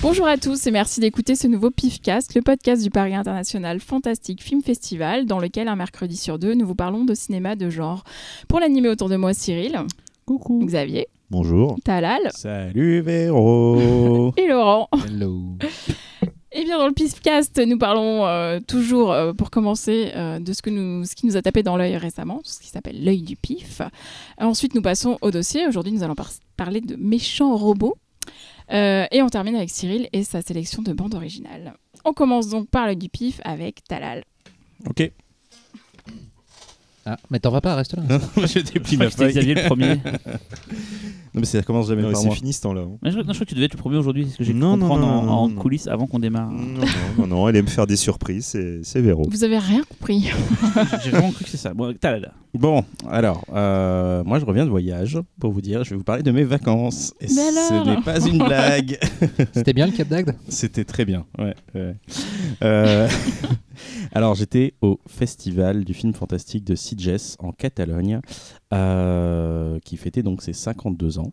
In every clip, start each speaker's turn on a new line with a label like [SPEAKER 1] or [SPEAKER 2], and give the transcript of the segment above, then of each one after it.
[SPEAKER 1] Bonjour à tous et merci d'écouter ce nouveau PIFcast, le podcast du Paris International Fantastic Film Festival, dans lequel un mercredi sur deux, nous vous parlons de cinéma de genre. Pour l'animer autour de moi, Cyril. Coucou. Xavier.
[SPEAKER 2] Bonjour.
[SPEAKER 1] Talal.
[SPEAKER 2] Salut Véro.
[SPEAKER 1] Et Laurent.
[SPEAKER 2] Hello.
[SPEAKER 1] Et Eh bien, dans le PIFcast, nous parlons euh, toujours, euh, pour commencer, euh, de ce, que nous, ce qui nous a tapé dans l'œil récemment, ce qui s'appelle l'œil du pif. Ensuite, nous passons au dossier. Aujourd'hui, nous allons par- parler de méchants robots. Euh, et on termine avec Cyril et sa sélection de bandes originales. On commence donc par le du pif avec Talal.
[SPEAKER 2] Ok.
[SPEAKER 3] Ah, mais t'en vas pas, reste là.
[SPEAKER 2] J'étais
[SPEAKER 4] Je crois que c'était Xavier le premier. Mais
[SPEAKER 5] Non mais ça commence jamais
[SPEAKER 2] Non, mais
[SPEAKER 5] par
[SPEAKER 2] c'est
[SPEAKER 5] moi.
[SPEAKER 2] fini ce temps-là.
[SPEAKER 5] hein.
[SPEAKER 4] je, crois- non, je crois que tu devais être le premier aujourd'hui, c'est ce que j'ai pu
[SPEAKER 2] Non, non,
[SPEAKER 4] comprendre
[SPEAKER 2] non,
[SPEAKER 4] en,
[SPEAKER 2] non,
[SPEAKER 4] en
[SPEAKER 2] non.
[SPEAKER 4] coulisses avant qu'on démarre.
[SPEAKER 2] Non,
[SPEAKER 5] Non, non, elle aime faire des surprises, c'est, c'est Véro.
[SPEAKER 1] Vous avez rien compris.
[SPEAKER 4] j'ai vraiment cru que c'est ça. Bon, Ah, Talala.
[SPEAKER 2] Bon, alors, euh, moi je reviens de voyage pour vous dire, je vais vous parler de mes vacances. Et
[SPEAKER 1] Mais alors
[SPEAKER 2] ce n'est pas une blague.
[SPEAKER 3] C'était bien le Cap d'Agde
[SPEAKER 2] C'était très bien. Ouais, ouais. Euh, alors, j'étais au festival du film fantastique de Sitges en Catalogne, euh, qui fêtait donc ses 52 ans.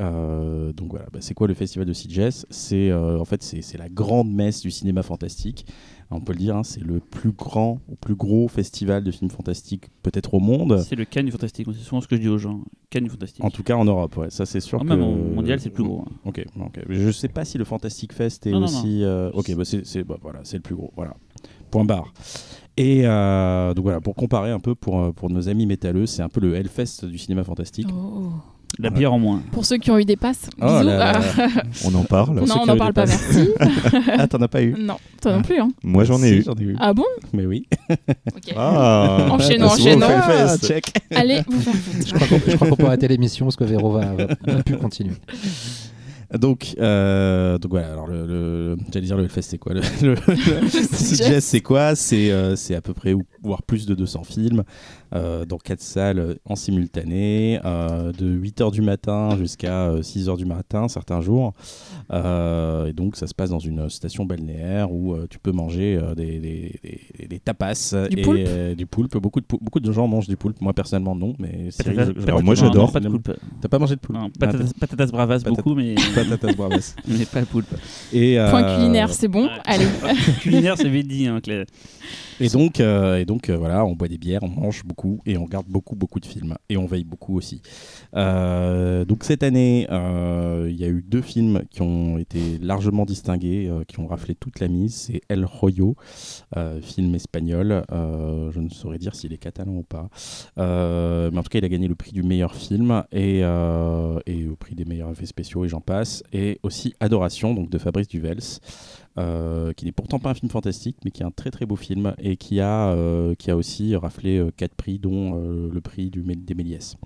[SPEAKER 2] Euh, donc voilà, bah, c'est quoi le festival de Sitges C'est euh, en fait c'est c'est la grande messe du cinéma fantastique. On peut le dire, hein, c'est le plus grand, ou plus gros festival de films fantastiques peut-être au
[SPEAKER 5] bah.
[SPEAKER 2] monde.
[SPEAKER 4] C'est le Cannes du Fantastique, c'est souvent ce que je dis aux gens. Cannes du Fantastique.
[SPEAKER 2] En tout cas en Europe, ouais, ça c'est sûr.
[SPEAKER 4] Non,
[SPEAKER 2] que...
[SPEAKER 4] Ah, même au mondial, c'est le plus gros. hein.
[SPEAKER 2] Ok, ok. Je sais pas si le Fantastic Fest est
[SPEAKER 4] Non, non,
[SPEAKER 2] aussi. euh, ok, bah c'est c'est- bah voilà, c'est le plus gros. Voilà. Point barre. Et euh, donc voilà, pour comparer un peu pour, euh, pour nos amis métalleux, c'est un peu le Hellfest du cinéma fantastique.
[SPEAKER 1] Oh.
[SPEAKER 4] La
[SPEAKER 2] Ouais.
[SPEAKER 4] bière en moins.
[SPEAKER 1] Pour ceux qui ont eu des passes,
[SPEAKER 2] Oh
[SPEAKER 1] bisous.
[SPEAKER 2] là là.
[SPEAKER 1] Ah,
[SPEAKER 5] On en parle.
[SPEAKER 2] ceux
[SPEAKER 1] non, on
[SPEAKER 2] qui ont
[SPEAKER 1] n'en
[SPEAKER 2] eu
[SPEAKER 1] parle
[SPEAKER 2] des
[SPEAKER 1] pas,
[SPEAKER 2] passes.
[SPEAKER 1] merci.
[SPEAKER 2] Ah, t'en as pas eu
[SPEAKER 1] Non, toi non plus. Hein.
[SPEAKER 5] Moi j'en ai
[SPEAKER 2] Si,
[SPEAKER 5] eu.
[SPEAKER 2] J'en ai eu.
[SPEAKER 1] Ah bon
[SPEAKER 2] Mais oui.
[SPEAKER 1] Ok.
[SPEAKER 5] Ah,
[SPEAKER 1] Enchaînons,
[SPEAKER 5] parce qu'on
[SPEAKER 1] enchaînons.
[SPEAKER 5] fait le
[SPEAKER 2] Ah,
[SPEAKER 5] fest.
[SPEAKER 2] check.
[SPEAKER 1] Allez vous faire foutre.
[SPEAKER 3] Je crois qu'on- je crois qu'on peut arrêter l'émission parce que Véro va, va- va plus continuer.
[SPEAKER 2] Donc, euh, donc voilà, alors le, le- j'allais dire le Hellfest c'est quoi Le, le- le CGS, c'est quoi C'est euh, c'est à peu près, ou- voire plus de 200 films euh, dans quatre salles en simultané, euh, de 8h du matin jusqu'à 6h du matin certains jours. Euh, et donc ça se passe dans une station balnéaire où euh, tu peux manger euh, des, des, des- des tapas
[SPEAKER 1] Du
[SPEAKER 2] et
[SPEAKER 1] poulpe
[SPEAKER 2] euh, du poulpe. Beaucoup de, pou- beaucoup de gens mangent du poulpe, moi personnellement non, mais Cyril,
[SPEAKER 4] Patatas-
[SPEAKER 2] je- je-
[SPEAKER 5] alors,
[SPEAKER 4] patatas-
[SPEAKER 5] moi,
[SPEAKER 4] non,
[SPEAKER 5] j'adore.
[SPEAKER 4] non, hein. Pas de poulpe.
[SPEAKER 2] t'as pas mangé de poulpe
[SPEAKER 4] Non, patatas, patatas bravas
[SPEAKER 2] Patate-
[SPEAKER 4] beaucoup, mais,
[SPEAKER 2] Patatas bravas.
[SPEAKER 4] mais pas de poulpe.
[SPEAKER 2] Et,
[SPEAKER 1] Point
[SPEAKER 2] euh,
[SPEAKER 1] culinaire, c'est bon.
[SPEAKER 4] Ouais.
[SPEAKER 1] Allez.
[SPEAKER 4] Culinaire, c'est vite dit. hein, que les-
[SPEAKER 2] Et donc, euh, et donc euh, voilà, on boit des bières, on mange beaucoup et on regarde beaucoup, beaucoup de films. Et on veille beaucoup aussi. Euh, donc cette année, euh, il y a eu deux films qui ont été largement distingués, euh, qui ont raflé toute la mise. C'est El Royo, euh, film espagnol. Euh, je ne saurais dire s'il est catalan ou pas. Euh, mais en tout cas, il a gagné le prix du meilleur film et, euh, et au prix des meilleurs effets spéciaux et j'en passe. Et aussi Adoration, donc de Fabrice Duvels euh, qui n'est pourtant pas un film fantastique, mais qui est un très très beau film et qui a, euh, qui a aussi raflé euh, quatre prix, dont euh, le prix du, Mé- des Méliès.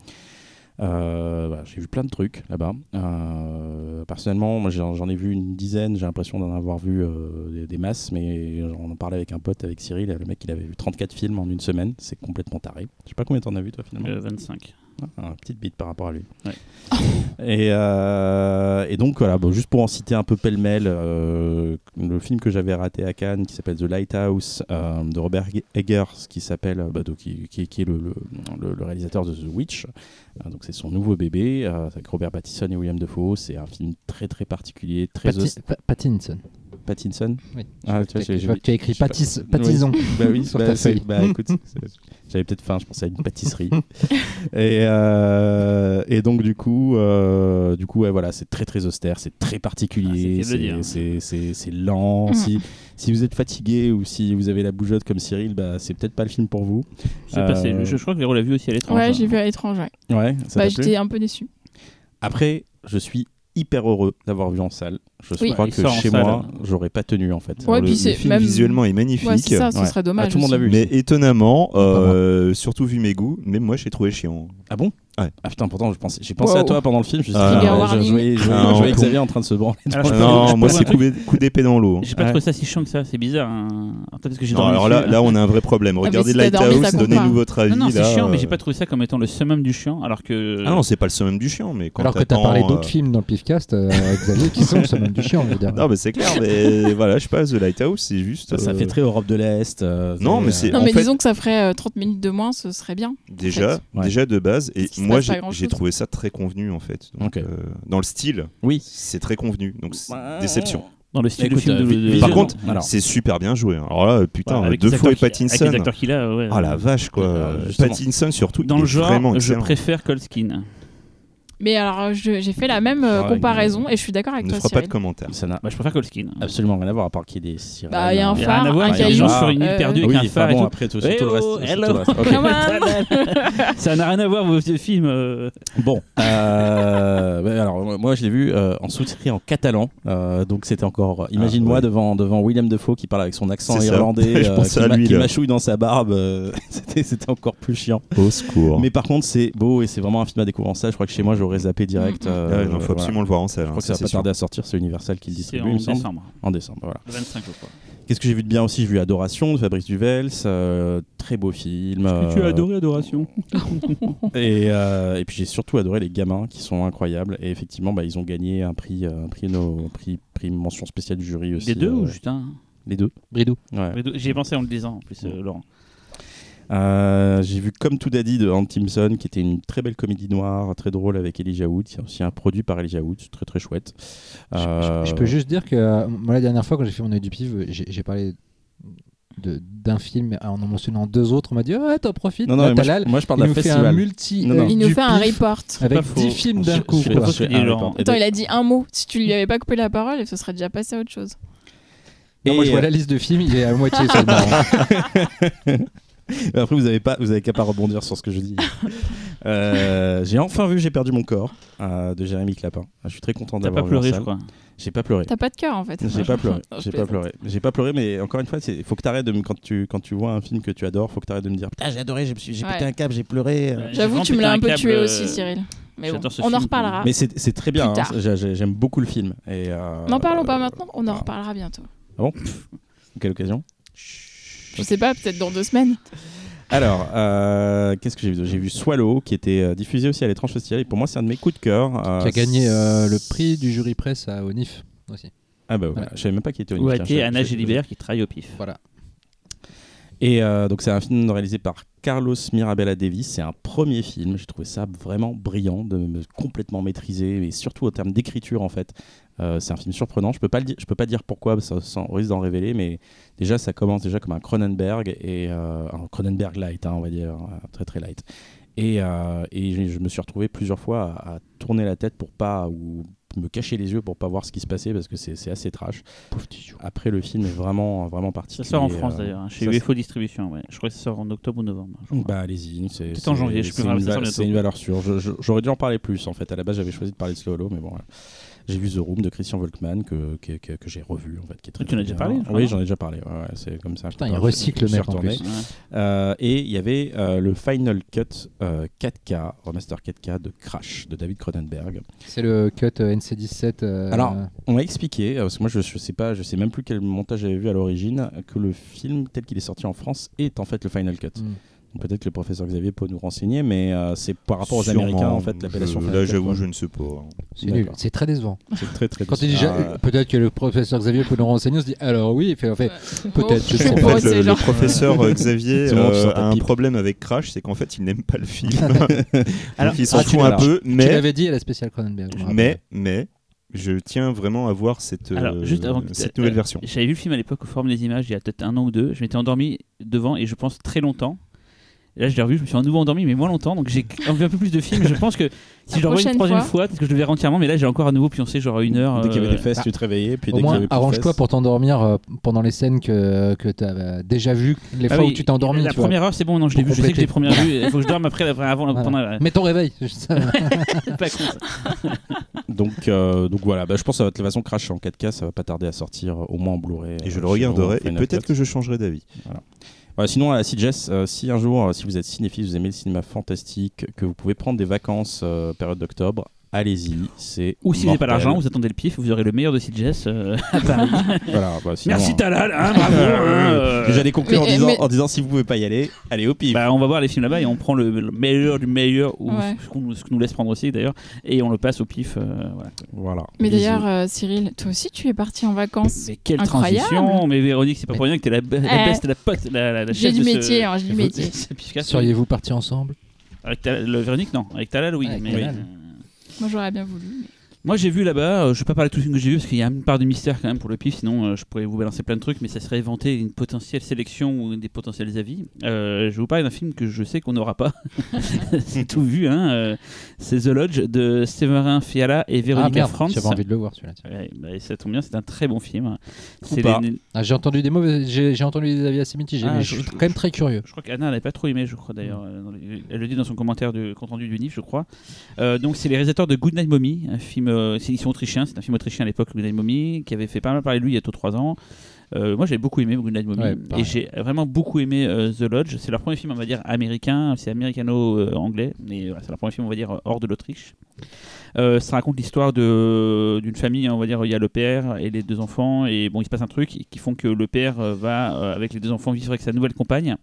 [SPEAKER 2] Euh, voilà, j'ai vu plein de trucs là-bas. Euh, personnellement, moi, j'en j'en ai vu une dizaine, j'ai l'impression d'en avoir vu euh, des, des masses, mais on en parlait avec un pote, avec Cyril, et le mec il avait vu 34 films en une semaine, c'est complètement taré. Je sais pas combien t'en as vu toi finalement
[SPEAKER 4] euh, 25.
[SPEAKER 2] un petite bite par rapport à lui.
[SPEAKER 4] Ouais.
[SPEAKER 2] et, euh, et donc voilà, bon, juste pour en citer un peu pêle-mêle, euh, le film que j'avais raté à Cannes qui s'appelle The Lighthouse euh, de Robert Eggers, qui s'appelle, bah, donc, qui, qui- qui est le, le- le- le réalisateur de The Witch. Euh, donc c'est son nouveau bébé euh, avec Robert Pattinson et William Defoe. C'est un film très très particulier, très
[SPEAKER 3] Patti-
[SPEAKER 2] aust-
[SPEAKER 3] Pa- Pattinson.
[SPEAKER 2] Pattinson.
[SPEAKER 3] Oui.
[SPEAKER 2] Ah,
[SPEAKER 3] je, vois que
[SPEAKER 2] tu vois,
[SPEAKER 3] t'as-
[SPEAKER 2] j'ai-
[SPEAKER 3] je vois que tu as écrit
[SPEAKER 2] j'ai pas-
[SPEAKER 3] Pattis-
[SPEAKER 2] Oui.
[SPEAKER 3] Pattison.
[SPEAKER 2] Bah oui,
[SPEAKER 3] Sur
[SPEAKER 2] bah,
[SPEAKER 3] ta
[SPEAKER 2] c'est-
[SPEAKER 3] feuille.
[SPEAKER 2] bah, écoute, c'est- j'avais peut-être faim, je pensais à une pâtisserie. et, euh, et donc du coup, euh, du coup, ouais, voilà, c'est très très austère, c'est très particulier,
[SPEAKER 4] Ah, c'est bien
[SPEAKER 2] c'est-
[SPEAKER 4] de
[SPEAKER 2] c'est c'est- c'est lent.
[SPEAKER 1] Mm.
[SPEAKER 2] Si, si vous êtes fatigué ou si vous avez la bougeotte comme Cyril, bah, c'est peut-être pas le film pour vous.
[SPEAKER 4] Je, sais pas, c'est-
[SPEAKER 2] Euh,
[SPEAKER 4] je, je crois que Véro l'a vu aussi à l'étranger.
[SPEAKER 1] Ouais, j'ai vu à l'étranger. ouais.
[SPEAKER 2] Ouais, ça
[SPEAKER 1] Bah,
[SPEAKER 2] t'a plu
[SPEAKER 1] J'étais un peu déçu.
[SPEAKER 2] Après, je suis hyper heureux d'avoir vu en salle. Je
[SPEAKER 1] Oui.
[SPEAKER 2] crois
[SPEAKER 4] Il
[SPEAKER 2] que
[SPEAKER 4] sort en
[SPEAKER 2] chez
[SPEAKER 4] salle,
[SPEAKER 2] moi,
[SPEAKER 4] hein.
[SPEAKER 2] j'aurais pas tenu en fait.
[SPEAKER 1] Ouais,
[SPEAKER 5] le,
[SPEAKER 1] puis
[SPEAKER 5] le
[SPEAKER 1] c'est
[SPEAKER 5] film
[SPEAKER 1] même-
[SPEAKER 5] visuellement est magnifique.
[SPEAKER 1] Ouais, c'est ça, ce
[SPEAKER 2] Ouais.
[SPEAKER 1] serait dommage.
[SPEAKER 2] Ah, tout le monde
[SPEAKER 1] aussi.
[SPEAKER 2] l'a vu.
[SPEAKER 5] Mais étonnamment,
[SPEAKER 3] moi.
[SPEAKER 5] euh, surtout vu mes goûts, mais moi j'ai trouvé chiant.
[SPEAKER 2] Ah bon
[SPEAKER 5] Ouais.
[SPEAKER 2] Ah putain, pourtant je pensais- j'ai pensé à
[SPEAKER 1] Wow.
[SPEAKER 2] toi pendant le film. Je, me suis
[SPEAKER 5] Ah,
[SPEAKER 2] dit,
[SPEAKER 5] trigger
[SPEAKER 2] ouais, je-
[SPEAKER 1] warning.
[SPEAKER 2] je voyais, je voyais-
[SPEAKER 5] Ah,
[SPEAKER 2] je voyais
[SPEAKER 5] on-
[SPEAKER 2] Xavier en train de se branler.
[SPEAKER 4] Alors, je-
[SPEAKER 5] non,
[SPEAKER 4] je
[SPEAKER 5] moi
[SPEAKER 4] trouve
[SPEAKER 5] c'est
[SPEAKER 4] un truc-
[SPEAKER 5] coup d'é- coup d'épée dans l'eau. hein.
[SPEAKER 4] J'ai pas
[SPEAKER 2] Ouais.
[SPEAKER 4] trouvé ça si chiant que ça, c'est bizarre. hein. Attends, parce que j'ai
[SPEAKER 5] Non,
[SPEAKER 4] dormi
[SPEAKER 5] alors
[SPEAKER 4] dessus.
[SPEAKER 5] là, là, on a un vrai problème.
[SPEAKER 1] Ah, mais
[SPEAKER 5] Regardez
[SPEAKER 1] si t'as dormi, ça
[SPEAKER 5] Lighthouse,
[SPEAKER 1] compte pas.
[SPEAKER 5] donnez-nous votre avis.
[SPEAKER 4] Non, non, c'est
[SPEAKER 5] là,
[SPEAKER 4] chiant, mais j'ai
[SPEAKER 5] euh.
[SPEAKER 4] pas trouvé ça comme étant le summum du chiant, alors que.
[SPEAKER 5] Ah non, c'est pas le summum du chiant, mais quand
[SPEAKER 3] Alors que tu as
[SPEAKER 5] t'attends,
[SPEAKER 3] parlé
[SPEAKER 5] euh,
[SPEAKER 3] d'autres films dans le PIFcast, euh, avec Xavier, qui sont le summum du chien, je veux dire.
[SPEAKER 5] Non, mais c'est clair, mais voilà, je sais pas, The Lighthouse, c'est juste.
[SPEAKER 2] Ça, ça
[SPEAKER 5] euh,
[SPEAKER 2] fait très Europe de l'Est. euh,
[SPEAKER 5] Non, mais
[SPEAKER 2] euh,
[SPEAKER 5] c'est-
[SPEAKER 1] Non,
[SPEAKER 5] En
[SPEAKER 1] mais
[SPEAKER 5] fait-
[SPEAKER 1] disons que ça ferait euh, 30 minutes de moins, ce serait bien.
[SPEAKER 5] Déjà,
[SPEAKER 2] fait. Ouais.
[SPEAKER 5] déjà de base, et
[SPEAKER 1] Parce qu'ils se
[SPEAKER 5] Moi,
[SPEAKER 1] passe pas
[SPEAKER 5] j'ai
[SPEAKER 1] grand-chose.
[SPEAKER 5] j'ai trouvé ça très convenu en fait. Donc,
[SPEAKER 2] Ok.
[SPEAKER 5] euh, dans le style,
[SPEAKER 2] Oui.
[SPEAKER 5] c'est très convenu. Donc, c'est- déception.
[SPEAKER 4] Dans le style
[SPEAKER 2] Écoute,
[SPEAKER 4] du film
[SPEAKER 2] euh,
[SPEAKER 4] de, de-
[SPEAKER 2] vi-
[SPEAKER 5] Par
[SPEAKER 4] de-
[SPEAKER 5] contre,
[SPEAKER 2] alors.
[SPEAKER 5] c'est super bien joué. hein. Alors là, putain,
[SPEAKER 4] Voilà, avec
[SPEAKER 5] deux
[SPEAKER 4] les
[SPEAKER 5] fois et
[SPEAKER 4] acteurs qui-
[SPEAKER 5] Pattinson.
[SPEAKER 4] Avec les acteurs qu'il a, ouais.
[SPEAKER 5] Ah la vache quoi.
[SPEAKER 2] Euh, justement.
[SPEAKER 5] Pattinson surtout.
[SPEAKER 4] Dans
[SPEAKER 5] il
[SPEAKER 4] le
[SPEAKER 5] est vraiment
[SPEAKER 4] genre, je
[SPEAKER 5] excellent.
[SPEAKER 4] préfère Colskin.
[SPEAKER 1] Mais alors, je- j'ai fait la même euh,
[SPEAKER 2] Ah,
[SPEAKER 1] comparaison et je suis d'accord avec
[SPEAKER 5] Ne
[SPEAKER 1] toi,
[SPEAKER 5] fera pas
[SPEAKER 1] Cyril.
[SPEAKER 5] de commentaires.
[SPEAKER 2] Ça n'a
[SPEAKER 4] Bah, je préfère Colskin.
[SPEAKER 2] absolument rien à voir à part qu'il y ait des sirènes.
[SPEAKER 1] Bah, il y a un
[SPEAKER 2] euh, Ah
[SPEAKER 4] Il y a
[SPEAKER 1] phare,
[SPEAKER 4] rien à voir,
[SPEAKER 1] un
[SPEAKER 4] il y a des gens
[SPEAKER 1] caillou.
[SPEAKER 4] sur une
[SPEAKER 1] Euh,
[SPEAKER 4] île perdue
[SPEAKER 2] Oui,
[SPEAKER 4] avec un
[SPEAKER 2] enfin,
[SPEAKER 4] phare et
[SPEAKER 2] bon,
[SPEAKER 4] tout.
[SPEAKER 2] après, tout,
[SPEAKER 4] Eh
[SPEAKER 2] sur tout le
[SPEAKER 4] oh,
[SPEAKER 2] reste. sur tout le
[SPEAKER 4] hello.
[SPEAKER 2] reste. Ok.
[SPEAKER 1] Come on.
[SPEAKER 4] Ça n'a rien à voir, vos deux films. euh,
[SPEAKER 2] Bon, euh, ouais, alors euh, moi je l'ai vu euh, en sous-titré en catalan, euh, donc c'était encore. euh, Imagine-moi
[SPEAKER 5] Ah, ouais.
[SPEAKER 2] devant devant Willem Dafoe qui parle avec son accent
[SPEAKER 5] C'est ça.
[SPEAKER 2] irlandais,
[SPEAKER 5] Je
[SPEAKER 2] euh,
[SPEAKER 5] pensais
[SPEAKER 2] qui,
[SPEAKER 5] à
[SPEAKER 2] ma-
[SPEAKER 5] lui,
[SPEAKER 2] qui
[SPEAKER 5] là.
[SPEAKER 2] mâchouille dans sa barbe. euh, c'était c'était encore plus chiant.
[SPEAKER 5] Au secours.
[SPEAKER 2] Mais par contre c'est beau et c'est vraiment un film à découvrir en salle. Je crois que chez moi j'aurais zappé direct.
[SPEAKER 1] Mm, mm.
[SPEAKER 2] euh,
[SPEAKER 5] Ah ouais, non,
[SPEAKER 2] voilà.
[SPEAKER 5] faut absolument le voir en salle.
[SPEAKER 2] Je
[SPEAKER 5] hein,
[SPEAKER 2] crois que ça va
[SPEAKER 5] c'est
[SPEAKER 2] pas
[SPEAKER 5] sûr.
[SPEAKER 2] tarder à sortir. C'est Universal qui le
[SPEAKER 4] C'est
[SPEAKER 2] distribue,
[SPEAKER 4] en
[SPEAKER 2] il me semble.
[SPEAKER 4] décembre.
[SPEAKER 2] En décembre, voilà.
[SPEAKER 4] Le 25, je crois.
[SPEAKER 2] Qu'est-ce que j'ai vu de bien aussi J'ai vu Adoration de Fabrice Duvels, euh, très beau film. euh,
[SPEAKER 4] Adoration
[SPEAKER 2] Et, euh, et puis j'ai surtout adoré les gamins qui sont incroyables. Et effectivement, bah, ils ont gagné un prix, euh, un prix, no- un prix, prix mention spéciale du jury aussi.
[SPEAKER 4] Les deux
[SPEAKER 2] euh,
[SPEAKER 4] ou juste un
[SPEAKER 2] Les deux.
[SPEAKER 3] Bridou.
[SPEAKER 2] Ouais.
[SPEAKER 4] Les deux. J'y ai pensé en le disant en plus, euh, Laurent.
[SPEAKER 2] Euh, j'ai vu Comme tout daddy de Hans Timson, qui était une très belle comédie noire, très drôle avec Elijah Wood. C'est aussi un produit par Elijah Wood, c'est très très chouette.
[SPEAKER 3] Je- Je, je peux
[SPEAKER 2] Euh,
[SPEAKER 3] juste dire que euh, moi, la dernière fois, quand j'ai fait mon œil du pif, euh, j'ai j'ai parlé de- d'un film en en mentionnant deux autres. On m'a dit Ouais, t'en profites.
[SPEAKER 2] Non, non,
[SPEAKER 3] là,
[SPEAKER 2] mais
[SPEAKER 3] t'as
[SPEAKER 2] moi, je,
[SPEAKER 3] l'al.
[SPEAKER 2] moi, je parle
[SPEAKER 3] Il
[SPEAKER 2] d'un
[SPEAKER 3] nous fait un
[SPEAKER 2] festival.
[SPEAKER 3] multi.
[SPEAKER 2] Non, non.
[SPEAKER 3] œil
[SPEAKER 1] Il nous
[SPEAKER 3] du
[SPEAKER 1] fait un
[SPEAKER 3] pif
[SPEAKER 1] report.
[SPEAKER 4] pas
[SPEAKER 3] Avec
[SPEAKER 4] faux.
[SPEAKER 3] 10 films d'un
[SPEAKER 2] Je-
[SPEAKER 3] coup.
[SPEAKER 2] je fais
[SPEAKER 3] quoi.
[SPEAKER 2] pas
[SPEAKER 4] ce que dit
[SPEAKER 2] Ah,
[SPEAKER 4] Laurent.
[SPEAKER 2] d'accord.
[SPEAKER 1] Attends, il a dit un mot. Si tu lui avais pas coupé la parole, il se serait déjà passé à autre chose.
[SPEAKER 3] Non, moi, je
[SPEAKER 2] Et, euh,
[SPEAKER 3] vois la liste de films, il est à moitié seulement.
[SPEAKER 2] Mais Après, vous avez pas, vous avez qu'à pas rebondir sur ce que je dis. Euh, j'ai enfin vu J'ai perdu mon corps euh, de Jérémy Clapin. Je suis très content
[SPEAKER 4] T'as
[SPEAKER 2] d'avoir
[SPEAKER 4] pas
[SPEAKER 2] vu en
[SPEAKER 4] pleuré, je
[SPEAKER 2] salle.
[SPEAKER 4] crois.
[SPEAKER 2] J'ai pas pleuré.
[SPEAKER 1] T'as pas de cœur en fait.
[SPEAKER 2] J'ai pas pleuré.
[SPEAKER 1] Non, je
[SPEAKER 2] J'ai pas
[SPEAKER 1] plaisante.
[SPEAKER 2] pleuré. J'ai pas pleuré, mais encore une fois, il faut que t'arrêtes de me quand tu quand tu vois un film que tu adores, faut que t'arrêtes de me dire putain j'ai adoré, j'ai j'ai
[SPEAKER 1] Ouais.
[SPEAKER 2] pété un câble, j'ai pleuré. euh.
[SPEAKER 4] Ouais.
[SPEAKER 1] J'avoue,
[SPEAKER 4] J'ai
[SPEAKER 1] tu me l'as
[SPEAKER 4] vraiment
[SPEAKER 1] un peu
[SPEAKER 4] pété un
[SPEAKER 1] tué
[SPEAKER 4] câble,
[SPEAKER 1] aussi,
[SPEAKER 4] euh,
[SPEAKER 1] Cyril. Mais bon,
[SPEAKER 4] j'adore ce
[SPEAKER 1] on en
[SPEAKER 4] film,
[SPEAKER 1] reparlera.
[SPEAKER 2] Mais c'est c'est très bien.
[SPEAKER 1] Ah. Plus
[SPEAKER 2] hein.
[SPEAKER 1] tard.
[SPEAKER 2] J'ai- j'ai- J'aime beaucoup le film. Et euh,
[SPEAKER 1] N'en parlons
[SPEAKER 2] euh,
[SPEAKER 1] pas maintenant, on en
[SPEAKER 2] voilà.
[SPEAKER 1] reparlera bientôt.
[SPEAKER 2] euh, Quelle occasion
[SPEAKER 1] Je sais pas, peut-être dans deux semaines.
[SPEAKER 2] Alors, euh, qu'est-ce que j'ai vu J'ai vu Swallow qui était euh, diffusé aussi à l'étrange festival. Et pour moi, c'est un de mes coups de cœur. euh,
[SPEAKER 3] Qui a gagné euh, le prix du jury presse à Onif aussi.
[SPEAKER 2] Ah bah voilà, je savais même pas qui était
[SPEAKER 4] Ou
[SPEAKER 2] Olivier.
[SPEAKER 4] a
[SPEAKER 2] Tiens, je-
[SPEAKER 4] été Anna
[SPEAKER 2] je- je-
[SPEAKER 4] Gélibert qui travaille au pif.
[SPEAKER 3] Voilà.
[SPEAKER 2] Et euh, donc c'est un film réalisé par Carlos Mirabella Davis. C'est un premier film. J'ai trouvé ça vraiment brillant, de me complètement maîtriser, et surtout au terme d'écriture en fait. Euh, c'est un film surprenant. Je peux pas le dire, je peux pas dire pourquoi, parce que ça, on risque d'en révéler, mais déjà ça commence déjà comme un Cronenberg et euh, un Cronenberg light, hein, on va dire euh, très très light. Et, euh, et je, je me suis retrouvé plusieurs fois à, à tourner la tête pour pas ou me cacher les yeux pour pas voir ce qui se passait parce que c'est c'est assez trash. Après le film est vraiment vraiment parti.
[SPEAKER 4] Ça sort en France d'ailleurs, hein, chez
[SPEAKER 2] euh, ça-
[SPEAKER 4] UFO Distribution. Ouais. Je crois que ça sort en octobre ou novembre. je crois.
[SPEAKER 2] bah allez-y, c'est
[SPEAKER 4] Peut-être en
[SPEAKER 2] c'est-
[SPEAKER 4] janvier, je
[SPEAKER 2] c'est
[SPEAKER 4] peux pas
[SPEAKER 2] une,
[SPEAKER 4] me faire
[SPEAKER 2] va-
[SPEAKER 4] bientôt.
[SPEAKER 2] c'est une valeur sûre. Je- je- J'aurais dû en parler plus en fait. À la base, j'avais choisi de parler de Slow Hollow, mais bon. voilà. J'ai vu The Room de Christian Volkmann que, que, que- que j'ai revu en fait. Qui est très,
[SPEAKER 4] Tu en as
[SPEAKER 2] très
[SPEAKER 4] déjà
[SPEAKER 2] bien.
[SPEAKER 4] parlé, je crois,
[SPEAKER 2] Oui,
[SPEAKER 4] non
[SPEAKER 2] j'en ai déjà parlé. ouais, ouais, c'est comme ça.
[SPEAKER 3] Putain,
[SPEAKER 2] Je-
[SPEAKER 3] il
[SPEAKER 2] je-
[SPEAKER 3] recycle le
[SPEAKER 2] je suis
[SPEAKER 3] mec, en
[SPEAKER 2] retourné.
[SPEAKER 3] plus.
[SPEAKER 4] Ouais.
[SPEAKER 2] Euh, et il y avait euh, le Final Cut euh, 4K, remaster 4K de Crash de David Cronenberg.
[SPEAKER 3] C'est le cut euh, NC17. euh,
[SPEAKER 2] Alors, On m'a expliqué, euh, parce que moi je, je sais pas, je sais même plus quel montage j'avais vu à l'origine, que le film tel qu'il est sorti en France est en fait le Final Cut.
[SPEAKER 3] Mm.
[SPEAKER 2] Peut-être que le professeur Xavier peut nous renseigner, mais euh, c'est par rapport aux
[SPEAKER 5] Sûrement,
[SPEAKER 2] Américains en fait l'appellation.
[SPEAKER 5] je-
[SPEAKER 2] Final
[SPEAKER 5] Là,
[SPEAKER 2] Cut,
[SPEAKER 5] j'avoue,
[SPEAKER 2] quoi.
[SPEAKER 5] je ne sais pas. hein.
[SPEAKER 3] c'est nul.
[SPEAKER 2] D'accord.
[SPEAKER 3] C'est très décevant.
[SPEAKER 2] C'est très très.
[SPEAKER 3] Quand il dit
[SPEAKER 5] Ah,
[SPEAKER 2] bizarre.
[SPEAKER 3] ja- euh, peut-être que le professeur Xavier peut nous renseigner, on se dit alors oui, il fait, en fait, peut-être, je sais
[SPEAKER 5] En
[SPEAKER 3] pas.
[SPEAKER 1] Pour eux,
[SPEAKER 5] fait,
[SPEAKER 1] c'est
[SPEAKER 5] le, le
[SPEAKER 1] genre-
[SPEAKER 5] professeur euh, Xavier
[SPEAKER 2] C'est bon, tu
[SPEAKER 5] euh,
[SPEAKER 2] sens ta
[SPEAKER 5] a un
[SPEAKER 2] pipe.
[SPEAKER 5] problème avec Crash, c'est qu'en fait, il n'aime pas le film.
[SPEAKER 4] Alors-
[SPEAKER 5] Alors, il s'en
[SPEAKER 2] Ah, tu
[SPEAKER 5] fout
[SPEAKER 2] l'as
[SPEAKER 5] un
[SPEAKER 2] là.
[SPEAKER 5] peu,
[SPEAKER 3] tu
[SPEAKER 5] mais,
[SPEAKER 3] l'avais dit à la spéciale Cronenberg. je me rappelle.
[SPEAKER 5] mais, mais, je tiens vraiment à voir cette, euh,
[SPEAKER 4] Alors, juste avant que-
[SPEAKER 5] cette
[SPEAKER 4] euh,
[SPEAKER 5] nouvelle version.
[SPEAKER 4] J'avais vu le film à l'époque au Forum des Images il y a peut-être un an ou deux. Je m'étais endormi devant et je pense très longtemps. Et là, je l'ai revu, je me suis à nouveau endormi, mais moins longtemps. Donc j'ai vu un peu plus de films. Je pense que si
[SPEAKER 1] La
[SPEAKER 4] je le revois une
[SPEAKER 1] prochaine
[SPEAKER 4] troisième
[SPEAKER 1] fois.
[SPEAKER 4] fois, peut-être que je le verrai entièrement. Mais là, j'ai encore à nouveau pioncé genre à une heure.
[SPEAKER 2] Dès qu'il y
[SPEAKER 4] euh,
[SPEAKER 2] avait des fesses,
[SPEAKER 3] bah,
[SPEAKER 2] tu te réveillais, puis
[SPEAKER 3] Au
[SPEAKER 2] dès qu'il y
[SPEAKER 3] moins,
[SPEAKER 2] avait plus de
[SPEAKER 3] arrange-toi
[SPEAKER 2] fesses-
[SPEAKER 3] pour t'endormir euh, pendant les scènes que, que tu as déjà vues, les
[SPEAKER 4] Ah
[SPEAKER 3] fois
[SPEAKER 4] oui,
[SPEAKER 3] où tu t'es endormi.
[SPEAKER 4] La
[SPEAKER 3] tu vois.
[SPEAKER 4] première heure, c'est bon, non, je l'ai
[SPEAKER 3] Pour
[SPEAKER 4] vu, je sais que j'ai
[SPEAKER 3] compléter.
[SPEAKER 4] première vue. Il faut que je dorme après, après avant,
[SPEAKER 3] Voilà.
[SPEAKER 4] pendant la.
[SPEAKER 3] Mets ton réveil. je sais.
[SPEAKER 4] Pas con, ça.
[SPEAKER 2] Donc, euh, donc voilà, Bah, je pense que ça va- de toute façon Crash en 4K, ça va pas tarder à sortir euh, au moins en Blu-ray.
[SPEAKER 5] Et je
[SPEAKER 2] euh,
[SPEAKER 5] le
[SPEAKER 2] chez
[SPEAKER 5] regarderai,
[SPEAKER 2] nous,
[SPEAKER 5] et
[SPEAKER 2] Final
[SPEAKER 5] peut-être
[SPEAKER 2] Cut.
[SPEAKER 5] que je changerai d'avis.
[SPEAKER 2] Voilà, sinon, à la CGS, euh, si un jour, euh, si vous êtes cinéphile, vous aimez le cinéma fantastique, que vous pouvez prendre des vacances euh, période d'octobre, allez-y. C'est
[SPEAKER 4] Ou si vous n'avez pas
[SPEAKER 2] mortel.
[SPEAKER 4] l'argent, vous attendez le pif, vous aurez le meilleur de CJS euh, à Paris.
[SPEAKER 2] Voilà, bah, sinon,
[SPEAKER 4] Merci
[SPEAKER 2] hein.
[SPEAKER 4] Talal, hein, bravo. hein, euh,
[SPEAKER 2] J'allais conclure en,
[SPEAKER 1] Mais-
[SPEAKER 2] disant,
[SPEAKER 1] mais-
[SPEAKER 2] en disant si vous pouvez pas y aller, allez au pif.
[SPEAKER 4] Bah, on va voir les films là-bas et on prend le, le meilleur du meilleur ou
[SPEAKER 1] Ouais.
[SPEAKER 4] ce, qu'on- ce que nous laisse prendre aussi d'ailleurs et on le passe au pif. euh, voilà.
[SPEAKER 2] voilà.
[SPEAKER 1] Mais
[SPEAKER 2] Bisous.
[SPEAKER 1] d'ailleurs, euh, Cyril, toi aussi, tu es parti en vacances.
[SPEAKER 4] Mais quelle
[SPEAKER 1] Incroyable.
[SPEAKER 4] transition Mais Véronique, c'est pas pour rien que t'es la, be- la
[SPEAKER 1] Eh.
[SPEAKER 4] best, la pote, la, la, la
[SPEAKER 1] J'ai
[SPEAKER 4] chef
[SPEAKER 1] du
[SPEAKER 4] de ce-
[SPEAKER 1] métier, hein, j'ai du
[SPEAKER 4] ce-
[SPEAKER 1] métier.
[SPEAKER 4] ce pifcast.
[SPEAKER 3] Seriez-vous partis ensemble
[SPEAKER 4] Avec Tal- le Véronique, non. Avec Talal, oui.
[SPEAKER 3] Avec
[SPEAKER 4] mais-
[SPEAKER 3] Talal.
[SPEAKER 4] euh,
[SPEAKER 1] Moi, j'aurais bien voulu.
[SPEAKER 4] Moi, j'ai vu là-bas, euh, je vais pas parler de tout ce que j'ai vu parce qu'il y a une part de mystère quand même pour le pif, sinon euh, je pourrais vous balancer plein de trucs, mais ça serait inventer une potentielle sélection ou des potentiels avis. Euh, je vais vous parler d'un film que je sais qu'on n'aura pas. C'est tout vu, hein. euh, C'est The Lodge de Séverin Fiala et
[SPEAKER 3] Ah
[SPEAKER 4] Véronica
[SPEAKER 3] merde,
[SPEAKER 4] France.
[SPEAKER 3] j'avais envie de le voir celui-là. tiens.
[SPEAKER 4] Ouais, bah, ça tombe bien, c'est un très bon film. hein. C'est
[SPEAKER 2] pas.
[SPEAKER 4] les-
[SPEAKER 3] Ah, j'ai entendu des mauvais, j'ai j'ai entendu des avis assez mitigés,
[SPEAKER 4] Ah,
[SPEAKER 3] mais
[SPEAKER 4] je-
[SPEAKER 3] je suis quand même très curieux.
[SPEAKER 4] Je crois qu'Anna n'avait pas trop aimé, je crois d'ailleurs. euh, dans les- Elle le dit dans son commentaire du compte rendu du NIF, je crois. Euh, donc, c'est les réalisateurs de Goodnight Mommy, un film. euh, c'est- ils sont autrichiens, c'est un film autrichien à l'époque, Goodnight Mommy, qui avait fait pas mal parler de lui il y a 3 ans. Euh, moi, j'avais beaucoup aimé Goodnight Mommy
[SPEAKER 3] Ouais,
[SPEAKER 4] et
[SPEAKER 3] pareil.
[SPEAKER 4] j'ai vraiment beaucoup aimé euh, The Lodge. C'est leur premier film, on va dire, américain, c'est américano-anglais, mais voilà, c'est leur premier film, on va dire, hors de l'Autriche. Euh, ça raconte l'histoire de- d'une famille, hein, on va dire, il y a le père et les deux enfants, et bon, il se passe un truc qui font que le père euh, va, euh, avec les deux enfants, vivre avec sa nouvelle compagne,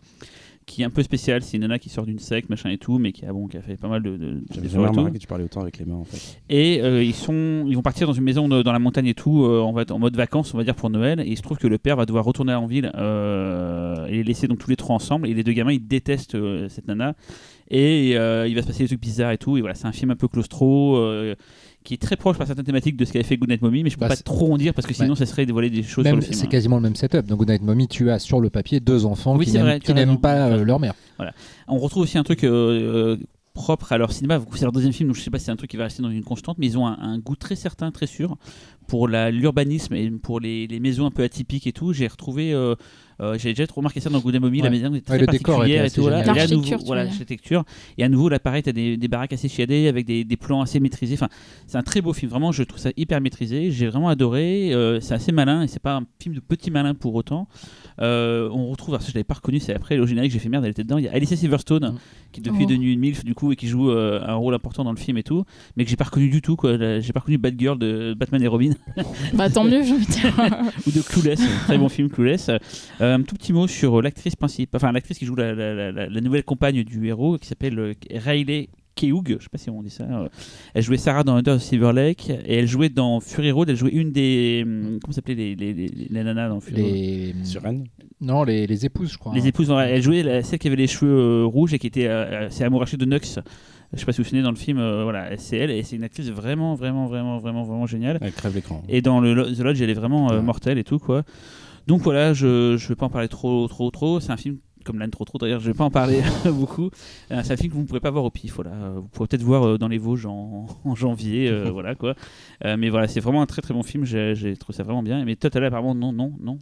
[SPEAKER 4] qui est un peu spéciale, c'est une nana qui sort d'une secte, machin et tout, mais qui a, bon, qui a fait pas mal de... de- de
[SPEAKER 2] J'avais
[SPEAKER 4] soirées
[SPEAKER 2] jamais
[SPEAKER 4] et tout.
[SPEAKER 2] remarqué que tu parlais autant avec les mains en fait.
[SPEAKER 4] Et euh, ils, sont, ils vont partir dans une maison de- dans la montagne et tout, euh, en, va- en mode vacances, on va dire, pour Noël. Et il se trouve que le père va devoir retourner en ville euh, et les laisser donc tous les trois ensemble. Et les deux gamins, ils détestent euh, cette nana. Et euh, il va se passer des trucs bizarres et tout. Et voilà, c'est un film un peu claustro, euh, qui est très proche par certaines thématiques de ce qu'avait fait Goodnight Mommy. Mais je peux
[SPEAKER 3] Bah,
[SPEAKER 4] pas
[SPEAKER 3] c'est-
[SPEAKER 4] trop en dire parce que sinon,
[SPEAKER 3] Ouais.
[SPEAKER 4] ça serait dévoiler des choses
[SPEAKER 3] Même,
[SPEAKER 4] sur le
[SPEAKER 3] c'est
[SPEAKER 4] film. hein.
[SPEAKER 3] quasiment le même setup. Donc, Goodnight Mommy, tu as sur le papier deux enfants
[SPEAKER 4] Oui,
[SPEAKER 3] qui
[SPEAKER 4] c'est
[SPEAKER 3] n'aiment-
[SPEAKER 4] vrai, tu
[SPEAKER 3] qui
[SPEAKER 4] as raison.
[SPEAKER 3] n'aiment pas euh, leur mère.
[SPEAKER 4] On retrouve aussi un truc euh, euh, propre à leur cinéma. C'est leur deuxième film, donc je sais pas si c'est un truc qui va rester dans une constante, mais ils ont un, un goût très certain, très sûr pour la- l'urbanisme et pour les, les maisons un peu atypiques et tout. J'ai retrouvé, euh, euh, j'ai déjà remarqué ça dans Good Mommy, la
[SPEAKER 3] Ouais.
[SPEAKER 4] maison est très
[SPEAKER 3] Ouais, le décor
[SPEAKER 4] particulière
[SPEAKER 3] était
[SPEAKER 4] et tout.
[SPEAKER 3] assez
[SPEAKER 4] Voilà.
[SPEAKER 3] génial.
[SPEAKER 4] Et à nouveau-
[SPEAKER 1] L'architecture, tu
[SPEAKER 4] voilà,
[SPEAKER 1] veux dire.
[SPEAKER 4] l'architecture. Et à nouveau, là, pareil, t'as des, des baraques assez chiadées avec des, des plans assez maîtrisés. Enfin, c'est un très beau film. Vraiment, je trouve ça hyper maîtrisé. J'ai vraiment adoré. Euh, c'est assez malin et c'est pas un film de petit malin pour autant. Euh, on retrouve, alors ça je l'avais pas reconnu, c'est après le générique, j'ai fait merde, elle était dedans. Il y a Alicia Silverstone
[SPEAKER 3] Mm.
[SPEAKER 4] qui depuis
[SPEAKER 1] Oh.
[SPEAKER 4] de nuit une MILF du coup et qui joue euh, un rôle important dans le film et tout, mais que j'ai pas reconnu du tout quoi. La- J'ai pas reconnu Bad Girl de Batman et Robin
[SPEAKER 1] Bah, tant mieux, j'ai envie de dire.
[SPEAKER 4] ou de Clueless, un très bon film Clueless. Euh, un tout petit mot sur euh, l'actrice principale, enfin l'actrice qui joue la, la- la- la- la nouvelle compagne du héros qui s'appelle euh, Riley. Keough, je sais pas si on dit ça. euh, Elle jouait Sarah dans Under the Silver Lake et elle jouait dans Fury Road. Elle jouait une des. hum, Comment s'appelait les, les, les, les nanas dans Fury Road
[SPEAKER 3] Les...
[SPEAKER 2] Sur Anne
[SPEAKER 3] Non, les, les épouses, je crois. hein.
[SPEAKER 4] Les épouses, ouais, elle jouait la- celle qui avait les cheveux euh, rouges et qui était euh, assez amourachée de Nux. Je sais pas si vous vous souvenez dans le film, euh, voilà, c'est elle et c'est une actrice vraiment, vraiment, vraiment, vraiment, vraiment géniale.
[SPEAKER 2] Elle crève l'écran.
[SPEAKER 4] Et dans le Lo- The Lodge, elle est vraiment euh,
[SPEAKER 2] Ouais.
[SPEAKER 4] mortelle et tout quoi. Donc voilà, je je vais pas en parler trop, trop, trop. C'est un film comme l'âne trop trop d'ailleurs, je vais pas en parler beaucoup. Euh, c'est un film que vous ne pourrez pas voir au pif, voilà. Euh, Vous pourrez peut-être voir euh, dans les Vosges en, en janvier, euh, voilà quoi. Euh, mais voilà, c'est vraiment un très très bon film. J'ai j'ai trouvé ça vraiment bien. Mais Total, apparemment, non, non, non,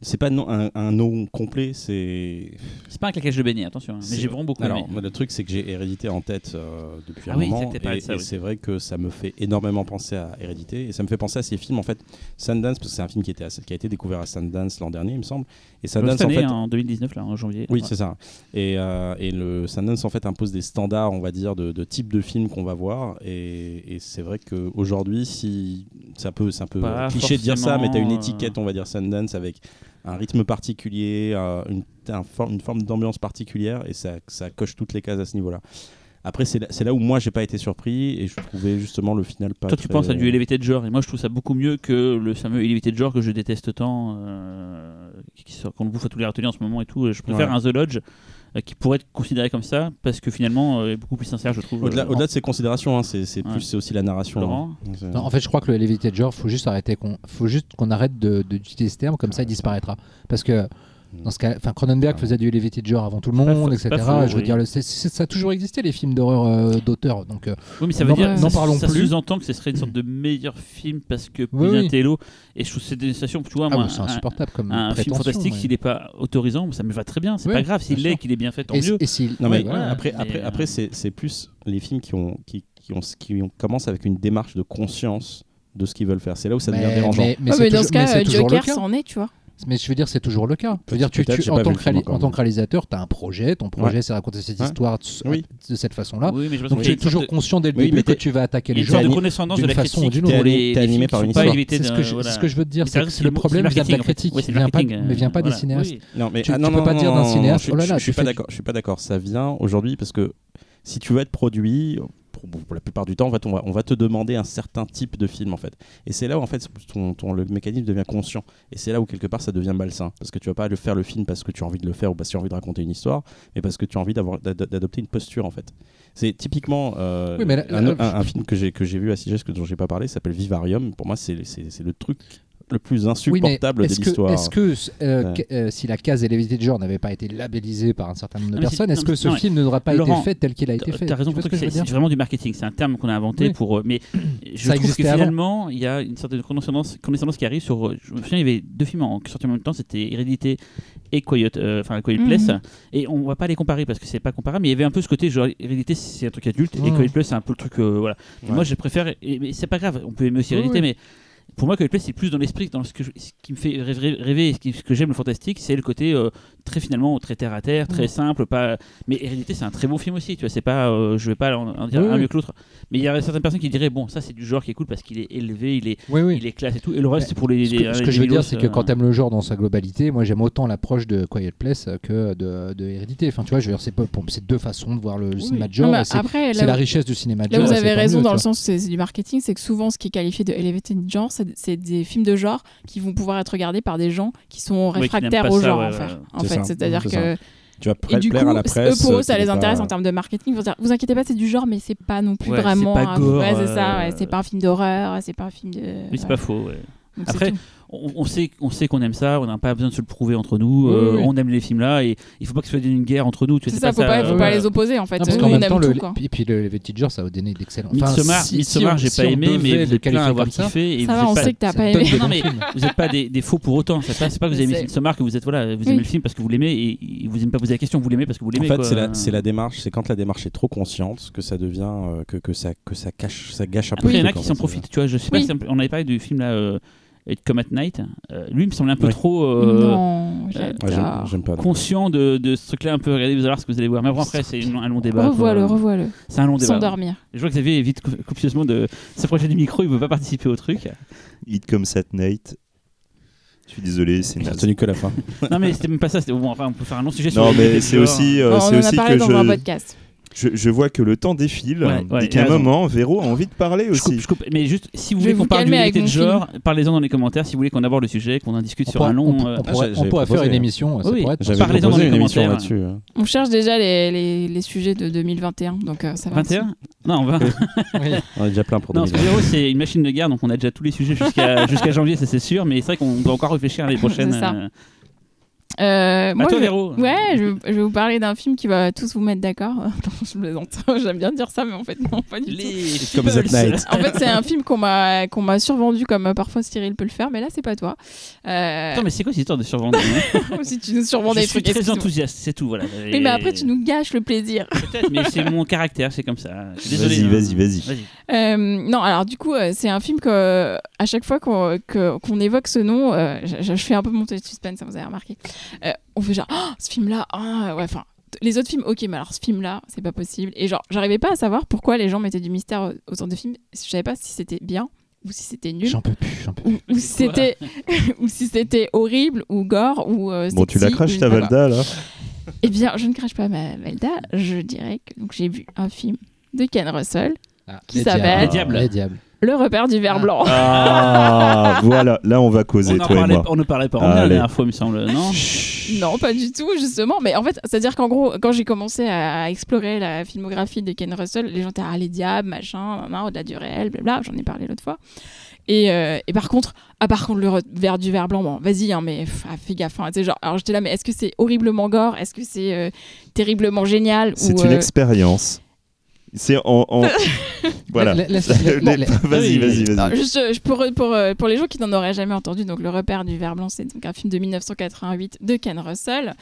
[SPEAKER 2] C'est pas non- un, un nom complet, c'est.
[SPEAKER 4] c'est pas un claquage de beignet, attention. hein. Mais
[SPEAKER 2] C'est-
[SPEAKER 4] j'ai vraiment beaucoup aimé.
[SPEAKER 2] Alors, moi, le truc, c'est que j'ai Hérédité en tête euh, depuis
[SPEAKER 4] Ah
[SPEAKER 2] un
[SPEAKER 4] oui, c'est
[SPEAKER 2] moment.
[SPEAKER 4] vrai que t'as parlé
[SPEAKER 2] et
[SPEAKER 4] de ça,
[SPEAKER 2] et
[SPEAKER 4] oui.
[SPEAKER 2] c'est vrai que ça me fait énormément penser à Hérédité. Et ça me fait penser à ces films, en fait. Sundance, parce que c'est un film qui, était à- qui a été découvert à Sundance l'an dernier, il me semble.
[SPEAKER 4] Bah,
[SPEAKER 2] Et Sundance,
[SPEAKER 4] cette année,
[SPEAKER 2] en fait.
[SPEAKER 4] hein, en 2019, là, en janvier.
[SPEAKER 2] Oui,
[SPEAKER 4] Ouais.
[SPEAKER 2] c'est ça. Et, euh, et le Sundance, en fait, impose des standards, on va dire, de, de type de film qu'on va voir. Et, et c'est vrai qu'aujourd'hui, si ça peut, c'est un peu
[SPEAKER 4] Pas
[SPEAKER 2] cliché de dire ça, mais tu as une
[SPEAKER 4] forcément, euh,
[SPEAKER 2] étiquette, on va dire, Sundance, avec un rythme particulier, euh, une, un for- une forme d'ambiance particulière, et ça, ça coche toutes les cases à ce niveau-là. Après, c'est là, c'est là où moi, j'ai pas été surpris, et je trouvais justement le final pas.
[SPEAKER 4] Toi, tu
[SPEAKER 2] très-
[SPEAKER 4] penses à du élevé de genre, et moi, je trouve ça beaucoup mieux que le fameux élevé de genre que je déteste tant, euh, qui sort- qu'on le bouffe à tous les râteliers en ce moment et tout. Je préfère
[SPEAKER 2] Ouais.
[SPEAKER 4] un The Lodge euh, qui pourrait être considéré comme ça, parce que finalement, euh, il est beaucoup plus sincère, je trouve.
[SPEAKER 2] Au-delà
[SPEAKER 4] euh,
[SPEAKER 2] au-delà de ces considérations, hein, c'est c'est
[SPEAKER 4] Ouais.
[SPEAKER 2] plus- c'est aussi la narration.
[SPEAKER 4] Laurent
[SPEAKER 2] hein. C'est-
[SPEAKER 3] Non, en fait, je crois que le lévité de genre, faut juste arrêter qu'on, faut juste qu'on arrête de, de- d'utiliser ce terme, comme ça, il disparaîtra. Parce que dans ce cas, enfin, Cronenberg
[SPEAKER 2] Ah.
[SPEAKER 3] faisait du lévité de genre avant tout le
[SPEAKER 4] pas
[SPEAKER 3] monde,
[SPEAKER 4] faux,
[SPEAKER 3] etc.
[SPEAKER 4] c'est pas faux,
[SPEAKER 3] je veux
[SPEAKER 4] oui.
[SPEAKER 3] dire, le- c'est- c'est- ça a toujours existé les films d'horreur euh, d'auteur. Donc, euh,
[SPEAKER 4] Oui, mais ça
[SPEAKER 3] On
[SPEAKER 4] veut
[SPEAKER 3] n'en-
[SPEAKER 4] dire
[SPEAKER 1] n'en
[SPEAKER 4] ça-
[SPEAKER 3] parlons
[SPEAKER 4] ça
[SPEAKER 3] plus.
[SPEAKER 4] sous-entend que ce serait une sorte de meilleur film parce que plus
[SPEAKER 3] Oui, oui.
[SPEAKER 4] intello. Et je trouve que c'est des sensations, tu vois,
[SPEAKER 3] ah,
[SPEAKER 4] moi,
[SPEAKER 3] bon, c'est
[SPEAKER 4] un,
[SPEAKER 3] insupportable comme
[SPEAKER 4] un
[SPEAKER 3] prétention,
[SPEAKER 4] film fantastique,
[SPEAKER 3] mais-
[SPEAKER 4] s'il n'est pas autorisant, ça me va très bien, c'est
[SPEAKER 3] Oui,
[SPEAKER 4] pas grave. S'il
[SPEAKER 3] bien
[SPEAKER 4] l'est,
[SPEAKER 3] sûr.
[SPEAKER 4] qu'il est bien fait, tant
[SPEAKER 3] Et,
[SPEAKER 4] mieux.
[SPEAKER 3] et s'il-
[SPEAKER 2] Non
[SPEAKER 3] ouais,
[SPEAKER 2] mais
[SPEAKER 3] voilà.
[SPEAKER 2] après
[SPEAKER 4] mais,
[SPEAKER 2] après
[SPEAKER 4] euh,
[SPEAKER 2] après c'est c'est plus les films qui ont qui qui ont qui ont commencent avec une démarche de conscience de ce qu'ils veulent faire. C'est là où ça devient
[SPEAKER 3] Mais-
[SPEAKER 2] dérangeant.
[SPEAKER 3] mais- mais
[SPEAKER 1] Ah,
[SPEAKER 3] c'est
[SPEAKER 1] mais dans
[SPEAKER 3] toujours-
[SPEAKER 1] ce
[SPEAKER 3] mais
[SPEAKER 1] cas,
[SPEAKER 3] c'est
[SPEAKER 1] euh,
[SPEAKER 3] toujours le
[SPEAKER 1] Joker
[SPEAKER 3] cas.
[SPEAKER 1] s'en est, tu vois.
[SPEAKER 3] Mais je veux dire, c'est toujours le cas. Je veux dire, tu,
[SPEAKER 2] Peut-être,
[SPEAKER 3] tu-
[SPEAKER 2] j'ai
[SPEAKER 3] en,
[SPEAKER 2] pas
[SPEAKER 3] tant
[SPEAKER 2] vu
[SPEAKER 3] que
[SPEAKER 2] le film
[SPEAKER 3] réali-
[SPEAKER 2] encore,
[SPEAKER 3] en tant que réalisateur, tu as un projet, ton projet, c'est raconter cette
[SPEAKER 2] Ouais.
[SPEAKER 3] histoire de ce-
[SPEAKER 2] Oui.
[SPEAKER 3] de cette façon-là.
[SPEAKER 4] Oui, mais je pense
[SPEAKER 3] Donc,
[SPEAKER 4] que
[SPEAKER 3] tu
[SPEAKER 4] c'est
[SPEAKER 3] es
[SPEAKER 4] une sorte
[SPEAKER 3] toujours
[SPEAKER 4] de-
[SPEAKER 3] conscient dès le
[SPEAKER 2] Oui, mais
[SPEAKER 3] début que
[SPEAKER 2] t'es-
[SPEAKER 3] tu vas attaquer
[SPEAKER 4] Il y a
[SPEAKER 3] les
[SPEAKER 4] une
[SPEAKER 3] gens.
[SPEAKER 4] sorte de
[SPEAKER 2] animé-
[SPEAKER 4] connaissance de
[SPEAKER 2] d'une
[SPEAKER 4] la
[SPEAKER 3] façon ou
[SPEAKER 4] critique
[SPEAKER 3] d'une
[SPEAKER 4] pour
[SPEAKER 2] autre.
[SPEAKER 4] les,
[SPEAKER 2] T'es
[SPEAKER 4] les
[SPEAKER 2] animé
[SPEAKER 4] films
[SPEAKER 2] par
[SPEAKER 4] qui
[SPEAKER 2] une
[SPEAKER 4] sont pas euh,
[SPEAKER 2] histoire.
[SPEAKER 4] élevés
[SPEAKER 3] C'est ce que je- c'est ce que je veux te dire,
[SPEAKER 4] Mais
[SPEAKER 3] c'est
[SPEAKER 4] t'as
[SPEAKER 3] que
[SPEAKER 4] raison,
[SPEAKER 3] c'est le
[SPEAKER 4] c'est
[SPEAKER 3] problème
[SPEAKER 4] marketing,
[SPEAKER 3] vient de la
[SPEAKER 4] en fait.
[SPEAKER 3] critique,
[SPEAKER 4] Ouais, c'est
[SPEAKER 3] il vient pas-
[SPEAKER 4] marketing, euh,
[SPEAKER 3] mais vient pas des
[SPEAKER 4] voilà.
[SPEAKER 3] cinéastes.
[SPEAKER 4] Oui.
[SPEAKER 2] Non mais
[SPEAKER 3] Tu-
[SPEAKER 2] ah, non,
[SPEAKER 3] tu
[SPEAKER 2] non,
[SPEAKER 3] peux pas
[SPEAKER 2] non,
[SPEAKER 3] dire d'un
[SPEAKER 2] non, non,
[SPEAKER 3] cinéaste,
[SPEAKER 2] Je,
[SPEAKER 3] oh là
[SPEAKER 2] je-
[SPEAKER 3] là,
[SPEAKER 2] je suis
[SPEAKER 3] tu
[SPEAKER 2] pas
[SPEAKER 3] fais-
[SPEAKER 2] d'accord. Je suis pas d'accord. Ça vient aujourd'hui parce que si tu veux être produit pour bon, pour la plupart du temps, en fait, on va, on va te demander un certain type de film, en fait. Et c'est là où, en fait, ton, ton- le mécanisme devient conscient. Et c'est là où, quelque part, ça devient malsain. Parce que tu vas pas le faire le film parce que tu as envie de le faire ou parce que tu as envie de raconter une histoire, mais parce que tu as envie d'avoir- d'ad- d'adopter une posture, en fait. C'est typiquement euh,
[SPEAKER 3] Oui, mais là-
[SPEAKER 2] un,
[SPEAKER 3] là-
[SPEAKER 2] un- un film que j'ai que j'ai vu à Sigès, que dont j'ai pas parlé, s'appelle Vivarium. Pour moi, c'est c'est- c'est le truc le plus
[SPEAKER 3] Oui, mais
[SPEAKER 2] insupportable
[SPEAKER 3] est-ce
[SPEAKER 2] de
[SPEAKER 3] que,
[SPEAKER 2] l'histoire.
[SPEAKER 3] est-ce que euh,
[SPEAKER 2] Ouais.
[SPEAKER 3] que- euh, si la case élevité de genre n'avait pas été labellisée par un certain nombre de
[SPEAKER 4] Non, mais c'est-
[SPEAKER 3] personnes, est-ce
[SPEAKER 4] non,
[SPEAKER 3] que
[SPEAKER 4] mais-
[SPEAKER 3] ce
[SPEAKER 4] non, mais-
[SPEAKER 3] film n'aurait pas
[SPEAKER 4] Laurent,
[SPEAKER 3] été fait tel qu'il a été
[SPEAKER 4] T'as-
[SPEAKER 3] fait
[SPEAKER 4] T'as raison
[SPEAKER 3] Tu vois ce
[SPEAKER 4] pour toi
[SPEAKER 3] que
[SPEAKER 4] que
[SPEAKER 3] je veux
[SPEAKER 4] c'est c'est
[SPEAKER 3] dire
[SPEAKER 4] vraiment du marketing. C'est un terme qu'on a inventé
[SPEAKER 3] Oui.
[SPEAKER 4] pour. euh, Mais je
[SPEAKER 3] Ça
[SPEAKER 4] trouve que
[SPEAKER 3] existait avant.
[SPEAKER 4] finalement, il y a une certaine condescendance, condescendance qui arrive sur. euh, Je me souviens, il y avait deux films en- qui sortaient en même temps. C'était Hérédité et Quiet, euh, enfin Quiet
[SPEAKER 1] Mhm.
[SPEAKER 4] Place. Et on va pas les comparer parce que c'est pas comparable. Mais il y avait un peu ce côté genre Hérédité, c'est un truc adulte et
[SPEAKER 3] Mhm.
[SPEAKER 4] Quiet Place, c'est un peu le truc. euh, voilà. Et
[SPEAKER 2] Ouais.
[SPEAKER 4] Moi, je préfère. et- Mais c'est pas grave. On peut aimer aussi
[SPEAKER 3] Oui,
[SPEAKER 4] Hérédité,
[SPEAKER 3] oui.
[SPEAKER 4] mais. Pour moi, Quiet Place, c'est plus dans l'esprit, dans ce, que je- ce qui me fait rêver, rêver et ce, qui- ce que j'aime le fantastique, c'est le côté euh, très finalement très terre à terre,
[SPEAKER 3] Mm.
[SPEAKER 4] très simple, pas mais Hérédité, c'est un très bon film aussi. Tu vois, c'est pas, euh, je vais pas en, en dire
[SPEAKER 3] Oui,
[SPEAKER 4] un
[SPEAKER 3] oui.
[SPEAKER 4] mieux que l'autre. Mais il y a certaines personnes qui diraient, bon, ça c'est du genre qui est cool parce qu'il est élevé, il est,
[SPEAKER 3] Oui, oui.
[SPEAKER 4] il est classe et tout. Et le reste, c'est pour les.
[SPEAKER 3] Ce
[SPEAKER 4] les-
[SPEAKER 3] que, ce que
[SPEAKER 4] les
[SPEAKER 3] je veux dire,
[SPEAKER 4] milos,
[SPEAKER 3] c'est que
[SPEAKER 4] euh,
[SPEAKER 3] quand t'aimes le genre dans sa globalité, moi j'aime autant l'approche de Quiet Place que de, de Hérédité. Enfin, tu vois, je veux dire, c'est pas- pour- c'est deux façons de voir le, le cinéma de genre.
[SPEAKER 1] Non, bah,
[SPEAKER 3] et c'est
[SPEAKER 1] après,
[SPEAKER 3] c'est
[SPEAKER 1] là,
[SPEAKER 3] la
[SPEAKER 1] où-
[SPEAKER 3] richesse du cinéma de
[SPEAKER 1] là
[SPEAKER 3] genre.
[SPEAKER 1] vous
[SPEAKER 3] et c'est
[SPEAKER 1] avez
[SPEAKER 3] tant
[SPEAKER 1] raison
[SPEAKER 3] mieux,
[SPEAKER 1] dans le
[SPEAKER 3] tu vois.
[SPEAKER 1] sens c'est c'est du marketing, c'est que souvent ce qui est qualifié de elevated genre, c'est c'est des films de genre qui vont pouvoir être regardés par des gens qui sont
[SPEAKER 4] qui n'aiment
[SPEAKER 1] réfractaires
[SPEAKER 4] pas
[SPEAKER 1] au
[SPEAKER 4] ça,
[SPEAKER 1] genre
[SPEAKER 4] ouais,
[SPEAKER 1] en
[SPEAKER 4] ouais,
[SPEAKER 1] fait.
[SPEAKER 4] ouais.
[SPEAKER 1] En
[SPEAKER 2] C'est
[SPEAKER 1] fait,
[SPEAKER 2] ça.
[SPEAKER 1] c'est-à-dire
[SPEAKER 2] C'est
[SPEAKER 1] que
[SPEAKER 2] tu vas
[SPEAKER 1] et
[SPEAKER 2] plaire
[SPEAKER 1] du coup,
[SPEAKER 2] à la presse.
[SPEAKER 1] eux pour eux ça
[SPEAKER 2] tu
[SPEAKER 1] les
[SPEAKER 2] vas pas-
[SPEAKER 1] intéresse en termes de marketing. Ils vont dire, vous inquiétez pas, c'est du genre, mais c'est pas non plus
[SPEAKER 4] Ouais, c'est
[SPEAKER 1] vraiment.
[SPEAKER 4] pas
[SPEAKER 1] un-
[SPEAKER 4] gore,
[SPEAKER 1] ouais, c'est ça.
[SPEAKER 4] euh,
[SPEAKER 1] ouais, c'est pas un film d'horreur, c'est pas un film de.
[SPEAKER 4] Oui, c'est pas faux. ouais.
[SPEAKER 1] Donc, c'est
[SPEAKER 4] Après,
[SPEAKER 1] tout.
[SPEAKER 4] on, on sait, on sait qu'on aime ça. On n'a pas besoin de se le prouver entre nous.
[SPEAKER 3] Oui,
[SPEAKER 4] euh,
[SPEAKER 3] oui.
[SPEAKER 4] On aime les films là et il faut pas que ce soit une guerre entre nous. Tu vois,
[SPEAKER 1] c'est ça. Faut pas, faut
[SPEAKER 4] euh,
[SPEAKER 1] pas les opposer en fait.
[SPEAKER 3] Non, parce
[SPEAKER 1] Nous,
[SPEAKER 3] qu'en
[SPEAKER 1] on
[SPEAKER 3] même
[SPEAKER 1] aime
[SPEAKER 3] temps, le,
[SPEAKER 1] tout, quoi.
[SPEAKER 3] et puis le, les Vêtis de genre, ça a donné d'excellents. Enfin,
[SPEAKER 4] Midsommar,
[SPEAKER 3] si- si
[SPEAKER 4] Midsommar,
[SPEAKER 3] on-
[SPEAKER 4] j'ai
[SPEAKER 3] si
[SPEAKER 4] pas
[SPEAKER 3] on
[SPEAKER 4] aimé,
[SPEAKER 3] devait
[SPEAKER 4] mais vous
[SPEAKER 3] le
[SPEAKER 4] êtes plein à
[SPEAKER 3] qualifier
[SPEAKER 4] avoir
[SPEAKER 3] comme ça,
[SPEAKER 4] kiffé.
[SPEAKER 1] Ça
[SPEAKER 4] et vous
[SPEAKER 1] va,
[SPEAKER 4] êtes
[SPEAKER 1] on
[SPEAKER 4] pas-
[SPEAKER 1] sait que t'as
[SPEAKER 3] ça
[SPEAKER 1] pas
[SPEAKER 3] donne
[SPEAKER 1] aimé.
[SPEAKER 3] des
[SPEAKER 4] Non,
[SPEAKER 3] bons
[SPEAKER 4] mais
[SPEAKER 3] films.
[SPEAKER 4] vous n'êtes pas des, des faux pour autant. C'est pas, c'est pas que vous aimez
[SPEAKER 1] C'est-
[SPEAKER 4] Midsommar que vous êtes voilà, vous aimez
[SPEAKER 1] Oui.
[SPEAKER 4] le film parce que vous l'aimez et vous aimez pas poser la question. Vous l'aimez parce que vous
[SPEAKER 2] En
[SPEAKER 4] l'aimez.
[SPEAKER 2] fait,
[SPEAKER 4] quoi.
[SPEAKER 2] c'est la, c'est la démarche. C'est quand la démarche est trop consciente que ça devient euh, que, que ça que ça cache, ça gâche un peu.
[SPEAKER 4] Après, il y en
[SPEAKER 2] le
[SPEAKER 4] a
[SPEAKER 2] truc,
[SPEAKER 4] qui s'en
[SPEAKER 2] en fait,
[SPEAKER 4] profitent. Tu vois, je sais pas
[SPEAKER 1] Oui.
[SPEAKER 4] si on avait parlé du film là, euh, It Come at Night. Euh, lui, il me semblait un peu
[SPEAKER 2] Oui.
[SPEAKER 4] trop euh,
[SPEAKER 1] Non,
[SPEAKER 2] c'est ça. Ouais, j'aime-
[SPEAKER 1] j'adore.
[SPEAKER 2] J'aime pas. non.
[SPEAKER 4] conscient de, de ce truc-là. Un peu regardez, vous allez voir ce que vous allez voir. Mais bon, après, c'est une- un long débat.
[SPEAKER 1] Revois-le,
[SPEAKER 4] Faut-
[SPEAKER 1] revois-le.
[SPEAKER 4] C'est un long débat.
[SPEAKER 1] S'endormir.
[SPEAKER 4] Je vois que Xavier évite cou- copieusement de s'approcher du micro. Il veut pas participer au truc.
[SPEAKER 5] It Comes at Night. Je suis désolé, c'est
[SPEAKER 2] J'ai
[SPEAKER 5] naze.
[SPEAKER 2] retenu que la fin.
[SPEAKER 4] non, mais c'était même pas ça. C'était bon. Enfin, on peut faire un long sujet. sur
[SPEAKER 5] Non,
[SPEAKER 4] les idées
[SPEAKER 5] mais
[SPEAKER 4] de
[SPEAKER 5] c'est
[SPEAKER 4] genre.
[SPEAKER 5] aussi, euh,
[SPEAKER 1] Alors,
[SPEAKER 5] c'est
[SPEAKER 1] on en a
[SPEAKER 5] aussi
[SPEAKER 1] parlé
[SPEAKER 5] que
[SPEAKER 1] dans un
[SPEAKER 5] je,
[SPEAKER 1] podcast.
[SPEAKER 5] je, je vois que le temps défile
[SPEAKER 4] Ouais, ouais,
[SPEAKER 5] et
[SPEAKER 4] il a
[SPEAKER 5] qu'à un
[SPEAKER 4] raison.
[SPEAKER 5] moment, Véro a envie de parler
[SPEAKER 4] Je coupe,
[SPEAKER 5] aussi.
[SPEAKER 4] je coupe. Mais juste, si vous
[SPEAKER 1] Je vais
[SPEAKER 4] voulez qu'on
[SPEAKER 1] vous
[SPEAKER 4] parle
[SPEAKER 1] calmer avec
[SPEAKER 4] d'unité de
[SPEAKER 1] mon
[SPEAKER 4] genre, parlez-en dans les commentaires. Si vous voulez qu'on aborde le sujet, qu'on en discute
[SPEAKER 3] On
[SPEAKER 4] sur
[SPEAKER 3] pourra-
[SPEAKER 4] un
[SPEAKER 3] on-
[SPEAKER 4] long.
[SPEAKER 3] on
[SPEAKER 4] euh,
[SPEAKER 3] pourra-
[SPEAKER 2] Ah, j'ai-
[SPEAKER 3] On pourrait
[SPEAKER 2] j'ai
[SPEAKER 3] faire une
[SPEAKER 2] proposé.
[SPEAKER 3] émission, ça
[SPEAKER 4] Oui,
[SPEAKER 3] pourrait être.
[SPEAKER 2] J'avais
[SPEAKER 4] Parlez-en dans
[SPEAKER 2] proposé
[SPEAKER 4] les
[SPEAKER 2] une émission
[SPEAKER 4] commentaires.
[SPEAKER 2] là-dessus. hein.
[SPEAKER 1] On cherche déjà les, les, les sujets de 2021, donc euh, ça va.
[SPEAKER 4] 21 Non, 20.
[SPEAKER 2] On est déjà plein pour
[SPEAKER 4] Non, parce que
[SPEAKER 2] 2020.
[SPEAKER 4] Véro, c'est une machine de guerre, donc on a déjà tous les sujets jusqu'à jusqu'à janvier, ça c'est sûr, mais c'est vrai qu'on doit encore réfléchir à l'année prochaine.
[SPEAKER 1] C'est ça.
[SPEAKER 4] euh.
[SPEAKER 1] Euh,
[SPEAKER 4] À
[SPEAKER 1] moi,
[SPEAKER 4] Bah, toi,
[SPEAKER 1] je-
[SPEAKER 4] Véro.
[SPEAKER 1] Ouais, je, je vais vous parler d'un film qui va tous vous mettre d'accord. Non, je plaisante. J'aime bien dire ça, mais en fait, non, pas du tout.
[SPEAKER 4] Les
[SPEAKER 2] Comme
[SPEAKER 4] Peoples.
[SPEAKER 2] That Night.
[SPEAKER 1] En fait, c'est un film qu'on m'a qu'on m'a survendu, comme euh, parfois Cyril peut le faire, mais là, c'est pas toi. Euh,
[SPEAKER 4] Attends, mais c'est quoi cette histoire de survendre hein
[SPEAKER 1] si tu nous survends des
[SPEAKER 4] Je suis
[SPEAKER 1] trucs.
[SPEAKER 4] très
[SPEAKER 1] excuse-moi.
[SPEAKER 4] enthousiaste, c'est tout, voilà.
[SPEAKER 1] Oui, mais après, tu nous gâches le plaisir.
[SPEAKER 4] Peut-être, mais c'est mon caractère, c'est comme ça. Je suis Désolé.
[SPEAKER 5] Vas-y,
[SPEAKER 4] hein.
[SPEAKER 5] vas-y, vas-y.
[SPEAKER 1] Euh, non, alors du coup, euh, c'est un film que à chaque fois qu'on euh, que- qu'on évoque ce nom, euh, je, je fais un peu monter le suspense, ça vous avez remarqué. Euh, on fait genre, Ah, ce film-là, ah, ouais, enfin, t- les autres films, ok, mais alors ce film-là, c'est pas possible. Et genre, j'arrivais pas à savoir pourquoi les gens mettaient du mystère au- autour des films. Je savais pas si c'était bien ou si c'était nul.
[SPEAKER 3] J'en peux plus, j'en peux
[SPEAKER 1] Ou, ou si
[SPEAKER 4] C'est quoi
[SPEAKER 1] c'était ou si c'était horrible ou gore ou euh,
[SPEAKER 5] Bon, tu
[SPEAKER 1] sexy,
[SPEAKER 5] la craches
[SPEAKER 1] ou-
[SPEAKER 5] ta Valda là.
[SPEAKER 1] Eh bien, je ne crache pas ma Velda. Je dirais que donc j'ai vu un film de Ken Russell,
[SPEAKER 3] Ah,
[SPEAKER 1] Qui
[SPEAKER 3] les
[SPEAKER 1] s'appelle-
[SPEAKER 3] diables. Les diables.
[SPEAKER 1] Le repère du ver
[SPEAKER 4] Ah.
[SPEAKER 1] blanc.
[SPEAKER 5] Ah, voilà, là on va causer,
[SPEAKER 4] On, en
[SPEAKER 5] toi et
[SPEAKER 4] parlait,
[SPEAKER 5] moi.
[SPEAKER 4] on ne parlait pas en bien la
[SPEAKER 5] Allez.
[SPEAKER 4] dernière fois, il me semble, non
[SPEAKER 1] Non, pas du tout, justement. Mais en fait, c'est-à-dire qu'en gros, quand j'ai commencé à explorer la filmographie de Ken Russell, les gens étaient ah, les diables, machin, nan, nan, au-delà du réel, blabla, j'en ai parlé l'autre fois. Et, euh, et par contre, ah, par contre, le re- vert du vert blanc, bon, vas-y, hein, mais pff, ah, fais gaffe. hein, tu sais, genre, alors j'étais là, mais est-ce que c'est horriblement gore Est-ce que c'est euh, terriblement génial
[SPEAKER 5] C'est
[SPEAKER 1] Ou,
[SPEAKER 5] une
[SPEAKER 1] euh,
[SPEAKER 5] expérience. C'est en. en- voilà.
[SPEAKER 3] La- la- laisse- la- la- la-
[SPEAKER 5] Vas-y, vas-y,
[SPEAKER 1] Non,
[SPEAKER 5] vas-y.
[SPEAKER 1] juste, euh, je- pour, pour, euh, pour les gens qui n'en auraient jamais entendu, donc Le repère du ver blanc, c'est donc un film de 1988 de Ken Russell.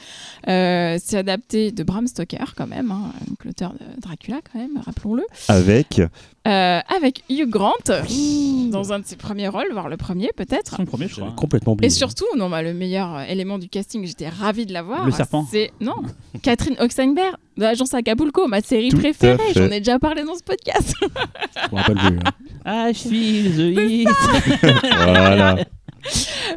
[SPEAKER 1] Euh, c'est adapté de Bram Stoker, quand même, hein, donc l'auteur de Dracula, quand même, rappelons-le.
[SPEAKER 5] Avec.
[SPEAKER 1] Euh, avec Hugh Grant, dans un de ses premiers rôles, voire le premier peut-être.
[SPEAKER 4] C'est mon premier, je crois.
[SPEAKER 2] J'avais complètement oublié.
[SPEAKER 1] Et surtout, non, bah, le meilleur euh, élément du casting, j'étais ravie de la voir.
[SPEAKER 4] Le serpent.
[SPEAKER 1] C'est non, Catherine Oxenberg de l'agence Acapulco, ma série
[SPEAKER 5] Tout à
[SPEAKER 1] préférée.
[SPEAKER 5] fait.
[SPEAKER 1] J'en ai déjà parlé dans ce podcast.
[SPEAKER 2] Je me rappelle plus, hein.
[SPEAKER 4] Ah, je suis the hit.
[SPEAKER 5] Voilà.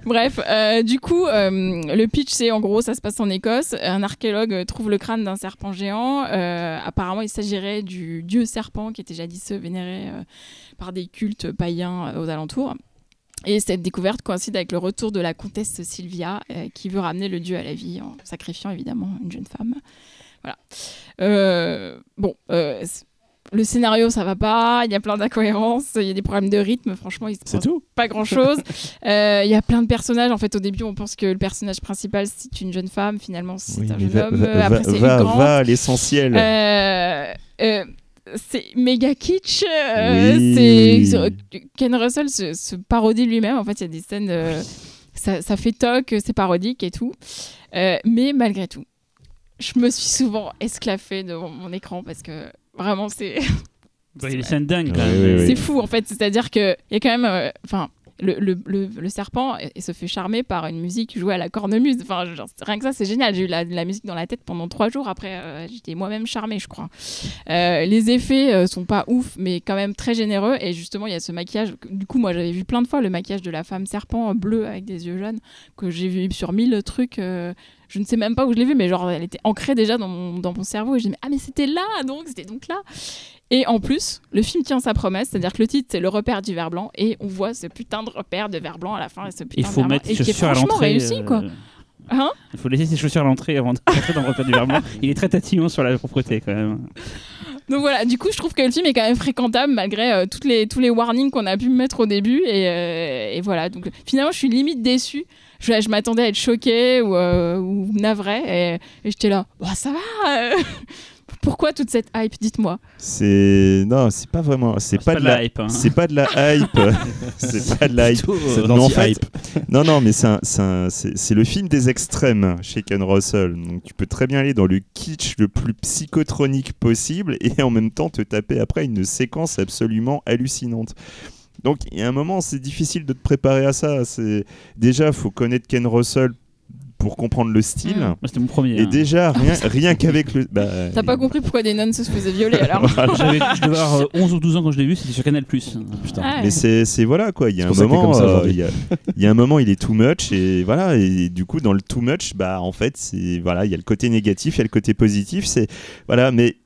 [SPEAKER 1] Bref, euh, du coup, euh, le pitch, c'est en gros, ça se passe en Écosse. Un archéologue trouve le crâne d'un serpent géant. Euh, apparemment, il s'agirait du dieu serpent qui était jadis vénéré euh, par des cultes païens euh, aux alentours. Et cette découverte coïncide avec le retour de la comtesse Sylvia, euh, qui veut ramener le dieu à la vie en sacrifiant évidemment une jeune femme. Voilà. Euh, bon, euh, c- le scénario, ça va pas. Il y a plein d'incohérences. Il y a des problèmes de rythme. Franchement, il se
[SPEAKER 2] C'est
[SPEAKER 1] passe
[SPEAKER 2] tout
[SPEAKER 1] pas grand chose. Euh, Il y a plein de personnages. En fait, au début, on pense que le personnage principal, c'est une jeune femme. Finalement, c'est
[SPEAKER 5] Oui,
[SPEAKER 1] un jeune
[SPEAKER 5] mais va,
[SPEAKER 1] homme.
[SPEAKER 5] va-
[SPEAKER 1] Euh, Après,
[SPEAKER 5] va-
[SPEAKER 1] c'est une
[SPEAKER 5] va-
[SPEAKER 1] grande.
[SPEAKER 5] va à l'essentiel.
[SPEAKER 1] Euh, euh, c'est méga kitsch. euh,
[SPEAKER 5] Oui.
[SPEAKER 1] c'est- Ken Russell se, se parodie lui-même. En fait, il y a des scènes. euh, ça, ça fait toc, c'est parodique et tout. Euh, mais malgré tout, je me suis souvent esclaffée devant mon écran parce que vraiment, c'est.
[SPEAKER 4] Il y a des scènes dingues. quand
[SPEAKER 5] Oui,
[SPEAKER 4] même.
[SPEAKER 5] oui, oui.
[SPEAKER 1] C'est fou en fait, c'est-à-dire que il y a quand même, euh, enfin, le, le- le- le serpent euh, se fait charmer par une musique jouée à la cornemuse. Enfin, genre, rien que ça, c'est génial. J'ai eu la, la musique dans la tête pendant trois jours. Après, euh, j'étais moi-même charmée, je crois. Euh, les effets euh, sont pas ouf, mais quand même très généreux. Et justement, il y a ce maquillage. que- Du coup, moi, j'avais vu plein de fois le maquillage de la femme serpent euh, bleue avec des yeux jaunes que j'ai vu sur mille trucs. euh, je ne sais même pas où je l'ai vu, mais genre, elle était ancrée déjà dans mon, dans mon cerveau. Et j'ai dit, ah, mais c'était là, donc, c'était donc là. Et en plus, le film tient sa promesse, c'est-à-dire que le titre, c'est Le repère du ver blanc, et on voit ce putain de repère de ver blanc à la fin, et ce putain
[SPEAKER 4] Il faut
[SPEAKER 1] de ver blanc,
[SPEAKER 4] mettre
[SPEAKER 1] et
[SPEAKER 4] ses
[SPEAKER 1] qui Ah, est
[SPEAKER 4] chaussures à
[SPEAKER 1] franchement
[SPEAKER 4] l'entrée.
[SPEAKER 1] réussi,
[SPEAKER 4] euh,
[SPEAKER 1] quoi. Hein
[SPEAKER 4] Il faut laisser ses chaussures à l'entrée avant de rentrer dans le repère du verre blanc. Il est très tatillon sur la propreté quand même.
[SPEAKER 1] Donc voilà, du coup, je trouve que le film est quand même fréquentable malgré euh, toutes les, tous les warnings qu'on a pu me mettre au début. Et, euh, et voilà, donc finalement, je suis limite déçue. Je, je m'attendais à être choquée ou, euh, ou navrée, et, et j'étais là, Bah, ça va euh, Pourquoi toute cette hype Dites-moi.
[SPEAKER 5] C'est non, c'est pas vraiment. C'est pas, de la.
[SPEAKER 4] hype. hein.
[SPEAKER 5] C'est pas de la hype. c'est pas de la hype.
[SPEAKER 2] C'est de
[SPEAKER 5] Non, en fait,
[SPEAKER 2] l'anti-hype.
[SPEAKER 5] Non, non, mais c'est un- c'est un- c'est- c'est le film des extrêmes chez Ken Russell. Donc tu peux très bien aller dans le kitsch le plus psychotronique possible et en même temps te taper après une séquence absolument hallucinante. Donc il y a un moment, c'est difficile de te préparer à ça. C'est- Déjà, faut connaître Ken Russell pour comprendre le style.
[SPEAKER 1] Mm.
[SPEAKER 4] Moi, c'était mon premier.
[SPEAKER 5] Et
[SPEAKER 4] hein.
[SPEAKER 5] déjà, rien, rien qu'avec le. bah,
[SPEAKER 1] T'as pas compris hein. pourquoi des nonnes se faisaient violer alors
[SPEAKER 4] J'avais- Je devais avoir euh, 11 ou 12 ans quand je l'ai vu, c'était sur Canal.
[SPEAKER 2] Putain.
[SPEAKER 1] Ah,
[SPEAKER 5] Mais c'est c'est- voilà quoi, il y a
[SPEAKER 2] C'est
[SPEAKER 5] un
[SPEAKER 2] pour ça que t'es
[SPEAKER 5] moment,
[SPEAKER 2] comme ça
[SPEAKER 5] euh,
[SPEAKER 2] aujourd'hui.
[SPEAKER 5] il y, a- il y a un moment, il est too much et voilà et du coup dans le too much, bah en fait c'est voilà, il y a le côté négatif, il y a le côté positif, c'est voilà, mais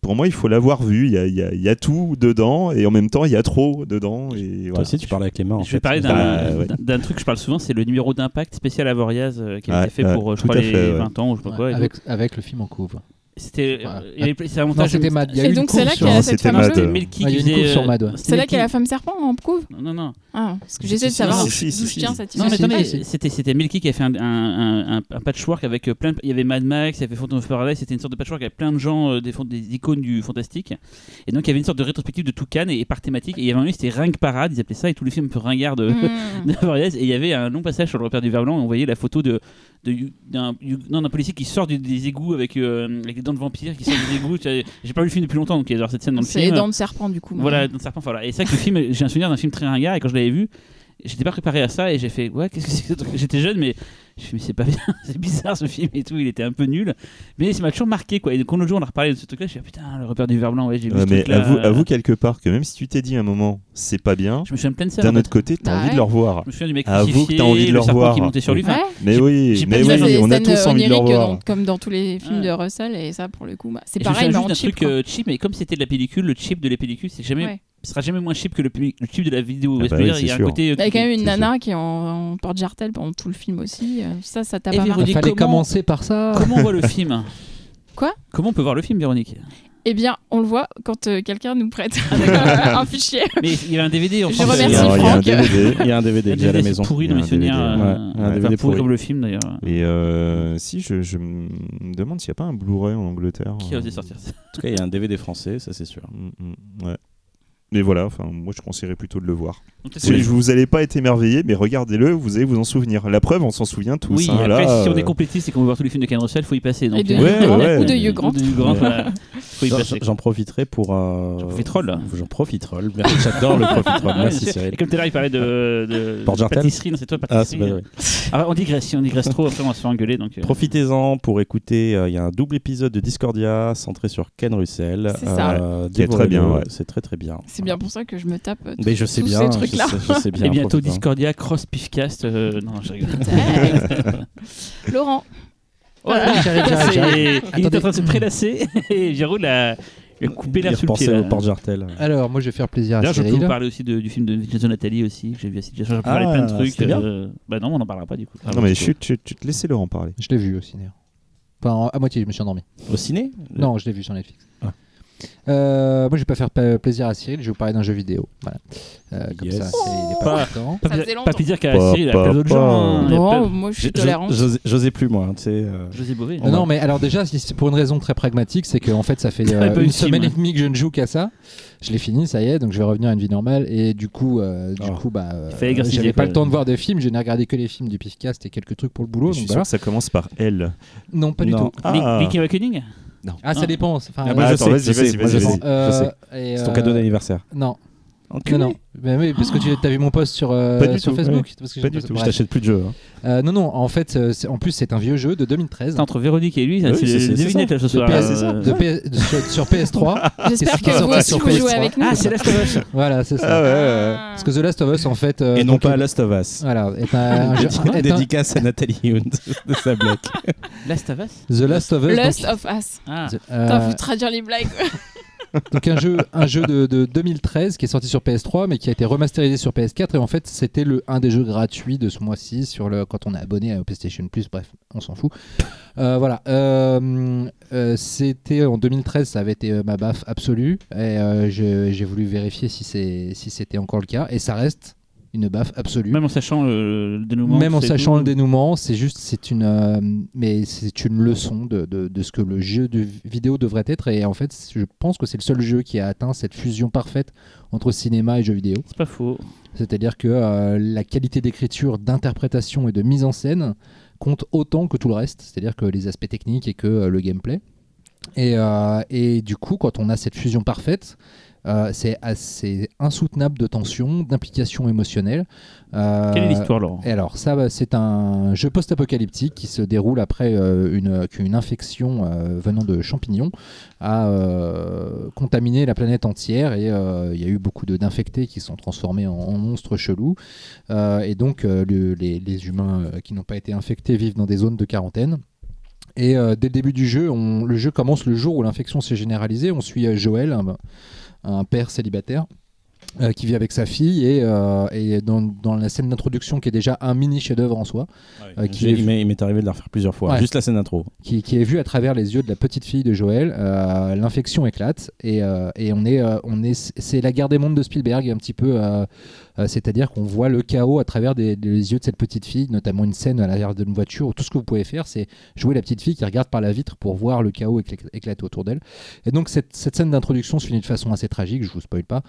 [SPEAKER 5] pour moi il faut l'avoir vu, il y a, il y a- il y a tout dedans et en même temps il y a trop dedans et
[SPEAKER 2] Toi
[SPEAKER 5] voilà.
[SPEAKER 2] aussi, tu parles avec les mains. en
[SPEAKER 4] Je vais
[SPEAKER 2] fait.
[SPEAKER 4] parler d'un
[SPEAKER 5] Bah, ouais.
[SPEAKER 4] d'un- d'un truc que je parle souvent, c'est le numéro d'impact spécial à Voriaz euh, qui a
[SPEAKER 5] Ouais,
[SPEAKER 4] été fait
[SPEAKER 5] ouais,
[SPEAKER 4] pour, euh, je
[SPEAKER 5] tout
[SPEAKER 4] crois,
[SPEAKER 5] à
[SPEAKER 4] les
[SPEAKER 5] fait, ouais.
[SPEAKER 4] 20 ans ou je sais pas quoi. et donc,
[SPEAKER 3] avec, avec le film en couvre.
[SPEAKER 4] C'était.
[SPEAKER 3] Voilà.
[SPEAKER 4] euh, il y avait- C'est un
[SPEAKER 3] Non,
[SPEAKER 4] montage.
[SPEAKER 3] c'était Mad. Il y a
[SPEAKER 1] Et
[SPEAKER 3] eu
[SPEAKER 1] donc,
[SPEAKER 3] une couve
[SPEAKER 1] c'est là
[SPEAKER 3] sur-
[SPEAKER 1] qu'il y a
[SPEAKER 5] Non,
[SPEAKER 1] cette
[SPEAKER 5] c'était
[SPEAKER 1] femme
[SPEAKER 5] Mad.
[SPEAKER 1] jaune.
[SPEAKER 5] Ouais,
[SPEAKER 3] il
[SPEAKER 4] Milky
[SPEAKER 3] y a une
[SPEAKER 4] qui
[SPEAKER 3] couve
[SPEAKER 4] faisait.
[SPEAKER 3] sur
[SPEAKER 4] euh,
[SPEAKER 3] Mad, ouais.
[SPEAKER 4] c'était
[SPEAKER 1] C'est là
[SPEAKER 4] Milky-
[SPEAKER 1] qu'il y a la femme serpent en prouve
[SPEAKER 4] Non, non, non.
[SPEAKER 1] ah, Parce que
[SPEAKER 3] Si,
[SPEAKER 1] j'essaie
[SPEAKER 3] si,
[SPEAKER 1] de
[SPEAKER 3] si,
[SPEAKER 1] savoir
[SPEAKER 5] si, si,
[SPEAKER 1] d'où je
[SPEAKER 5] si,
[SPEAKER 1] tiens
[SPEAKER 5] si.
[SPEAKER 1] cette
[SPEAKER 4] Non,
[SPEAKER 1] image.
[SPEAKER 4] mais
[SPEAKER 3] si,
[SPEAKER 4] attendez,
[SPEAKER 3] si.
[SPEAKER 4] c'était c'était Milky qui a fait un, un- un- un patchwork avec euh, plein. de- Il y avait Mad Max, il y avait Phantom of Paradise, c'était une sorte de patchwork avec plein de gens, euh, des, fant- des icônes du fantastique. Et donc il y avait une sorte de rétrospective de Toucan et, et par thématique. Et il y avait un c'était Ring Parade, ils appelaient ça, et tous les films un peu ringards de,
[SPEAKER 1] Mm.
[SPEAKER 4] de Varias, et il y avait un long passage sur le repère du ver blanc et on voyait la photo de de Hugh- d'un Hugh- non, d'un policier qui sort du- des égouts avec, euh, avec des dents de vampire qui sort des égouts. Tu sais, J'ai pas vu le film depuis longtemps donc il y a genre cette scène dans le
[SPEAKER 1] C'est les
[SPEAKER 4] film.
[SPEAKER 1] dents de serpent du coup.
[SPEAKER 4] Voilà, dans le serpent. enfin, Voilà. Et c'est vrai que le film, j'ai un souvenir d'un film très ringard et quand je l'avais vu, j'étais pas préparé à ça et j'ai fait ouais qu'est-ce que c'est que ce truc J'étais jeune mais je me mais c'est pas bien, c'est bizarre ce film et tout, il était un peu nul. Mais ça m'a toujours marqué quoi. Et quand le jour on a reparlé de ce truc-là, je suis putain le repère du ver blanc ouais j'ai vu.
[SPEAKER 5] Ouais,
[SPEAKER 4] ce
[SPEAKER 5] Euh, mais
[SPEAKER 4] truc-là.
[SPEAKER 5] avoue, avoue quelque part que même si tu t'es dit à un moment c'est pas bien,
[SPEAKER 4] Je me souviens de plein de scènes.
[SPEAKER 5] d'un
[SPEAKER 4] en fait.
[SPEAKER 5] autre côté t'as
[SPEAKER 1] Bah
[SPEAKER 5] envie
[SPEAKER 1] ouais.
[SPEAKER 5] de le revoir.
[SPEAKER 4] Je me souviens du mec
[SPEAKER 5] Avoue que t'as
[SPEAKER 4] crucifié,
[SPEAKER 5] envie de le
[SPEAKER 4] le serpent
[SPEAKER 5] revoir. hein.
[SPEAKER 4] qui montait sur lui.
[SPEAKER 1] Ouais.
[SPEAKER 4] Enfin,
[SPEAKER 5] Mais oui,
[SPEAKER 4] j'ai pas
[SPEAKER 5] mais
[SPEAKER 4] vu
[SPEAKER 1] Ça,
[SPEAKER 4] ça,
[SPEAKER 5] oui,
[SPEAKER 1] c'est
[SPEAKER 5] on
[SPEAKER 1] des
[SPEAKER 5] a tous
[SPEAKER 1] scènes euh,
[SPEAKER 5] envie de le
[SPEAKER 1] oniriques
[SPEAKER 5] revoir.
[SPEAKER 1] dans- comme dans tous les films
[SPEAKER 4] Ouais.
[SPEAKER 1] de Russell et ça pour le coup bah, c'est
[SPEAKER 4] Et je me
[SPEAKER 1] pareil mais
[SPEAKER 4] souviens
[SPEAKER 1] en
[SPEAKER 4] juste d'un
[SPEAKER 1] cheap.
[SPEAKER 4] truc
[SPEAKER 1] quoi.
[SPEAKER 4] euh, cheap, mais comme c'était de la pellicule, le chip de la pellicule, c'est jamais,
[SPEAKER 1] Ouais.
[SPEAKER 4] ce sera jamais moins cheap que le, pli- le chip de la vidéo.
[SPEAKER 5] Ah bah
[SPEAKER 4] Je veux
[SPEAKER 5] oui,
[SPEAKER 4] dire,
[SPEAKER 5] c'est
[SPEAKER 4] il y a un
[SPEAKER 5] sûr.
[SPEAKER 4] côté. euh,
[SPEAKER 1] Il y a quand même une
[SPEAKER 5] C'est
[SPEAKER 1] nana qui est en, en porte-jartel pendant tout le film aussi. euh, Ça, ça t'a
[SPEAKER 4] Et
[SPEAKER 1] pas
[SPEAKER 4] Véronique.
[SPEAKER 1] marqué.
[SPEAKER 3] Il fallait
[SPEAKER 4] comment-
[SPEAKER 3] commencer par ça.
[SPEAKER 4] Comment on voit le film
[SPEAKER 1] Quoi
[SPEAKER 4] Comment on peut voir le film, Véronique
[SPEAKER 1] Eh bien, on le voit quand euh, quelqu'un nous prête un fichier.
[SPEAKER 4] Mais il y a un DVD en
[SPEAKER 1] Je
[SPEAKER 4] France,
[SPEAKER 1] remercie
[SPEAKER 5] Il y
[SPEAKER 4] d'ailleurs.
[SPEAKER 5] a- il y a un
[SPEAKER 1] Franck.
[SPEAKER 5] DVD.
[SPEAKER 2] Il y a un DVD
[SPEAKER 4] Un
[SPEAKER 2] déjà à la
[SPEAKER 4] DVD,
[SPEAKER 2] maison.
[SPEAKER 4] c'est pourri
[SPEAKER 5] Il y a
[SPEAKER 4] dans mes
[SPEAKER 5] un DVD,
[SPEAKER 4] souvenirs.
[SPEAKER 5] ouais.
[SPEAKER 4] euh,
[SPEAKER 2] Ouais, un
[SPEAKER 4] enfin,
[SPEAKER 2] DVD
[SPEAKER 4] pourri
[SPEAKER 2] pourri. Oh.
[SPEAKER 4] comme le film d'ailleurs.
[SPEAKER 5] Et euh, si je, je me demande s'il n'y a pas un Blu-ray en Angleterre. euh,
[SPEAKER 4] Qui a osé sortir ça
[SPEAKER 2] En tout cas, il y a un DVD français, ça c'est sûr.
[SPEAKER 5] Mm, mm, ouais. Mais voilà, enfin, moi je conseillerais plutôt de le voir.
[SPEAKER 4] Donc, peut-être
[SPEAKER 5] Si
[SPEAKER 4] que-
[SPEAKER 5] vous allez pas être émerveillé, mais regardez-le, vous allez vous en souvenir. La preuve, on s'en souvient tous.
[SPEAKER 4] Oui,
[SPEAKER 5] hein,
[SPEAKER 4] après,
[SPEAKER 5] là,
[SPEAKER 4] si on
[SPEAKER 5] euh,
[SPEAKER 4] est complétiste et qu'on veut voir tous les films de Ken Russell, faut y passer. Donc,
[SPEAKER 1] Et de
[SPEAKER 4] euh,
[SPEAKER 5] Hugh Ouais, Grant, ouais.
[SPEAKER 1] ou de Hugh Grant.
[SPEAKER 4] de Hugh Grant,
[SPEAKER 2] Ouais.
[SPEAKER 4] voilà. Faut y
[SPEAKER 2] J'en-
[SPEAKER 4] passer.
[SPEAKER 2] J'en profiterai pour. euh,
[SPEAKER 4] J'en profiterai.
[SPEAKER 2] J'en profiterai. Merci, J'adore le profiterai. Merci
[SPEAKER 4] Ah, Et
[SPEAKER 2] Cyril.
[SPEAKER 4] comme t'es là, il parlait de, de,
[SPEAKER 2] Port
[SPEAKER 4] de
[SPEAKER 2] Jartel
[SPEAKER 4] pâtisserie, non, c'est toi
[SPEAKER 2] Ah, c'est
[SPEAKER 4] pâtisserie.
[SPEAKER 2] pas vrai.
[SPEAKER 4] Ah, on digresse, si on digresse trop, après on va se faire engueuler. Donc, euh,
[SPEAKER 2] Profitez-en pour écouter. euh, Il y a un double épisode de Discordia centré sur Ken Russell.
[SPEAKER 1] C'est ça.
[SPEAKER 2] Euh,
[SPEAKER 5] Qui est très
[SPEAKER 2] dévorez-le,
[SPEAKER 5] bien, ouais.
[SPEAKER 2] C'est très très bien.
[SPEAKER 1] C'est bien pour ça que je me tape euh, tous
[SPEAKER 2] Mais je sais
[SPEAKER 1] tous
[SPEAKER 2] bien,
[SPEAKER 1] ces
[SPEAKER 2] je
[SPEAKER 1] trucs-là.
[SPEAKER 2] sais- je sais bien.
[SPEAKER 4] Et eh, bientôt
[SPEAKER 2] profite, hein.
[SPEAKER 4] Discordia, Cross Pifcast. euh, non, je rigole.
[SPEAKER 1] Laurent,
[SPEAKER 4] Voilà.
[SPEAKER 3] J'arrive, j'arrive, j'arrive.
[SPEAKER 4] C'est- Il est
[SPEAKER 3] Attendez.
[SPEAKER 4] en train de se prélasser et Giroud l'a lui a coupé
[SPEAKER 2] Il
[SPEAKER 4] l'air euh, sous le pied.
[SPEAKER 2] repensait
[SPEAKER 4] là.
[SPEAKER 2] au porte-jartel.
[SPEAKER 3] Alors, moi, je vais faire plaisir à
[SPEAKER 4] D'ailleurs, je peux vous
[SPEAKER 3] Cyril.
[SPEAKER 4] parler aussi de- du film de Vincenzo Natali aussi, que j'ai vu à Sitges. Je peux parler
[SPEAKER 2] Ah,
[SPEAKER 4] plein de trucs.
[SPEAKER 2] c'était bien.
[SPEAKER 4] euh, Bah non, on n'en parlera pas du coup.
[SPEAKER 5] Non, mais chut, chut, chut, laissez Laurent parler.
[SPEAKER 3] Je l'ai vu au ciné. Enfin, en- à moitié, je me suis endormi.
[SPEAKER 2] Au ciné
[SPEAKER 3] Non, je l'ai vu sur Netflix.
[SPEAKER 2] Ah.
[SPEAKER 3] Euh, moi, je vais pas faire pa- plaisir à Cyril, je vais vous parler d'un jeu vidéo. Voilà. Euh, comme
[SPEAKER 2] Yes.
[SPEAKER 3] ça, Cyril, il est pas
[SPEAKER 4] Pas-
[SPEAKER 3] content.
[SPEAKER 4] Pas,
[SPEAKER 1] Ça faisait
[SPEAKER 4] pu-
[SPEAKER 1] longtemps.
[SPEAKER 4] pas pu dire qu'à
[SPEAKER 5] Pa,
[SPEAKER 4] Cyril, il y a
[SPEAKER 5] pa,
[SPEAKER 4] plein d'autres gens. hein. Il y a
[SPEAKER 1] non,
[SPEAKER 4] plein-
[SPEAKER 1] moi je
[SPEAKER 2] Je-
[SPEAKER 1] suis tolérante.
[SPEAKER 2] je- J'osais j'osais plus, moi. hein, tu sais, euh,
[SPEAKER 4] José Bové.
[SPEAKER 3] Oh, Non, non, mais alors déjà, si c'est pour une raison très pragmatique, c'est qu'en fait, ça fait euh,
[SPEAKER 4] Très peu
[SPEAKER 3] une
[SPEAKER 4] ultime.
[SPEAKER 3] semaine et demie que je ne joue qu'à ça. Je l'ai fini, ça y est, donc je vais revenir à une vie normale. Et du coup, euh, du
[SPEAKER 2] Oh.
[SPEAKER 3] coup, bah, euh,
[SPEAKER 4] Il fallait gracier,
[SPEAKER 3] j'avais pas
[SPEAKER 4] quoi.
[SPEAKER 3] le temps de voir des films. Je n'ai regardé que les films du Pifcast et quelques trucs pour le
[SPEAKER 2] Oh,
[SPEAKER 3] boulot.
[SPEAKER 5] je suis
[SPEAKER 3] Donc
[SPEAKER 5] sûr
[SPEAKER 3] voilà.
[SPEAKER 5] que ça commence par L.
[SPEAKER 3] Non, pas du
[SPEAKER 2] bah Non.
[SPEAKER 3] tout.
[SPEAKER 5] Ah.
[SPEAKER 4] Link- Link Awakening
[SPEAKER 3] Ah, ça
[SPEAKER 4] Ah.
[SPEAKER 3] dépend. c'est- Enfin,
[SPEAKER 2] Ah, moi,
[SPEAKER 5] bah,
[SPEAKER 2] je
[SPEAKER 5] attends,
[SPEAKER 2] sais,
[SPEAKER 5] vas-y,
[SPEAKER 2] je
[SPEAKER 5] vas-y,
[SPEAKER 2] sais, moi,
[SPEAKER 5] vas-y,
[SPEAKER 2] je
[SPEAKER 5] vas-y.
[SPEAKER 2] sais.
[SPEAKER 3] euh,
[SPEAKER 2] je sais.
[SPEAKER 3] et,
[SPEAKER 2] C'est ton cadeau
[SPEAKER 3] euh,
[SPEAKER 2] d'anniversaire.
[SPEAKER 3] Non, non, non. Mais oui, parce que tu as vu mon post sur, euh,
[SPEAKER 5] Pas du
[SPEAKER 3] sur
[SPEAKER 5] tout,
[SPEAKER 3] Facebook. Parce que
[SPEAKER 5] Pas
[SPEAKER 3] j'ai
[SPEAKER 5] du
[SPEAKER 3] posté-
[SPEAKER 5] tout.
[SPEAKER 2] Je
[SPEAKER 3] bref.
[SPEAKER 2] t'achète plus de jeux. hein.
[SPEAKER 3] Euh, non, non, en fait, euh, c'est- en plus, c'est un vieux jeu de 2013.
[SPEAKER 4] C'est entre Véronique et lui,
[SPEAKER 2] Oui,
[SPEAKER 4] c'est
[SPEAKER 2] c'est- c'est
[SPEAKER 4] les devinettes
[SPEAKER 2] ça.
[SPEAKER 4] là ce
[SPEAKER 3] De
[SPEAKER 4] soir.
[SPEAKER 3] PS
[SPEAKER 4] euh,
[SPEAKER 3] de P- de- sur, sur PS3.
[SPEAKER 1] J'espère
[SPEAKER 3] Qu'est-ce qui
[SPEAKER 1] que vous
[SPEAKER 3] sortait
[SPEAKER 1] aussi
[SPEAKER 3] sur
[SPEAKER 1] vous jouez
[SPEAKER 3] PS3?
[SPEAKER 1] avec nous.
[SPEAKER 4] Ah, c'est Last of Us
[SPEAKER 3] voilà, c'est ça.
[SPEAKER 5] Ah ouais, ouais, ouais.
[SPEAKER 1] Ah.
[SPEAKER 3] Parce que The Last of Us, en fait. euh,
[SPEAKER 2] Et non
[SPEAKER 3] donc,
[SPEAKER 2] pas
[SPEAKER 3] euh,
[SPEAKER 2] Last of Us.
[SPEAKER 3] Voilà, est un, un jeu-
[SPEAKER 2] Dédi-
[SPEAKER 3] est un-
[SPEAKER 2] Dédicace à Nathalie Hunt de sa blague.
[SPEAKER 4] Last of Us
[SPEAKER 3] The Last of Us.
[SPEAKER 1] Lust
[SPEAKER 3] donc,
[SPEAKER 1] of Us.
[SPEAKER 4] Ah,
[SPEAKER 3] The-
[SPEAKER 1] Putain,
[SPEAKER 3] euh,
[SPEAKER 1] faut traduire les blagues.
[SPEAKER 3] donc un jeu, un jeu de, de 2013 qui est sorti sur PS3 mais qui a été remasterisé sur PS4 et en fait c'était le un des jeux gratuits de ce mois-ci sur le quand on est abonné à PlayStation Plus bref on s'en fout Euh, voilà Euh, euh, c'était en 2013 ça avait été euh, ma baffe absolue et euh, je- j'ai voulu vérifier si c'est si c'était encore le cas et ça reste une baffe absolue
[SPEAKER 4] même en sachant euh, le dénouement.
[SPEAKER 3] Même en
[SPEAKER 4] c'est
[SPEAKER 3] sachant
[SPEAKER 4] tout.
[SPEAKER 3] le dénouement, c'est juste, c'est une, euh, mais c'est une leçon de, de- de ce que le jeu de vi- vidéo devrait être. Et en fait, je pense que c'est le seul jeu qui a atteint cette fusion parfaite entre cinéma et jeu vidéo.
[SPEAKER 4] C'est pas faux.
[SPEAKER 3] C'est-à-dire que euh, la qualité d'écriture, d'interprétation et de mise en scène compte autant que tout le reste, c'est-à-dire que les aspects techniques et que euh, le gameplay. Et, euh, et du coup, quand on a cette fusion parfaite, euh, c'est assez insoutenable de tension, d'implication émotionnelle. Euh,
[SPEAKER 4] Quelle est l'histoire, Laurent
[SPEAKER 3] et alors, ça, bah, c'est un jeu post-apocalyptique qui se déroule après euh, une, qu'une infection euh, venant de champignons a euh, contaminé la planète entière et euh, il y a eu beaucoup de- d'infectés qui sont transformés en, en monstres chelous. Euh, et donc, euh, le- les, les humains euh, qui n'ont pas été infectés vivent dans des zones de quarantaine. Et euh, dès le début du jeu, on- le jeu commence le jour où l'infection s'est généralisée. On suit euh, Joël, un, un père célibataire. euh, qui vit avec sa fille et, euh, et dans, dans la scène d'introduction qui est déjà un mini chef-d'œuvre en soi, Euh, qui
[SPEAKER 2] J'ai-
[SPEAKER 3] est-
[SPEAKER 2] Il m'est il m'est arrivé de la refaire plusieurs fois.
[SPEAKER 3] Ouais.
[SPEAKER 2] Juste la scène intro.
[SPEAKER 3] qui, qui est vue à travers les yeux de la petite fille de Joël. Euh, L'infection éclate et, euh, et on est, euh, on est, c'est la guerre des mondes de Spielberg un petit peu, euh, euh, c'est-à-dire qu'on voit le chaos à travers des- les yeux de cette petite fille, notamment une scène à l'arrière d'une voiture où tout ce que vous pouvez faire, c'est jouer la petite fille qui regarde par la vitre pour voir le chaos écla- éclater autour d'elle. Et donc cette, cette scène d'introduction se finit de façon assez tragique, je vous spoil pas.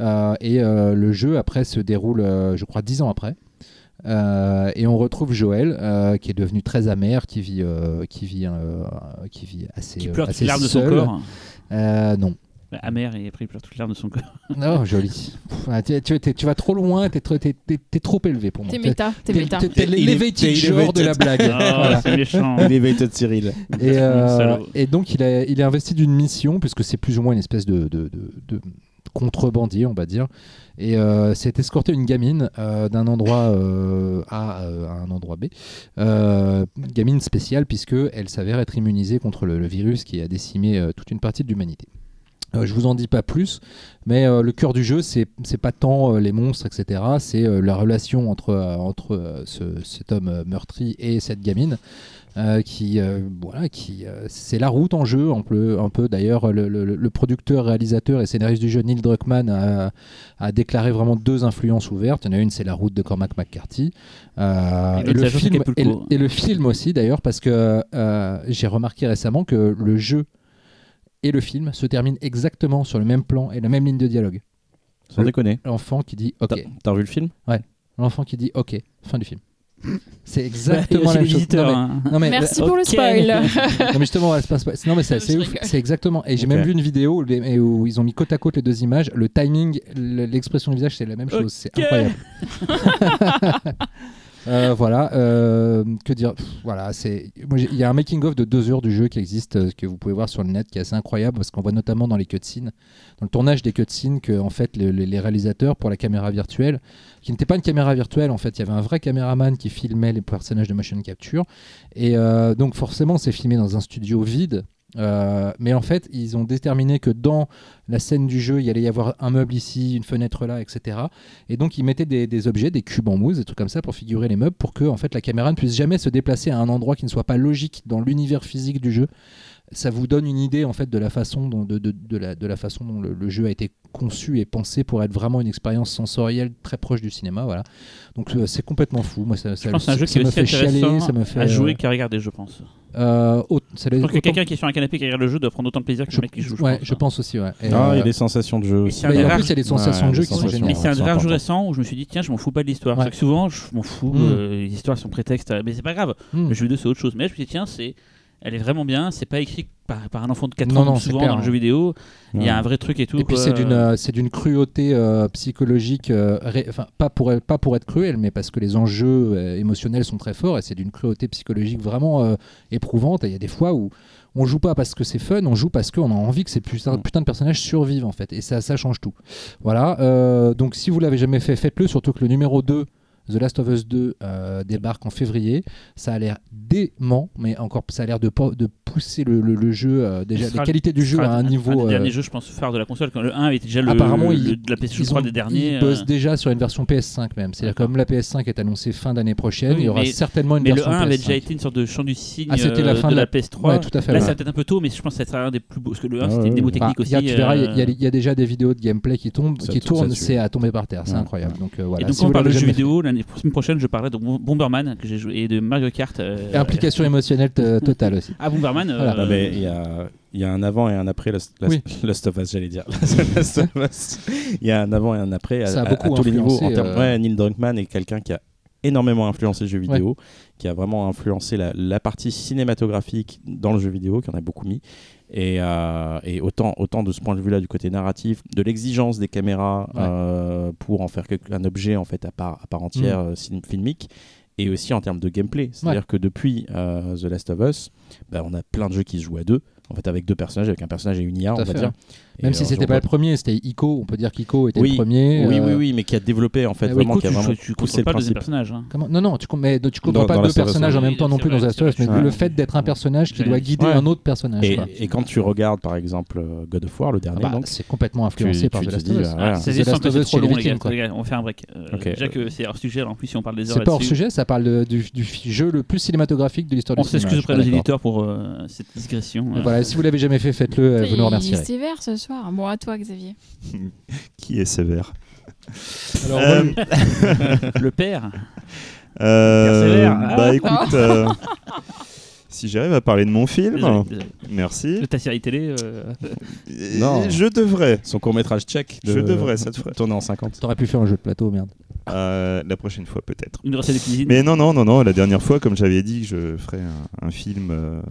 [SPEAKER 3] Euh, et euh, le jeu après se déroule, euh, je crois, dix ans après. Euh, et on retrouve Joël euh, qui est devenu très amer, qui vit, euh, qui vit, euh, qui vit assez,
[SPEAKER 4] Qui
[SPEAKER 3] euh,
[SPEAKER 4] pleure toutes
[SPEAKER 3] assez
[SPEAKER 4] les larmes de son
[SPEAKER 3] seul.
[SPEAKER 4] corps.
[SPEAKER 3] Euh, non,
[SPEAKER 4] Bah, Amer, et après il pleure toutes les larmes de son corps.
[SPEAKER 3] non, joli. Pff, ah, tu, tu- tu- tu vas trop loin, t'es trop, t'es- t'es- t'es trop élevé pour moi.
[SPEAKER 1] T'es
[SPEAKER 3] T'es-
[SPEAKER 1] méta, t'es
[SPEAKER 3] t'es-
[SPEAKER 1] méta.
[SPEAKER 3] t'es- t'es
[SPEAKER 2] Il est- Ah,
[SPEAKER 3] l'élévated
[SPEAKER 2] t'es
[SPEAKER 3] genre de la
[SPEAKER 2] elevated.
[SPEAKER 3] blague.
[SPEAKER 4] Oh,
[SPEAKER 3] Voilà.
[SPEAKER 4] c'est méchant.
[SPEAKER 2] Elevated Cyril.
[SPEAKER 3] Et, euh,
[SPEAKER 4] Salaud.
[SPEAKER 3] et donc il, a- il est investi d'une mission, puisque c'est plus ou moins une espèce de, de- de- de contrebandier, on va dire. Et euh, c'est escorter une gamine euh, d'un endroit euh, A euh, à un endroit B. Euh, gamine spéciale, puisque elle s'avère être immunisée contre le, le virus qui a décimé euh, toute une partie de l'humanité. Euh, je vous en dis pas plus, mais euh, le cœur du jeu, c'est c'est pas tant euh, les monstres, etc. C'est euh, la relation entre, euh, entre euh, ce- cet homme euh, meurtri et cette gamine. euh, qui euh, voilà qui euh, c'est la route en jeu un peu un peu d'ailleurs le, le- le producteur réalisateur et scénariste du jeu Neil Druckmann a, a déclaré vraiment deux influences ouvertes il y en a une c'est la route de Cormac McCarthy euh,
[SPEAKER 4] Et l'autre, c'est la chose
[SPEAKER 3] film
[SPEAKER 4] d'Acapulco.
[SPEAKER 3] et le- et le film aussi d'ailleurs parce que euh, j'ai remarqué récemment que le jeu et le film se terminent exactement sur le même plan et la même ligne de dialogue
[SPEAKER 2] Sans déconner.
[SPEAKER 3] l'enfant qui dit ok
[SPEAKER 2] T'as t'as revu le film
[SPEAKER 3] l'enfant qui dit ok fin du film c'est
[SPEAKER 4] Il y a
[SPEAKER 3] exactement
[SPEAKER 4] aussi
[SPEAKER 3] la même
[SPEAKER 4] les
[SPEAKER 3] chose
[SPEAKER 4] visiteurs,
[SPEAKER 3] non
[SPEAKER 4] hein.
[SPEAKER 3] mais, non mais,
[SPEAKER 1] Merci pour le
[SPEAKER 4] Ok.
[SPEAKER 1] spoil.
[SPEAKER 3] non, mais justement, c'est pas- c'est pas- non, mais c'est assez
[SPEAKER 1] Je
[SPEAKER 3] ouf.
[SPEAKER 1] rigole.
[SPEAKER 3] C'est exactement. Et j'ai
[SPEAKER 2] Ok.
[SPEAKER 3] même vu une vidéo où, les- où ils ont mis côte à côte les deux images. Le timing, le- l'expression du visage, c'est la même chose. C'est
[SPEAKER 4] Ok.
[SPEAKER 3] incroyable. Euh, voilà, euh, que dire Pff, Voilà, c'est. moi, j'ai- Il y a un making of de deux heures du jeu qui existe, euh, que vous pouvez voir sur le net, qui est assez incroyable parce qu'on voit notamment dans les cutscenes, dans le tournage des cutscenes, que en fait le- le- les réalisateurs pour la caméra virtuelle, qui n'était pas une caméra virtuelle en fait, il y avait un vrai caméraman qui filmait les personnages de motion capture, et euh, donc forcément c'est filmé dans un studio vide. euh, mais en fait, ils ont déterminé que dans la scène du jeu, il y allait y avoir un meuble ici, une fenêtre là, etc. Et donc, ils mettaient des, des objets, des cubes en mousse, des trucs comme ça, pour figurer les meubles, pour que en fait, la caméra ne puisse jamais se déplacer à un endroit qui ne soit pas logique dans l'univers physique du jeu. Ça vous donne une idée en fait de la façon dont, de, de- de la, de la façon dont le, le jeu a été conçu et pensé pour être vraiment une expérience sensorielle très proche du cinéma. Voilà. Donc euh, c'est complètement fou. Moi, ça, ça,
[SPEAKER 4] Je pense que c'est un jeu
[SPEAKER 3] ça
[SPEAKER 4] qui est
[SPEAKER 3] me
[SPEAKER 4] aussi
[SPEAKER 3] fait chialer,
[SPEAKER 4] intéressant
[SPEAKER 3] ça me fait
[SPEAKER 4] à jouer
[SPEAKER 3] euh,
[SPEAKER 4] qu'à regarder, je pense.
[SPEAKER 3] euh, au- ça doit
[SPEAKER 4] Je
[SPEAKER 3] être
[SPEAKER 4] pense que
[SPEAKER 3] autant-
[SPEAKER 4] quelqu'un qui est sur un canapé qui regarde le jeu doit prendre autant de plaisir que
[SPEAKER 3] je-
[SPEAKER 4] le mec qui joue.
[SPEAKER 3] ouais,
[SPEAKER 4] pense. hein.
[SPEAKER 3] je pense aussi. Ouais. Et,
[SPEAKER 2] Ah,
[SPEAKER 3] euh,
[SPEAKER 2] et les sensations de jeu
[SPEAKER 4] Et
[SPEAKER 2] aussi.
[SPEAKER 4] c'est un
[SPEAKER 3] mais
[SPEAKER 4] des
[SPEAKER 3] en
[SPEAKER 4] rares-
[SPEAKER 3] plus, il y a des sensations
[SPEAKER 2] Ouais,
[SPEAKER 3] de jeu
[SPEAKER 2] les
[SPEAKER 3] qui sont
[SPEAKER 2] sensations.
[SPEAKER 3] géniales.
[SPEAKER 4] Mais c'est un
[SPEAKER 2] c'est
[SPEAKER 4] rare jeu
[SPEAKER 2] important.
[SPEAKER 4] récent où je me suis dit, tiens, je m'en fous pas de l'histoire.
[SPEAKER 3] Ouais.
[SPEAKER 4] C'est que souvent, je m'en fous,
[SPEAKER 3] Mm.
[SPEAKER 4] euh, les histoires sont prétexte, à- mais c'est pas grave.
[SPEAKER 3] Hmm.
[SPEAKER 4] Le jeu vidéo, c'est autre chose. Mais là, je me suis dit, tiens, c'est. Elle est vraiment bien, c'est pas écrit par, par un enfant de 4
[SPEAKER 3] Non,
[SPEAKER 4] ans,
[SPEAKER 3] non,
[SPEAKER 4] comme
[SPEAKER 3] c'est
[SPEAKER 4] souvent
[SPEAKER 3] clair,
[SPEAKER 4] dans le
[SPEAKER 3] hein.
[SPEAKER 4] jeu vidéo. Il y a
[SPEAKER 2] Ouais.
[SPEAKER 4] un vrai truc et tout.
[SPEAKER 3] Et puis
[SPEAKER 4] quoi.
[SPEAKER 3] c'est d'une euh, c'est d'une cruauté euh, psychologique, euh, ré- enfin pas pour elle- pas pour être cruel, mais parce que les enjeux euh, émotionnels sont très forts et c'est d'une cruauté psychologique vraiment euh, éprouvante. Et il y a des fois où on joue pas parce que c'est fun, on joue parce qu'on a envie que ces putains, putains de personnages survivent en fait. Et ça ça change tout. Voilà. euh, donc si vous l'avez jamais fait, faites-le. Surtout que le numéro 2 The Last of Us 2 euh, débarque en février. Ça a l'air dément, mais encore, ça a l'air de, po- de pousser le, le- le jeu, euh, déjà,
[SPEAKER 4] Ce sera
[SPEAKER 3] les qualités du
[SPEAKER 4] Ce
[SPEAKER 3] jeu
[SPEAKER 4] sera
[SPEAKER 3] à un niveau.
[SPEAKER 4] des derniers
[SPEAKER 3] euh,
[SPEAKER 4] jeux, je pense, phare de la console. Quand le 1 était déjà le,
[SPEAKER 3] Apparemment,
[SPEAKER 4] le-
[SPEAKER 3] ils-
[SPEAKER 4] de la PS3
[SPEAKER 3] ils ont-
[SPEAKER 4] des derniers.
[SPEAKER 3] ils bossent
[SPEAKER 4] euh,
[SPEAKER 3] déjà sur une version PS5 même. C'est-à-dire
[SPEAKER 4] D'accord.
[SPEAKER 3] comme la PS5 est annoncée fin d'année prochaine,
[SPEAKER 4] Oui,
[SPEAKER 3] il y aura
[SPEAKER 4] mais-
[SPEAKER 3] certainement une
[SPEAKER 4] Mais le
[SPEAKER 3] version
[SPEAKER 4] 1 avait
[SPEAKER 3] PS5.
[SPEAKER 4] déjà été une sorte de champ du signe
[SPEAKER 3] Ah, c'était la
[SPEAKER 4] euh,
[SPEAKER 3] fin
[SPEAKER 4] de
[SPEAKER 3] de
[SPEAKER 4] la
[SPEAKER 3] la-
[SPEAKER 4] PS3.
[SPEAKER 3] Ouais, tout à fait.
[SPEAKER 4] Là,
[SPEAKER 3] ouais.
[SPEAKER 4] c'est peut-être un peu tôt, mais je pense que ça sera un des plus beaux. Parce que le 1,
[SPEAKER 2] Ah,
[SPEAKER 4] c'était une
[SPEAKER 2] ouais,
[SPEAKER 4] démo
[SPEAKER 2] ouais.
[SPEAKER 4] technique
[SPEAKER 3] Bah, il
[SPEAKER 4] aussi.
[SPEAKER 3] y a- tu verras, il y a- il y, a-
[SPEAKER 4] euh,
[SPEAKER 3] il y a déjà des vidéos de gameplay qui tombent,
[SPEAKER 2] Ça
[SPEAKER 3] qui
[SPEAKER 2] tou-
[SPEAKER 3] tournent,
[SPEAKER 2] ça tue.
[SPEAKER 3] c'est à tomber par terre, c'est
[SPEAKER 2] Ouais.
[SPEAKER 3] incroyable. Donc euh, voilà.
[SPEAKER 4] Et donc,
[SPEAKER 3] si
[SPEAKER 4] quand
[SPEAKER 3] vous
[SPEAKER 4] on parle de
[SPEAKER 3] l'avez
[SPEAKER 4] jeux
[SPEAKER 3] jamais
[SPEAKER 4] vidéo, l'année la semaine prochaine, je parlerai de Bo- Bomberman que j'ai joué et de Mario Kart. euh,
[SPEAKER 3] fait. Implication émotionnelle euh, totale aussi.
[SPEAKER 4] Ah, Bomberman. euh,
[SPEAKER 3] Voilà.
[SPEAKER 2] Ah, mais il y a, il y a un avant et un après Last, Last-
[SPEAKER 3] Oui.
[SPEAKER 2] Last of Us, j'allais dire. Last of Us. Il y a un avant et un après à,
[SPEAKER 3] Ça a
[SPEAKER 2] à- à
[SPEAKER 3] beaucoup
[SPEAKER 2] tous les niveaux.
[SPEAKER 3] influencé,
[SPEAKER 2] En termes-
[SPEAKER 3] euh,
[SPEAKER 2] ouais, Neil Druckmann est quelqu'un qui a énormément influencé le jeu vidéo, qui a vraiment influencé la, la partie cinématographique dans le jeu vidéo, qui en a beaucoup mis. Et, euh, et autant, autant de ce point de vue-là, du côté narratif, de l'exigence des caméras
[SPEAKER 3] Ouais.
[SPEAKER 2] euh, pour en faire quelque- un objet en fait à part, à part entière
[SPEAKER 3] Mm.
[SPEAKER 2] euh, cin- filmique, et aussi en termes de gameplay. C'est-à-dire que depuis euh, The Last of Us, bah, on a plein de jeux qui se jouent à deux, en fait avec deux personnages, avec un personnage et une IA,
[SPEAKER 3] Tout à
[SPEAKER 2] on va
[SPEAKER 3] fait,
[SPEAKER 2] dire.
[SPEAKER 3] ouais. Même
[SPEAKER 2] Et,
[SPEAKER 3] si
[SPEAKER 2] euh,
[SPEAKER 3] c'était
[SPEAKER 2] on
[SPEAKER 3] pas
[SPEAKER 2] voit-
[SPEAKER 3] le premier, c'était Ico, on peut dire qu'Ico était
[SPEAKER 2] Oui.
[SPEAKER 3] le premier.
[SPEAKER 2] Oui, oui,
[SPEAKER 3] euh,
[SPEAKER 2] oui, mais qui a développé en fait
[SPEAKER 3] Ah oui,
[SPEAKER 2] vraiment,
[SPEAKER 4] écoute,
[SPEAKER 2] qui a
[SPEAKER 4] tu-
[SPEAKER 2] vraiment
[SPEAKER 4] tu, tu
[SPEAKER 2] poussé
[SPEAKER 4] contrôles
[SPEAKER 2] le
[SPEAKER 4] pas le deuxième
[SPEAKER 2] principe.
[SPEAKER 4] personnage. hein.
[SPEAKER 3] Comment non, non, tu, com- mais, tu comprends
[SPEAKER 2] Dans-
[SPEAKER 3] pas
[SPEAKER 2] dans
[SPEAKER 3] deux
[SPEAKER 2] Last of Us,
[SPEAKER 3] personnages en
[SPEAKER 4] oui.
[SPEAKER 3] même temps non
[SPEAKER 4] C'est
[SPEAKER 3] plus
[SPEAKER 4] vrai,
[SPEAKER 3] dans The Last of Us,
[SPEAKER 4] c'est
[SPEAKER 3] mais
[SPEAKER 2] vrai.
[SPEAKER 3] le fait d'être un personnage qui
[SPEAKER 4] Ouais.
[SPEAKER 3] doit guider
[SPEAKER 2] Ouais.
[SPEAKER 3] un autre personnage.
[SPEAKER 2] Et,
[SPEAKER 3] quoi.
[SPEAKER 2] et quand tu regardes par exemple euh, God of War, le
[SPEAKER 3] Ah
[SPEAKER 2] dernier,
[SPEAKER 3] bah,
[SPEAKER 2] donc,
[SPEAKER 3] c'est complètement
[SPEAKER 2] tu,
[SPEAKER 3] influencé par
[SPEAKER 2] tu
[SPEAKER 3] The
[SPEAKER 2] te
[SPEAKER 3] Last
[SPEAKER 2] dis,
[SPEAKER 3] of Us.
[SPEAKER 2] ah,
[SPEAKER 4] Ah,
[SPEAKER 2] voilà.
[SPEAKER 4] c'est
[SPEAKER 3] The
[SPEAKER 4] des
[SPEAKER 3] Last
[SPEAKER 4] simples,
[SPEAKER 3] of
[SPEAKER 4] c'est
[SPEAKER 3] Us
[SPEAKER 4] trop
[SPEAKER 3] chez les
[SPEAKER 4] long, les
[SPEAKER 3] victimes,
[SPEAKER 4] gars.
[SPEAKER 3] quoi.
[SPEAKER 4] Les gars, On fait un break. Euh,
[SPEAKER 2] Ok.
[SPEAKER 4] Déjà que c'est hors sujet, en plus, si on parle des heures
[SPEAKER 3] C'est pas hors
[SPEAKER 4] là-dessus.
[SPEAKER 3] sujet, ça parle de- du, du jeu le plus cinématographique de l'histoire
[SPEAKER 4] On
[SPEAKER 3] du cinéma.
[SPEAKER 4] s'excuse
[SPEAKER 3] je suis pas
[SPEAKER 4] auprès de nos
[SPEAKER 3] d'accord.
[SPEAKER 4] éditeurs pour euh, cette digression.
[SPEAKER 3] Mais
[SPEAKER 4] euh.
[SPEAKER 3] Voilà, si vous l'avez jamais fait, faites-le, euh, vous nous remercierez.
[SPEAKER 1] C'est sévère ce soir. Bon, à toi, Xavier.
[SPEAKER 5] Qui est sévère
[SPEAKER 3] Alors,
[SPEAKER 5] Euh,
[SPEAKER 3] relu-
[SPEAKER 4] Le père.
[SPEAKER 5] Euh,
[SPEAKER 4] Persévère.
[SPEAKER 5] bah écoute, euh, si j'arrive à parler de mon film,
[SPEAKER 4] Désolé, désolé.
[SPEAKER 5] merci.
[SPEAKER 4] De ta série télé. euh,
[SPEAKER 5] Et
[SPEAKER 2] Non.
[SPEAKER 5] Je devrais.
[SPEAKER 2] son court métrage tchèque, de-
[SPEAKER 5] Je devrais, ça te ferait.
[SPEAKER 2] tourné en 50.
[SPEAKER 3] T'aurais pu faire un jeu de plateau, merde.
[SPEAKER 5] Euh, la prochaine fois peut-être.
[SPEAKER 4] Une recette de cuisine.
[SPEAKER 5] Mais non, non, non, non. La dernière fois, comme j'avais dit, que je ferais un, un film euh,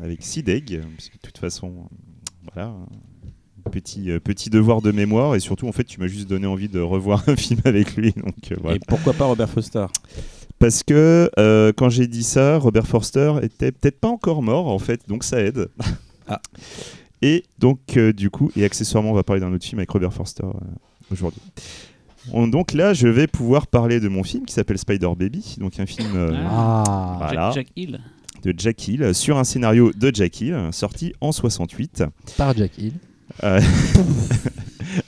[SPEAKER 5] avec Sideg, parce que de toute façon, euh, voilà, un petit euh, petit devoir de mémoire et surtout, en fait, tu m'as juste donné envie de revoir un film avec lui. Donc euh, voilà.
[SPEAKER 2] Et pourquoi pas Robert Foster
[SPEAKER 5] Parce que euh, quand j'ai dit ça, Robert Forster était peut-être pas encore mort en fait, donc ça aide.
[SPEAKER 2] Ah.
[SPEAKER 5] Et donc euh, du coup, et accessoirement, on va parler d'un autre film avec Robert Forster euh, aujourd'hui. On- donc là, je vais pouvoir parler de mon film qui s'appelle Spider Baby, donc un film euh,
[SPEAKER 3] Ah,
[SPEAKER 5] bah,
[SPEAKER 4] Jack-
[SPEAKER 5] voilà.
[SPEAKER 4] Jack Hill. Ah,
[SPEAKER 5] de Jack Hill euh, sur un scénario de Jack Hill, euh, sorti en 68,
[SPEAKER 3] par Jack Hill.
[SPEAKER 5] euh,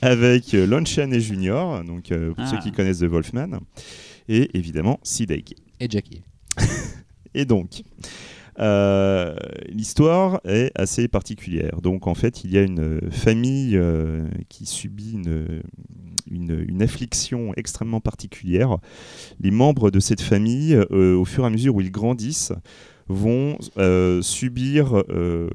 [SPEAKER 5] avec euh, Lon Chaney Jr., donc euh, pour
[SPEAKER 4] Ah.
[SPEAKER 5] ceux qui connaissent The Wolfman, et évidemment Sidek.
[SPEAKER 3] Et Jack Hill.
[SPEAKER 5] Et donc, euh, l'histoire est assez particulière. Donc, en fait, il y a une famille euh, qui subit une, une, une affliction extrêmement particulière. Les membres de cette famille, euh, au fur et à mesure où ils grandissent, vont euh, subir euh,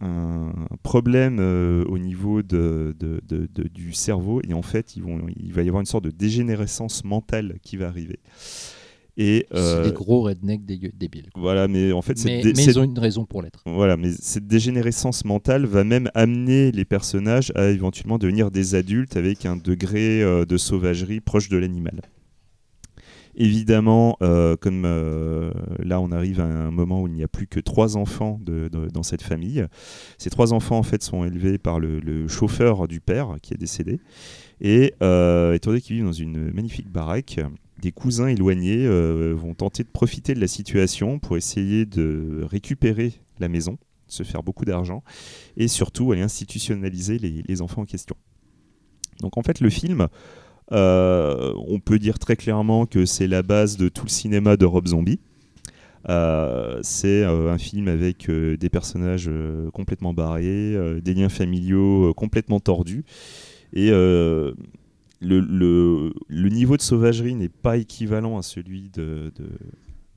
[SPEAKER 5] un problème euh, au niveau de, de- de- de- du cerveau et en fait ils vont, il va y avoir une sorte de dégénérescence mentale qui va arriver. Et,
[SPEAKER 3] C'est
[SPEAKER 5] euh,
[SPEAKER 3] des gros rednecks dégueu- débiles. quoi.
[SPEAKER 5] voilà, mais en fait, cette,
[SPEAKER 3] Mais,
[SPEAKER 5] dé-
[SPEAKER 3] mais
[SPEAKER 5] cette-
[SPEAKER 3] ils ont une raison pour l'être.
[SPEAKER 5] voilà, mais cette dégénérescence mentale va même amener les personnages à éventuellement devenir des adultes avec un degré euh, de sauvagerie proche de l'animal. Évidemment, euh, comme euh, là on arrive à un moment où il n'y a plus que trois enfants de- de- dans cette famille, ces trois enfants en fait sont élevés par le, le chauffeur du père qui est décédé. Et euh, étant donné qu'ils vivent dans une magnifique baraque, des cousins éloignés euh, vont tenter de profiter de la situation pour essayer de récupérer la maison, se faire beaucoup d'argent et surtout aller institutionnaliser les, les enfants en question. Donc en fait le film, euh, on peut dire très clairement que c'est la base de tout le cinéma de Rob Zombie. Euh, c'est euh, un film avec euh, des personnages euh, complètement barrés, euh, des liens familiaux euh, complètement tordus. Et euh, le, le- le niveau de sauvagerie n'est pas équivalent à celui de, de-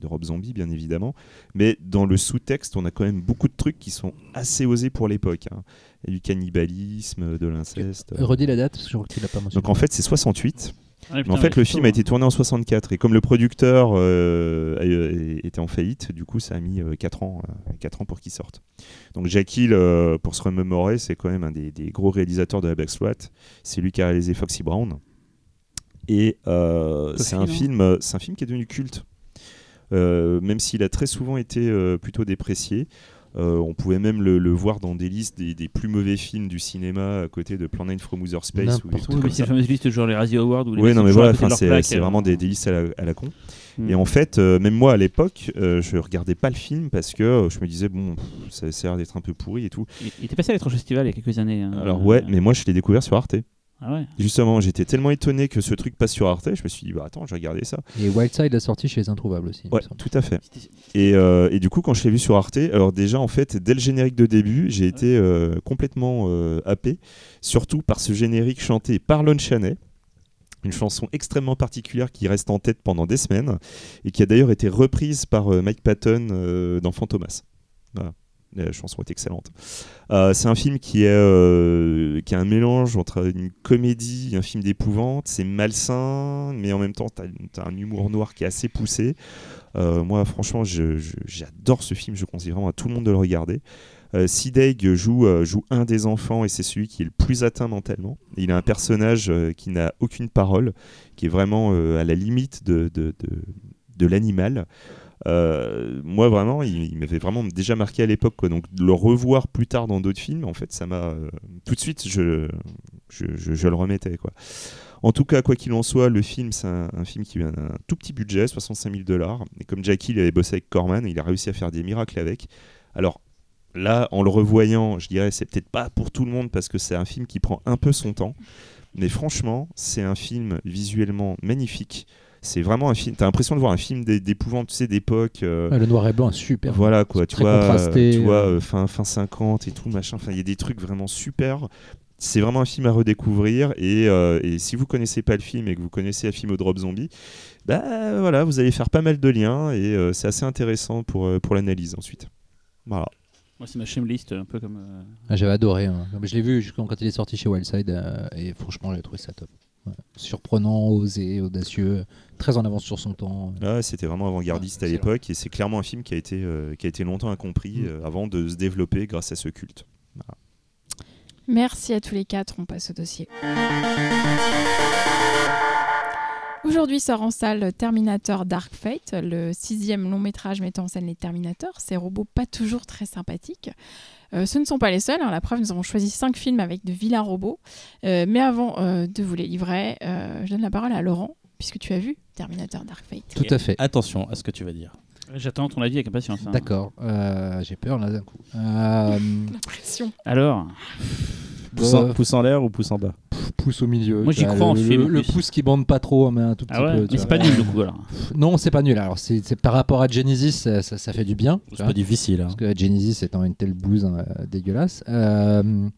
[SPEAKER 5] de Rob Zombie, bien évidemment. Mais dans le sous-texte, on a quand même beaucoup de trucs qui sont assez osés pour l'époque. hein. Il y a Du cannibalisme, de l'inceste.
[SPEAKER 3] Redis la date, parce que je crois que tu l'as pas mentionné.
[SPEAKER 5] Euh. Donc en fait, c'est 68.
[SPEAKER 4] Ah, putain,
[SPEAKER 5] Mais en fait,
[SPEAKER 4] ouais,
[SPEAKER 5] le
[SPEAKER 4] c'est
[SPEAKER 5] film
[SPEAKER 4] chaud,
[SPEAKER 5] a
[SPEAKER 4] hein.
[SPEAKER 5] été tourné en 64 et comme le producteur euh, a- euh, était en faillite, du coup, ça a mis 4 ans, euh, quatre ans pour qu'il sorte. Donc Jack Hill, euh, pour se remémorer, c'est quand même un des, des gros réalisateurs de la Backstreet. C'est lui qui a réalisé Foxy Brown. Et euh,
[SPEAKER 4] Ce
[SPEAKER 5] c'est un
[SPEAKER 4] film,
[SPEAKER 5] film, euh, c'est un film qui est devenu culte. Euh, même s'il a très souvent été euh, plutôt déprécié, euh, on pouvait même le, le voir dans des listes des, des plus mauvais films du cinéma à côté de Plan 9 from Outer Space. ou des
[SPEAKER 3] N'importe
[SPEAKER 5] trucs
[SPEAKER 4] Oui, mais
[SPEAKER 5] comme
[SPEAKER 4] c'est
[SPEAKER 5] ça.
[SPEAKER 4] la fameuse liste, genre les Razzie Awards.
[SPEAKER 5] Oui, non, mais voilà, enfin, c'est euh, c'est vraiment des, des listes à la, à la con.
[SPEAKER 4] euh. Mm.
[SPEAKER 5] Et en fait, euh, même moi à l'époque, euh, je regardais pas le film parce que euh, je me disais, bon, pff, ça, ça a l'air d'être un peu pourri et tout.
[SPEAKER 4] Il il était passé à l'étrange festival il y a quelques années. hein.
[SPEAKER 5] Alors, ouais, mais moi je l'ai découvert sur Arte.
[SPEAKER 4] Ah ouais.
[SPEAKER 5] Justement, j'étais tellement étonné que ce truc passe sur Arte, je me suis dit, bah attends, je vais regarder ça.
[SPEAKER 3] Et Wildside a sorti chez les Introuvables aussi. il me
[SPEAKER 5] Ouais,
[SPEAKER 3] semble.
[SPEAKER 5] tout à fait.
[SPEAKER 4] C'était-
[SPEAKER 5] Et, euh, et du coup, quand je l'ai vu sur Arte, alors déjà, en fait, dès le générique de début, j'ai été euh, complètement euh, happé, surtout par ce générique chanté par Lon Chaney, une chanson extrêmement particulière qui reste en tête pendant des semaines et qui a d'ailleurs été reprise par euh, Mike Patton euh, dans Fantomas. Voilà. La chanson est excellente. Euh, c'est un film qui est, euh, qui a un mélange entre une comédie et un film d'épouvante. C'est malsain, mais en même temps, tu as, un humour noir qui est assez poussé. Euh, moi, franchement, je- je- j'adore ce film. Je conseille vraiment à tout le monde de le regarder. Euh, Sideg joue, euh, joue un des enfants et c'est celui qui est le plus atteint mentalement. Il a un personnage euh, qui n'a aucune parole, qui est vraiment euh, à la limite de, de, de- de l'animal. Euh, moi, vraiment, il, il m'avait vraiment déjà marqué à l'époque. quoi. Donc, de le revoir plus tard dans d'autres films, en fait, ça m'a. euh, tout de suite, je, je, je- je le remettais. Quoi. En tout cas, quoi qu'il en soit, le film, c'est un, un film qui a un tout petit budget, 65 000 dollars. Et comme Jackie, il avait bossé avec Corman, il a réussi à faire des miracles avec. Alors là, en le revoyant, je dirais, c'est peut-être pas pour tout le monde parce que c'est un film qui prend un peu son temps. Mais franchement, c'est un film visuellement magnifique. C'est vraiment un film. T'as l'impression de voir un film d'é- d'épouvante, tu sais, d'époque. euh,
[SPEAKER 3] Ouais, Ah, le noir et blanc est super.
[SPEAKER 5] voilà quoi, tu
[SPEAKER 3] très
[SPEAKER 5] vois, euh,
[SPEAKER 3] contrasté,
[SPEAKER 5] tu vois
[SPEAKER 3] euh.
[SPEAKER 5] euh, fin, fin 50 et tout machin. Enfin, il y a des trucs vraiment super. C'est vraiment un film à redécouvrir et, euh, et si vous connaissez pas le film et que vous connaissez la film au Drop Zombie, bah voilà, vous allez faire pas mal de liens et euh, c'est assez intéressant pour, euh, pour l'analyse ensuite. Voilà.
[SPEAKER 4] Moi, c'est ma shame list, un peu comme. euh,
[SPEAKER 3] Ah, J'avais adoré. hein. Non, mais Je l'ai vu jusqu'en- quand il est sorti chez Wildside euh, et franchement, j'ai trouvé ça top. Ouais. Surprenant, osé, audacieux, très en avance sur son temps.
[SPEAKER 5] Là, Ah, c'était vraiment avant-gardiste à
[SPEAKER 3] Ah, Excellent.
[SPEAKER 5] l'époque et c'est clairement un film qui a été, euh, qui a été longtemps incompris
[SPEAKER 3] Mm.
[SPEAKER 5] euh, avant de se développer grâce à ce culte.
[SPEAKER 1] Merci à tous les quatre, on passe au dossier. Aujourd'hui sort en salle Terminator Dark Fate, le sixième long métrage mettant en scène les Terminators, ces robots pas toujours très sympathiques. Euh, ce ne sont pas les seuls, hein, la preuve, nous avons choisi cinq films avec de vilains robots. Euh, mais avant euh, de vous les livrer, euh, je donne la parole à Laurent, puisque tu as vu Terminator Dark Fate.
[SPEAKER 3] Tout à fait.
[SPEAKER 2] Attention à ce que tu vas dire.
[SPEAKER 4] euh, J'attends ton avis avec impatience. hein.
[SPEAKER 3] D'accord. Euh, j'ai peur là d'un coup. Euh,
[SPEAKER 1] La pression.
[SPEAKER 4] Alors,
[SPEAKER 2] Pouce,
[SPEAKER 3] bah,
[SPEAKER 2] en, pouce en l'air ou pouce en bas
[SPEAKER 3] pff, pouce au milieu.
[SPEAKER 4] Moi, j'y
[SPEAKER 3] Bah,
[SPEAKER 4] crois en
[SPEAKER 3] le,
[SPEAKER 4] film, en
[SPEAKER 3] Le, le
[SPEAKER 4] plus.
[SPEAKER 3] pouce qui bande pas trop, mais un tout petit
[SPEAKER 4] ah ouais,
[SPEAKER 3] peu. tu
[SPEAKER 4] mais c'est
[SPEAKER 3] vois.
[SPEAKER 4] pas nul du coup alors.
[SPEAKER 3] Pff, Non, c'est pas nul. Alors, c'est c'est par rapport à Genesis, ça, ça- ça fait du bien. tu
[SPEAKER 2] C'est
[SPEAKER 3] vois.
[SPEAKER 2] pas difficile. hein.
[SPEAKER 3] Parce que Genesis étant une telle blouse hein, euh, dégueulasse. Euh,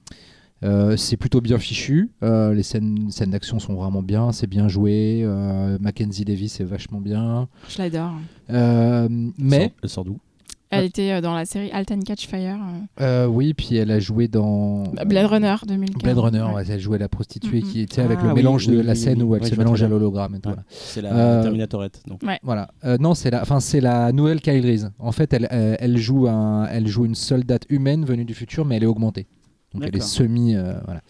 [SPEAKER 3] euh, c'est plutôt bien fichu. Euh, les scènes, scènes d'action sont vraiment bien. C'est bien joué. Euh, Mackenzie Davis est vachement bien.
[SPEAKER 1] Je l'adore.
[SPEAKER 3] Euh, mais
[SPEAKER 2] Elle sort d'où
[SPEAKER 1] Elle était euh, dans la série Alt and Catch Fire, euh,
[SPEAKER 3] euh, oui, puis elle a joué dans
[SPEAKER 1] Bah, Blade Runner 2015.
[SPEAKER 3] Blade Runner.
[SPEAKER 1] Ouais.
[SPEAKER 3] ouais, elle jouait la prostituée
[SPEAKER 1] Mhm.
[SPEAKER 3] qui était avec
[SPEAKER 2] Ah,
[SPEAKER 3] le
[SPEAKER 2] oui,
[SPEAKER 3] mélange de
[SPEAKER 2] oui,
[SPEAKER 3] la
[SPEAKER 2] oui,
[SPEAKER 3] scène
[SPEAKER 2] oui.
[SPEAKER 3] où elle
[SPEAKER 2] Ouais,
[SPEAKER 3] se
[SPEAKER 2] je vois
[SPEAKER 3] mélange
[SPEAKER 2] très
[SPEAKER 3] à
[SPEAKER 2] bien.
[SPEAKER 3] l'hologramme. et tout,
[SPEAKER 2] Ouais.
[SPEAKER 3] Voilà.
[SPEAKER 2] C'est la
[SPEAKER 3] Euh,
[SPEAKER 2] Terminatorette. non
[SPEAKER 3] Voilà. Euh, non, c'est la, enfin, c'est la nouvelle Kyle Reese. En fait, elle, euh, elle joue un, elle joue une soldate humaine venue du futur, mais elle est augmentée. Donc elle est
[SPEAKER 4] D'accord.
[SPEAKER 3] semi, euh, voilà.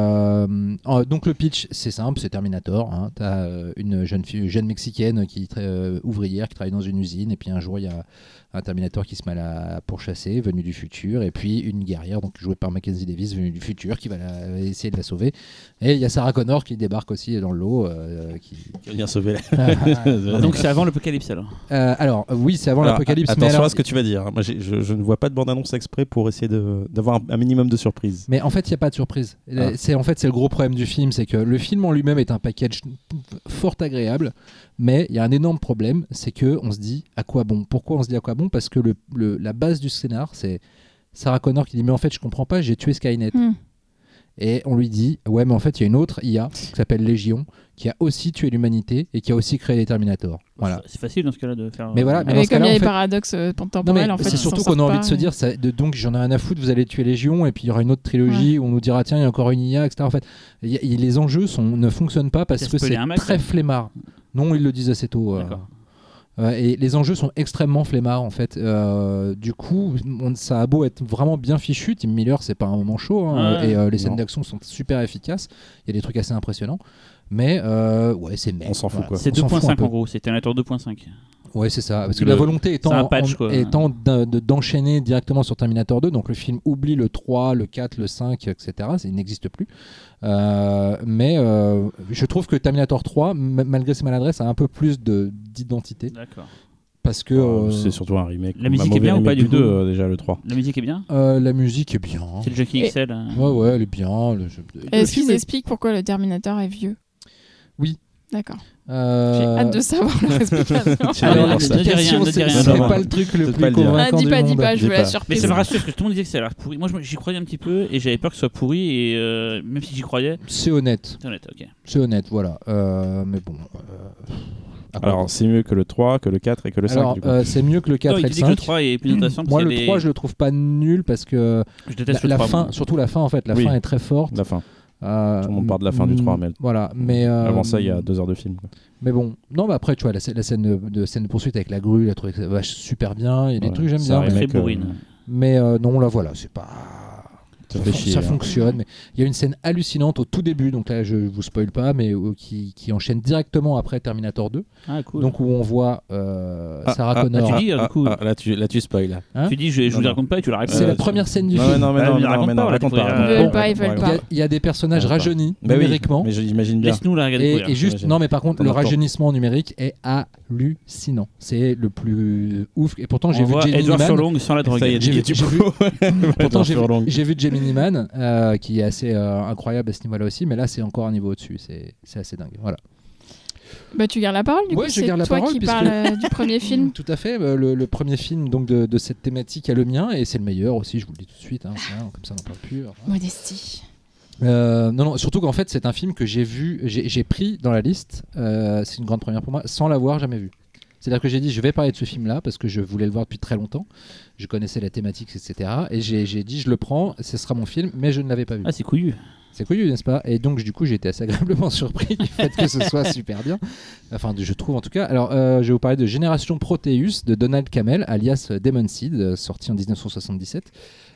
[SPEAKER 3] Euh, en- donc le pitch, c'est simple, c'est Terminator. Hein. T'as euh, une jeune fille, jeune mexicaine qui tra- euh, ouvrière qui travaille dans une usine, et puis un jour il y a un Terminator qui se met à la pourchasser, venu du futur, et puis une guerrière, donc jouée par Mackenzie Davis, venue du futur, qui va la- essayer de la sauver. Et il y a Sarah Connor qui débarque aussi dans le lot. euh, qui...
[SPEAKER 2] Qui vient sauver la-
[SPEAKER 4] Ah. Donc c'est avant l'apocalypse alors.
[SPEAKER 3] Euh, alors oui, c'est avant
[SPEAKER 2] Alors,
[SPEAKER 3] l'apocalypse. mais
[SPEAKER 2] Attention
[SPEAKER 3] alors-
[SPEAKER 2] à ce que tu vas dire. hein. Moi, j'ai- je, je ne vois pas de bande-annonce exprès pour essayer de- d'avoir un, un minimum de surprise.
[SPEAKER 3] Mais en fait, il n'y a pas de surprise.
[SPEAKER 2] Ah.
[SPEAKER 3] C'est en fait c'est le gros problème du film, c'est que le film en lui-même est un package fort agréable, mais il y a un énorme problème, c'est que on se dit à quoi bon. Pourquoi on se dit à quoi bon Parce que le, le- la base du scénar, c'est Sarah Connor qui dit mais en fait je comprends pas, j'ai tué Skynet.
[SPEAKER 1] Hmm.
[SPEAKER 3] Et on lui dit ouais mais en fait il y a une autre IA qui s'appelle Légion qui a aussi tué l'humanité et qui a aussi créé les Terminators. Voilà.
[SPEAKER 4] C'est facile dans ce cas-là de faire. euh,
[SPEAKER 3] Mais voilà, Ah, mais- dans
[SPEAKER 1] Mais
[SPEAKER 3] ce
[SPEAKER 1] comme
[SPEAKER 3] cas-là,
[SPEAKER 1] il y a
[SPEAKER 3] en
[SPEAKER 1] les
[SPEAKER 3] fait-
[SPEAKER 1] paradoxes euh,
[SPEAKER 3] Non, mais
[SPEAKER 1] temporels, en fait.
[SPEAKER 3] c'est
[SPEAKER 1] ils s'en
[SPEAKER 3] surtout qu'on a
[SPEAKER 1] sortent
[SPEAKER 3] envie
[SPEAKER 1] pas, euh.
[SPEAKER 3] de se
[SPEAKER 1] mais-
[SPEAKER 3] dire, ça- de- donc j'en ai rien à foutre, vous allez tuer Légion, et puis il y aura une autre trilogie où on nous dira, tiens, il y a encore une IA, etc. En fait, il y a- il- les enjeux sont, ne fonctionnent pas parce
[SPEAKER 4] T'as
[SPEAKER 3] que
[SPEAKER 4] spoilé
[SPEAKER 3] c'est
[SPEAKER 4] un mec,
[SPEAKER 3] très
[SPEAKER 4] là.
[SPEAKER 3] flemmard. Non, ils le disent assez tôt. euh,
[SPEAKER 4] D'accord.
[SPEAKER 3] euh, et les enjeux sont extrêmement flemmards, en fait. Euh, du coup, on- ça a beau être vraiment bien fichu, Tim Miller, c'est pas un moment chaud, hein,
[SPEAKER 4] Ouais.
[SPEAKER 3] et euh, les
[SPEAKER 2] Non.
[SPEAKER 3] scènes d'action sont super efficaces, il y a des trucs assez impressionnants. Mais euh, ouais, c'est mec.
[SPEAKER 2] On s'en fout, quoi.
[SPEAKER 4] C'est
[SPEAKER 3] On s'en fout un
[SPEAKER 4] 2.5
[SPEAKER 3] peu.
[SPEAKER 4] en gros, c'est Terminator 2.5.
[SPEAKER 3] Ouais, c'est ça. Parce que
[SPEAKER 4] Le-
[SPEAKER 3] la volonté étant,
[SPEAKER 4] c'est un patch,
[SPEAKER 3] en-
[SPEAKER 4] quoi.
[SPEAKER 3] étant d'en- de- d'enchaîner directement sur Terminator 2, donc le film oublie le 3, le 4, le 5, etc. c'est- Il n'existe plus. Euh, mais euh, je trouve que Terminator 3, m- malgré ses maladresses, a un peu plus de- d'identité.
[SPEAKER 4] D'accord.
[SPEAKER 3] Parce que
[SPEAKER 2] Euh,
[SPEAKER 4] Oh,
[SPEAKER 3] euh,
[SPEAKER 2] C'est surtout un remake.
[SPEAKER 4] la
[SPEAKER 2] ou
[SPEAKER 4] musique
[SPEAKER 2] un
[SPEAKER 4] est bien
[SPEAKER 2] mauvais
[SPEAKER 4] ou pas,
[SPEAKER 2] remake
[SPEAKER 4] du coup
[SPEAKER 2] 2 euh, déjà le 3
[SPEAKER 4] La musique est bien
[SPEAKER 3] euh, la musique est bien.
[SPEAKER 4] C'est le Jockey
[SPEAKER 1] Et-
[SPEAKER 4] XL. euh.
[SPEAKER 3] Ouais, ouais, elle est bien. Le jeu- le
[SPEAKER 1] Est-ce qu'ils
[SPEAKER 3] film est-
[SPEAKER 1] expliquent pourquoi le Terminator est vieux
[SPEAKER 3] Oui.
[SPEAKER 1] D'accord.
[SPEAKER 3] euh,
[SPEAKER 1] J'ai hâte de savoir leur explication.
[SPEAKER 2] C'est
[SPEAKER 4] Alors,
[SPEAKER 2] bien,
[SPEAKER 4] Ah, ne
[SPEAKER 2] ça.
[SPEAKER 4] dis rien, ne dis
[SPEAKER 3] c'est
[SPEAKER 4] rien.
[SPEAKER 3] c'est
[SPEAKER 2] Non, non.
[SPEAKER 3] pas le truc le
[SPEAKER 2] Peut-être
[SPEAKER 3] plus
[SPEAKER 2] pas le dire.
[SPEAKER 1] Ah,
[SPEAKER 3] convaincant
[SPEAKER 1] dis
[SPEAKER 3] du bah,
[SPEAKER 1] pas, dis
[SPEAKER 3] monde.
[SPEAKER 1] pas, je
[SPEAKER 2] Dis
[SPEAKER 1] veux la
[SPEAKER 2] pas.
[SPEAKER 1] surprise.
[SPEAKER 4] Mais ça
[SPEAKER 2] C'est
[SPEAKER 4] me
[SPEAKER 2] vrai.
[SPEAKER 4] rassure parce que tout le monde disait que ça a l'air pourri. Moi, je- j'y croyais un petit peu et j'avais peur que ce soit pourri. Et euh, même si j'y croyais,
[SPEAKER 3] C'est honnête,
[SPEAKER 4] c'est honnête, ok.
[SPEAKER 3] c'est honnête, voilà. Euh, mais bon. euh, à part-
[SPEAKER 2] Alors, c'est mieux que le 3, que le 4 et que le 5.
[SPEAKER 3] Alors,
[SPEAKER 2] du coup.
[SPEAKER 3] euh, c'est mieux que le 4
[SPEAKER 4] Non,
[SPEAKER 3] et
[SPEAKER 4] il
[SPEAKER 3] le
[SPEAKER 4] te dit que le
[SPEAKER 3] 5.
[SPEAKER 4] 3 est plus intéressant parce
[SPEAKER 3] Moi,
[SPEAKER 4] qu'il y
[SPEAKER 3] le
[SPEAKER 4] a des-
[SPEAKER 3] 3, je le trouve pas nul parce que
[SPEAKER 4] je
[SPEAKER 3] la,
[SPEAKER 4] déteste
[SPEAKER 3] la
[SPEAKER 4] le 3.
[SPEAKER 3] fin,
[SPEAKER 4] moi.
[SPEAKER 3] surtout la fin, en fait, la
[SPEAKER 2] Oui.
[SPEAKER 3] fin est très forte.
[SPEAKER 2] la fin.
[SPEAKER 3] Euh,
[SPEAKER 2] Tout le monde parle de la fin du 3, mais-
[SPEAKER 3] Voilà, mais. euh,
[SPEAKER 2] Avant ça, il y a deux heures de film. quoi.
[SPEAKER 3] Mais bon, non, mais après, tu vois, la, scè- la scène de, de- scène de poursuite avec la grue, la truc, ça va super bien. Il y a des
[SPEAKER 2] Ouais,
[SPEAKER 3] trucs que j'aime
[SPEAKER 2] c'est
[SPEAKER 3] bien.
[SPEAKER 2] un
[SPEAKER 3] Mais,
[SPEAKER 2] remake,
[SPEAKER 4] Très bourrine.
[SPEAKER 3] mais, euh, non, là, voilà, c'est pas.
[SPEAKER 2] Ça
[SPEAKER 3] fon-
[SPEAKER 2] fait chier, hein.
[SPEAKER 3] fonctionne. mais Il y a une scène hallucinante au tout début, donc là je vous spoil pas, mais euh, qui, qui enchaîne directement après Terminator 2,
[SPEAKER 4] Ah, cool.
[SPEAKER 3] euh, donc où on voit euh, Sarah
[SPEAKER 2] Ah, ah,
[SPEAKER 3] Connor.
[SPEAKER 4] tu dis, euh, du coup.
[SPEAKER 2] là, tu, là, tu spoil. Là.
[SPEAKER 3] hein
[SPEAKER 4] tu dis, je, je
[SPEAKER 2] Non,
[SPEAKER 4] vous
[SPEAKER 2] non.
[SPEAKER 4] la raconte pas et tu la racontes.
[SPEAKER 3] c'est
[SPEAKER 2] Euh,
[SPEAKER 3] la
[SPEAKER 2] je-
[SPEAKER 3] première scène du
[SPEAKER 2] Non,
[SPEAKER 3] film.
[SPEAKER 2] mais non, mais
[SPEAKER 4] Ah,
[SPEAKER 2] non,
[SPEAKER 4] mais
[SPEAKER 2] mais non,
[SPEAKER 4] raconte
[SPEAKER 2] mais
[SPEAKER 4] pas, là,
[SPEAKER 2] non, Bah, raconte
[SPEAKER 4] t'es-
[SPEAKER 2] pas.
[SPEAKER 4] Ils
[SPEAKER 1] veulent
[SPEAKER 2] raconte
[SPEAKER 1] pas, ils veulent
[SPEAKER 2] raconte
[SPEAKER 1] pas.
[SPEAKER 3] Il y a- il y, a des personnages
[SPEAKER 2] Raconte pas.
[SPEAKER 3] rajeunis
[SPEAKER 2] Bah oui,
[SPEAKER 3] numériquement.
[SPEAKER 2] Mais j'imagine bien.
[SPEAKER 4] Laisse-nous la regarder.
[SPEAKER 3] Et,
[SPEAKER 4] courir.
[SPEAKER 3] et juste,
[SPEAKER 2] J'imagine.
[SPEAKER 3] non, mais par contre,
[SPEAKER 2] T'en
[SPEAKER 3] le
[SPEAKER 2] as tort.
[SPEAKER 3] rajeunissement numérique est hallucinant. C'est le plus ouf. Et pourtant, j'ai
[SPEAKER 4] On
[SPEAKER 3] vu
[SPEAKER 4] voit
[SPEAKER 3] Gemini
[SPEAKER 4] Edward
[SPEAKER 3] Man.
[SPEAKER 4] Furlong sans la drogue.
[SPEAKER 2] Ça y est,
[SPEAKER 3] J'ai
[SPEAKER 2] il
[SPEAKER 3] vu-
[SPEAKER 2] est du
[SPEAKER 3] j'ai
[SPEAKER 2] coup-
[SPEAKER 3] vu- Pourtant,
[SPEAKER 2] Edward
[SPEAKER 3] j'ai vu-
[SPEAKER 2] Furlong.
[SPEAKER 3] j'ai vu Gemini Man, euh, qui est assez euh, incroyable à ce niveau-là aussi. Mais là, c'est encore un niveau au-dessus. C'est c'est assez dingue. Voilà.
[SPEAKER 1] Bah, tu gardes la parole, du
[SPEAKER 3] Ouais,
[SPEAKER 1] coup.
[SPEAKER 3] je
[SPEAKER 1] C'est
[SPEAKER 3] garde la
[SPEAKER 1] toi
[SPEAKER 3] parole,
[SPEAKER 1] qui
[SPEAKER 3] puisque-
[SPEAKER 1] parles euh, du premier film.
[SPEAKER 3] Tout à fait. euh, Le, le premier film donc de, de cette thématique est le mien. Et c'est le meilleur aussi, je vous le dis tout de suite. hein, voilà, comme ça, on n'en parle plus. voilà.
[SPEAKER 1] Modestie.
[SPEAKER 3] Euh, non, non, surtout qu'en fait, c'est un film que j'ai vu, j'ai j'ai pris dans la liste, euh, c'est une grande première pour moi, sans l'avoir jamais vu. C'est-à-dire que j'ai dit, je vais parler de ce film-là, parce que je voulais le voir depuis très longtemps, je connaissais la thématique, etc. Et j'ai j'ai dit, je le prends, ce sera mon film, mais je ne l'avais pas vu.
[SPEAKER 4] Ah, c'est couillu.
[SPEAKER 3] C'est connu, n'est-ce pas Et donc, du coup, j'ai été assez agréablement surpris du fait que ce soit super bien. Enfin, je trouve en tout cas. Alors, euh, je vais vous parler de Génération Proteus de Donald Camel, alias Demon Seed, euh, sorti en 1977.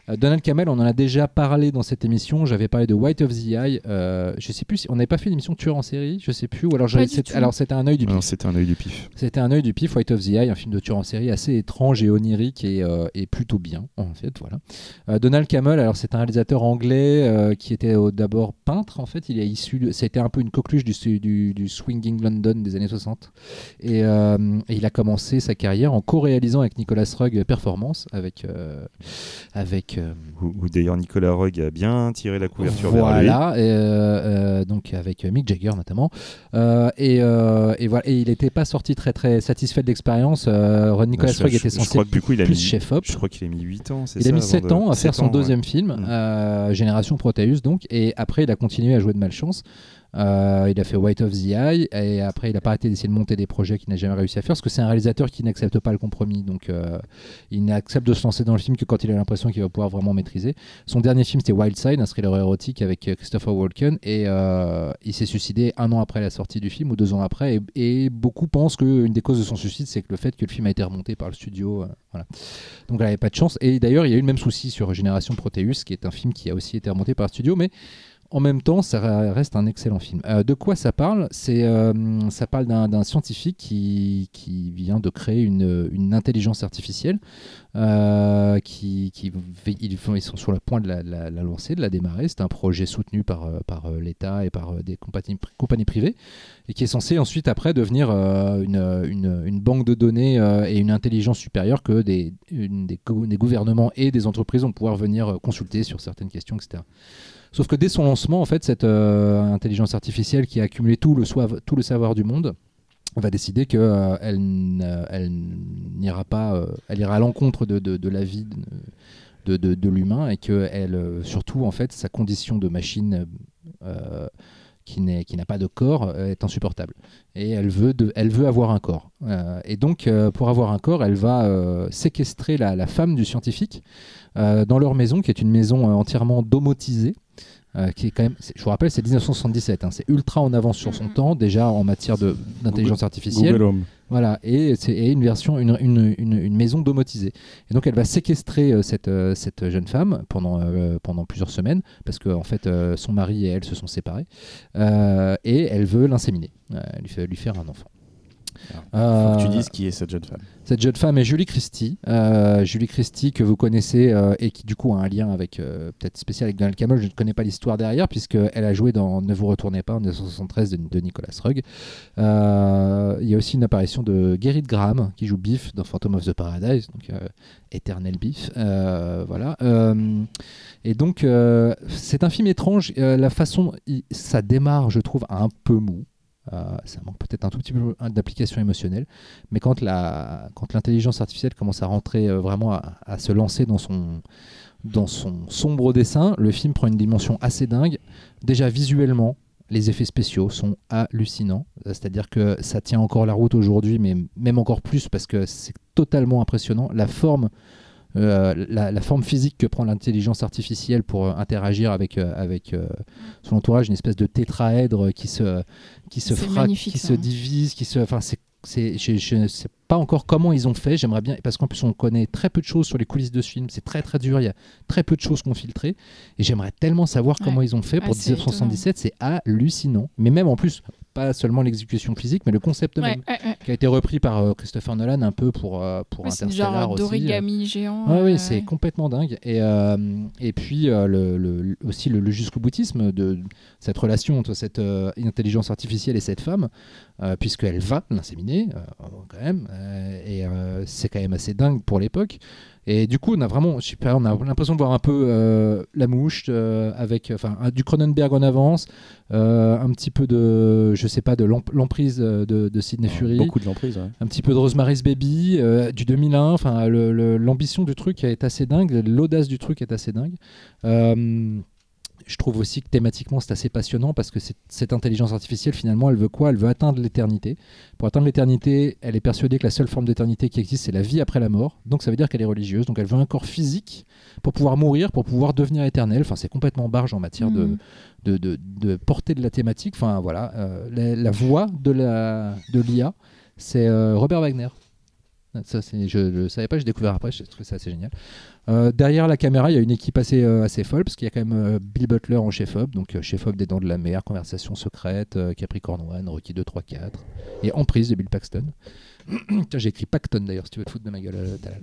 [SPEAKER 3] Euh, Donald Camel, on en a déjà parlé dans cette émission. J'avais parlé de White of the Eye. euh, je sais plus si on n'avait pas fait une émission tueur en série. Je sais plus. Ou alors, j'avais-
[SPEAKER 1] du
[SPEAKER 3] c'était-
[SPEAKER 1] tout.
[SPEAKER 3] alors c'était un œil du
[SPEAKER 5] Ah
[SPEAKER 3] pif.
[SPEAKER 5] non, c'était un œil du pif.
[SPEAKER 3] C'était un œil du pif, White of the Eye, un film de tueur en série assez étrange et onirique et, euh, et plutôt bien en fait. Voilà. Euh, Donald Camel, alors c'est un réalisateur anglais euh, qui était au- d'abord peintre en fait. Il est issu, de- c'était un peu une coqueluche du, su- du, du swinging London des années 60 et, euh, et il a commencé sa carrière en co-réalisant avec Nicolas Rugg euh, Performance avec euh, avec euh,
[SPEAKER 5] Où, où d'ailleurs Nicolas Roeg a bien tiré la couverture vers lui.
[SPEAKER 3] voilà, et, euh, euh, donc avec euh, Mick Jagger notamment. Euh, et, euh, et voilà, et il n'était pas sorti très très satisfait de l'expérience. Euh, Rod Nicolas
[SPEAKER 5] Bah, Je-
[SPEAKER 3] Roeg
[SPEAKER 5] je-
[SPEAKER 3] était
[SPEAKER 5] Je
[SPEAKER 3] censé
[SPEAKER 5] crois que du coup, il a
[SPEAKER 3] plus
[SPEAKER 5] mis,
[SPEAKER 3] chef-op.
[SPEAKER 5] je crois qu'il a mis 8 ans, c'est
[SPEAKER 3] Il
[SPEAKER 5] ça,
[SPEAKER 3] a mis
[SPEAKER 5] avant
[SPEAKER 3] 7
[SPEAKER 5] de-
[SPEAKER 3] ans à
[SPEAKER 5] sept
[SPEAKER 3] faire son
[SPEAKER 5] ans, ouais.
[SPEAKER 3] deuxième film,
[SPEAKER 5] Mm.
[SPEAKER 3] euh, Génération Proteus, donc, et après il a continué à jouer de malchance. Euh, il a fait White of the Eye, et après il a pas arrêté d'essayer de monter des projets qu'il n'a jamais réussi à faire, parce que c'est un réalisateur qui n'accepte pas le compromis, donc euh, il n'accepte de se lancer dans le film que quand il a l'impression qu'il va pouvoir vraiment maîtriser. Son dernier film c'était Wild Side, un thriller érotique avec euh, Christopher Walken, et euh, il s'est suicidé un an après la sortie du film, ou deux ans après, et, et beaucoup pensent qu'une des causes de son suicide c'est que le fait que le film a été remonté par le studio. euh, voilà. Donc elle n'avait pas de chance. Et d'ailleurs, il y a eu le même souci sur Génération Proteus, qui est un film qui a aussi été remonté par le studio, mais En même temps, ça reste un excellent film. Euh, de quoi ça parle C'est euh, ça parle d'un d'un scientifique qui, qui vient de créer une, une intelligence artificielle. euh, qui, qui v- ils, font- ils sont sur le point de la, la- la lancer, de la démarrer. C'est un projet soutenu par, euh, par euh, l'État et par euh, des compagnies, pri- compagnies privées et qui est censé ensuite après devenir euh, une, une- une banque de données euh, et une intelligence supérieure que des, une- des, go- des gouvernements et des entreprises vont pouvoir venir euh, consulter sur certaines questions, etc. Sauf que dès son lancement, en fait, cette euh, intelligence artificielle qui a accumulé tout le, soiv- tout le savoir du monde va décider que euh, elle, n- euh, elle n'ira pas, euh, elle ira à l'encontre de, de- de la vie de, de- de l'humain et que elle, euh, surtout en fait, sa condition de machine euh, qui n'est- qui n'a pas de corps euh, est insupportable. Et elle veut, de- elle veut avoir un corps. Euh, et donc, euh, pour avoir un corps, elle va euh, séquestrer la, la femme du scientifique euh, dans leur maison, qui est une maison euh, entièrement domotisée. euh, qui est quand même, c'est- je vous rappelle, c'est 1977, hein, c'est ultra en avance sur son
[SPEAKER 1] Mhm.
[SPEAKER 3] temps, déjà en matière de- d'intelligence artificielle.
[SPEAKER 2] Google Home.
[SPEAKER 3] Voilà, et c'est et une version, une, une- une- une maison domotisée. Et donc elle va séquestrer euh, cette, euh, cette jeune femme pendant, euh, pendant plusieurs semaines, parce qu'en fait euh, son mari et elle se sont séparés, Euh, et elle veut l'inséminer, Euh, elle lui, fait- lui faire un enfant.
[SPEAKER 2] Ah, Faut que tu
[SPEAKER 3] Euh,
[SPEAKER 2] dises qui est cette jeune femme.
[SPEAKER 3] cette jeune femme est Julie Christie. Euh, Julie Christie que vous connaissez euh, et qui du coup a un lien avec euh, peut-être spécial avec Donald Cameron. Je ne connais pas l'histoire derrière puisqu'elle a joué dans Ne vous retournez pas en 1973 de, de Nicolas Rugg. Euh, il y a aussi une apparition de Gerrit Graham qui joue Biff dans Phantom of the Paradise, donc euh, éternel Biff. Euh, voilà. Euh, et donc euh, c'est un film étrange. Euh, la façon il- ça démarre, je trouve, un peu mou. Euh, ça manque peut-être un tout petit peu d'application émotionnelle. Mais quand la quand l'intelligence artificielle commence à rentrer euh, vraiment à, à se lancer dans son dans son sombre dessin, le film prend une dimension assez dingue. Déjà visuellement, les effets spéciaux sont hallucinants. Euh, C'est-à-dire que ça tient encore la route aujourd'hui, mais même encore plus parce que c'est totalement impressionnant. La forme euh, la, la forme physique que prend l'intelligence artificielle pour euh, interagir avec, euh, avec euh, son entourage, une espèce de tétraèdre qui se, qui se
[SPEAKER 1] C'est
[SPEAKER 3] frappe,
[SPEAKER 1] magnifique,
[SPEAKER 3] qui
[SPEAKER 1] ça,
[SPEAKER 3] se
[SPEAKER 1] hein.
[SPEAKER 3] divise, qui se. Enfin, c'est. c'est- Je je ne sais pas encore comment ils ont fait, j'aimerais bien, parce qu'en plus on connaît très peu de choses sur les coulisses de ce film, c'est très très dur, il y a très peu de choses qu'on filtré, et j'aimerais tellement savoir
[SPEAKER 1] Ouais.
[SPEAKER 3] comment ils ont fait pour
[SPEAKER 1] Ah, c'est
[SPEAKER 3] 1977, c'est hallucinant. Mais même en plus, pas seulement l'exécution physique, mais le concept
[SPEAKER 1] Ouais,
[SPEAKER 3] même,
[SPEAKER 1] ouais, ouais.
[SPEAKER 3] qui a été repris par euh, Christopher Nolan un peu pour, euh, pour
[SPEAKER 1] Ouais, c'est une
[SPEAKER 3] Interstellar
[SPEAKER 1] genre
[SPEAKER 3] aussi.
[SPEAKER 1] d'origami géant.
[SPEAKER 3] Ouais, oui,
[SPEAKER 1] euh,
[SPEAKER 3] c'est complètement dingue. Et, euh, et puis euh, le, le- aussi le, le jusqu'au boutisme de cette relation entre cette euh, intelligence artificielle et cette femme, euh, puisqu'elle va l'inséminer, euh, quand même. euh, et euh, c'est quand même assez dingue pour l'époque. Et du coup, on a vraiment, je sais pas, on a l'impression de voir un peu euh, la mouche euh, avec, enfin, un- du Cronenberg en avance, euh, un petit peu de, je sais pas, de l'em- l'emprise euh, de, de Sidney Fury
[SPEAKER 2] Beaucoup de l'emprise. ouais.
[SPEAKER 3] un petit peu de Rosemary's Baby, euh, du 2001. Enfin, le- le- l'ambition du truc est assez dingue, l'audace du truc est assez dingue. Euh, je trouve aussi que thématiquement c'est assez passionnant parce que c'est- cette intelligence artificielle finalement elle veut quoi Elle veut atteindre l'éternité. Pour atteindre l'éternité, elle est persuadée que la seule forme d'éternité qui existe c'est la vie après la mort. Donc ça veut dire qu'elle est religieuse. Donc elle veut un corps physique pour pouvoir mourir, pour pouvoir devenir éternelle. Enfin c'est complètement barge en matière de,
[SPEAKER 1] Mhm.
[SPEAKER 3] de, de- de portée de la thématique. Enfin voilà, euh, la, la voix de la de l'IA, c'est euh, Robert Wagner. Ça, c'est- je ne savais pas, j'ai découvert après, je trouve ça assez génial. Euh, derrière la caméra, il y a une équipe assez, euh, assez folle, parce qu'il y a quand même euh, Bill Butler en chef-op, donc euh, chef-op des Dents de la Mer, Conversation Secrète, euh, Capricorn One, Rocky 2, 3, 4, et Emprise de Bill Paxton. Tiens, j'ai écrit Paxton d'ailleurs, si tu veux te foutre de ma gueule, euh, Talal.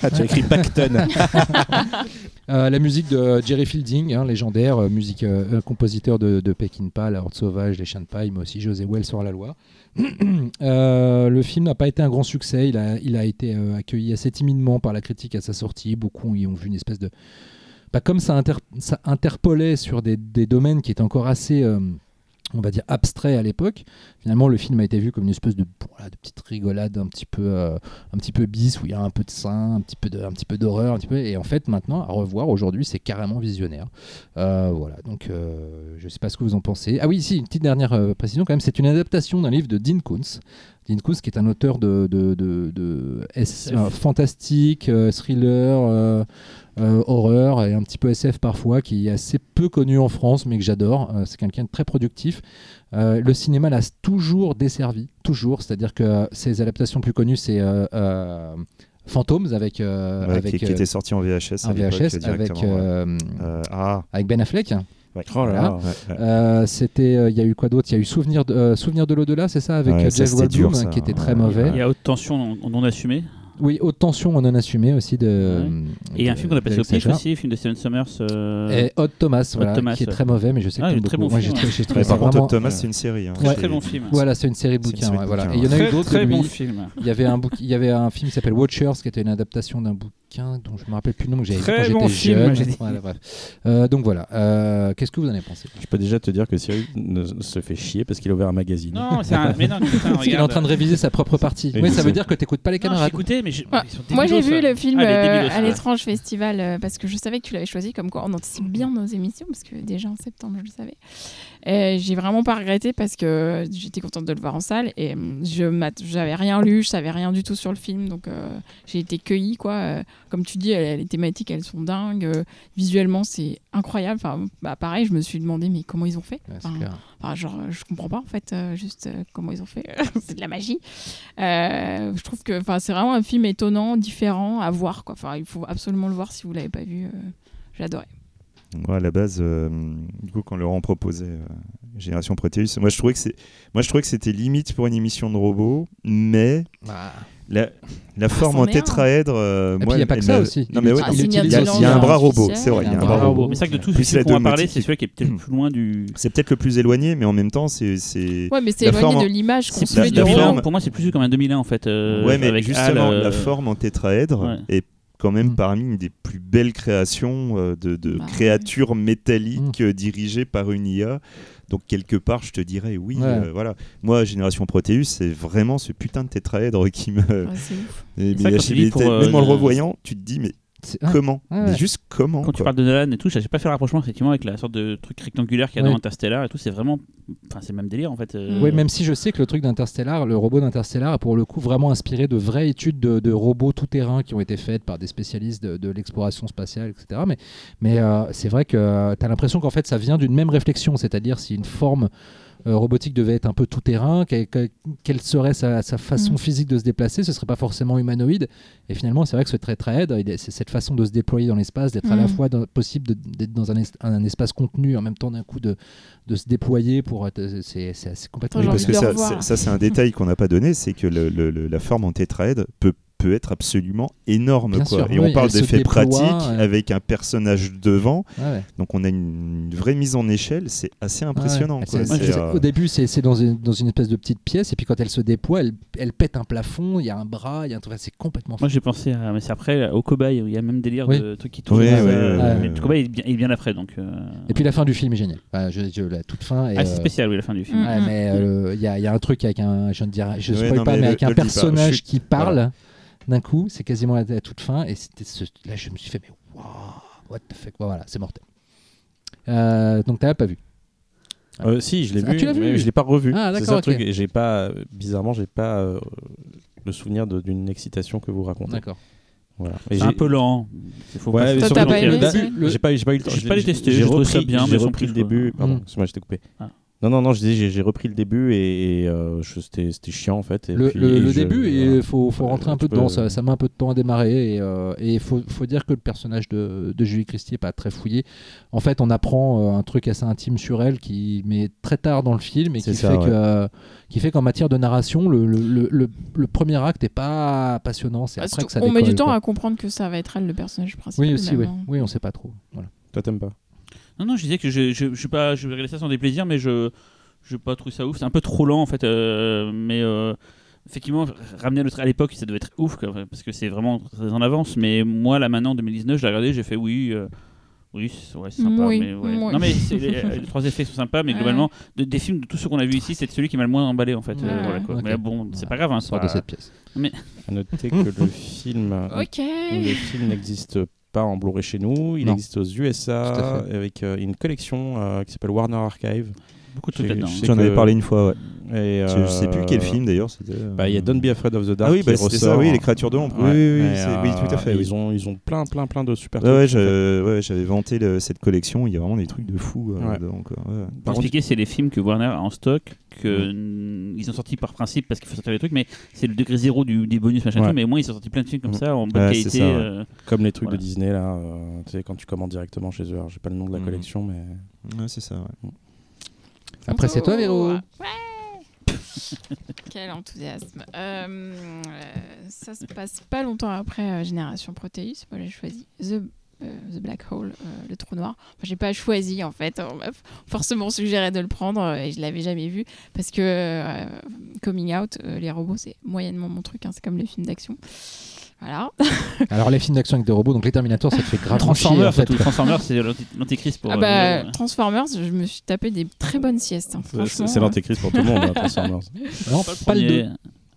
[SPEAKER 2] Ah, tu as écrit Pacton.
[SPEAKER 3] Euh, la musique de Jerry Fielding, hein, légendaire, euh, musique euh, euh, compositeur de, de Peckinpah, La Horde Sauvage, Les Chiens de Paille, mais aussi José Wells sur la Loire. Euh, le film n'a pas été un grand succès, il a, il a été euh, accueilli assez timidement par la critique à sa sortie. Beaucoup y ont vu une espèce de. Bah, comme ça, inter- ça interpolait sur des, des domaines qui étaient encore assez. euh, on va dire abstraits à l'époque. Finalement, le film a été vu comme une espèce de, voilà, de petite rigolade un petit peu euh, un petit peu bis où il y a un peu de sein, un petit peu de, un petit peu d'horreur, un petit peu. Et en fait, maintenant, à revoir aujourd'hui, c'est carrément visionnaire. Euh, voilà. Donc, euh, je sais pas ce que vous en pensez. Ah oui, si une petite dernière euh, précision quand même. C'est une adaptation d'un livre de Dean Koontz. Dean Koontz, qui est un auteur de, de, de, de S-
[SPEAKER 4] SF.
[SPEAKER 3] euh, fantastique, euh, thriller. euh, euh, horreur et un petit peu SF parfois, qui est assez peu connu en France, mais que j'adore. Euh, c'est quelqu'un de très productif. Euh, le cinéma l'a toujours desservi, toujours. C'est-à-dire que ses adaptations plus connues, c'est euh, euh, Phantoms avec, euh,
[SPEAKER 5] Ouais,
[SPEAKER 3] avec
[SPEAKER 5] qui, qui
[SPEAKER 3] euh,
[SPEAKER 5] était sorti en VHS.
[SPEAKER 3] un
[SPEAKER 5] à l'époque,
[SPEAKER 3] VHS, avec,
[SPEAKER 5] directement, ouais.
[SPEAKER 3] euh,
[SPEAKER 5] Euh, ah,
[SPEAKER 3] avec Ben Affleck.
[SPEAKER 5] Ouais.
[SPEAKER 2] Oh là là.
[SPEAKER 3] Voilà. Euh, c'était, euh, il y a eu quoi d'autre Il y a eu Souvenir de, euh, Souvenir de l'au-delà, c'est ça, avec
[SPEAKER 5] Ouais,
[SPEAKER 3] euh,
[SPEAKER 5] ça,
[SPEAKER 3] Jeff
[SPEAKER 5] c'était
[SPEAKER 3] Goldblum,
[SPEAKER 5] dur, ça.
[SPEAKER 3] hein, qui était très
[SPEAKER 5] Ouais,
[SPEAKER 3] mauvais.
[SPEAKER 5] ouais.
[SPEAKER 4] Il y a haute tension, on, on en assumé.
[SPEAKER 3] Oui, haute tension, on en assumé aussi de.
[SPEAKER 4] Et il y a un film qu'on appelle
[SPEAKER 3] d'Alex
[SPEAKER 4] Sopiche
[SPEAKER 3] Sacher.
[SPEAKER 4] aussi, le film de Steven Sommers. euh,
[SPEAKER 3] Et Odd Thomas, voilà,
[SPEAKER 4] Thomas,
[SPEAKER 3] qui est
[SPEAKER 4] ouais.
[SPEAKER 3] très mauvais, mais je sais
[SPEAKER 4] Ah,
[SPEAKER 3] que
[SPEAKER 4] il est
[SPEAKER 3] t'aimes
[SPEAKER 4] très
[SPEAKER 3] beaucoup.
[SPEAKER 4] bon
[SPEAKER 3] Moi, j'ai
[SPEAKER 4] film,
[SPEAKER 3] trouvé-
[SPEAKER 4] ouais.
[SPEAKER 3] j'ai
[SPEAKER 5] Mais
[SPEAKER 3] trouvé
[SPEAKER 5] par contre,
[SPEAKER 3] vraiment- euh,
[SPEAKER 5] Thomas, c'est une série. hein.
[SPEAKER 4] Très
[SPEAKER 5] C'est-
[SPEAKER 4] très bon film.
[SPEAKER 3] Voilà, c'est une série de
[SPEAKER 5] C'est une
[SPEAKER 3] bouquins.
[SPEAKER 5] série de
[SPEAKER 3] ouais, voilà.
[SPEAKER 5] bouquins,
[SPEAKER 3] Et il y en a eu
[SPEAKER 4] Très
[SPEAKER 3] d'autres. de
[SPEAKER 4] très bon
[SPEAKER 3] lui.
[SPEAKER 4] film.
[SPEAKER 3] Il y avait un bouquin- il y avait un film qui s'appelle Watchers, qui était une adaptation d'un bouquin dont je me rappelle plus le nom que j'avais vu
[SPEAKER 4] Très
[SPEAKER 3] quand j'étais
[SPEAKER 4] bon film,
[SPEAKER 3] jeune.
[SPEAKER 4] j'ai dit.
[SPEAKER 3] Voilà, bref. Euh, donc voilà. Euh, Qu'est-ce que vous en avez pensé
[SPEAKER 4] Ah,
[SPEAKER 2] Je peux déjà te dire que Cyril ne- se fait chier parce qu'il a ouvert un magazine.
[SPEAKER 4] Non, c'est un. Mais non, putain,
[SPEAKER 3] Parce qu'il est en
[SPEAKER 4] regarde. euh,
[SPEAKER 3] train de réviser sa propre partie.
[SPEAKER 2] Et
[SPEAKER 3] Oui,
[SPEAKER 2] je
[SPEAKER 3] ça
[SPEAKER 2] sais.
[SPEAKER 3] veut dire que t'écoutes pas les
[SPEAKER 4] Non, j'ai
[SPEAKER 3] camarades.
[SPEAKER 4] écouté, mais j'ai-
[SPEAKER 1] Ouais.
[SPEAKER 4] ils sont
[SPEAKER 1] Moi, j'ai
[SPEAKER 4] débilos,
[SPEAKER 1] vu
[SPEAKER 4] ça.
[SPEAKER 1] le film
[SPEAKER 4] Ah, les
[SPEAKER 1] euh,
[SPEAKER 4] débilos,
[SPEAKER 1] à
[SPEAKER 4] ouais.
[SPEAKER 1] l'étrange festival euh, parce que je savais que tu l'avais choisi. Comme quoi, on anticipe bien nos émissions parce que déjà en septembre, je le savais. Et j'ai vraiment pas regretté parce que j'étais contente de le voir en salle et hum, je m'att- j'avais rien lu, je savais rien du tout sur le film, donc euh, j'ai été cueillie quoi. Euh, Comme tu dis, euh, les thématiques, elles sont dingues. Euh, Visuellement, c'est incroyable. Enfin, bah, pareil, je me suis demandé mais comment ils ont fait.
[SPEAKER 3] Ouais, c'est
[SPEAKER 1] Enfin,
[SPEAKER 3] clair.
[SPEAKER 1] Enfin, genre, euh, je comprends pas en fait, euh, juste euh, comment ils ont fait. c'est de la magie. Euh, je trouve que, enfin, c'est vraiment un film étonnant, différent à voir. Quoi. Enfin, il faut absolument le voir si vous l'avez pas vu. euh, J'adorais.
[SPEAKER 5] Moi, à la base, euh, du coup, quand Laurent proposait euh, Génération Proteus, moi je trouvais que c'est, moi je trouvais que c'était limite pour une émission de robots, mais
[SPEAKER 3] Ah.
[SPEAKER 5] la,
[SPEAKER 4] Ah,
[SPEAKER 5] la forme
[SPEAKER 1] c'en
[SPEAKER 5] en
[SPEAKER 1] est un.
[SPEAKER 5] tétraèdre, euh,
[SPEAKER 3] Et
[SPEAKER 5] moi,
[SPEAKER 3] puis, il y a pas
[SPEAKER 5] elle
[SPEAKER 3] que ça
[SPEAKER 5] m'a-
[SPEAKER 3] aussi.
[SPEAKER 5] Non mais ouais,
[SPEAKER 3] Ah,
[SPEAKER 5] non,
[SPEAKER 3] il
[SPEAKER 5] mais
[SPEAKER 3] y a-
[SPEAKER 1] Signal
[SPEAKER 5] il y a,
[SPEAKER 1] Silence
[SPEAKER 5] il y a un bras robot,
[SPEAKER 1] artificiel.
[SPEAKER 5] c'est vrai, il y a un bras
[SPEAKER 4] Bravo.
[SPEAKER 5] robot.
[SPEAKER 4] Mais c'est vrai que de tous
[SPEAKER 5] Plus
[SPEAKER 4] ceux
[SPEAKER 5] la
[SPEAKER 4] qu'on a parlé,
[SPEAKER 5] domotique.
[SPEAKER 4] c'est celui qui est peut-être le plus loin du.
[SPEAKER 5] C'est peut-être le plus éloigné, mais en même temps, c'est, c'est...
[SPEAKER 1] Ouais, mais c'est
[SPEAKER 5] La
[SPEAKER 1] éloigné
[SPEAKER 5] forme-
[SPEAKER 1] de l'image qu'on
[SPEAKER 4] C'est
[SPEAKER 1] se
[SPEAKER 5] la-
[SPEAKER 1] fait
[SPEAKER 5] la
[SPEAKER 1] de Roland.
[SPEAKER 5] forme-
[SPEAKER 4] Pour moi, c'est plus comme un 2001 en fait. euh,
[SPEAKER 5] ouais, mais
[SPEAKER 4] avec
[SPEAKER 5] justement,
[SPEAKER 4] Al, euh,
[SPEAKER 5] la forme en tétraèdre
[SPEAKER 4] ouais.
[SPEAKER 5] est quand même
[SPEAKER 3] Mm.
[SPEAKER 5] parmi une des plus belles créations euh, de, de
[SPEAKER 1] Bah,
[SPEAKER 5] créatures métalliques euh, dirigées par une IA. Donc quelque part, je te dirais oui.
[SPEAKER 3] Ouais.
[SPEAKER 5] euh, voilà. Moi, Génération Proteus, c'est vraiment ce putain de tétraèdre qui me.
[SPEAKER 1] Ouais, c'est ouf.
[SPEAKER 5] Et
[SPEAKER 4] ça
[SPEAKER 5] mais
[SPEAKER 4] quand
[SPEAKER 5] la
[SPEAKER 4] tu dis pour,
[SPEAKER 5] fidélité- même en le
[SPEAKER 4] euh,
[SPEAKER 5] revoyant, tu te dis mais
[SPEAKER 3] C'est- ah,
[SPEAKER 5] comment
[SPEAKER 3] Ouais.
[SPEAKER 5] Mais juste comment
[SPEAKER 4] Quand tu
[SPEAKER 5] quoi.
[SPEAKER 4] parles de Nolan et tout, j'ai pas fait le rapprochement effectivement avec la sorte de truc rectangulaire qu'il y a dans
[SPEAKER 3] Ouais.
[SPEAKER 4] Interstellar et tout. C'est vraiment, enfin, c'est le même délire en fait. euh,
[SPEAKER 3] Oui, même si je sais que le truc d'Interstellar, le robot d'Interstellar, est pour le coup vraiment inspiré de vraies études de, de robots tout-terrain qui ont été faites par des spécialistes de, de l'exploration spatiale, etc. Mais, mais euh, c'est vrai que tu as l'impression qu'en fait ça vient d'une même réflexion, c'est-à-dire si une forme euh, robotique devait être un peu tout-terrain, que- que- quelle serait sa, sa façon
[SPEAKER 1] Mm.
[SPEAKER 3] physique de se déplacer, ce serait pas forcément humanoïde. Et finalement, c'est vrai que ce trait très aide, il est- c'est cette façon de se déployer dans l'espace, d'être à
[SPEAKER 1] Mm.
[SPEAKER 3] la fois dans- possible de- d'être dans un, es- un espace contenu, en même temps d'un coup de, de se déployer pour être. C'est c'est assez complètement.
[SPEAKER 5] Oui,
[SPEAKER 1] J'ai
[SPEAKER 5] parce
[SPEAKER 1] envie
[SPEAKER 5] que
[SPEAKER 1] de le
[SPEAKER 5] ça,
[SPEAKER 1] revoir.
[SPEAKER 5] c'est- ça, c'est un détail qu'on n'a pas donné, c'est que le- le- le- la forme en tétraèdre peut peut être absolument énorme
[SPEAKER 3] Bien
[SPEAKER 5] quoi.
[SPEAKER 3] sûr,
[SPEAKER 5] et
[SPEAKER 3] oui,
[SPEAKER 5] on parle
[SPEAKER 3] elle se
[SPEAKER 5] d'effets
[SPEAKER 3] déploie,
[SPEAKER 5] pratiques
[SPEAKER 3] euh.
[SPEAKER 5] avec un personnage devant
[SPEAKER 3] Ouais, ouais.
[SPEAKER 5] Donc on a une une vraie mise en échelle, c'est assez
[SPEAKER 2] Ah
[SPEAKER 5] impressionnant.
[SPEAKER 3] Ouais,
[SPEAKER 5] quoi.
[SPEAKER 3] Ah, c'est-
[SPEAKER 5] C'est,
[SPEAKER 3] c'est-
[SPEAKER 5] euh,
[SPEAKER 3] Au début, c'est c'est dans une, dans une espèce de petite pièce, et puis quand elle se déploie, elle, elle pète un plafond, il y a un bras, il y a un truc. C'est complètement. fou.
[SPEAKER 4] Moi j'ai pensé, à, mais c'est après au cobaye où il y a le même délire
[SPEAKER 3] Oui.
[SPEAKER 4] de truc qui tourne.
[SPEAKER 5] Ouais,
[SPEAKER 4] comme ça,
[SPEAKER 5] ouais,
[SPEAKER 4] euh,
[SPEAKER 3] ouais,
[SPEAKER 4] mais
[SPEAKER 5] ouais.
[SPEAKER 4] Le cobaye il est bien, il est bien après donc. euh,
[SPEAKER 3] Et puis la fin du film est géniale. Enfin, je, je- la toute fin. Est,
[SPEAKER 4] ah, c'est
[SPEAKER 3] euh,
[SPEAKER 4] spécial oui la fin du film.
[SPEAKER 1] Mm.
[SPEAKER 3] Ouais, mais euh, il y, a- il y a un truc avec un, je ne dirais, je
[SPEAKER 5] Ouais,
[SPEAKER 3] spoil
[SPEAKER 5] non,
[SPEAKER 3] pas,
[SPEAKER 5] mais
[SPEAKER 3] mais,
[SPEAKER 5] le-
[SPEAKER 3] avec
[SPEAKER 5] ne
[SPEAKER 3] un
[SPEAKER 5] le dis pas.
[SPEAKER 3] personnage
[SPEAKER 5] Chut.
[SPEAKER 3] qui parle d'un coup, c'est quasiment à la toute fin, et c'était ce- là je me suis fait, mais waouh, what the fuck, Bon, voilà, c'est mortel. Euh, donc t'as pas vu.
[SPEAKER 2] Euh, si, je l'ai
[SPEAKER 3] Ah,
[SPEAKER 2] vu,
[SPEAKER 3] tu l'as vu
[SPEAKER 2] mais je l'ai pas revu.
[SPEAKER 3] Ah,
[SPEAKER 2] c'est
[SPEAKER 3] d'accord,
[SPEAKER 2] ça le
[SPEAKER 3] ok.
[SPEAKER 2] truc. et J'ai pas, bizarrement, j'ai pas euh, le souvenir de- d'une excitation que vous racontez.
[SPEAKER 3] D'accord.
[SPEAKER 2] Voilà. Et
[SPEAKER 4] C'est un
[SPEAKER 2] j'ai-
[SPEAKER 4] peu lent. Il faut
[SPEAKER 2] Ouais,
[SPEAKER 4] pas-
[SPEAKER 2] mais
[SPEAKER 1] Toi,
[SPEAKER 4] faut
[SPEAKER 2] surtout
[SPEAKER 1] t'as
[SPEAKER 4] pas
[SPEAKER 1] pas
[SPEAKER 4] mentir.
[SPEAKER 1] aimé
[SPEAKER 2] le
[SPEAKER 1] aussi
[SPEAKER 2] début, le- j'ai pas, eu- j'ai pas eu le temps.
[SPEAKER 4] J'ai
[SPEAKER 2] je
[SPEAKER 4] pas
[SPEAKER 2] l'ai-
[SPEAKER 4] détesté,
[SPEAKER 2] J'ai
[SPEAKER 4] j'ai trouvé
[SPEAKER 2] repris,
[SPEAKER 4] ça bien,
[SPEAKER 2] j'ai
[SPEAKER 4] mais sans
[SPEAKER 2] repris le
[SPEAKER 4] plus, quoi.
[SPEAKER 2] début. Pardon,
[SPEAKER 3] Mm.
[SPEAKER 2] excuse-moi, je t'ai coupé.
[SPEAKER 4] Ah.
[SPEAKER 2] euh, Non, non, non, je disais, j'ai- j'ai repris le début et, et, euh, je- c'était c'était chiant en fait. et
[SPEAKER 3] Le,
[SPEAKER 2] puis-
[SPEAKER 3] le-
[SPEAKER 2] et
[SPEAKER 3] le
[SPEAKER 2] je-
[SPEAKER 3] début, il
[SPEAKER 2] voilà.
[SPEAKER 3] faut, faut
[SPEAKER 2] Euh,
[SPEAKER 3] rentrer un peu
[SPEAKER 2] tu
[SPEAKER 3] dedans,
[SPEAKER 2] peux-
[SPEAKER 3] ça, ça met un peu de temps à démarrer, et il faut, faut dire que le personnage de, de Julie Christie est pas très fouillé. En fait, on apprend euh, un truc assez intime sur elle qui met très tard dans le film, et
[SPEAKER 2] C'est
[SPEAKER 3] qui,
[SPEAKER 2] ça,
[SPEAKER 3] fait
[SPEAKER 2] ouais.
[SPEAKER 3] que, euh, qui fait qu'en matière de narration, le, le- le- le- le premier acte est pas passionnant, c'est
[SPEAKER 1] Bah,
[SPEAKER 3] après
[SPEAKER 1] surtout,
[SPEAKER 3] que ça
[SPEAKER 1] on met du
[SPEAKER 3] décolle,
[SPEAKER 1] temps
[SPEAKER 3] quoi.
[SPEAKER 1] à comprendre que ça va être elle le personnage principal.
[SPEAKER 3] Oui, aussi, oui.
[SPEAKER 1] finalement.
[SPEAKER 3] oui, on sait pas trop. Voilà.
[SPEAKER 2] Toi, t'aimes pas
[SPEAKER 4] Non, non, je disais que je, je, je suis pas, je regardais ça sans déplaisir, mais je n'ai pas trouvé ça ouf. C'est un peu trop lent en fait, euh, mais euh, effectivement, ramener à l'autre à l'époque, ça devait être ouf quoi, parce que c'est vraiment très en avance. Mais moi, là maintenant, en 2019, je l'ai regardé, j'ai fait oui. euh, oui, c'est ouais, c'est sympa.
[SPEAKER 1] Oui,
[SPEAKER 4] mais ouais.
[SPEAKER 1] oui.
[SPEAKER 4] Non, mais c'est- les, euh, les trois effets sont sympas, mais
[SPEAKER 1] Ouais.
[SPEAKER 4] globalement, de- des films de tous ceux qu'on a vus ici, c'est celui qui m'a le moins emballé en fait. euh,
[SPEAKER 1] Ouais.
[SPEAKER 4] voilà, quoi.
[SPEAKER 3] Ok.
[SPEAKER 4] Mais bon, c'est
[SPEAKER 3] Ouais.
[SPEAKER 4] pas grave. Hein,
[SPEAKER 3] On sort
[SPEAKER 4] c'est
[SPEAKER 3] de
[SPEAKER 4] pas-
[SPEAKER 3] cette pièce.
[SPEAKER 2] À noter que le film euh,
[SPEAKER 1] Ok.
[SPEAKER 2] Le film n'existe pas en Blu-ray chez nous, il
[SPEAKER 3] Non.
[SPEAKER 2] existe aux
[SPEAKER 3] Tout
[SPEAKER 2] USA
[SPEAKER 3] à
[SPEAKER 2] avec euh, une collection euh, qui s'appelle Warner Archive.
[SPEAKER 4] Beaucoup de trucs
[SPEAKER 2] J'ai-
[SPEAKER 4] là-dedans.
[SPEAKER 2] j'ai-
[SPEAKER 4] hein.
[SPEAKER 5] J'en avais parlé une fois, ouais.
[SPEAKER 2] Euh, Et,
[SPEAKER 5] Je sais
[SPEAKER 2] euh,
[SPEAKER 5] plus quel film d'ailleurs. c'était, euh,
[SPEAKER 2] bah, Il y a Don't Be Afraid of the Dark.
[SPEAKER 5] Ah oui,
[SPEAKER 2] qui
[SPEAKER 5] bah, c'était ça,
[SPEAKER 2] ressort.
[SPEAKER 5] oui, les créatures de l'ombre. Oui,
[SPEAKER 2] Ouais.
[SPEAKER 5] oui, oui,
[SPEAKER 2] Et,
[SPEAKER 5] c'est-
[SPEAKER 2] euh,
[SPEAKER 5] oui, tout à fait.
[SPEAKER 2] et
[SPEAKER 5] oui.
[SPEAKER 2] Ils ont, ils ont plein, plein, plein de super.
[SPEAKER 5] Ah ouais,
[SPEAKER 2] trucs,
[SPEAKER 5] je-
[SPEAKER 2] en fait.
[SPEAKER 5] ouais, j'avais vanté le- cette collection. Il y a vraiment des trucs de fou euh,
[SPEAKER 2] Ouais.
[SPEAKER 5] dedans, quoi. Ouais.
[SPEAKER 2] Par
[SPEAKER 4] Pour
[SPEAKER 2] contre-
[SPEAKER 4] expliquer, c'est les films que Warner a en stock, que mm, ils ont sorti par principe parce qu'il faut sortir les trucs, mais c'est le degré zéro du, des bonus machin
[SPEAKER 2] Ouais.
[SPEAKER 4] tout, mais au moins ils ont sorti plein de films comme
[SPEAKER 5] Mhm.
[SPEAKER 4] ça en bonne
[SPEAKER 5] Ouais, c'est
[SPEAKER 4] qualité.
[SPEAKER 5] ça, ouais.
[SPEAKER 4] euh,
[SPEAKER 2] Comme les trucs
[SPEAKER 4] Voilà.
[SPEAKER 2] de Disney, là, euh, tu sais, quand tu commandes directement chez eux. Alors, j'ai pas le nom de la
[SPEAKER 5] Mhm.
[SPEAKER 2] collection, mais. euh,
[SPEAKER 5] Ouais, c'est ça. ouais.
[SPEAKER 3] Après, c'est toi, Véro.
[SPEAKER 1] Ouais Oh, Quel enthousiasme. Euh, euh, ça se passe pas longtemps après euh, Génération Proteus. Moi, j'ai choisi The, euh, The Black Hole, euh, le trou noir. Enfin, j'ai pas choisi, en fait. On m'a forcément suggéré de le prendre euh, et je l'avais jamais vu parce que euh, Coming Out, euh, les robots, c'est moyennement mon truc. hein, c'est comme les films d'action. Voilà.
[SPEAKER 3] Alors, les films d'action avec des robots, donc les Terminators, ça te fait grave chier,
[SPEAKER 4] Transformers,
[SPEAKER 3] en fait.
[SPEAKER 4] surtout. Transformers, c'est l'anti- l'antichrist pour.
[SPEAKER 1] Ah
[SPEAKER 4] euh,
[SPEAKER 1] bah,
[SPEAKER 4] euh,
[SPEAKER 1] Transformers, je me suis tapé des très bonnes siestes. hein,
[SPEAKER 2] C'est-
[SPEAKER 1] franchement,
[SPEAKER 2] C'est c'est l'antéchrist pour tout le monde, hein, Transformers.
[SPEAKER 3] Non,
[SPEAKER 4] pas le
[SPEAKER 3] pas le
[SPEAKER 4] premier.
[SPEAKER 3] 2.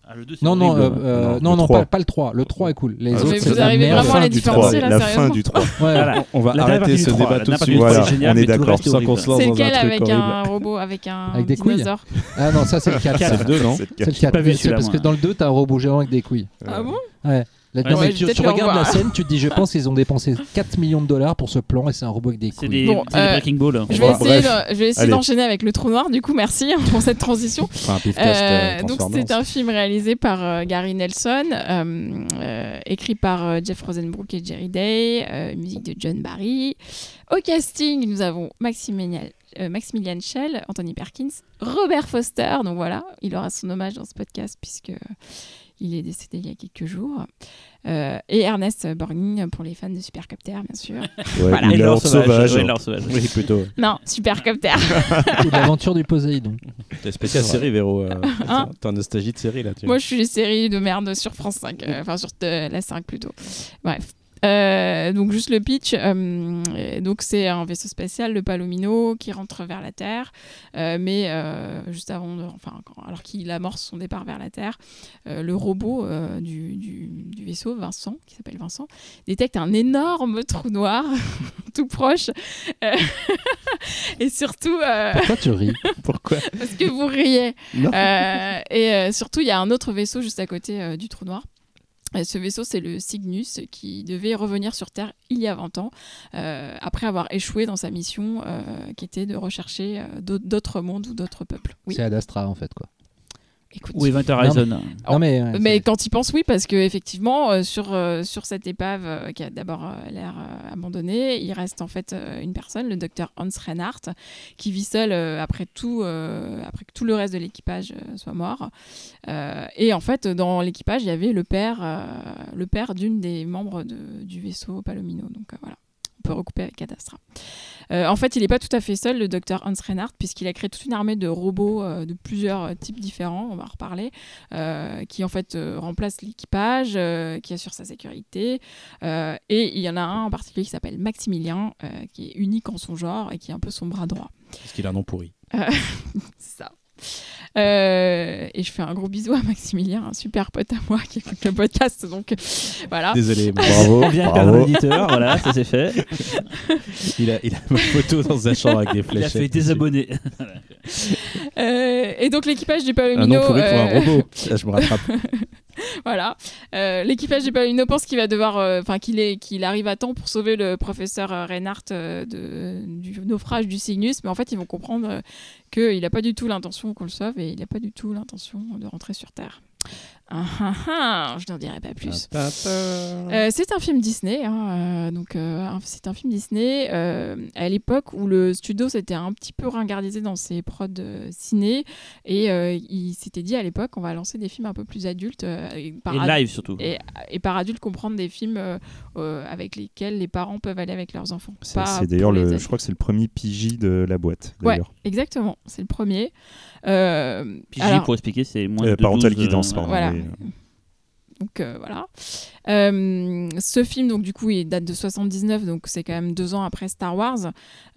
[SPEAKER 4] Ah, le 2, c'est
[SPEAKER 3] Non, non,
[SPEAKER 4] horrible.
[SPEAKER 3] euh, euh,
[SPEAKER 2] Non,
[SPEAKER 3] non,
[SPEAKER 5] le
[SPEAKER 3] non,
[SPEAKER 5] trois.
[SPEAKER 3] pas, pas le 3. Le 3 est cool. Les
[SPEAKER 1] Ah,
[SPEAKER 3] autres,
[SPEAKER 1] mais
[SPEAKER 3] c'est
[SPEAKER 1] vous
[SPEAKER 3] de la
[SPEAKER 1] arrivez
[SPEAKER 3] merde.
[SPEAKER 1] vraiment à
[SPEAKER 5] fin
[SPEAKER 1] la
[SPEAKER 5] du
[SPEAKER 1] différencier,
[SPEAKER 5] 3,
[SPEAKER 1] là,
[SPEAKER 5] la fin
[SPEAKER 1] sérieusement.
[SPEAKER 5] du 3.
[SPEAKER 3] Ouais.
[SPEAKER 4] Voilà.
[SPEAKER 2] On va
[SPEAKER 4] La dernière
[SPEAKER 2] arrêter
[SPEAKER 4] du
[SPEAKER 2] ce
[SPEAKER 4] trois,
[SPEAKER 2] débat
[SPEAKER 4] la
[SPEAKER 2] tout
[SPEAKER 4] dernière
[SPEAKER 2] de suite.
[SPEAKER 4] du trois,
[SPEAKER 5] Voilà,
[SPEAKER 4] c'est génial,
[SPEAKER 5] on est
[SPEAKER 4] mais tout le
[SPEAKER 5] d'accord.
[SPEAKER 4] reste
[SPEAKER 2] Sans qu'on
[SPEAKER 4] horrible.
[SPEAKER 2] se lance
[SPEAKER 1] C'est
[SPEAKER 2] dans un
[SPEAKER 1] lequel
[SPEAKER 2] truc
[SPEAKER 1] avec
[SPEAKER 2] horrible.
[SPEAKER 1] un robot, avec un
[SPEAKER 3] Avec des couilles
[SPEAKER 1] dinosaure
[SPEAKER 3] Ah non, ça, c'est le 4.
[SPEAKER 2] C'est
[SPEAKER 3] ça.
[SPEAKER 2] le 2, non
[SPEAKER 5] C'est le
[SPEAKER 3] C'est
[SPEAKER 5] cas.
[SPEAKER 3] le 4.
[SPEAKER 4] pas vu celui-là,
[SPEAKER 3] parce
[SPEAKER 4] moi.
[SPEAKER 3] que dans le 2, t'as un robot géant avec des couilles.
[SPEAKER 1] Ah bon
[SPEAKER 3] Ouais. Là,
[SPEAKER 4] Ouais,
[SPEAKER 3] non, mais
[SPEAKER 1] ouais,
[SPEAKER 3] tu,
[SPEAKER 1] peut-être
[SPEAKER 3] tu
[SPEAKER 1] le
[SPEAKER 3] regardes
[SPEAKER 1] revoir.
[SPEAKER 3] la scène, tu te dis, je pense qu'ils ont dépensé 4 millions de dollars pour ce plan et c'est un robot avec des
[SPEAKER 4] C'est
[SPEAKER 3] couilles.
[SPEAKER 4] des,
[SPEAKER 1] Bon,
[SPEAKER 4] c'est des
[SPEAKER 1] euh,
[SPEAKER 4] Breaking Ball.
[SPEAKER 1] Je vais
[SPEAKER 5] Bon,
[SPEAKER 1] essayer,
[SPEAKER 5] bref.
[SPEAKER 1] de- je vais essayer
[SPEAKER 5] Allez.
[SPEAKER 1] d'enchaîner avec le trou noir, du coup, merci hein, pour cette transition.
[SPEAKER 2] Enfin, un
[SPEAKER 1] Euh,
[SPEAKER 2] pifcast, euh,
[SPEAKER 1] donc,
[SPEAKER 2] Transformers.
[SPEAKER 1] c'est un film réalisé par euh, Gary Nelson, euh, euh, écrit par euh, Jeff Rosenbrook et Jerry Day, euh, musique de John Barry. Au casting, nous avons Maximilian, euh, Maximilian Schell, Anthony Perkins, Robert Foster. Donc voilà, il aura son hommage dans ce podcast puisque euh, il est décédé il y a quelques jours. Euh, et Ernest Borgnine pour les fans de Supercopter, bien sûr.
[SPEAKER 5] Ouais,
[SPEAKER 4] Voilà.
[SPEAKER 5] ou
[SPEAKER 4] Et
[SPEAKER 5] la
[SPEAKER 4] l'or
[SPEAKER 5] Horde sauvage.
[SPEAKER 4] sauvage. Ouais, l'or sauvage.
[SPEAKER 2] Oui, plutôt.
[SPEAKER 1] non, Supercopter.
[SPEAKER 3] Ou de l'aventure du Poséidon.
[SPEAKER 2] T'es spécial série, Véro. euh,
[SPEAKER 1] Hein
[SPEAKER 2] T'es un nostalgie de série, là. Tu
[SPEAKER 1] Moi, je suis les séries de merde sur France 5, euh, enfin sur euh, la 5 plutôt. Bref. Euh, donc juste le pitch, euh, euh, donc c'est un vaisseau spatial, le Palomino, qui rentre vers la Terre, euh, mais euh, juste avant, de- enfin quand- alors qu'il amorce son départ vers la Terre, euh, le robot euh, du, du- du vaisseau, Vincent, qui s'appelle Vincent, détecte un énorme trou noir tout proche, Euh, et surtout euh,
[SPEAKER 3] Pourquoi tu ris
[SPEAKER 2] Pourquoi
[SPEAKER 1] parce que vous riez.
[SPEAKER 2] Non.
[SPEAKER 1] Euh, et euh, surtout, il y a un autre vaisseau juste à côté euh, du trou noir. Euh, Ce vaisseau, c'est le Cygnus qui devait revenir sur Terre il y a 20 ans, euh, après avoir échoué dans sa mission euh, qui était de rechercher euh, d'aut- d'autres mondes ou d'autres peuples. Oui,
[SPEAKER 3] C'est Ad Astra, en fait. Quoi.
[SPEAKER 1] écoute.
[SPEAKER 4] Ou Event Horizon.
[SPEAKER 3] non, mais, ouais,
[SPEAKER 1] Oh, Mais
[SPEAKER 3] c'est-
[SPEAKER 1] quand il pense, oui, parce que effectivement, euh, sur, euh, sur cette épave euh, qui a d'abord euh, l'air euh, abandonnée, il reste en fait euh, une personne, le docteur Hans Reinhardt, qui vit seul euh, après, tout, euh, après que tout le reste de l'équipage euh, soit mort. Euh, et en fait, dans l'équipage, il y avait le père, euh, le père d'une des membres de- du vaisseau Palomino. Donc euh, voilà. On peut recouper avec Cadastra. en fait, il n'est pas tout à fait seul, le docteur Hans Reinhardt, puisqu'il a créé toute une armée de robots euh, de plusieurs euh, types différents, on va en reparler, euh, qui en fait euh, remplace l'équipage, euh, qui assure sa sécurité. Euh, et il y en a un en particulier qui s'appelle Maximilien, euh, qui est unique en son genre et qui est un peu son bras droit.
[SPEAKER 2] Parce qu'il a un nom pourri.
[SPEAKER 1] C'est ça. Euh, et je fais un gros bisou à Maximilien, un super pote à moi qui écoute le podcast. Donc voilà.
[SPEAKER 2] Désolé, mais
[SPEAKER 5] Oh, Bravo,
[SPEAKER 4] On vient de perdre un
[SPEAKER 5] bravo.
[SPEAKER 4] auditeur, voilà, ça c'est fait.
[SPEAKER 2] il a, il a ma photo dans sa chambre avec des
[SPEAKER 4] Il a
[SPEAKER 2] fléchettes.
[SPEAKER 4] fait des
[SPEAKER 2] dessus.
[SPEAKER 4] abonnés.
[SPEAKER 1] Euh, et donc l'équipage du Palomino.
[SPEAKER 2] Un nom pourri pour un
[SPEAKER 1] euh,
[SPEAKER 2] robot. Là, je me rattrape.
[SPEAKER 1] voilà. Euh, L'équipage des Palomino pense qu'il va devoir, euh, enfin qu'il est, qu'il arrive à temps pour sauver le professeur euh, Reinhardt euh, de- du naufrage du Cygnus, mais en fait ils vont comprendre euh, qu'il n'a pas du tout l'intention qu'on le sauve et il n'a pas du tout l'intention de rentrer sur Terre. Ah, ah, ah, je n'en dirai pas plus. Euh, c'est un film Disney, hein, euh, donc euh, un- c'est un film Disney euh, à l'époque où le studio s'était un petit peu ringardisé dans ses prods euh, ciné et euh, il s'était dit à l'époque on va lancer des films un peu plus adultes euh, et par
[SPEAKER 4] Et
[SPEAKER 1] ad-
[SPEAKER 4] live surtout.
[SPEAKER 1] et par adulte comprendre des films euh, euh, avec lesquels les parents peuvent aller avec leurs enfants.
[SPEAKER 5] C'est
[SPEAKER 1] Pas
[SPEAKER 5] c'est
[SPEAKER 1] pour
[SPEAKER 5] d'ailleurs,
[SPEAKER 1] les
[SPEAKER 5] le,
[SPEAKER 1] adultes.
[SPEAKER 5] je crois que c'est le premier PJ de la boîte.
[SPEAKER 1] Ouais.
[SPEAKER 5] d'ailleurs.
[SPEAKER 1] Exactement, c'est le premier. Euh,
[SPEAKER 4] Puis
[SPEAKER 1] alors,
[SPEAKER 4] pour expliquer, c'est moins
[SPEAKER 5] Euh,
[SPEAKER 4] de
[SPEAKER 5] parental
[SPEAKER 4] 12, euh,
[SPEAKER 5] guidance,
[SPEAKER 1] Mm.
[SPEAKER 4] ouais.
[SPEAKER 5] pardon.
[SPEAKER 1] voilà.
[SPEAKER 5] mais, euh,
[SPEAKER 1] donc euh, voilà. Euh, ce film, donc du coup, il date de 79, donc c'est quand même deux ans après Star Wars.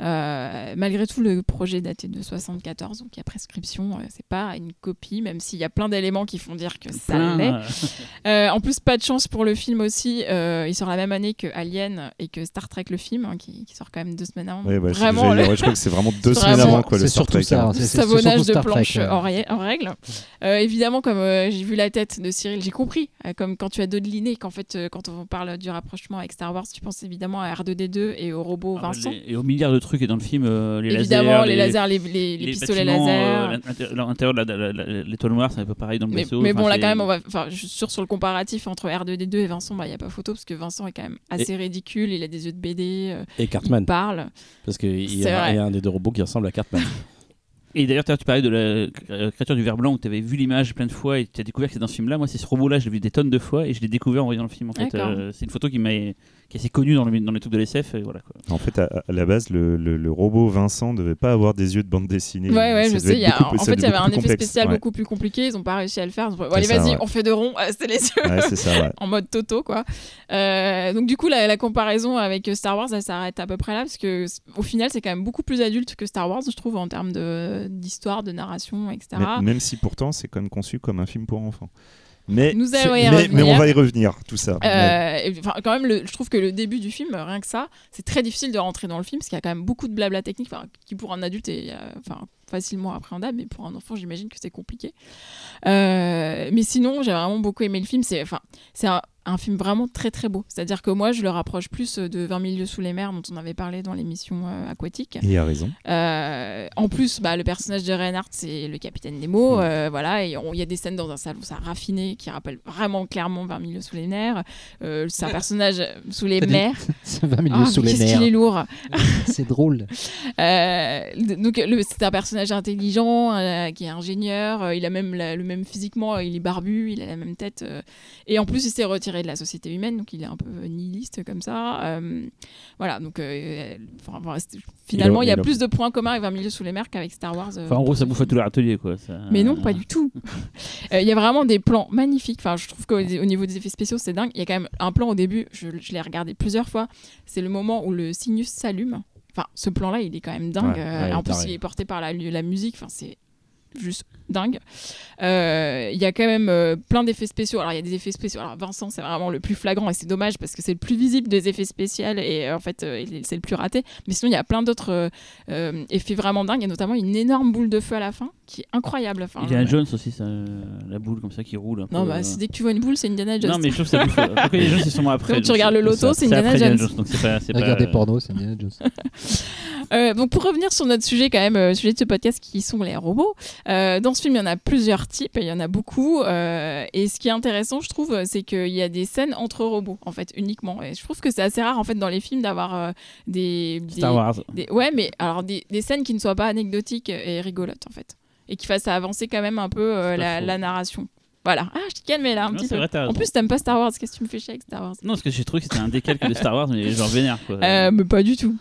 [SPEAKER 1] Euh, malgré tout, le projet datait de 74, donc il y a prescription. euh, c'est pas une copie, même s'il y a plein d'éléments qui font dire que ça
[SPEAKER 4] Plein,
[SPEAKER 1] l'est.
[SPEAKER 4] euh,
[SPEAKER 1] Euh, en plus, pas de chance pour le film aussi. euh, il sort la même année que Alien et que Star Trek, le film, hein, qui, qui sort quand même deux semaines avant.
[SPEAKER 5] Ouais, bah, c'est
[SPEAKER 1] Vraiment,
[SPEAKER 5] ce que j'allais
[SPEAKER 1] le-
[SPEAKER 5] dire. Ouais, je crois que c'est vraiment deux semaines
[SPEAKER 1] vraiment-
[SPEAKER 5] avant quoi, le
[SPEAKER 3] C'est
[SPEAKER 5] Star
[SPEAKER 3] surtout
[SPEAKER 5] Trek,
[SPEAKER 3] ça.
[SPEAKER 5] hein.
[SPEAKER 3] hein, c'est- c'est
[SPEAKER 1] savonnage
[SPEAKER 3] surtout
[SPEAKER 1] de
[SPEAKER 3] Star Trek,
[SPEAKER 1] planche
[SPEAKER 3] ouais.
[SPEAKER 1] en, ré- en règle. Euh, évidemment, comme euh, j'ai vu la tête de Cyril, j'ai compris. euh, comme quand tu as Dodeliné, qu'en fait, euh, quand on parle du rapprochement avec Star Wars, tu penses évidemment à R2D2 et au robot
[SPEAKER 4] Ah,
[SPEAKER 1] Vincent.
[SPEAKER 4] les- Et au milliard de trucs et dans le film, euh, les
[SPEAKER 1] évidemment,
[SPEAKER 4] lasers,
[SPEAKER 1] les, lasers, les, les- les pistolets
[SPEAKER 4] bâtiments,
[SPEAKER 1] laser.
[SPEAKER 4] euh, l'intér- l'intérieur de la- la- la- la- l'étoile noire, c'est un peu pareil dans le
[SPEAKER 1] mais,
[SPEAKER 4] vaisseau.
[SPEAKER 1] mais
[SPEAKER 4] Enfin,
[SPEAKER 1] bon, là,
[SPEAKER 4] c'est-
[SPEAKER 1] quand même, on va, enfin, je suis sûr sur le comparatif entre R2D2 et Vincent, bah, il n'y a pas photo parce que Vincent est quand même assez ridicule. Il a des yeux de BD, euh,
[SPEAKER 2] Et
[SPEAKER 1] il
[SPEAKER 2] Cartman,
[SPEAKER 1] parle.
[SPEAKER 2] parce qu'il y,
[SPEAKER 1] C'est
[SPEAKER 2] a-
[SPEAKER 1] vrai.
[SPEAKER 2] il y a un des deux robots qui ressemble à Cartman.
[SPEAKER 4] Et d'ailleurs, tout à l'heure, tu parlais de la euh, créature du ver blanc où tu avais vu l'image plein de fois et tu as découvert que c'est dans ce film-là. Moi, c'est ce robot-là, je l'ai vu des tonnes de fois et je l'ai découvert en voyant le film. En fait,
[SPEAKER 1] D'accord.
[SPEAKER 4] Euh, c'est une photo qui m'a qui est assez connue dans, le, dans les trucs de l'SF. Et voilà, quoi.
[SPEAKER 1] Euh,
[SPEAKER 5] En fait, à, à la base, le, le- le robot Vincent devait pas avoir des yeux de bande dessinée.
[SPEAKER 1] Ouais, ouais,
[SPEAKER 5] Ça
[SPEAKER 1] je
[SPEAKER 5] devait
[SPEAKER 1] sais.
[SPEAKER 5] être
[SPEAKER 1] il y a-
[SPEAKER 5] beaucoup-
[SPEAKER 1] en
[SPEAKER 5] ça
[SPEAKER 1] fait, il y
[SPEAKER 5] devait
[SPEAKER 1] avait un
[SPEAKER 5] beaucoup
[SPEAKER 1] effet
[SPEAKER 5] complexe.
[SPEAKER 1] spécial
[SPEAKER 5] Ouais.
[SPEAKER 1] beaucoup plus compliqué. Ils n'ont pas réussi à le faire. Ils ont fait, bon, allez,
[SPEAKER 5] ça,
[SPEAKER 1] vas-y,
[SPEAKER 5] ouais.
[SPEAKER 1] on fait de rond. euh, c'est les yeux.
[SPEAKER 5] Ouais, c'est ça, ouais.
[SPEAKER 1] en mode Toto, quoi. Euh, donc, du coup, la, la comparaison avec euh, Star Wars, elle s'arrête à peu près là, parce que c- au final, c'est quand même beaucoup plus adulte que Star Wars, je trouve, en termes de- d'histoire, de, narration, etc.
[SPEAKER 5] Mais- même si pourtant, c'est quand même conçu comme un film pour enfants. Mais,
[SPEAKER 1] Nous allons
[SPEAKER 5] c'est-
[SPEAKER 1] y
[SPEAKER 5] mais, mais on
[SPEAKER 1] revenir.
[SPEAKER 5] va y revenir, tout ça. Ouais.
[SPEAKER 1] Euh, et- enfin, quand même, le- je trouve que le début du film, euh, rien que ça, c'est très difficile de rentrer dans le film parce qu'il y a quand même beaucoup de blabla technique, enfin, qui pour un adulte est euh, enfin, facilement appréhendable, mais pour un enfant, j'imagine que c'est compliqué. Euh, mais sinon, j'ai vraiment beaucoup aimé le film. C'est enfin, c'est un, un film vraiment très très beau. C'est-à-dire que moi, je le rapproche plus de 20 000 lieues sous les mers dont on avait parlé dans l'émission euh, aquatique.
[SPEAKER 5] Il a raison.
[SPEAKER 1] Euh, en plus, bah, le personnage de Reinhardt, c'est le capitaine Nemo.
[SPEAKER 3] Mm.
[SPEAKER 1] euh, voilà, et on- il y a des scènes dans un salon, ça raffiné, qui rappelle vraiment clairement 20 milieux sous les nerfs. Euh, c'est un personnage sous les
[SPEAKER 3] T'as dit
[SPEAKER 1] mers.
[SPEAKER 3] C'est 20 milieux
[SPEAKER 1] Ah,
[SPEAKER 3] sous les
[SPEAKER 1] Qu'est-ce qu'il est
[SPEAKER 3] nerfs.
[SPEAKER 1] lourd.
[SPEAKER 3] C'est drôle.
[SPEAKER 1] Euh, donc le- c'est un personnage intelligent euh, qui est ingénieur. euh, il a même la- le même physiquement, euh, il est barbu, il a la même tête. euh, et en plus, il s'est retiré de la société humaine, donc il est un peu nihiliste comme ça. euh, voilà, donc euh, enfin, voilà, c'est- finalement,
[SPEAKER 2] Il a-
[SPEAKER 1] il y a
[SPEAKER 2] il a-
[SPEAKER 1] plus de points communs avec 20 milieux sous les mers qu'avec Star Wars. euh,
[SPEAKER 4] Enfin, en gros,
[SPEAKER 1] pour
[SPEAKER 4] ça
[SPEAKER 1] ce
[SPEAKER 4] bouffe à
[SPEAKER 1] film.
[SPEAKER 4] tout leur atelier. Quoi. Ça-
[SPEAKER 1] Mais non, pas du tout. Euh, Il y a vraiment des plans magnifiques. Enfin, je trouve qu'au au niveau des effets spéciaux, c'est dingue. Il y a quand même un plan au début, je, je l'ai regardé plusieurs fois. C'est le moment où le sinus s'allume. Enfin, ce plan-là, il est quand même dingue.
[SPEAKER 5] Ouais,
[SPEAKER 1] Euh,
[SPEAKER 2] ouais,
[SPEAKER 1] en plus,
[SPEAKER 2] taré.
[SPEAKER 1] il est porté par la, la musique. Enfin, c'est juste dingue. Euh, Il y a quand même euh, plein d'effets spéciaux. Alors, il y a des effets spéciaux. Alors, Vincent, c'est vraiment le plus flagrant et c'est dommage parce que c'est le plus visible des effets spéciaux et euh, en fait, euh, il est- c'est le plus raté. Mais sinon, il y a plein d'autres euh, euh, effets vraiment dingues. Il y a notamment une énorme boule de feu à la fin qui est incroyable. Enfin,
[SPEAKER 4] Indiana Jones aussi, ça, euh, la boule comme ça qui roule. un
[SPEAKER 1] non,
[SPEAKER 4] peu,
[SPEAKER 1] bah,
[SPEAKER 4] euh.
[SPEAKER 1] si dès que tu vois une boule, c'est Indiana Jones.
[SPEAKER 4] non, mais je trouve que ça bouffe. euh, Après, les Jones, c'est sûrement après.
[SPEAKER 1] Quand tu regardes le loto, c'est Indiana
[SPEAKER 4] après
[SPEAKER 1] Jones.
[SPEAKER 4] Donc, c'est pas. c'est pas-
[SPEAKER 3] Regardez porno, c'est Indiana Jones.
[SPEAKER 1] Euh, donc pour revenir sur notre sujet quand même, euh, sujet de ce podcast qui sont les robots. euh, dans ce film, il y en a plusieurs types, et il y en a beaucoup. euh, et ce qui est intéressant, je trouve, euh, c'est qu'il y a des scènes entre robots, en fait, uniquement. Et je trouve que c'est assez rare, en fait, dans les films d'avoir euh, des, des-
[SPEAKER 4] Star Wars.
[SPEAKER 1] des- ouais, mais alors des, des scènes qui ne soient pas anecdotiques et rigolotes, en fait, et qui fassent avancer quand même un peu euh,
[SPEAKER 4] C'est pas
[SPEAKER 1] la,
[SPEAKER 4] faux.
[SPEAKER 1] la narration. Voilà. Ah, je t'ai calmé là un
[SPEAKER 4] Non,
[SPEAKER 1] petit
[SPEAKER 4] c'est
[SPEAKER 1] peu.
[SPEAKER 4] vrai, t'as
[SPEAKER 1] en
[SPEAKER 4] raison.
[SPEAKER 1] plus, t'aimes pas Star Wars Qu'est-ce que tu me fais chier avec Star Wars
[SPEAKER 4] Non, parce que j'ai trouvé que c'était un décalque de Star Wars, mais genre vénère. Quoi.
[SPEAKER 1] Euh, mais pas du tout.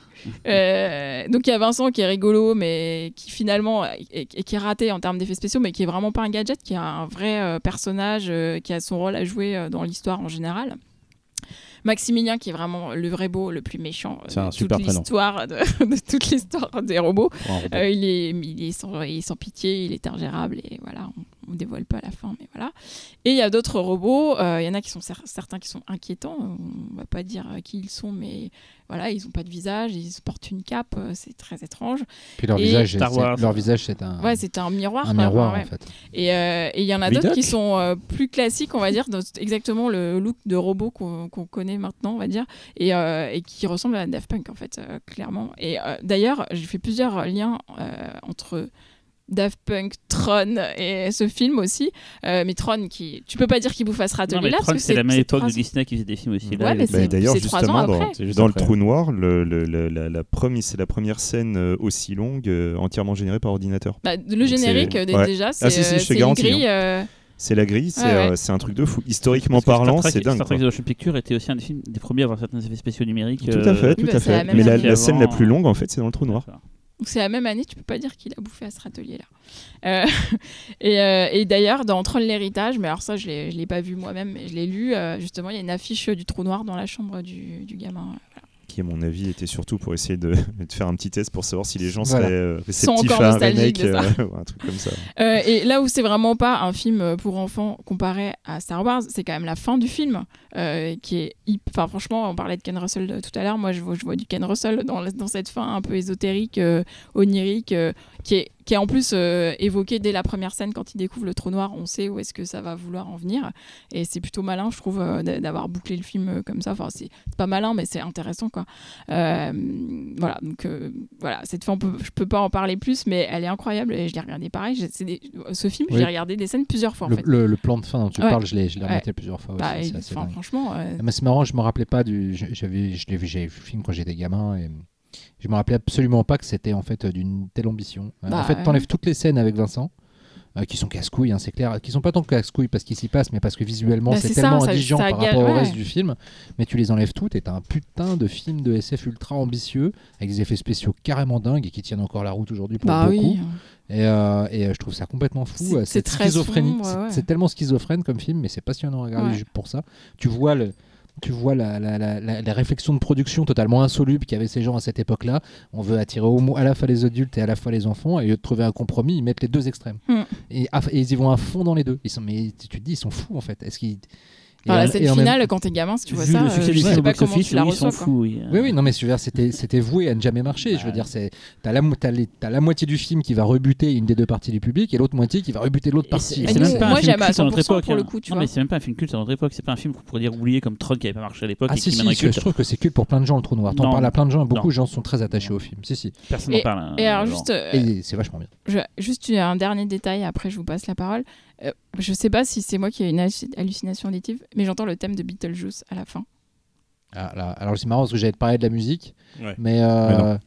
[SPEAKER 1] Euh, donc il y a Vincent qui est rigolo, mais qui finalement et qui est raté en termes d'effets spéciaux, mais qui est vraiment pas un gadget, qui a un vrai euh, personnage, euh, qui a son rôle à jouer euh, dans l'histoire en général. Maximilien qui est vraiment le vrai beau, le plus méchant euh,
[SPEAKER 2] C'est un
[SPEAKER 1] de
[SPEAKER 2] super
[SPEAKER 1] toute
[SPEAKER 2] prénom.
[SPEAKER 1] l'histoire de, de toute l'histoire des robots.
[SPEAKER 2] pour un robot.
[SPEAKER 1] Euh, il, est, il, est sans, il est sans pitié, il est ingérable et voilà, on, on dévoile pas la fin, mais voilà. Et il y a d'autres robots, euh, il y en a qui sont cer- certains qui sont inquiétants, on va pas dire euh, qui ils sont, mais voilà, ils ont pas de visage, ils portent une cape, euh, c'est très étrange.
[SPEAKER 3] Puis leur
[SPEAKER 1] Et
[SPEAKER 3] visage,
[SPEAKER 4] Star
[SPEAKER 3] c'est-
[SPEAKER 4] Wars.
[SPEAKER 3] leur visage, c'est un,
[SPEAKER 1] Ouais, c'est Ah. un miroir.
[SPEAKER 3] un
[SPEAKER 1] quoi,
[SPEAKER 3] miroir
[SPEAKER 1] ouais.
[SPEAKER 3] en fait.
[SPEAKER 1] Et euh, et il y en a
[SPEAKER 5] Vidocq.
[SPEAKER 1] d'autres qui sont euh, plus classiques, on va dire, dans exactement le look de robot qu'on qu'on connaît maintenant, on va dire, et, euh, et qui ressemble à Daft Punk, en fait, euh, clairement. Et euh, d'ailleurs, j'ai fait plusieurs liens euh, entre Daft Punk, Tron et ce film aussi. Euh, mais Tron, qui, tu peux pas dire qu'il bouffe à ce
[SPEAKER 4] Non, mais
[SPEAKER 1] ratelet-là, parce
[SPEAKER 4] Tron,
[SPEAKER 1] que
[SPEAKER 4] c'est la même époque de
[SPEAKER 1] phrase-
[SPEAKER 4] Disney qui faisait des films aussi.
[SPEAKER 2] Ouais,
[SPEAKER 4] Là,
[SPEAKER 1] mais
[SPEAKER 4] il-
[SPEAKER 1] c'est-
[SPEAKER 5] Bah, D'ailleurs,
[SPEAKER 1] c'est trois
[SPEAKER 5] justement,
[SPEAKER 1] ans
[SPEAKER 5] dans,
[SPEAKER 1] après.
[SPEAKER 2] C'est juste
[SPEAKER 5] dans le
[SPEAKER 2] après.
[SPEAKER 5] trou noir, le- le- le- la, la première- c'est la première scène euh, aussi longue, euh, entièrement générée par ordinateur.
[SPEAKER 1] Bah, le
[SPEAKER 5] c'est-
[SPEAKER 1] générique, euh,
[SPEAKER 5] ouais.
[SPEAKER 1] déjà, c'est
[SPEAKER 5] Ah, si, si,
[SPEAKER 1] euh,
[SPEAKER 5] je te
[SPEAKER 1] c'est une
[SPEAKER 5] garantis, hein.
[SPEAKER 1] grille. euh,
[SPEAKER 5] C'est la grille, c'est
[SPEAKER 1] Ouais, ouais.
[SPEAKER 5] euh, c'est un truc de fou.
[SPEAKER 4] Parce
[SPEAKER 5] Historiquement
[SPEAKER 4] que Star
[SPEAKER 5] parlant,
[SPEAKER 4] Trek-
[SPEAKER 5] c'est dingue.
[SPEAKER 4] Star Trek
[SPEAKER 5] quoi.
[SPEAKER 4] The Motion Picture était aussi un des films des premiers à avoir certains effets spéciaux numériques.
[SPEAKER 5] Tout à fait, tout
[SPEAKER 1] bah,
[SPEAKER 5] à
[SPEAKER 1] c'est la
[SPEAKER 5] fait.
[SPEAKER 1] même
[SPEAKER 5] Mais la,
[SPEAKER 1] année.
[SPEAKER 5] la scène la
[SPEAKER 4] Avant-
[SPEAKER 5] plus longue, en fait, c'est dans le trou noir.
[SPEAKER 1] Donc c'est la même année, tu peux pas dire qu'il a bouffé à ce râtelier-là. Euh, et euh, et d'ailleurs, dans Troll l'héritage, mais alors ça, je l'ai, je l'ai pas vu moi-même, mais je l'ai lu, euh, justement, il y a une affiche du trou noir dans la chambre du, du gamin.
[SPEAKER 5] qui à mon avis était surtout pour essayer de, de faire un petit test pour savoir si les gens
[SPEAKER 3] Voilà.
[SPEAKER 5] seraient euh,
[SPEAKER 1] Sont
[SPEAKER 5] réceptifs
[SPEAKER 1] encore
[SPEAKER 5] à un
[SPEAKER 1] nostalgiques
[SPEAKER 5] remake
[SPEAKER 1] de ça.
[SPEAKER 5] euh, ou un truc comme ça.
[SPEAKER 1] Euh, et là où c'est vraiment pas un film pour enfants comparé à Star Wars, c'est quand même la fin du film euh, qui est hip- Enfin, franchement, on parlait de Ken Russell euh, tout à l'heure. Moi, je vois, je vois du Ken Russell dans, la- dans cette fin un peu ésotérique, euh, onirique, euh, qui, est, qui est en plus euh, évoquée dès la première scène quand il découvre le trou noir. On sait où est-ce que ça va vouloir en venir. Et c'est plutôt malin, je trouve, euh, d'a- d'avoir bouclé le film euh, comme ça. Enfin, c'est c'est pas malin, mais c'est intéressant, quoi. Euh, voilà, donc euh, voilà, cette fin, on peut- je peux pas en parler plus, mais elle est incroyable et je l'ai regardée pareil. J'ai- c'est des- ce film,
[SPEAKER 3] Oui.
[SPEAKER 1] j'ai regardé des scènes plusieurs fois, en
[SPEAKER 3] le,
[SPEAKER 1] fait.
[SPEAKER 3] le- le plan de fin dont tu
[SPEAKER 1] Ouais.
[SPEAKER 3] parles, je l'ai, je l'ai
[SPEAKER 1] Ouais.
[SPEAKER 3] remonté plusieurs fois. aussi,
[SPEAKER 1] Bah,
[SPEAKER 3] c'est
[SPEAKER 1] et-
[SPEAKER 3] assez
[SPEAKER 1] enfin,
[SPEAKER 3] dingue.
[SPEAKER 1] franchement, euh,
[SPEAKER 3] Ah, mais c'est marrant, je me rappelais pas du. je- J'avais, je l'ai vu, j'avais vu le film quand j'étais gamin et je me rappelais absolument pas que c'était en fait euh, d'une telle ambition. Euh,
[SPEAKER 1] Bah,
[SPEAKER 3] en fait,
[SPEAKER 1] ouais.
[SPEAKER 3] t'enlèves toutes les scènes avec Vincent. euh, qui sont casse-couilles, hein, c'est clair, qui sont pas tant casse-couilles parce qu'ils s'y passent, mais parce que visuellement
[SPEAKER 1] Bah,
[SPEAKER 3] c'est
[SPEAKER 1] c'est ça,
[SPEAKER 3] tellement
[SPEAKER 1] ça-
[SPEAKER 3] indigent
[SPEAKER 1] ça
[SPEAKER 3] par
[SPEAKER 1] gâche-
[SPEAKER 3] rapport au
[SPEAKER 1] ouais.
[SPEAKER 3] reste du film, mais tu les enlèves toutes et t'as un putain de film de SF ultra ambitieux avec des effets spéciaux carrément dingues et qui tiennent encore la route aujourd'hui pour
[SPEAKER 1] bah
[SPEAKER 3] beaucoup.
[SPEAKER 1] oui.
[SPEAKER 3] Et, euh, et, euh, je trouve ça complètement fou.
[SPEAKER 1] C'est-
[SPEAKER 3] euh,
[SPEAKER 1] c'est
[SPEAKER 3] cette
[SPEAKER 1] très
[SPEAKER 3] schizophrénie.
[SPEAKER 1] sombre,
[SPEAKER 3] C'est-
[SPEAKER 1] ouais.
[SPEAKER 3] C'est tellement schizophrène comme film, mais c'est passionnant à regarder
[SPEAKER 1] Ouais.
[SPEAKER 3] juste pour ça. Tu vois le. Tu vois la, la, la, la- la réflexion de production totalement insoluble qu'avaient ces gens à cette époque-là. On veut attirer au mo- à la fois les adultes et à la fois les enfants, et au lieu de trouver un compromis, ils mettent les deux extrêmes.
[SPEAKER 1] Hmm.
[SPEAKER 3] Et, à- et ils y vont à fond dans les deux. Ils sont, mais tu tu te dis, ils sont fous en fait. Est-ce qu'ils.
[SPEAKER 1] Enfin,
[SPEAKER 3] et
[SPEAKER 1] la
[SPEAKER 3] en- et
[SPEAKER 1] scène
[SPEAKER 3] en même-
[SPEAKER 1] finale, quand t'es gamin, si tu vois
[SPEAKER 4] Vu
[SPEAKER 1] ça,
[SPEAKER 4] le
[SPEAKER 1] euh,
[SPEAKER 4] succès du
[SPEAKER 1] je
[SPEAKER 4] film
[SPEAKER 1] sais
[SPEAKER 4] au
[SPEAKER 1] pas comment
[SPEAKER 4] box-office,
[SPEAKER 1] tu la
[SPEAKER 4] oui, ils
[SPEAKER 1] reçois.
[SPEAKER 4] s'en
[SPEAKER 1] quoi.
[SPEAKER 4] foutent. oui.
[SPEAKER 3] Oui, oui, non, mais je veux dire, c'était c'était voué à ne jamais marcher. je veux
[SPEAKER 4] Bah.
[SPEAKER 3] dire, c'est t'as la, mo- t'as les- t'as la moitié du film qui va rebuter une des deux parties du public et l'autre moitié qui va rebuter l'autre
[SPEAKER 4] Et
[SPEAKER 3] partie.
[SPEAKER 4] et
[SPEAKER 1] Mais
[SPEAKER 3] C'est
[SPEAKER 1] nous,
[SPEAKER 3] même pas-
[SPEAKER 1] moi,
[SPEAKER 4] un film
[SPEAKER 1] j'aime à
[SPEAKER 4] culte à notre
[SPEAKER 1] 100%
[SPEAKER 4] époque,
[SPEAKER 1] pour le
[SPEAKER 4] hein.
[SPEAKER 1] coup, tu
[SPEAKER 4] non,
[SPEAKER 1] vois.
[SPEAKER 4] mais c'est même pas un film culte à notre époque, c'est pas un film qu'on pourrait dire oublié comme Tron qui avait pas marché à l'époque
[SPEAKER 3] Ah
[SPEAKER 4] et
[SPEAKER 3] si,
[SPEAKER 4] qui
[SPEAKER 3] si,
[SPEAKER 4] maintenant est
[SPEAKER 3] je
[SPEAKER 4] culte.
[SPEAKER 3] trouve que c'est culte pour plein de gens le trou noir. T'en
[SPEAKER 4] Non.
[SPEAKER 3] parles à plein de gens et beaucoup
[SPEAKER 4] Non.
[SPEAKER 3] de gens sont très attachés au film. Si, si.
[SPEAKER 4] Personne n'en parle. hein,
[SPEAKER 1] Et alors,
[SPEAKER 4] genre.
[SPEAKER 1] juste, euh,
[SPEAKER 3] Et c'est vachement bien.
[SPEAKER 1] je- juste euh, un dernier détail, après je vous passe la parole. Euh, je sais pas si c'est moi qui ai une halluc- hallucination auditive, mais j'entends le thème de Beetlejuice à la fin.
[SPEAKER 3] Ah, là, alors c'est marrant parce que j'allais te parler de la musique,
[SPEAKER 2] Ouais.
[SPEAKER 3] mais, euh,
[SPEAKER 2] Mais non.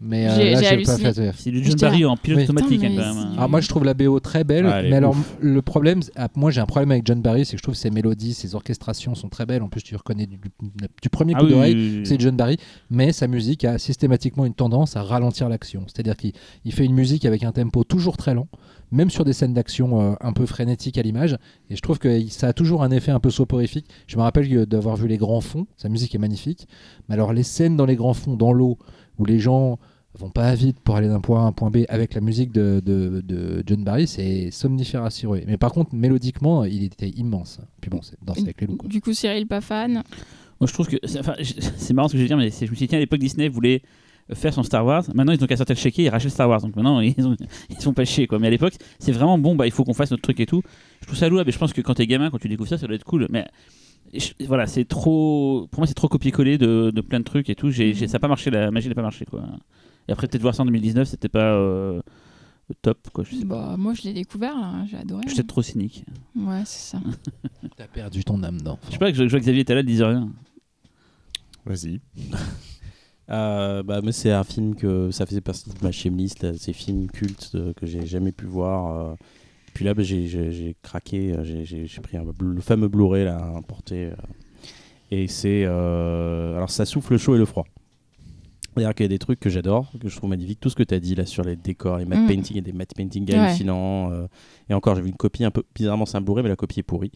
[SPEAKER 3] mais, euh,
[SPEAKER 1] J'ai-
[SPEAKER 3] là
[SPEAKER 1] j'ai
[SPEAKER 3] j'ai pas
[SPEAKER 1] halluciné.
[SPEAKER 3] fait gaffe.
[SPEAKER 4] C'est du
[SPEAKER 1] Je
[SPEAKER 4] John
[SPEAKER 1] dirais-
[SPEAKER 4] Barry en pilote
[SPEAKER 3] Oui.
[SPEAKER 4] automatique hein,
[SPEAKER 1] Putain,
[SPEAKER 4] quand
[SPEAKER 1] mais
[SPEAKER 4] même.
[SPEAKER 1] si-
[SPEAKER 3] Alors moi je trouve la BO très belle,
[SPEAKER 2] Ah, elle est
[SPEAKER 3] mais alors
[SPEAKER 2] ouf.
[SPEAKER 3] le problème, c'est- ah, moi j'ai un problème avec John Barry, c'est que je trouve ses mélodies, ses orchestrations sont très belles. En plus tu reconnais du, du- du premier
[SPEAKER 4] Ah
[SPEAKER 3] coup
[SPEAKER 4] oui,
[SPEAKER 3] d'oreille.
[SPEAKER 4] oui, oui.
[SPEAKER 3] c'est John Barry, mais sa musique a systématiquement une tendance à ralentir l'action. C'est-à-dire qu'il il fait une musique avec un tempo toujours très lent, même sur des scènes d'action euh, un peu frénétiques à l'image. Et je trouve que il- ça a toujours un effet un peu soporifique. Je me rappelle euh, d'avoir vu Les Grands Fonds, sa musique est magnifique. Mais alors les scènes dans Les Grands Fonds, dans l'eau, où les gens vont pas vite pour aller d'un point A à un point B avec la musique de, de- de John Barry, c'est somnifère assuré. Mais par contre, mélodiquement, il était immense. Puis bon, c'est danser avec les loups. quoi.
[SPEAKER 1] Du coup, Cyril, pas fan.
[SPEAKER 4] Moi, je trouve que c'est enfin, je- c'est marrant ce que je vais dire, mais c'est- je me suis dit, tiens, à l'époque, Disney voulait euh, faire son Star Wars. Maintenant, ils ont qu'à sortir le chéquier et racheter Star Wars. Donc maintenant, ils, ont, ils sont pas chiés, quoi. Mais à l'époque, c'est vraiment bon, bah, il faut qu'on fasse notre truc et tout. Je trouve ça louable et je pense que quand t'es gamin, quand tu découvres ça, ça doit être cool. Mais je- voilà, c'est trop. Pour moi, c'est trop copier-coller de, de plein de trucs et tout. J'ai j'ai- ça a pas marché, la magie n'a pas marché, quoi. Et après, peut-être voir ça en 2019, c'était pas euh, top, quoi. Je sais pas.
[SPEAKER 1] Bah, moi, je l'ai découvert, là, j'ai adoré. hein.
[SPEAKER 4] Je suis peut-être trop cynique.
[SPEAKER 1] Ouais, c'est ça.
[SPEAKER 3] T'as perdu ton âme dedans.
[SPEAKER 4] Je sais pas, que je, je vois que Xavier était là, il disait rien.
[SPEAKER 5] Vas-y.
[SPEAKER 2] Euh, bah, mais c'est un film que ça faisait partie de ma chemlist, euh, ces films cultes euh, que j'ai jamais pu voir. euh. Puis là, bah, j'ai- j'ai j'ai craqué, euh, j'ai- j'ai j'ai pris un blu- le fameux Blu-ray là, importé. euh. et c'est. euh, alors, ça souffle le chaud et le froid. C'est-à-dire qu'il y a des trucs que j'adore, que je trouve magnifiques. Tout ce que tu as dit là sur les décors, les matte
[SPEAKER 1] Mm.
[SPEAKER 2] paintings, il y a des matte paintings
[SPEAKER 1] Ouais.
[SPEAKER 2] hallucinants. euh. et encore, j'ai vu une copie un peu. Bizarrement, c'est un Blu-ray, mais la copie est pourrie.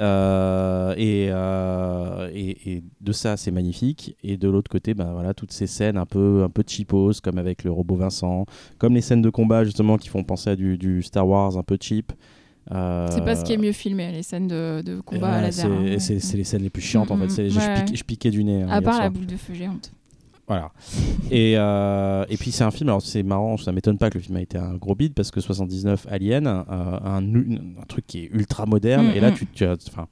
[SPEAKER 2] Euh, et, euh, et, et de ça, c'est magnifique. Et de l'autre côté, ben voilà, toutes ces scènes un peu, un peu cheapos, comme avec le robot Vincent, comme les scènes de combat justement qui font penser à du, du Star Wars un peu cheap. Euh,
[SPEAKER 1] C'est pas ce qui est mieux filmé, les scènes de, de
[SPEAKER 2] et
[SPEAKER 1] combat à
[SPEAKER 2] Euh, voilà,
[SPEAKER 1] laser.
[SPEAKER 2] c'est-
[SPEAKER 1] hein, ouais.
[SPEAKER 2] C'est c'est les scènes les plus chiantes en
[SPEAKER 1] Mm,
[SPEAKER 2] fait.
[SPEAKER 1] mm,
[SPEAKER 2] C'est- je-
[SPEAKER 1] ouais,
[SPEAKER 2] je, piquais,
[SPEAKER 1] ouais.
[SPEAKER 2] je piquais du nez. hein,
[SPEAKER 1] À
[SPEAKER 2] hier
[SPEAKER 1] part la
[SPEAKER 2] soir.
[SPEAKER 1] boule de feu géante.
[SPEAKER 2] Voilà. et, euh, et puis c'est un film, alors c'est marrant, ça m'étonne pas que le film a été un gros bid parce que 79 Alien, euh, un, nu- un truc qui est ultra moderne,
[SPEAKER 1] Mm,
[SPEAKER 2] et là
[SPEAKER 1] mm.
[SPEAKER 2] tu, tu as- enfin,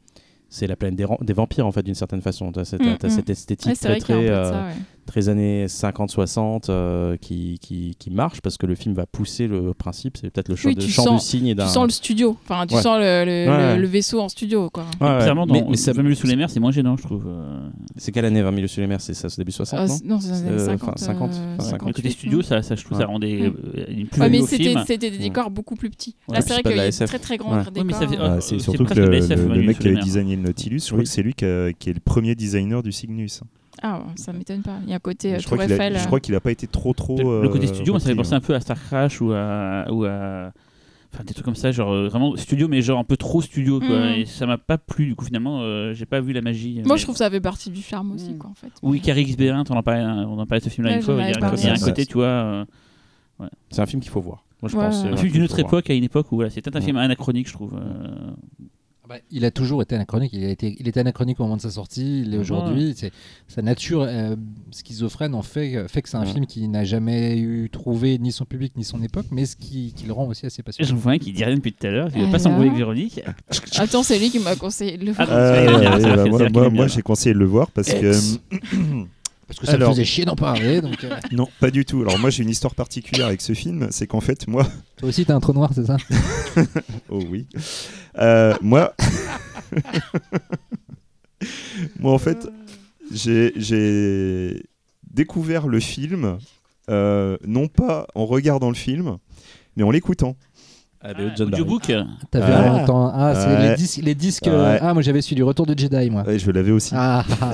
[SPEAKER 2] c'est la planète des, ran- des vampires en fait d'une certaine façon. Tu as, cette,
[SPEAKER 1] Mm,
[SPEAKER 2] t'as
[SPEAKER 1] mm.
[SPEAKER 2] cette esthétique
[SPEAKER 1] Ouais, c'est
[SPEAKER 2] très
[SPEAKER 1] vrai qu'il y a un peu
[SPEAKER 2] très,
[SPEAKER 1] de
[SPEAKER 2] euh,
[SPEAKER 1] ça, ouais.
[SPEAKER 2] très années 50-60 euh, qui, qui, qui marche parce que le film va pousser le principe, c'est peut-être le champ,
[SPEAKER 1] Oui,
[SPEAKER 2] de,
[SPEAKER 1] tu
[SPEAKER 2] champ
[SPEAKER 1] sens-
[SPEAKER 2] de signe d'un.
[SPEAKER 1] Tu sens le studio, enfin, tu
[SPEAKER 2] Ouais.
[SPEAKER 1] sens le, le-
[SPEAKER 2] Ouais, ouais.
[SPEAKER 1] le vaisseau en studio, quoi.
[SPEAKER 2] Ouais, ouais.
[SPEAKER 4] Bizarrement, dans
[SPEAKER 2] mais, mais ça-
[SPEAKER 4] Fameux sous les mers, c'est moins gênant, je trouve. euh.
[SPEAKER 2] c'est quelle année 20 milieux sur les mers C'est ça, c'est début 60
[SPEAKER 1] Ah,
[SPEAKER 2] non
[SPEAKER 1] c'est- non, c'est dans les
[SPEAKER 2] Euh,
[SPEAKER 1] années
[SPEAKER 2] enfin,
[SPEAKER 1] 50.
[SPEAKER 2] 50,
[SPEAKER 1] euh,
[SPEAKER 2] enfin,
[SPEAKER 1] 58,
[SPEAKER 4] Quand Côté studio, ça, ça, je trouve, ça
[SPEAKER 2] Ouais.
[SPEAKER 4] rendait euh, une plus
[SPEAKER 1] Mm. Ouais, mais
[SPEAKER 4] au
[SPEAKER 1] c'était
[SPEAKER 4] film.
[SPEAKER 1] c'était des décors beaucoup plus petits.
[SPEAKER 4] Ouais,
[SPEAKER 1] Là, c'est
[SPEAKER 2] c'est
[SPEAKER 1] vrai
[SPEAKER 2] pas de
[SPEAKER 1] qu'il y
[SPEAKER 2] la
[SPEAKER 1] a des
[SPEAKER 2] SF.
[SPEAKER 1] très très grands
[SPEAKER 2] Ouais.
[SPEAKER 1] décors.
[SPEAKER 4] mais ça fait-
[SPEAKER 5] Ah,
[SPEAKER 4] Euh,
[SPEAKER 5] c'est
[SPEAKER 4] euh,
[SPEAKER 5] surtout que
[SPEAKER 4] c'est presque
[SPEAKER 5] le,
[SPEAKER 4] de la SF,
[SPEAKER 5] le-
[SPEAKER 4] Manu,
[SPEAKER 5] le mec qui avait
[SPEAKER 4] Souvenir.
[SPEAKER 5] designé le Nautilus, je crois
[SPEAKER 2] Oui.
[SPEAKER 5] que c'est lui qui, a- qui est le premier designer du Cygnus.
[SPEAKER 1] Ah, ça m'étonne pas. Il y a un côté euh,
[SPEAKER 5] je,
[SPEAKER 1] Tour
[SPEAKER 5] crois qu'il a-
[SPEAKER 1] Eiffel.
[SPEAKER 5] je
[SPEAKER 1] euh,
[SPEAKER 5] crois qu'il a pas été trop trop.
[SPEAKER 4] Le- le côté
[SPEAKER 5] euh,
[SPEAKER 4] studio, moi, ça fait
[SPEAKER 5] repris,
[SPEAKER 4] penser un peu à Star Crash ou à. Ou à... Enfin, des trucs comme ça, genre euh, vraiment studio, mais genre un peu trop studio, quoi.
[SPEAKER 1] Mhm.
[SPEAKER 4] Et ça m'a pas plu, du coup, finalement, euh, j'ai pas vu la magie.
[SPEAKER 1] Moi,
[SPEAKER 4] mais-
[SPEAKER 1] je trouve que ça fait partie du charme aussi,
[SPEAKER 4] Mm.
[SPEAKER 1] quoi, en fait.
[SPEAKER 4] Oui, Carrie XB1, t'en as parlé- hein, on en parlait de ce film-là
[SPEAKER 1] Ouais,
[SPEAKER 4] une fois,
[SPEAKER 1] j'en
[SPEAKER 4] il y a,
[SPEAKER 1] avais
[SPEAKER 4] un-
[SPEAKER 1] parlé.
[SPEAKER 4] il y a un
[SPEAKER 2] Ça,
[SPEAKER 4] côté, tu vois. euh,
[SPEAKER 2] C'est un film qu'il faut voir. Moi, je
[SPEAKER 1] Ouais.
[SPEAKER 2] pense. c'est
[SPEAKER 1] Un
[SPEAKER 4] un
[SPEAKER 2] vrai
[SPEAKER 4] film
[SPEAKER 2] qu'il
[SPEAKER 4] d'une autre
[SPEAKER 2] faut voir.
[SPEAKER 4] époque, à une époque où voilà, c'était un
[SPEAKER 2] Ouais.
[SPEAKER 4] film anachronique, je trouve. euh,
[SPEAKER 3] Ah bah, il a toujours été anachronique. Il, a été, il était anachronique au moment de sa sortie.
[SPEAKER 5] Ah
[SPEAKER 3] Il est aujourd'hui. C'est Sa nature euh, schizophrène en fait, fait que c'est un
[SPEAKER 2] Ouais.
[SPEAKER 3] film qui n'a jamais eu trouvé ni son public ni son époque, mais ce qui, qui le rend aussi assez
[SPEAKER 4] Et
[SPEAKER 3] passionnant.
[SPEAKER 4] J'en vois un qui dit rien depuis tout à l'heure, qui veut pas
[SPEAKER 1] Alors
[SPEAKER 4] s'embrouiller avec Véronique.
[SPEAKER 2] Ah,
[SPEAKER 1] Attends, c'est lui qui m'a conseillé de le
[SPEAKER 4] Ah,
[SPEAKER 1] voir.
[SPEAKER 4] non,
[SPEAKER 5] Euh,
[SPEAKER 4] c'est vrai,
[SPEAKER 5] ouais,
[SPEAKER 4] c'est
[SPEAKER 5] bah,
[SPEAKER 4] vrai, c'est
[SPEAKER 5] moi,
[SPEAKER 4] vrai qu'il
[SPEAKER 5] moi,
[SPEAKER 4] aime
[SPEAKER 5] moi,
[SPEAKER 4] bien.
[SPEAKER 5] j'ai conseillé de le voir parce que euh,
[SPEAKER 3] Ex. Parce que ça
[SPEAKER 5] Alors-
[SPEAKER 3] me faisait chier d'en parler. Donc, euh,
[SPEAKER 5] non, pas du tout. Alors moi, j'ai une histoire particulière avec ce film, c'est qu'en fait, moi,
[SPEAKER 3] Toi aussi, t'as un trou noir, c'est ça
[SPEAKER 5] oh oui, Euh, moi, moi en fait, j'ai- j'ai découvert le film euh, non pas en regardant le film, mais en l'écoutant.
[SPEAKER 2] Ah,
[SPEAKER 4] Ah,
[SPEAKER 2] de John Barry.
[SPEAKER 4] audiobook.
[SPEAKER 3] T'as vu
[SPEAKER 5] Ah.
[SPEAKER 3] en même temps. Ah, c'est
[SPEAKER 5] Ouais.
[SPEAKER 3] les disques. Les disques euh,
[SPEAKER 5] Ouais. Euh,
[SPEAKER 3] Ah, moi j'avais su du retour du Jedi, moi.
[SPEAKER 5] Ouais, je l'avais aussi.
[SPEAKER 3] Ah, ah,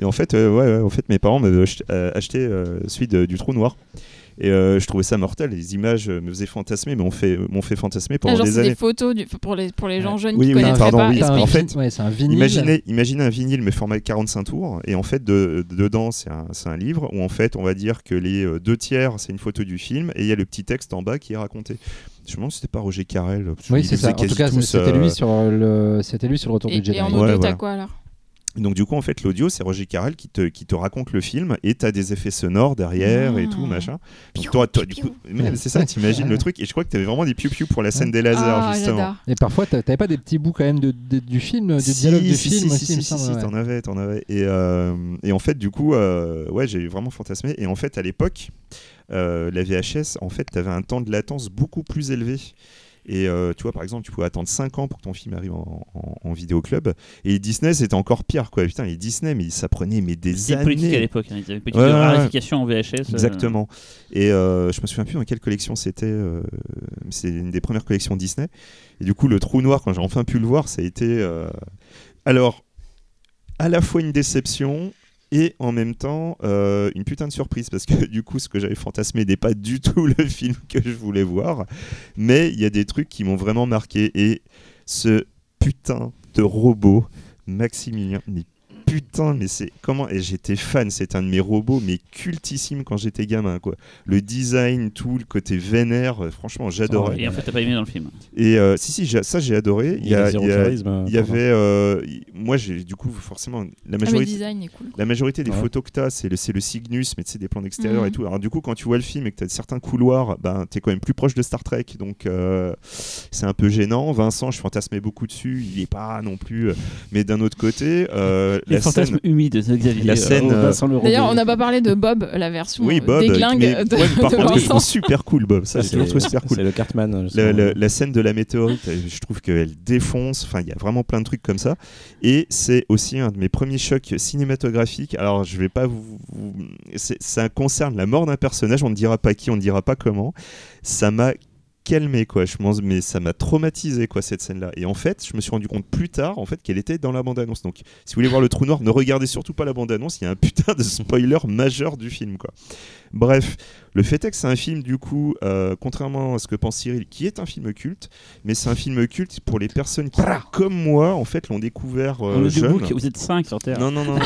[SPEAKER 5] Et en fait, euh, ouais, ouais, en fait, mes parents m'avaient acheté, euh, acheté, euh, celui de- du trou noir. Et euh, je trouvais ça mortel. Les images euh, me faisaient fantasmer, mais on fait, m'ont fait fantasmer
[SPEAKER 1] Ah,
[SPEAKER 5] pendant
[SPEAKER 1] genre,
[SPEAKER 5] des
[SPEAKER 1] c'est
[SPEAKER 5] années.
[SPEAKER 1] des photos du- pour, les, pour les gens jeunes
[SPEAKER 5] Oui,
[SPEAKER 1] qui
[SPEAKER 5] oui,
[SPEAKER 1] connaîtraient
[SPEAKER 5] pardon,
[SPEAKER 1] pas.
[SPEAKER 5] oui.
[SPEAKER 3] c'est un
[SPEAKER 1] explique.
[SPEAKER 5] En fait,
[SPEAKER 3] vin- ouais, c'est un vinyle.
[SPEAKER 5] Imaginez, imaginez un vinyle mais format 45 tours et en fait de- dedans c'est un, c'est un livre où en fait on va dire que les euh, deux tiers c'est une photo du film et il y a le petit texte en bas qui est raconté. Je me demande si c'était pas Roger Carrel. parce
[SPEAKER 3] Oui,
[SPEAKER 5] qu'il
[SPEAKER 3] c'est
[SPEAKER 5] faisait
[SPEAKER 3] ça. En tout
[SPEAKER 5] quasi
[SPEAKER 3] cas,
[SPEAKER 5] tous,
[SPEAKER 3] c'était
[SPEAKER 5] euh,
[SPEAKER 3] lui sur le, c'était lui sur le retour du
[SPEAKER 1] Et,
[SPEAKER 3] Jedi.
[SPEAKER 1] et en
[SPEAKER 5] Ouais,
[SPEAKER 1] audio, t'as
[SPEAKER 5] voilà.
[SPEAKER 1] quoi alors
[SPEAKER 5] Donc du coup en fait l'audio c'est Roger Carrel qui te, qui te raconte le film et t'as des effets sonores derrière et
[SPEAKER 1] Ah.
[SPEAKER 5] tout machin. Donc,
[SPEAKER 1] Piou,
[SPEAKER 5] toi, toi,
[SPEAKER 1] piou,
[SPEAKER 5] du coup mais c'est ça t'imagines le truc et je crois que t'avais vraiment des piou piou pour la scène des lasers
[SPEAKER 1] Ah,
[SPEAKER 5] justement.
[SPEAKER 1] j'adore.
[SPEAKER 3] Et parfois, t'a- t'avais pas des petits bouts quand même de, de- du film, du
[SPEAKER 5] Si,
[SPEAKER 3] dialogue du
[SPEAKER 5] si,
[SPEAKER 3] film
[SPEAKER 5] si,
[SPEAKER 3] aussi,
[SPEAKER 5] si,
[SPEAKER 3] il me
[SPEAKER 5] si,
[SPEAKER 3] semble,
[SPEAKER 5] si,
[SPEAKER 3] ouais.
[SPEAKER 5] t'en avais, t'en avais. Et, euh, et en fait, du coup, euh, ouais, j'ai vraiment fantasmé. Et en fait, à l'époque, euh, la VHS, en fait, t'avais un temps de latence beaucoup plus élevé. Et euh, tu vois, par exemple, tu pouvais attendre 5 ans pour que ton film arrive en, en, en vidéoclub. Et Disney, c'était encore pire, quoi. Putain, les Disney, mais ça prenait mais des
[SPEAKER 4] C'était politique à
[SPEAKER 5] années.
[SPEAKER 4] l'époque, hein, ils avaient une politique
[SPEAKER 5] Ouais,
[SPEAKER 4] de
[SPEAKER 5] ouais, ouais.
[SPEAKER 4] rarification en VHS. euh,
[SPEAKER 5] Exactement. Et euh, je me souviens plus dans quelle collection c'était. euh, c'est une des premières collections Disney. Et du coup, le trou noir, quand j'ai enfin pu le voir, ça a été. euh, Alors, à la fois une déception et en même temps euh, une putain de surprise parce que du coup, ce que j'avais fantasmé n'est pas du tout le film que je voulais voir. Mais il y a des trucs qui m'ont vraiment marqué et ce putain de robot Maximilien. mais Putain, mais c'est comment Et j'étais fan, c'est un de mes robots, mais cultissime quand j'étais gamin, quoi. Le design, tout, le côté vénère, euh, franchement, j'adorais.
[SPEAKER 4] Et en fait, t'as pas aimé dans le film.
[SPEAKER 5] Et euh, si, si, j'ai- ça, j'ai adoré.
[SPEAKER 2] Il y a zéro
[SPEAKER 5] il y a-
[SPEAKER 2] charisme. euh,
[SPEAKER 5] il y
[SPEAKER 2] pardon.
[SPEAKER 5] avait, euh, y- moi, j'ai du coup forcément la
[SPEAKER 1] Ah, le
[SPEAKER 5] majorité.
[SPEAKER 1] design est cool.
[SPEAKER 5] La majorité des
[SPEAKER 2] Ouais.
[SPEAKER 5] photos que t'as, c'est le, c'est le Cygnus, mais tu sais, des plans d'extérieur
[SPEAKER 1] Mhm.
[SPEAKER 5] et tout. Alors, du coup, quand tu vois le film et que t'as certains couloirs, ben, t'es quand même plus proche de Star Trek, donc euh, c'est un peu gênant. Vincent, je fantasmais beaucoup dessus, il est pas non plus. euh, Mais d'un autre côté, euh,
[SPEAKER 4] Les
[SPEAKER 5] la
[SPEAKER 4] fantasmes
[SPEAKER 5] scène.
[SPEAKER 4] humides de Xavier.
[SPEAKER 5] La scène, euh,
[SPEAKER 1] D'ailleurs, on n'a pas parlé de Bob, la version
[SPEAKER 5] Oui,
[SPEAKER 1] euh,
[SPEAKER 5] Bob.
[SPEAKER 1] déglingue
[SPEAKER 5] mais-
[SPEAKER 1] de,
[SPEAKER 5] ouais, mais par
[SPEAKER 1] de
[SPEAKER 5] contre, que je
[SPEAKER 1] Vincent.
[SPEAKER 5] trouve super cool, Bob. Ça,
[SPEAKER 2] Ah,
[SPEAKER 5] j'ai toujours trouvé super cool.
[SPEAKER 2] C'est le Cartman.
[SPEAKER 5] Le-
[SPEAKER 2] justement.
[SPEAKER 5] le- la scène de la météorite, euh, je trouve qu'elle défonce. Enfin, il y a vraiment plein de trucs comme ça. Et c'est aussi un de mes premiers chocs cinématographiques. Alors, je vais pas vous. vous- c'est- Ça concerne la mort d'un personnage. On ne dira pas qui, on ne dira pas comment. Ça m'a calmé quoi je pense mais ça m'a traumatisé quoi cette scène là et en fait je me suis rendu compte plus tard en fait qu'elle était dans la bande annonce donc si vous voulez voir le trou noir ne regardez surtout pas la bande annonce il y a un putain de spoiler majeur du film quoi bref le fait est que c'est un film, du coup, euh, contrairement à ce que pense Cyril, qui est un film culte, mais c'est un film culte pour les personnes qui, comme moi, en fait, l'ont découvert euh,
[SPEAKER 4] En
[SPEAKER 5] jeune.
[SPEAKER 4] audiobook, vous êtes 5 sur Terre.
[SPEAKER 5] Non, non, non. non.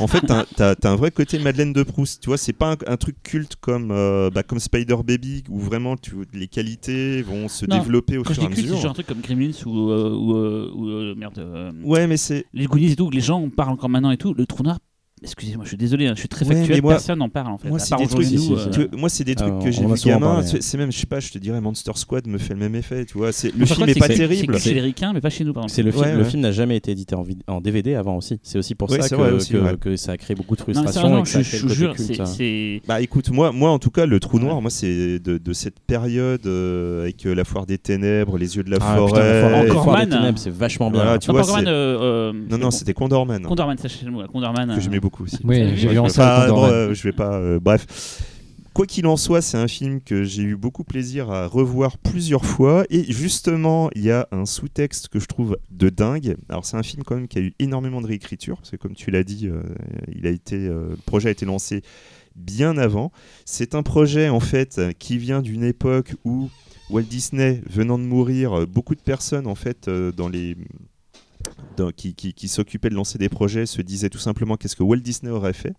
[SPEAKER 5] en fait, t'as- t'as t'as un vrai côté Madeleine de Proust. Tu vois, c'est pas un, un truc culte comme, euh, bah, comme Spider Baby, où vraiment tu, les qualités vont se
[SPEAKER 4] Non,
[SPEAKER 5] développer au
[SPEAKER 4] Quand je
[SPEAKER 5] fur et à
[SPEAKER 4] dis culte, c'est genre
[SPEAKER 5] mesure.
[SPEAKER 4] un truc comme Gremlins ou. euh, ou, euh, ou, euh, merde. euh,
[SPEAKER 5] Ouais, mais c'est.
[SPEAKER 4] Les Goonies et tout, que les gens en parlent encore maintenant et tout. Le trou noir, excusez-moi, je suis désolé, hein, je suis très
[SPEAKER 5] Ouais,
[SPEAKER 4] factuel,
[SPEAKER 5] mais moi-
[SPEAKER 4] personne n'en parle en fait.
[SPEAKER 5] moi,
[SPEAKER 4] à
[SPEAKER 5] c'est
[SPEAKER 4] part
[SPEAKER 5] des
[SPEAKER 4] aujourd'hui,
[SPEAKER 2] trucs-
[SPEAKER 4] nous,
[SPEAKER 2] si, si,
[SPEAKER 4] euh,
[SPEAKER 5] Tu vois, moi, c'est des trucs
[SPEAKER 2] Ah, on
[SPEAKER 5] que j'ai
[SPEAKER 2] va
[SPEAKER 5] vu
[SPEAKER 2] souvent en
[SPEAKER 5] gamin.
[SPEAKER 2] parler.
[SPEAKER 5] C'est c'est même, je sais pas, je te dirais, Monster Squad me fait le même effet. Tu vois, c'est- le
[SPEAKER 4] Enfin,
[SPEAKER 5] film
[SPEAKER 4] je
[SPEAKER 5] est
[SPEAKER 4] crois
[SPEAKER 5] pas
[SPEAKER 4] que c'est-
[SPEAKER 5] terrible.
[SPEAKER 4] C'est chez les ricains, mais pas chez nous, par exemple.
[SPEAKER 2] C'est le, film,
[SPEAKER 5] Ouais,
[SPEAKER 2] le
[SPEAKER 5] ouais.
[SPEAKER 2] film n'a jamais été édité en, vid- en DVD avant aussi. C'est aussi pour
[SPEAKER 5] Ouais,
[SPEAKER 2] ça
[SPEAKER 5] c'est
[SPEAKER 2] que,
[SPEAKER 5] vrai aussi,
[SPEAKER 2] que-
[SPEAKER 5] ouais.
[SPEAKER 2] que ça a créé beaucoup de
[SPEAKER 4] Non, mais
[SPEAKER 2] frustration.
[SPEAKER 4] sérieusement,
[SPEAKER 2] et que ça a
[SPEAKER 4] je
[SPEAKER 2] créé
[SPEAKER 4] je vous
[SPEAKER 2] le côté
[SPEAKER 4] jure,
[SPEAKER 2] culte,
[SPEAKER 4] c'est-
[SPEAKER 2] hein.
[SPEAKER 4] c'est.
[SPEAKER 5] Bah écoute, moi, moi en tout cas, le trou
[SPEAKER 4] Ouais.
[SPEAKER 5] noir, moi c'est de, de cette période euh, avec euh, la foire des ténèbres, les yeux de la
[SPEAKER 2] Ah, putain,
[SPEAKER 5] forêt.
[SPEAKER 2] la forêt-
[SPEAKER 4] Encore
[SPEAKER 2] Foire des
[SPEAKER 4] Man,
[SPEAKER 2] Ténèbres,
[SPEAKER 4] hein.
[SPEAKER 2] c'est vachement bien.
[SPEAKER 5] Voilà, tu
[SPEAKER 4] Non,
[SPEAKER 5] vois,
[SPEAKER 4] pas Gorman,
[SPEAKER 5] c'est-
[SPEAKER 4] euh, euh,
[SPEAKER 5] Non, non, c'était Condorman, hein,
[SPEAKER 4] Condorman, sachez-le moi, Condorman.
[SPEAKER 5] que
[SPEAKER 4] euh,
[SPEAKER 5] j'aimais beaucoup aussi.
[SPEAKER 3] Oui, j'ai vu en
[SPEAKER 5] Enfin,
[SPEAKER 3] salle
[SPEAKER 5] bon,
[SPEAKER 3] Condorman.
[SPEAKER 5] euh, je vais pas. euh, bref. Quoi qu'il en soit, c'est un film que j'ai eu beaucoup plaisir à revoir plusieurs fois. Et justement, il y a un sous-texte que je trouve de dingue. Alors, c'est un film quand même qui a eu énormément de réécriture, parce que comme tu l'as dit, euh, il a été, euh, le projet a été lancé bien avant. C'est un projet en fait qui vient d'une époque où Walt Disney venant de mourir, euh, beaucoup de personnes en fait euh, dans les dans- qui, qui- qui s'occupaient de lancer des projets se disaient tout simplement qu'est-ce que Walt Disney aurait fait.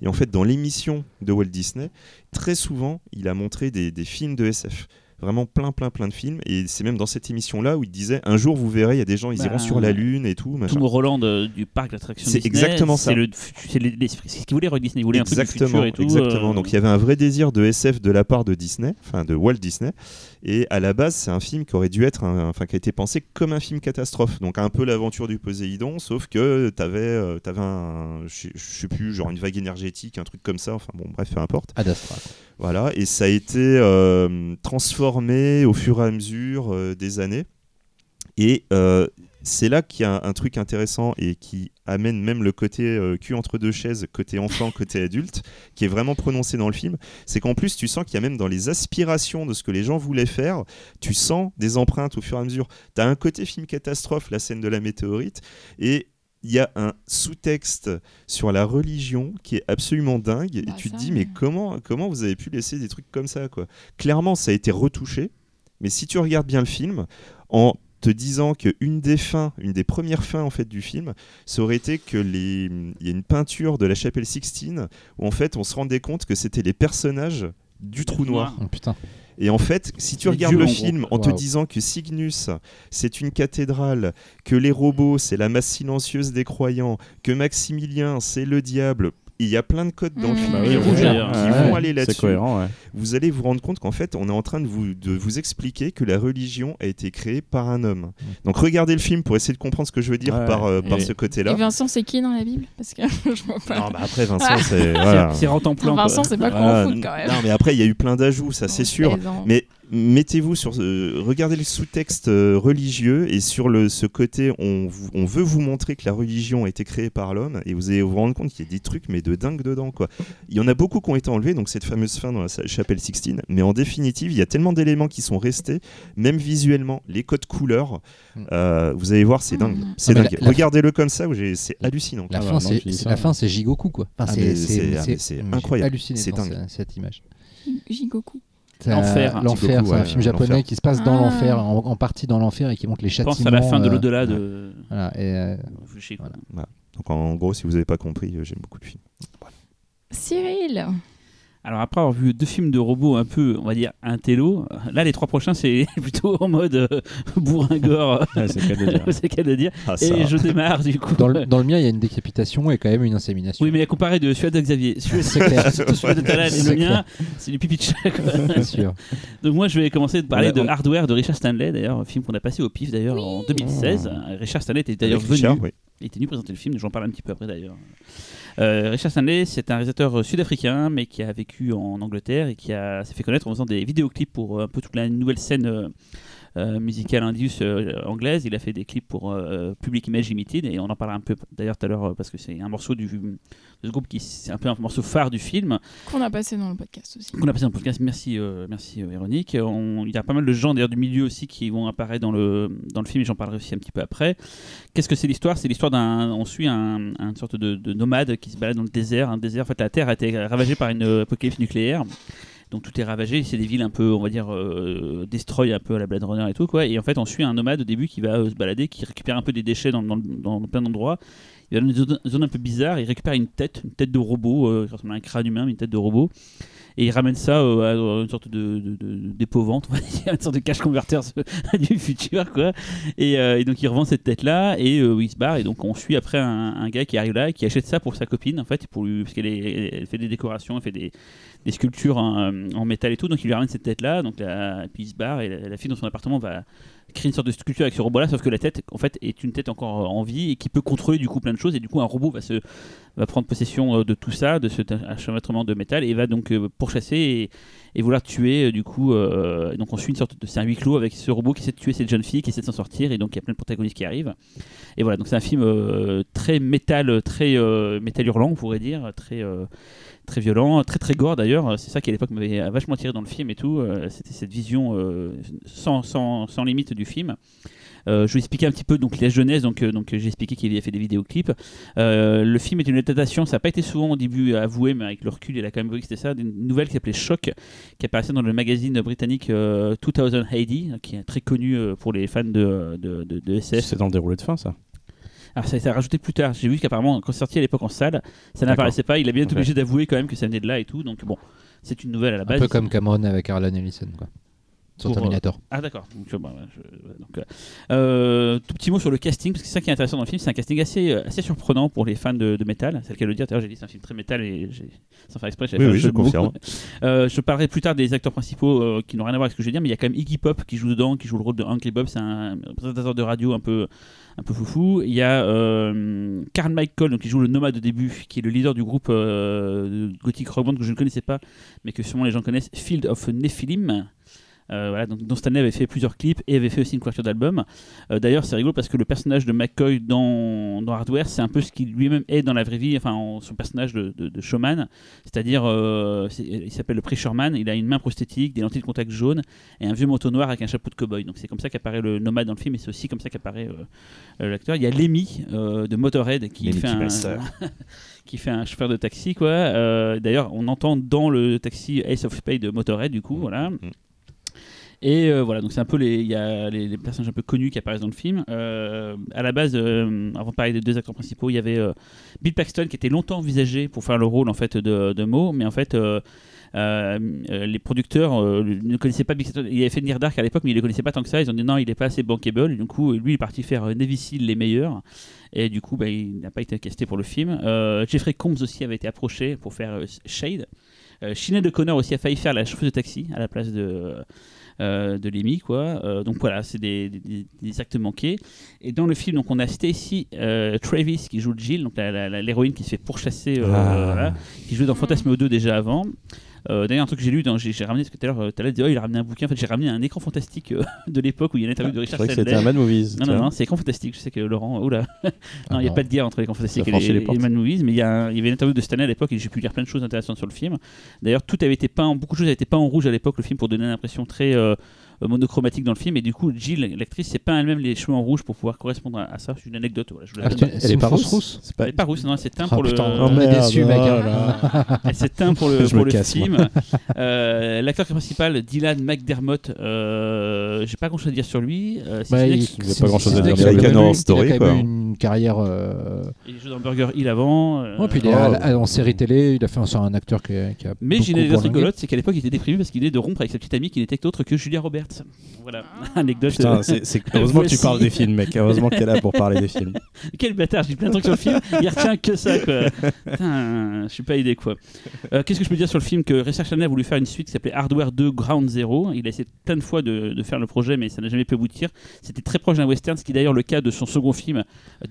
[SPEAKER 5] Et en fait, dans l'émission de Walt Disney, très souvent, il a montré des, des films de SF. Vraiment plein, plein, plein de films. Et c'est même dans cette émission-là où il disait un jour, vous verrez, il y a des gens, ils
[SPEAKER 4] Bah,
[SPEAKER 5] iront sur la Lune et tout. machin.
[SPEAKER 4] Tom Holland euh, du parc d'attractions
[SPEAKER 5] C'est
[SPEAKER 4] Disney,
[SPEAKER 5] exactement ça.
[SPEAKER 4] C'est le fu- c'est les- les- c'est ce qu'il voulait, Roy Disney. Il voulait
[SPEAKER 5] exactement,
[SPEAKER 4] un truc du futur et tout.
[SPEAKER 5] Exactement.
[SPEAKER 4] euh,
[SPEAKER 5] Donc il y avait un vrai désir de SF de la part de Disney, enfin de Walt Disney. Et à la base, c'est un film qui aurait dû être, un- enfin qui a été pensé comme un film catastrophe. Donc un peu l'aventure du Poséidon, sauf que t'avais, euh, t'avais un, je sais- je sais plus, genre une vague énergétique, un truc comme ça. Enfin bon, bref, peu importe.
[SPEAKER 3] Ad Astra. quoi.
[SPEAKER 5] Voilà, et ça a été euh, transformé au fur et à mesure euh, des années. Et euh, c'est là qu'il y a un, un truc intéressant et qui amène même le côté euh, cul entre deux chaises, côté enfant, côté adulte, qui est vraiment prononcé dans le film. C'est qu'en plus, tu sens qu'il y a même dans les aspirations de ce que les gens voulaient faire, tu sens des empreintes au fur et à mesure. Tu as un côté film catastrophe, la scène de la météorite, et il y a un sous-texte sur la religion qui est absolument dingue.
[SPEAKER 1] Bah,
[SPEAKER 5] et tu te
[SPEAKER 1] ça,
[SPEAKER 5] dis,
[SPEAKER 1] ouais.
[SPEAKER 5] mais comment, comment vous avez pu laisser des trucs comme ça quoi Clairement, ça a été retouché, mais si tu regardes bien le film, en te disant que une des fins, une des premières fins en fait du film, ça aurait été que les, il y a une peinture de la chapelle Sixtine où en fait on se rendait compte que c'était les personnages du trou noir.
[SPEAKER 3] Oh, putain.
[SPEAKER 5] Et en fait, si tu
[SPEAKER 4] Les
[SPEAKER 5] regardes
[SPEAKER 4] dieux,
[SPEAKER 5] le
[SPEAKER 4] en
[SPEAKER 5] film
[SPEAKER 3] gros.
[SPEAKER 5] en te
[SPEAKER 3] Waouh.
[SPEAKER 5] disant que Cygnus, c'est une cathédrale, que les robots, c'est la masse silencieuse des croyants, que Maximilien, c'est le diable, il y a plein de codes dans le
[SPEAKER 1] Mmh.
[SPEAKER 5] film
[SPEAKER 1] Bah
[SPEAKER 5] qui
[SPEAKER 1] oui,
[SPEAKER 5] vont-
[SPEAKER 1] oui,
[SPEAKER 5] qui
[SPEAKER 4] d'ailleurs.
[SPEAKER 2] Ah
[SPEAKER 5] vont
[SPEAKER 2] ouais,
[SPEAKER 5] aller
[SPEAKER 2] C'est
[SPEAKER 5] là-dessus.
[SPEAKER 2] cohérent, ouais.
[SPEAKER 5] Vous allez vous rendre compte qu'en fait, on est en train de vous, de vous expliquer que la religion a été créée par un homme. Donc regardez le film pour essayer de comprendre ce que je veux dire
[SPEAKER 2] Ouais.
[SPEAKER 5] par, euh, par
[SPEAKER 2] Et-
[SPEAKER 5] ce
[SPEAKER 1] Et
[SPEAKER 5] côté-là.
[SPEAKER 1] Vincent, c'est qui dans la Bible Parce que je vois pas.
[SPEAKER 5] Non, bah après, Vincent, c'est. voilà.
[SPEAKER 4] C'est c'est rentre en
[SPEAKER 1] Non,
[SPEAKER 4] plan. quoi.
[SPEAKER 1] Vincent, c'est pas qu'on
[SPEAKER 5] Voilà.
[SPEAKER 1] fout quand même.
[SPEAKER 5] Non, mais après, il y a eu plein d'ajouts, ça, c'est sûr.
[SPEAKER 1] Mais
[SPEAKER 5] Mais mettez-vous sur, euh, regardez le sous-texte euh, religieux et sur le, ce côté, on, vous- on veut vous montrer que la religion a été créée par l'homme et vous allez vous rendre compte qu'il y a des trucs mais de dingue dedans quoi. Il y en a beaucoup qui ont été enlevés, donc cette fameuse fin dans la sa- chapelle Sixtine. Mais en définitive, il y a tellement d'éléments qui sont restés, même visuellement, les codes couleurs.
[SPEAKER 4] Hmm.
[SPEAKER 3] Mm.
[SPEAKER 5] euh, vous allez voir, c'est dingue, c'est
[SPEAKER 3] Ah, mais
[SPEAKER 5] dingue.
[SPEAKER 3] la- la-
[SPEAKER 5] Regardez-le comme ça, vous avez- c'est hallucinant.
[SPEAKER 3] La
[SPEAKER 2] Ah bah,
[SPEAKER 3] fin,
[SPEAKER 2] non,
[SPEAKER 3] c'est
[SPEAKER 2] je dis
[SPEAKER 3] c'est-
[SPEAKER 2] ça,
[SPEAKER 3] la
[SPEAKER 2] mais-
[SPEAKER 3] fin, c'est Gigoku quoi. Enfin,
[SPEAKER 5] Ah,
[SPEAKER 3] c'est-
[SPEAKER 5] mais c'est-
[SPEAKER 3] c'est
[SPEAKER 5] ah, mais c'est
[SPEAKER 3] j'ai
[SPEAKER 5] incroyable.
[SPEAKER 3] halluciné
[SPEAKER 5] C'est
[SPEAKER 3] devant
[SPEAKER 5] dingue.
[SPEAKER 3] ce- cette image.
[SPEAKER 1] Jigoku.
[SPEAKER 3] C'est
[SPEAKER 4] L'enfer. hein.
[SPEAKER 3] un- L'enfer,
[SPEAKER 5] Goku,
[SPEAKER 3] c'est un
[SPEAKER 5] ouais,
[SPEAKER 3] film
[SPEAKER 5] l'enfer.
[SPEAKER 3] japonais qui se passe dans
[SPEAKER 1] Ah.
[SPEAKER 3] l'enfer, en, en partie dans l'enfer et qui montre les châtiments.
[SPEAKER 4] Pense à la fin de
[SPEAKER 3] euh,
[SPEAKER 4] l'au-delà de.
[SPEAKER 3] voilà, et, euh,
[SPEAKER 4] Je sais pas.
[SPEAKER 3] Voilà.
[SPEAKER 5] Donc en gros, si vous n'avez pas compris, euh, j'aime beaucoup le film.
[SPEAKER 1] Cyril
[SPEAKER 4] Alors après avoir vu deux films de robots un peu, on va dire, intello, euh, là les trois prochains c'est plutôt en mode euh, bourringor,
[SPEAKER 2] Ouais, c'est le cas de le dire.
[SPEAKER 4] c'est le cas de dire.
[SPEAKER 5] Ah, ça.
[SPEAKER 4] Et je démarre du coup.
[SPEAKER 3] dans, le, dans le mien, il y a une décapitation et quand même une insémination.
[SPEAKER 4] Oui mais à comparer de celui de Xavier, celui
[SPEAKER 3] C'est clair.
[SPEAKER 4] surtout celui de Talan et le
[SPEAKER 3] C'est
[SPEAKER 4] mien, c'est du pipi de chat. quoi.
[SPEAKER 3] Bien sûr.
[SPEAKER 4] Donc moi je vais commencer de parler
[SPEAKER 2] On a-
[SPEAKER 4] de
[SPEAKER 2] on-
[SPEAKER 4] Hardware de Richard Stanley, d'ailleurs un film qu'on a passé au pif d'ailleurs en 2016.
[SPEAKER 3] Oh.
[SPEAKER 4] Richard Stanley était d'ailleurs
[SPEAKER 5] Avec
[SPEAKER 4] venu
[SPEAKER 5] Richard, oui.
[SPEAKER 4] Il était venu présenter le film, j'en parle un petit peu après d'ailleurs. Euh, Richard Stanley, c'est un réalisateur euh, sud-africain, mais qui a vécu en Angleterre et qui a- s'est fait connaître en faisant des vidéoclips pour euh, un peu toute la nouvelle scène euh, euh, musicale indius euh, anglaise. Il a fait des clips pour euh, Public Image Limited et on en parlera un peu d'ailleurs tout à l'heure euh, parce que c'est un morceau du, de ce groupe qui c'est un peu un morceau phare du film
[SPEAKER 1] Qu'on a passé dans le podcast aussi.
[SPEAKER 4] qu'on a passé dans le podcast. Merci, euh, merci euh, Véronique. On- Il y a pas mal de gens d'ailleurs du milieu aussi qui vont apparaître dans le, dans le film et j'en parlerai aussi un petit peu après. Qu'est-ce que c'est l'histoire C'est l'histoire d'un. On suit un, une sorte de, de nomade qui se balade dans le désert. Un désert, en fait, la Terre a été ravagée par une euh, apocalypse nucléaire. Donc tout est ravagé, c'est des villes un peu, on va dire, euh, destroy un peu à la Blade Runner et tout quoi. Et en fait, on suit un nomade au début qui va euh, se balader, qui récupère un peu des déchets dans, dans- dans plein d'endroits. Il va dans une zone, zone un peu bizarre, il récupère une tête, une tête de robot, euh, qui ressemble à un crâne humain, mais une tête de robot et il ramène ça euh, à une sorte de, de, de- d'épauvante, on va dire, une sorte de cash converter ce- du futur, quoi. Et, euh, et donc il revend cette tête-là et euh, il se barre. Et donc on suit après un, un gars qui arrive là et qui achète ça pour sa copine, en fait, pour lui, parce qu'elle est- elle fait des décorations, elle fait des, des sculptures en, en métal et tout. Donc il lui ramène cette tête-là, donc la, et puis il se barre et la, la fille dans son appartement va créer une sorte de sculpture avec ce robot-là, sauf que la tête, en fait, est une tête encore en vie et qui peut contrôler du coup plein de choses. Et du coup, un robot va se va prendre possession euh, de tout ça, de cet acheminement de métal, et va donc euh, pourchasser et, et vouloir tuer, euh, du coup, euh, donc on suit une sorte de, c'est un huis clos avec ce robot qui essaie de tuer cette jeune fille, qui essaie de s'en sortir, et donc il y a plein de protagonistes qui arrivent. Et voilà, donc c'est un film euh, très métal, très euh, métal hurlant, on pourrait dire, très, euh, très violent, très très gore d'ailleurs. C'est ça qui à l'époque m'avait vachement tiré dans le film et tout. Euh, C'était cette vision euh, sans, sans, sans limite du film. Euh, je vous expliquais un petit peu donc la jeunesse, donc, euh, donc j'ai expliqué qu'il avait fait des vidéoclips. Euh, le film est une adaptation, ça n'a pas été souvent au début avoué, mais avec le recul, il a quand même vu que c'était ça, d'une nouvelle qui s'appelait Choc, qui apparaissait dans le magazine britannique euh, 2000 AD, qui est très connu euh, pour les fans de, de, de, de SF.
[SPEAKER 2] C'est dans le déroulé de fin, ça.
[SPEAKER 4] Alors ça a été rajouté plus tard. J'ai vu qu'apparemment, quand c'est sorti à l'époque en salle, ça n'apparaissait pas. Il a bien été
[SPEAKER 2] Ok.
[SPEAKER 4] obligé d'avouer quand même que ça venait de là et tout. Donc bon, c'est une nouvelle à la
[SPEAKER 3] Un
[SPEAKER 4] base.
[SPEAKER 3] peu comme Cameron avec Arlan Ellison, quoi. Sur
[SPEAKER 4] Pour, euh,
[SPEAKER 3] Terminator.
[SPEAKER 4] Ah d'accord. Donc, euh, bah, je- ouais, donc, euh, euh, tout petit mot sur le casting, parce que c'est ça qui est intéressant dans le film, c'est un casting assez, euh, assez surprenant pour les fans de, de métal. C'est le cas de le dire. D'ailleurs, j'ai dit c'est un film très métal et j'ai- sans faire exprès, j'ai
[SPEAKER 5] Oui,
[SPEAKER 4] fait un
[SPEAKER 5] oui,
[SPEAKER 4] jeu
[SPEAKER 5] je
[SPEAKER 4] de mots.
[SPEAKER 5] confirme.
[SPEAKER 4] Euh, je parlerai plus tard des acteurs principaux euh, qui n'ont rien à voir avec ce que je vais dire, mais il y a quand même Iggy Pop qui joue dedans, qui joue le rôle de Uncle Bob, c'est un présentateur de radio un peu, un peu foufou. Il y a euh, Karl Michael, donc, qui joue le nomade au début, qui est le leader du groupe euh, de Gothic Rock Band que je ne connaissais pas, mais que sûrement les gens connaissent, Field of Nephilim. Euh, voilà, donc, dont Stanley avait fait plusieurs clips et avait fait aussi une couverture d'album. Euh, D'ailleurs, c'est rigolo parce que le personnage de McCoy dans, dans Hardware, c'est un peu ce qu'il lui-même est dans la vraie vie, enfin en- son personnage de, de, de showman. C'est-à-dire, euh, c'est- il s'appelle le Pressure Man, il a une main prosthétique, des lentilles de contact jaunes et un vieux manteau noir avec un chapeau de cow-boy. Donc c'est comme ça qu'apparaît le nomade dans le film et c'est aussi comme ça qu'apparaît euh, euh, l'acteur. Il y a Lemmy euh, de Motorhead qui
[SPEAKER 5] Lemmy euh,
[SPEAKER 4] fait un,
[SPEAKER 5] Kilmister.
[SPEAKER 4] qui fait un chauffeur de taxi. quoi. Euh, D'ailleurs, on entend dans le taxi Ace of Spades de Motorhead, du coup, voilà. Et euh, voilà, donc c'est un peu les, il y a les, les personnages un peu connus qui apparaissent dans le film. Euh, à la base, euh, avant de parler des deux acteurs principaux, il y avait euh, Bill Paxton qui était longtemps envisagé pour faire le rôle en fait de, de Mo, mais en fait. euh, euh, euh, les producteurs euh, ne connaissaient pas Bill Paxton. Il avait fait Near Dark à l'époque, mais ils ne le connaissaient pas tant que ça. Ils ont dit non, il n'est pas assez bankable. Du coup, lui, il est parti faire euh, Navy Seal, les meilleurs. Et du coup, bah, il n'a pas été casté pour le film. Euh, Jeffrey Combs aussi avait été approché pour faire euh, Shade. Euh, Sinead O'Connor aussi a failli faire la chauffeuse de taxi à la place de, euh, de Lemmy, quoi. Euh, donc voilà, c'est des, des- des actes manqués. Et dans le film, donc on a Stacy euh, Travis qui joue Jill, donc la- la- la- l'héroïne qui se fait pourchasser, euh,
[SPEAKER 2] Ah.
[SPEAKER 4] voilà, qui jouait dans Fantasme 2 déjà avant. Euh, D'ailleurs, un truc que j'ai lu, dans- j'ai j'ai ramené, parce que tout à l'heure, euh, Talal disait, oh, il a ramené un bouquin. En fait, j'ai ramené un écran fantastique euh, de l'époque où il y a une interview de
[SPEAKER 2] Je
[SPEAKER 4] Richard
[SPEAKER 2] croyais que c'était un
[SPEAKER 4] Sadler.
[SPEAKER 2] Mad Movies.
[SPEAKER 4] Non, non, non, c'est écran fantastique. Je sais que Laurent, oula, non, il n'y a
[SPEAKER 3] non.
[SPEAKER 4] pas de guerre entre les fantastiques
[SPEAKER 2] Ça
[SPEAKER 4] et
[SPEAKER 2] franchit
[SPEAKER 4] les,
[SPEAKER 2] les
[SPEAKER 4] et
[SPEAKER 2] portes.
[SPEAKER 4] Mad Movies, mais il y, a un- il y avait une interview de Stanley à l'époque et j'ai pu lire plein de choses intéressantes sur le film. D'ailleurs, tout avait été peint, en- beaucoup de choses avaient été peintes en rouge à l'époque, le film, pour donner une impression très euh, monochromatique dans le film. Et du coup, Jill, l'actrice, s'est peint elle-même les cheveux en rouge pour pouvoir correspondre à, à ça. C'est une anecdote, voilà, je vous la
[SPEAKER 3] Ah,
[SPEAKER 4] donne.
[SPEAKER 3] putain, elle est pas rousse, rousse
[SPEAKER 2] C'est
[SPEAKER 4] Elle
[SPEAKER 2] pas...
[SPEAKER 4] est pas rousse, non, c'est teint
[SPEAKER 3] Ah,
[SPEAKER 4] pour le.
[SPEAKER 3] putain,
[SPEAKER 2] Oh,
[SPEAKER 3] on est
[SPEAKER 2] merde,
[SPEAKER 3] déçu, mec. hein.
[SPEAKER 4] Elle s'est teinte pour le,
[SPEAKER 2] Je
[SPEAKER 4] pour
[SPEAKER 2] me
[SPEAKER 4] le
[SPEAKER 2] casse, moi.
[SPEAKER 4] film. Euh, L'acteur principal, Dylan McDermott, euh, j'ai pas grand chose à dire sur lui. Euh, si
[SPEAKER 3] Bah,
[SPEAKER 4] ce n'est
[SPEAKER 3] il-
[SPEAKER 4] que-
[SPEAKER 2] il a pas grand-chose à
[SPEAKER 3] c'est vrai
[SPEAKER 2] dire.
[SPEAKER 3] qu'il
[SPEAKER 5] American
[SPEAKER 3] a quand
[SPEAKER 5] Horror
[SPEAKER 3] même eu-
[SPEAKER 5] Story,
[SPEAKER 3] Il a quand
[SPEAKER 5] quoi.
[SPEAKER 3] même eu une carrière. euh,
[SPEAKER 4] Il joue dans Burger Hill avant. euh,
[SPEAKER 3] ouais, puis il est
[SPEAKER 5] Oh.
[SPEAKER 3] à- à- en série télé, il a fait un, c'est un acteur qui, a- qui a.
[SPEAKER 4] Mais j'ai
[SPEAKER 3] beaucoup
[SPEAKER 4] une anecdote
[SPEAKER 3] bourlingué.
[SPEAKER 4] rigolote, c'est qu'à l'époque il était déprimé parce qu'il venait de rompre avec sa petite amie qui n'était autre que Julia Roberts. Voilà, anecdote.
[SPEAKER 2] Putain, c'est- c'est- heureusement que tu parles des films, mec. Heureusement que t'es là pour parler des films.
[SPEAKER 4] Quel bâtard, j'ai plein de trucs sur le film, il retient que ça quoi. Putain, je suis pas aidé quoi. Euh, Qu'est-ce que je peux dire sur le film Que Research Channel a voulu faire une suite qui s'appelait Hardware 2 Ground Zero. Il a essayé plein de fois de, de faire le projet, mais ça n'a jamais pu aboutir. C'était très proche d'un western, ce qui est d'ailleurs le cas de son second film,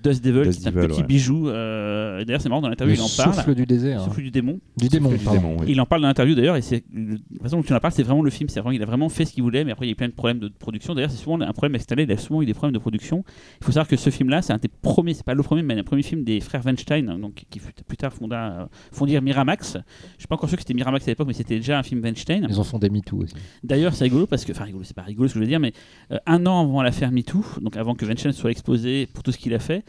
[SPEAKER 4] Dust Devil,
[SPEAKER 5] Dust
[SPEAKER 4] qui est un
[SPEAKER 5] Devil,
[SPEAKER 4] petit
[SPEAKER 5] ouais.
[SPEAKER 4] bijou. Euh, et d'ailleurs, c'est marrant, dans
[SPEAKER 3] Le
[SPEAKER 4] l'interview, il en
[SPEAKER 3] souffle
[SPEAKER 4] parle.
[SPEAKER 3] du désert. hein.
[SPEAKER 4] Souffle du démon.
[SPEAKER 3] Du démon,
[SPEAKER 5] Que du
[SPEAKER 3] pardon.
[SPEAKER 5] démon, oui.
[SPEAKER 4] Il en parle dans l'interview d'ailleurs, et c'est le- la façon dont tu en parles, c'est vraiment le film. C'est vraiment, il a vraiment fait ce qu'il voulait, mais après il y a eu plein de problèmes de production. D'ailleurs, c'est souvent un problème installé. Il a souvent eu des problèmes de production. Il faut savoir que ce film-là, c'est un des premiers, c'est pas le premier, mais un premier film des frères Weinstein, hein, donc qui fut- plus tard fonda, euh, fondirent Miramax. Je suis pas encore sûr que c'était Miramax à l'époque, mais c'était déjà un film Weinstein.
[SPEAKER 3] Ils en font des MeToo aussi.
[SPEAKER 4] D'ailleurs, c'est rigolo parce que, enfin, rigolo, c'est pas rigolo ce que je veux dire, mais euh, un an avant l'affaire MeToo, donc avant que Weinstein soit exposé pour tout ce qu'il a fait,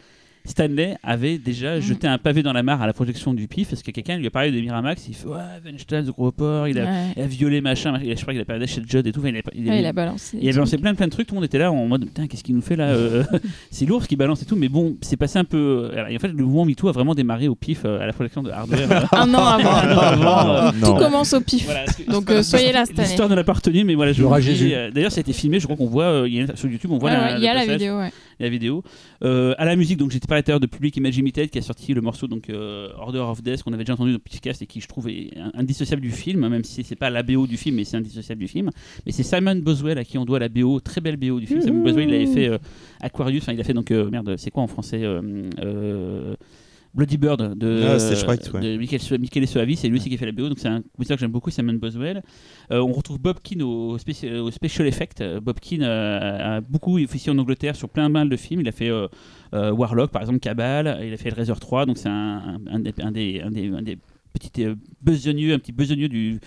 [SPEAKER 4] Stanley avait déjà
[SPEAKER 1] Mm.
[SPEAKER 4] jeté un pavé dans la mare à la projection du PIF parce que quelqu'un lui a parlé de Miramax. Il fait Ouais, Weinstein, ce gros porc, il a,
[SPEAKER 1] Ouais.
[SPEAKER 4] il a violé machin, machin. Il a- je crois qu'il a perdu chez Judd et tout. Enfin, il a, il a-
[SPEAKER 1] Ouais, il a balancé.
[SPEAKER 4] il a balancé plein plein de trucs, tout le monde était là en mode putain qu'est-ce qu'il nous fait là euh, C'est lourd ce qu'il balance et tout, mais bon c'est passé un peu... alors, et en fait le mouvement MeToo a vraiment démarré au pif euh, à la projection de Hardware. euh,
[SPEAKER 1] Un an avant.
[SPEAKER 4] un an avant, euh,
[SPEAKER 1] Tout
[SPEAKER 5] Ah, Non.
[SPEAKER 1] commence au pif.
[SPEAKER 4] voilà, parce que-
[SPEAKER 1] Donc euh, soyez là cette année.
[SPEAKER 4] L'histoire ne l'a pas retenue, mais voilà, je
[SPEAKER 3] Il y aura
[SPEAKER 4] vous dis,
[SPEAKER 3] Jésus.
[SPEAKER 4] euh, D'ailleurs, ça a été filmé, je crois qu'on voit euh, il y a- sur YouTube, on voit
[SPEAKER 1] Ouais,
[SPEAKER 4] la,
[SPEAKER 1] ouais,
[SPEAKER 4] le
[SPEAKER 1] il y a la
[SPEAKER 4] passage,
[SPEAKER 1] vidéo, ouais.
[SPEAKER 4] la vidéo. Euh, à la musique, donc j'étais pas à l'intérieur de Public Image Limited qui a sorti le morceau donc euh, Order of Death qu'on avait déjà entendu dans Pitchcast et qui je trouve est in- indissociable du film, même si c'est pas la BO du film, mais c'est indissociable du film. Mais c'est Simon Boswell à qui on doit la BO, très belle BO du film. Simon Boswell, il avait fait euh, Aquarius, enfin il a fait donc euh, merde, c'est quoi en français euh, euh, Bloody Bird de,
[SPEAKER 5] Ah, c'est Shrike, ouais.
[SPEAKER 4] de Michael, Su- Michele Soavi, c'est lui aussi qui a fait la BO, donc c'est un compositeur que j'aime beaucoup, Simon Boswell. Euh, on retrouve Bob Keane au, spéci- au Special Effect. Euh, Bob Keane euh, a, a beaucoup officié en Angleterre sur plein mal de films. Il a fait euh, euh, Warlock, par exemple, Cabal, il a fait Razor 3, donc c'est un, un- un des, un des- un des- un des petite euh, besogneux, un petit besogneux du,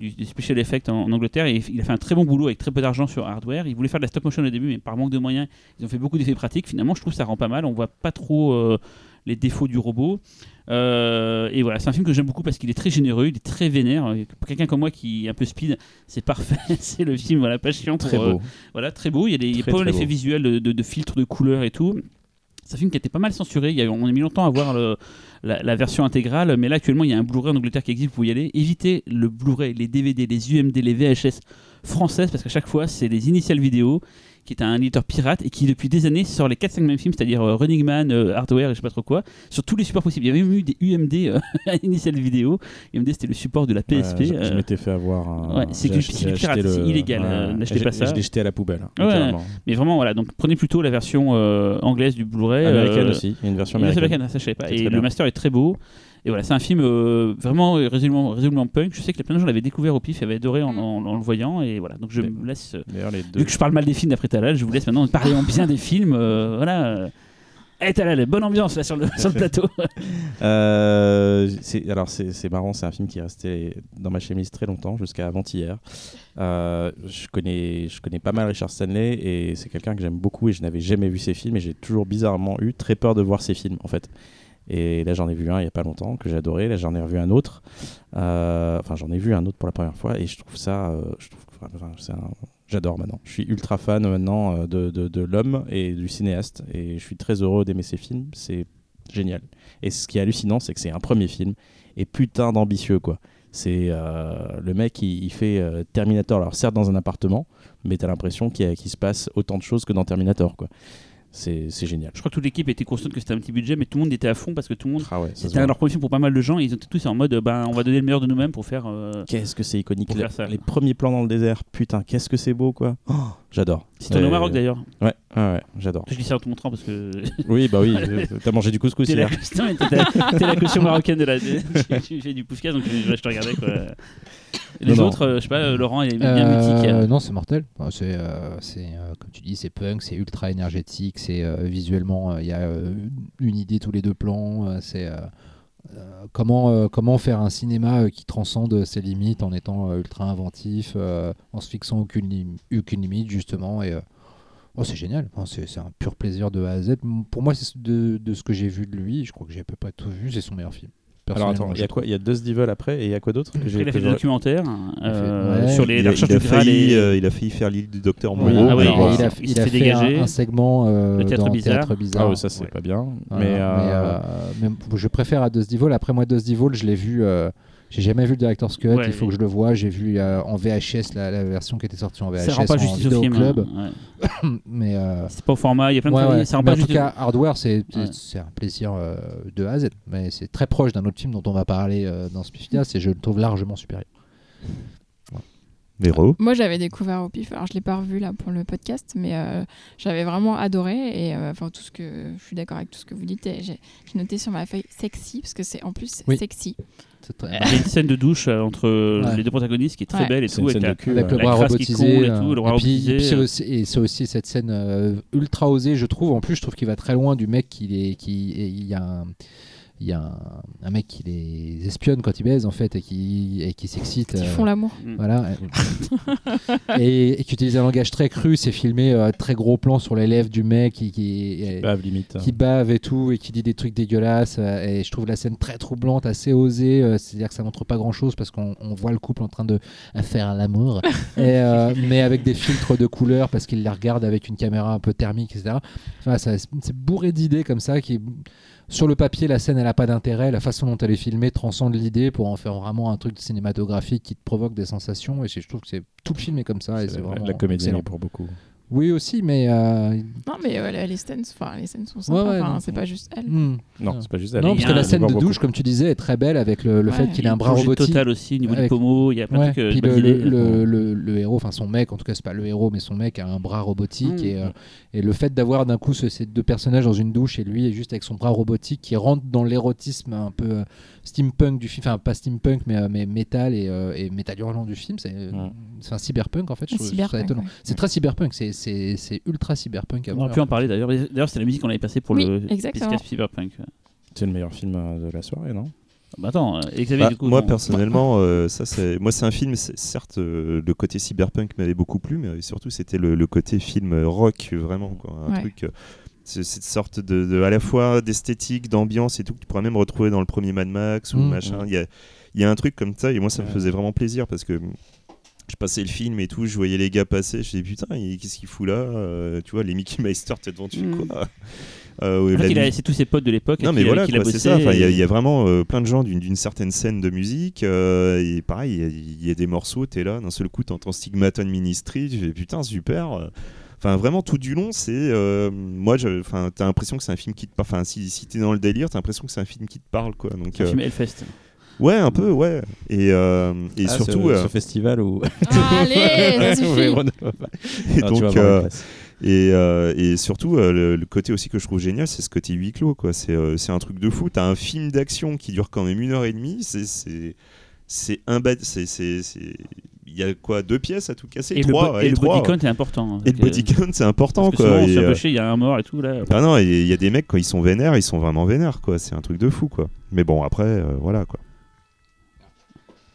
[SPEAKER 4] du, du special effect en, en Angleterre. Et il a fait un très bon boulot avec très peu d'argent sur hardware. Il voulait faire de la stop motion au début, mais par manque de moyens, ils ont fait beaucoup d'effets pratiques. Finalement, je trouve que ça rend pas mal. On voit pas trop euh, les défauts du robot. Euh, et voilà, c'est un film que j'aime beaucoup parce qu'il est très généreux, il est très vénère. Euh, Pour quelqu'un comme moi qui est un peu speed, c'est parfait. c'est le film, voilà, patient.
[SPEAKER 2] Très
[SPEAKER 4] pour, euh,
[SPEAKER 2] beau.
[SPEAKER 4] voilà, très beau. Il y a des il y a
[SPEAKER 2] Très,
[SPEAKER 4] pas
[SPEAKER 2] très
[SPEAKER 4] l'effet
[SPEAKER 2] beau.
[SPEAKER 4] visuel de, de, de filtres de couleurs et tout. C'est un film qui était pas mal censuré. Il y a, on a mis longtemps à voir le- la, la version intégrale, mais là actuellement il y a un Blu-ray en Angleterre qui existe. Vous pouvez y aller. Évitez le Blu-ray, les DVD, les UMD, les VHS françaises parce qu'à chaque fois c'est les initiales vidéo qui est un éditeur pirate et qui depuis des années sort les 4-5 mêmes films, c'est-à-dire euh, Running Man, euh, Hardware et je sais pas trop quoi, sur tous les supports possibles. Il y avait même eu des UMD euh, initiales vidéo. UMD c'était le support de la PSP.
[SPEAKER 2] Ouais, je- je,
[SPEAKER 4] euh,
[SPEAKER 2] m'étais fait avoir. hein.
[SPEAKER 4] ouais, c'est
[SPEAKER 2] j'ai
[SPEAKER 4] du-
[SPEAKER 2] acheté-
[SPEAKER 4] c'est du
[SPEAKER 2] j'ai acheté
[SPEAKER 4] pirate,
[SPEAKER 2] le-
[SPEAKER 4] c'est illégal, euh, n'achetez
[SPEAKER 2] j'ai-
[SPEAKER 4] pas ça.
[SPEAKER 2] Je l'ai jeté à la poubelle.
[SPEAKER 4] Ouais.
[SPEAKER 2] littéralement.
[SPEAKER 4] mais vraiment voilà, donc prenez plutôt la version euh, anglaise du Blu-ray.
[SPEAKER 2] Américaine
[SPEAKER 4] euh,
[SPEAKER 2] aussi. Il y a une version
[SPEAKER 4] Il y a une version
[SPEAKER 2] américaine.
[SPEAKER 4] américaine, ça, je savais pas.
[SPEAKER 2] C'est
[SPEAKER 4] Et
[SPEAKER 2] très
[SPEAKER 4] le
[SPEAKER 2] bien.
[SPEAKER 4] master est très beau. Et voilà, c'est un film euh, vraiment euh, résolument, résolument punk. Je sais que plein de gens l'avaient découvert au pif et avaient adoré en, en- en le voyant. Et voilà, donc je
[SPEAKER 2] Mais-
[SPEAKER 4] me laisse. euh,
[SPEAKER 2] D'ailleurs, les deux.
[SPEAKER 4] Vu que je parle mal des films d'après Talal, je vous laisse maintenant parler en bien des films. euh, voilà. Eh Talal, bonne ambiance là sur le, sur le plateau.
[SPEAKER 2] Euh, c'est- alors c'est c'est marrant, c'est un film qui est resté dans ma chemise très longtemps, jusqu'à avant-hier. Euh, je, connais, je connais pas mal Richard Stanley et c'est quelqu'un que j'aime beaucoup et je n'avais jamais vu ses films et j'ai toujours bizarrement eu très peur de voir ses films en fait. Et là j'en ai vu un il y a pas longtemps que j'ai adoré, là j'en ai revu un autre, Euh, enfin j'en ai vu un autre pour la première fois et je trouve ça, euh, je trouve, que- enfin, c'est un- j'adore maintenant. Je suis ultra fan maintenant euh, de, de- de l'homme et du cinéaste et je suis très heureux d'aimer ses films, c'est génial. Et ce qui est hallucinant, c'est que c'est un premier film et putain d'ambitieux, quoi. C'est euh, le mec, il, il fait euh, Terminator. Alors, certes, dans un appartement, mais t'as l'impression qu'il y a- qu'il se passe autant de choses que dans Terminator, quoi. C'est c'est génial.
[SPEAKER 4] Je crois que toute l'équipe était consciente que c'était un petit budget, mais tout le monde était à fond parce que tout le monde.
[SPEAKER 2] Ah ouais, ça se
[SPEAKER 4] C'était
[SPEAKER 2] voit.
[SPEAKER 4] leur premier film pour pas mal de gens. Et ils étaient tous en mode, euh, ben, on va donner le meilleur de nous-mêmes pour faire. euh,
[SPEAKER 2] Qu'est-ce que c'est iconique.
[SPEAKER 4] Pour
[SPEAKER 2] Les,
[SPEAKER 4] faire ça.
[SPEAKER 2] les premiers plans dans le désert, putain, qu'est-ce que c'est beau, quoi. Oh, j'adore.
[SPEAKER 4] C'est tourné au
[SPEAKER 2] Euh,
[SPEAKER 4] Maroc d'ailleurs.
[SPEAKER 2] Ouais, ouais, ouais, j'adore.
[SPEAKER 4] Je dis ça en te montrant parce que
[SPEAKER 2] oui, bah oui, euh, t'as mangé du couscous
[SPEAKER 4] T'es la,
[SPEAKER 2] hier.
[SPEAKER 4] non, mais t'es la- t'es la caution marocaine de la. de- J'ai j'ai du Poufkas, donc je, je te regardais quoi. Les
[SPEAKER 2] Non, non.
[SPEAKER 4] autres, euh, je sais pas, euh, Laurent, il est bien mythique.
[SPEAKER 3] Euh,
[SPEAKER 4] euh.
[SPEAKER 3] Non, c'est mortel. Enfin, c'est, euh, c'est, euh, comme tu dis, c'est punk, c'est ultra énergétique, c'est euh, visuellement, euh, il y a euh, une, une idée tous les deux plans. euh, c'est euh, euh, comment, euh, comment faire un cinéma euh, qui transcende ses limites en étant euh, ultra inventif, euh, en se fixant aucune, lim- aucune limite justement. Et, euh, oh, c'est génial. Enfin, c'est, c'est un pur plaisir de A à Z. Pour moi, c'est de, de ce que j'ai vu de lui. Je crois que j'ai à peu près tout vu. C'est son meilleur film.
[SPEAKER 2] Alors attends,
[SPEAKER 3] Personnellement,
[SPEAKER 2] il
[SPEAKER 3] je
[SPEAKER 2] y a quoi Il y a deux Devil après et il y a quoi d'autre que j'ai-
[SPEAKER 4] il a
[SPEAKER 2] que
[SPEAKER 4] fait des
[SPEAKER 2] j'aurais-
[SPEAKER 4] documentaires euh,
[SPEAKER 3] ouais.
[SPEAKER 4] sur les
[SPEAKER 5] il,
[SPEAKER 4] la
[SPEAKER 5] a,
[SPEAKER 4] recherche
[SPEAKER 5] il a
[SPEAKER 4] du Graal
[SPEAKER 5] failli,
[SPEAKER 4] et-
[SPEAKER 5] euh, il a failli faire l'île du docteur
[SPEAKER 3] Oui,
[SPEAKER 5] Moreau.
[SPEAKER 4] Ah oui,
[SPEAKER 5] mais
[SPEAKER 3] il
[SPEAKER 5] bon,
[SPEAKER 4] alors,
[SPEAKER 3] a,
[SPEAKER 4] il
[SPEAKER 3] il
[SPEAKER 4] se
[SPEAKER 3] a
[SPEAKER 4] fait
[SPEAKER 3] fait,
[SPEAKER 4] dégager.
[SPEAKER 3] un, un segment euh,
[SPEAKER 4] Le Théâtre
[SPEAKER 3] dans
[SPEAKER 4] Bizarre.
[SPEAKER 3] Théâtre
[SPEAKER 2] Ah
[SPEAKER 3] Bizarre.
[SPEAKER 2] ouais, ça c'est
[SPEAKER 3] Ouais.
[SPEAKER 2] pas bien.
[SPEAKER 3] Voilà.
[SPEAKER 2] Mais, euh,
[SPEAKER 3] mais, euh, mais je préfère à Dust Devil. Après, moi, Dust Devil, je l'ai vu. euh, j'ai jamais vu le Director's Cut.
[SPEAKER 4] Ouais,
[SPEAKER 3] il faut
[SPEAKER 4] et-
[SPEAKER 3] que je le voie. J'ai vu euh, en VHS la, la version qui était sortie en VHS
[SPEAKER 4] ça rend pas
[SPEAKER 3] en
[SPEAKER 4] justice au
[SPEAKER 3] vidéo
[SPEAKER 4] film.
[SPEAKER 3] club.
[SPEAKER 4] hein, ouais.
[SPEAKER 3] Mais euh,
[SPEAKER 4] C'est pas au format, il y a plein de
[SPEAKER 3] ouais,
[SPEAKER 4] familles,
[SPEAKER 3] ouais.
[SPEAKER 4] ça rend
[SPEAKER 3] Mais
[SPEAKER 4] pas
[SPEAKER 3] en tout
[SPEAKER 4] justice.
[SPEAKER 3] cas, Hardware, c'est
[SPEAKER 4] Ouais.
[SPEAKER 3] c'est un plaisir euh, de A à Z. Mais c'est très proche d'un autre film dont on va parler euh, dans Spifias et je le trouve largement supérieur.
[SPEAKER 5] Véro,
[SPEAKER 1] Moi, j'avais découvert au pif. Alors, je l'ai pas revu là pour le podcast, mais euh, j'avais vraiment adoré. Et euh, enfin, tout ce que je suis d'accord avec tout ce que vous dites. Et J'ai j'ai noté sur ma feuille sexy parce que c'est en plus
[SPEAKER 3] Oui.
[SPEAKER 1] sexy.
[SPEAKER 3] C'est très-
[SPEAKER 4] Il y a une scène de douche euh, entre euh,
[SPEAKER 3] Ouais.
[SPEAKER 4] les deux protagonistes qui est très
[SPEAKER 1] Ouais.
[SPEAKER 4] belle et
[SPEAKER 2] c'est
[SPEAKER 4] tout. avec
[SPEAKER 2] une scène de
[SPEAKER 4] la-
[SPEAKER 2] cul. euh,
[SPEAKER 3] avec
[SPEAKER 2] ouais.
[SPEAKER 3] le
[SPEAKER 4] La
[SPEAKER 3] bras
[SPEAKER 4] crasse qui
[SPEAKER 3] robotisé.
[SPEAKER 4] coule et tout, le
[SPEAKER 3] euh,
[SPEAKER 4] bras
[SPEAKER 3] et puis-
[SPEAKER 4] robotisé,
[SPEAKER 3] puis c'est
[SPEAKER 4] euh.
[SPEAKER 3] aussi- et c'est aussi cette scène euh, ultra osée, je trouve. En plus, je trouve qu'il va très loin du mec qui est, qui et il y a un. Il y a un, un mec qui les espionne quand ils baisent en fait et qui, et qui s'excite.
[SPEAKER 1] Ils
[SPEAKER 3] euh,
[SPEAKER 1] font l'amour.
[SPEAKER 4] Mm.
[SPEAKER 3] voilà. et, et qui utilise un langage très cru, c'est filmé euh, très gros plan sur les lèvres du mec qui, qui, et-
[SPEAKER 2] Bave, limite.
[SPEAKER 3] qui bave et tout et qui dit des trucs dégueulasses euh, et je trouve la scène très troublante assez osée euh, c'est-à-dire que ça montre pas grand chose parce qu'on on voit le couple en train de à faire l'amour et, euh, mais avec des filtres de couleurs parce qu'il les regarde avec une caméra un peu thermique etc Enfin, ça- c'est bourré d'idées comme ça qui sur le papier la scène elle a pas d'intérêt la façon dont elle est filmée transcende l'idée pour en faire vraiment un truc cinématographique qui te provoque des sensations et c'est- je trouve que c'est tout filmé comme ça et
[SPEAKER 2] C'est
[SPEAKER 3] c'est
[SPEAKER 2] la-
[SPEAKER 3] vraiment
[SPEAKER 2] la comédie
[SPEAKER 3] excellent.
[SPEAKER 2] pour beaucoup.
[SPEAKER 3] oui aussi mais euh,
[SPEAKER 1] Non, mais euh, les scènes, enfin, les scènes sont sympas.
[SPEAKER 3] Ouais, ouais,
[SPEAKER 1] Enfin,
[SPEAKER 3] non.
[SPEAKER 1] c'est pas juste elle.
[SPEAKER 3] hmm.
[SPEAKER 2] Non,
[SPEAKER 3] Non.
[SPEAKER 2] c'est pas juste
[SPEAKER 3] Non,
[SPEAKER 4] il y
[SPEAKER 3] parce
[SPEAKER 4] a
[SPEAKER 3] que
[SPEAKER 4] un-
[SPEAKER 3] la scène de
[SPEAKER 2] hein, Beaucoup.
[SPEAKER 3] douche, comme tu disais, est très belle avec le, le
[SPEAKER 1] Ouais,
[SPEAKER 3] fait qu'il a un bras
[SPEAKER 4] projet
[SPEAKER 3] robotique.
[SPEAKER 4] total aussi, au niveau du
[SPEAKER 3] Avec-
[SPEAKER 4] pommeau, il y a plein
[SPEAKER 3] Ouais,
[SPEAKER 4] de trucs. euh,
[SPEAKER 3] puis
[SPEAKER 4] bonnes
[SPEAKER 3] le, le-
[SPEAKER 4] idées.
[SPEAKER 3] le- le- le héros, enfin son mec, en tout cas c'est pas le héros, mais son mec a un bras robotique
[SPEAKER 4] Mm.
[SPEAKER 3] et, euh, et le fait d'avoir d'un coup ce- ces deux personnages dans une douche et lui est juste avec son bras robotique qui rentre dans l'érotisme un peu euh, steampunk du film, enfin pas steampunk mais, euh, mais métal et, euh, et métal hurlant du film, c'est euh,
[SPEAKER 2] Ouais.
[SPEAKER 3] c'est un cyberpunk en fait, je trouve, je trouve ça
[SPEAKER 1] Cyberpunk,
[SPEAKER 3] étonnant.
[SPEAKER 1] ouais.
[SPEAKER 3] C'est très cyberpunk, c'est- c'est c'est ultra cyberpunk. à
[SPEAKER 4] On
[SPEAKER 3] voir.
[SPEAKER 4] aurait pu en parler d'ailleurs. D'ailleurs, c'était la musique qu'on avait passée pour
[SPEAKER 1] Oui,
[SPEAKER 4] le
[SPEAKER 1] exactement.
[SPEAKER 4] Piscas Cyberpunk.
[SPEAKER 2] C'est le meilleur film euh, de la soirée, non
[SPEAKER 4] Bah, attends, euh, et Xavier,
[SPEAKER 5] Bah,
[SPEAKER 4] du coup,
[SPEAKER 5] moi
[SPEAKER 4] non.
[SPEAKER 5] personnellement, euh, ça c'est moi c'est un film. c'est- Certes, euh, le côté cyberpunk m'avait beaucoup plu, mais surtout c'était le, le côté film euh, rock vraiment quoi. Un
[SPEAKER 1] Ouais.
[SPEAKER 5] truc, euh, c'est- cette sorte de, de- à la fois d'esthétique, d'ambiance et tout que tu pourrais même retrouver dans le premier Mad Max ou
[SPEAKER 4] Mm.
[SPEAKER 3] Mhm.
[SPEAKER 5] machin. Il y a il y a un truc comme ça et moi ça me
[SPEAKER 2] Ouais.
[SPEAKER 5] faisait vraiment plaisir parce que je passais le film et tout, je voyais les gars passer, je me disais putain, il- qu'est-ce qu'il fout là Euh, Tu vois, les Mickey Meister, t'es devant, tu fais
[SPEAKER 4] Mhm.
[SPEAKER 5] quoi Euh, ouais,
[SPEAKER 4] En fait,
[SPEAKER 5] la
[SPEAKER 4] il a-
[SPEAKER 5] nuit-
[SPEAKER 4] c'est tous ses potes de l'époque.
[SPEAKER 5] non,
[SPEAKER 4] avec
[SPEAKER 5] mais
[SPEAKER 4] qui-
[SPEAKER 5] voilà,
[SPEAKER 4] avec qui il euh, a
[SPEAKER 5] quoi, c'est
[SPEAKER 4] bossé,
[SPEAKER 5] ça. Enfin, Il y, a-
[SPEAKER 4] et-
[SPEAKER 5] il y a vraiment euh, plein de gens d'une- d'une certaine scène de musique. euh, et pareil, il y a- il y, a des morceaux, t'es là, d'un seul coup, t'entends Stigmaton Ministry, tu fais putain, super. Enfin, vraiment, tout du long, c'est. euh, moi, je- enfin, t'as l'impression que c'est un film qui te parle. Enfin, si, si t'es dans le délire, t'as l'impression que c'est un film qui te parle, quoi. Donc,
[SPEAKER 4] un
[SPEAKER 5] euh,
[SPEAKER 4] film Hellfest.
[SPEAKER 5] ouais, un peu, ouais. Et, euh, et
[SPEAKER 2] Ah,
[SPEAKER 5] surtout.
[SPEAKER 2] ce,
[SPEAKER 5] euh,
[SPEAKER 2] ce festival où.
[SPEAKER 1] Ah, Allez, ça
[SPEAKER 2] où
[SPEAKER 1] suffit.
[SPEAKER 2] Véron ne va pas.
[SPEAKER 5] et
[SPEAKER 2] Ah, tu vas
[SPEAKER 5] donc.
[SPEAKER 2] voir
[SPEAKER 5] euh,
[SPEAKER 2] les places.
[SPEAKER 5] Et, euh, et surtout, euh, le, le côté aussi que je trouve génial, c'est ce côté huis clos. quoi. C'est euh, c'est un truc de fou. T'as un film d'action qui dure quand même une heure et demie. C'est- C'est c'est un bad. c'est- c'est- c'est- Il y a quoi Deux pièces à tout casser
[SPEAKER 4] Et, le
[SPEAKER 5] Trois
[SPEAKER 4] bo-
[SPEAKER 5] ouais,
[SPEAKER 4] et le
[SPEAKER 5] trois,
[SPEAKER 4] body
[SPEAKER 5] ouais.
[SPEAKER 4] count est important.
[SPEAKER 5] Et le body count, c'est important.
[SPEAKER 4] Parce que
[SPEAKER 5] Quoi.
[SPEAKER 4] sinon, on
[SPEAKER 5] Et,
[SPEAKER 4] se fait
[SPEAKER 5] euh,
[SPEAKER 4] bâcher, il y a un mort et tout. là.
[SPEAKER 5] ah non, et il y a des mecs, quand ils sont vénères, ils sont vraiment vénères. quoi. C'est un truc de fou. quoi. Mais bon, après, euh, voilà. quoi.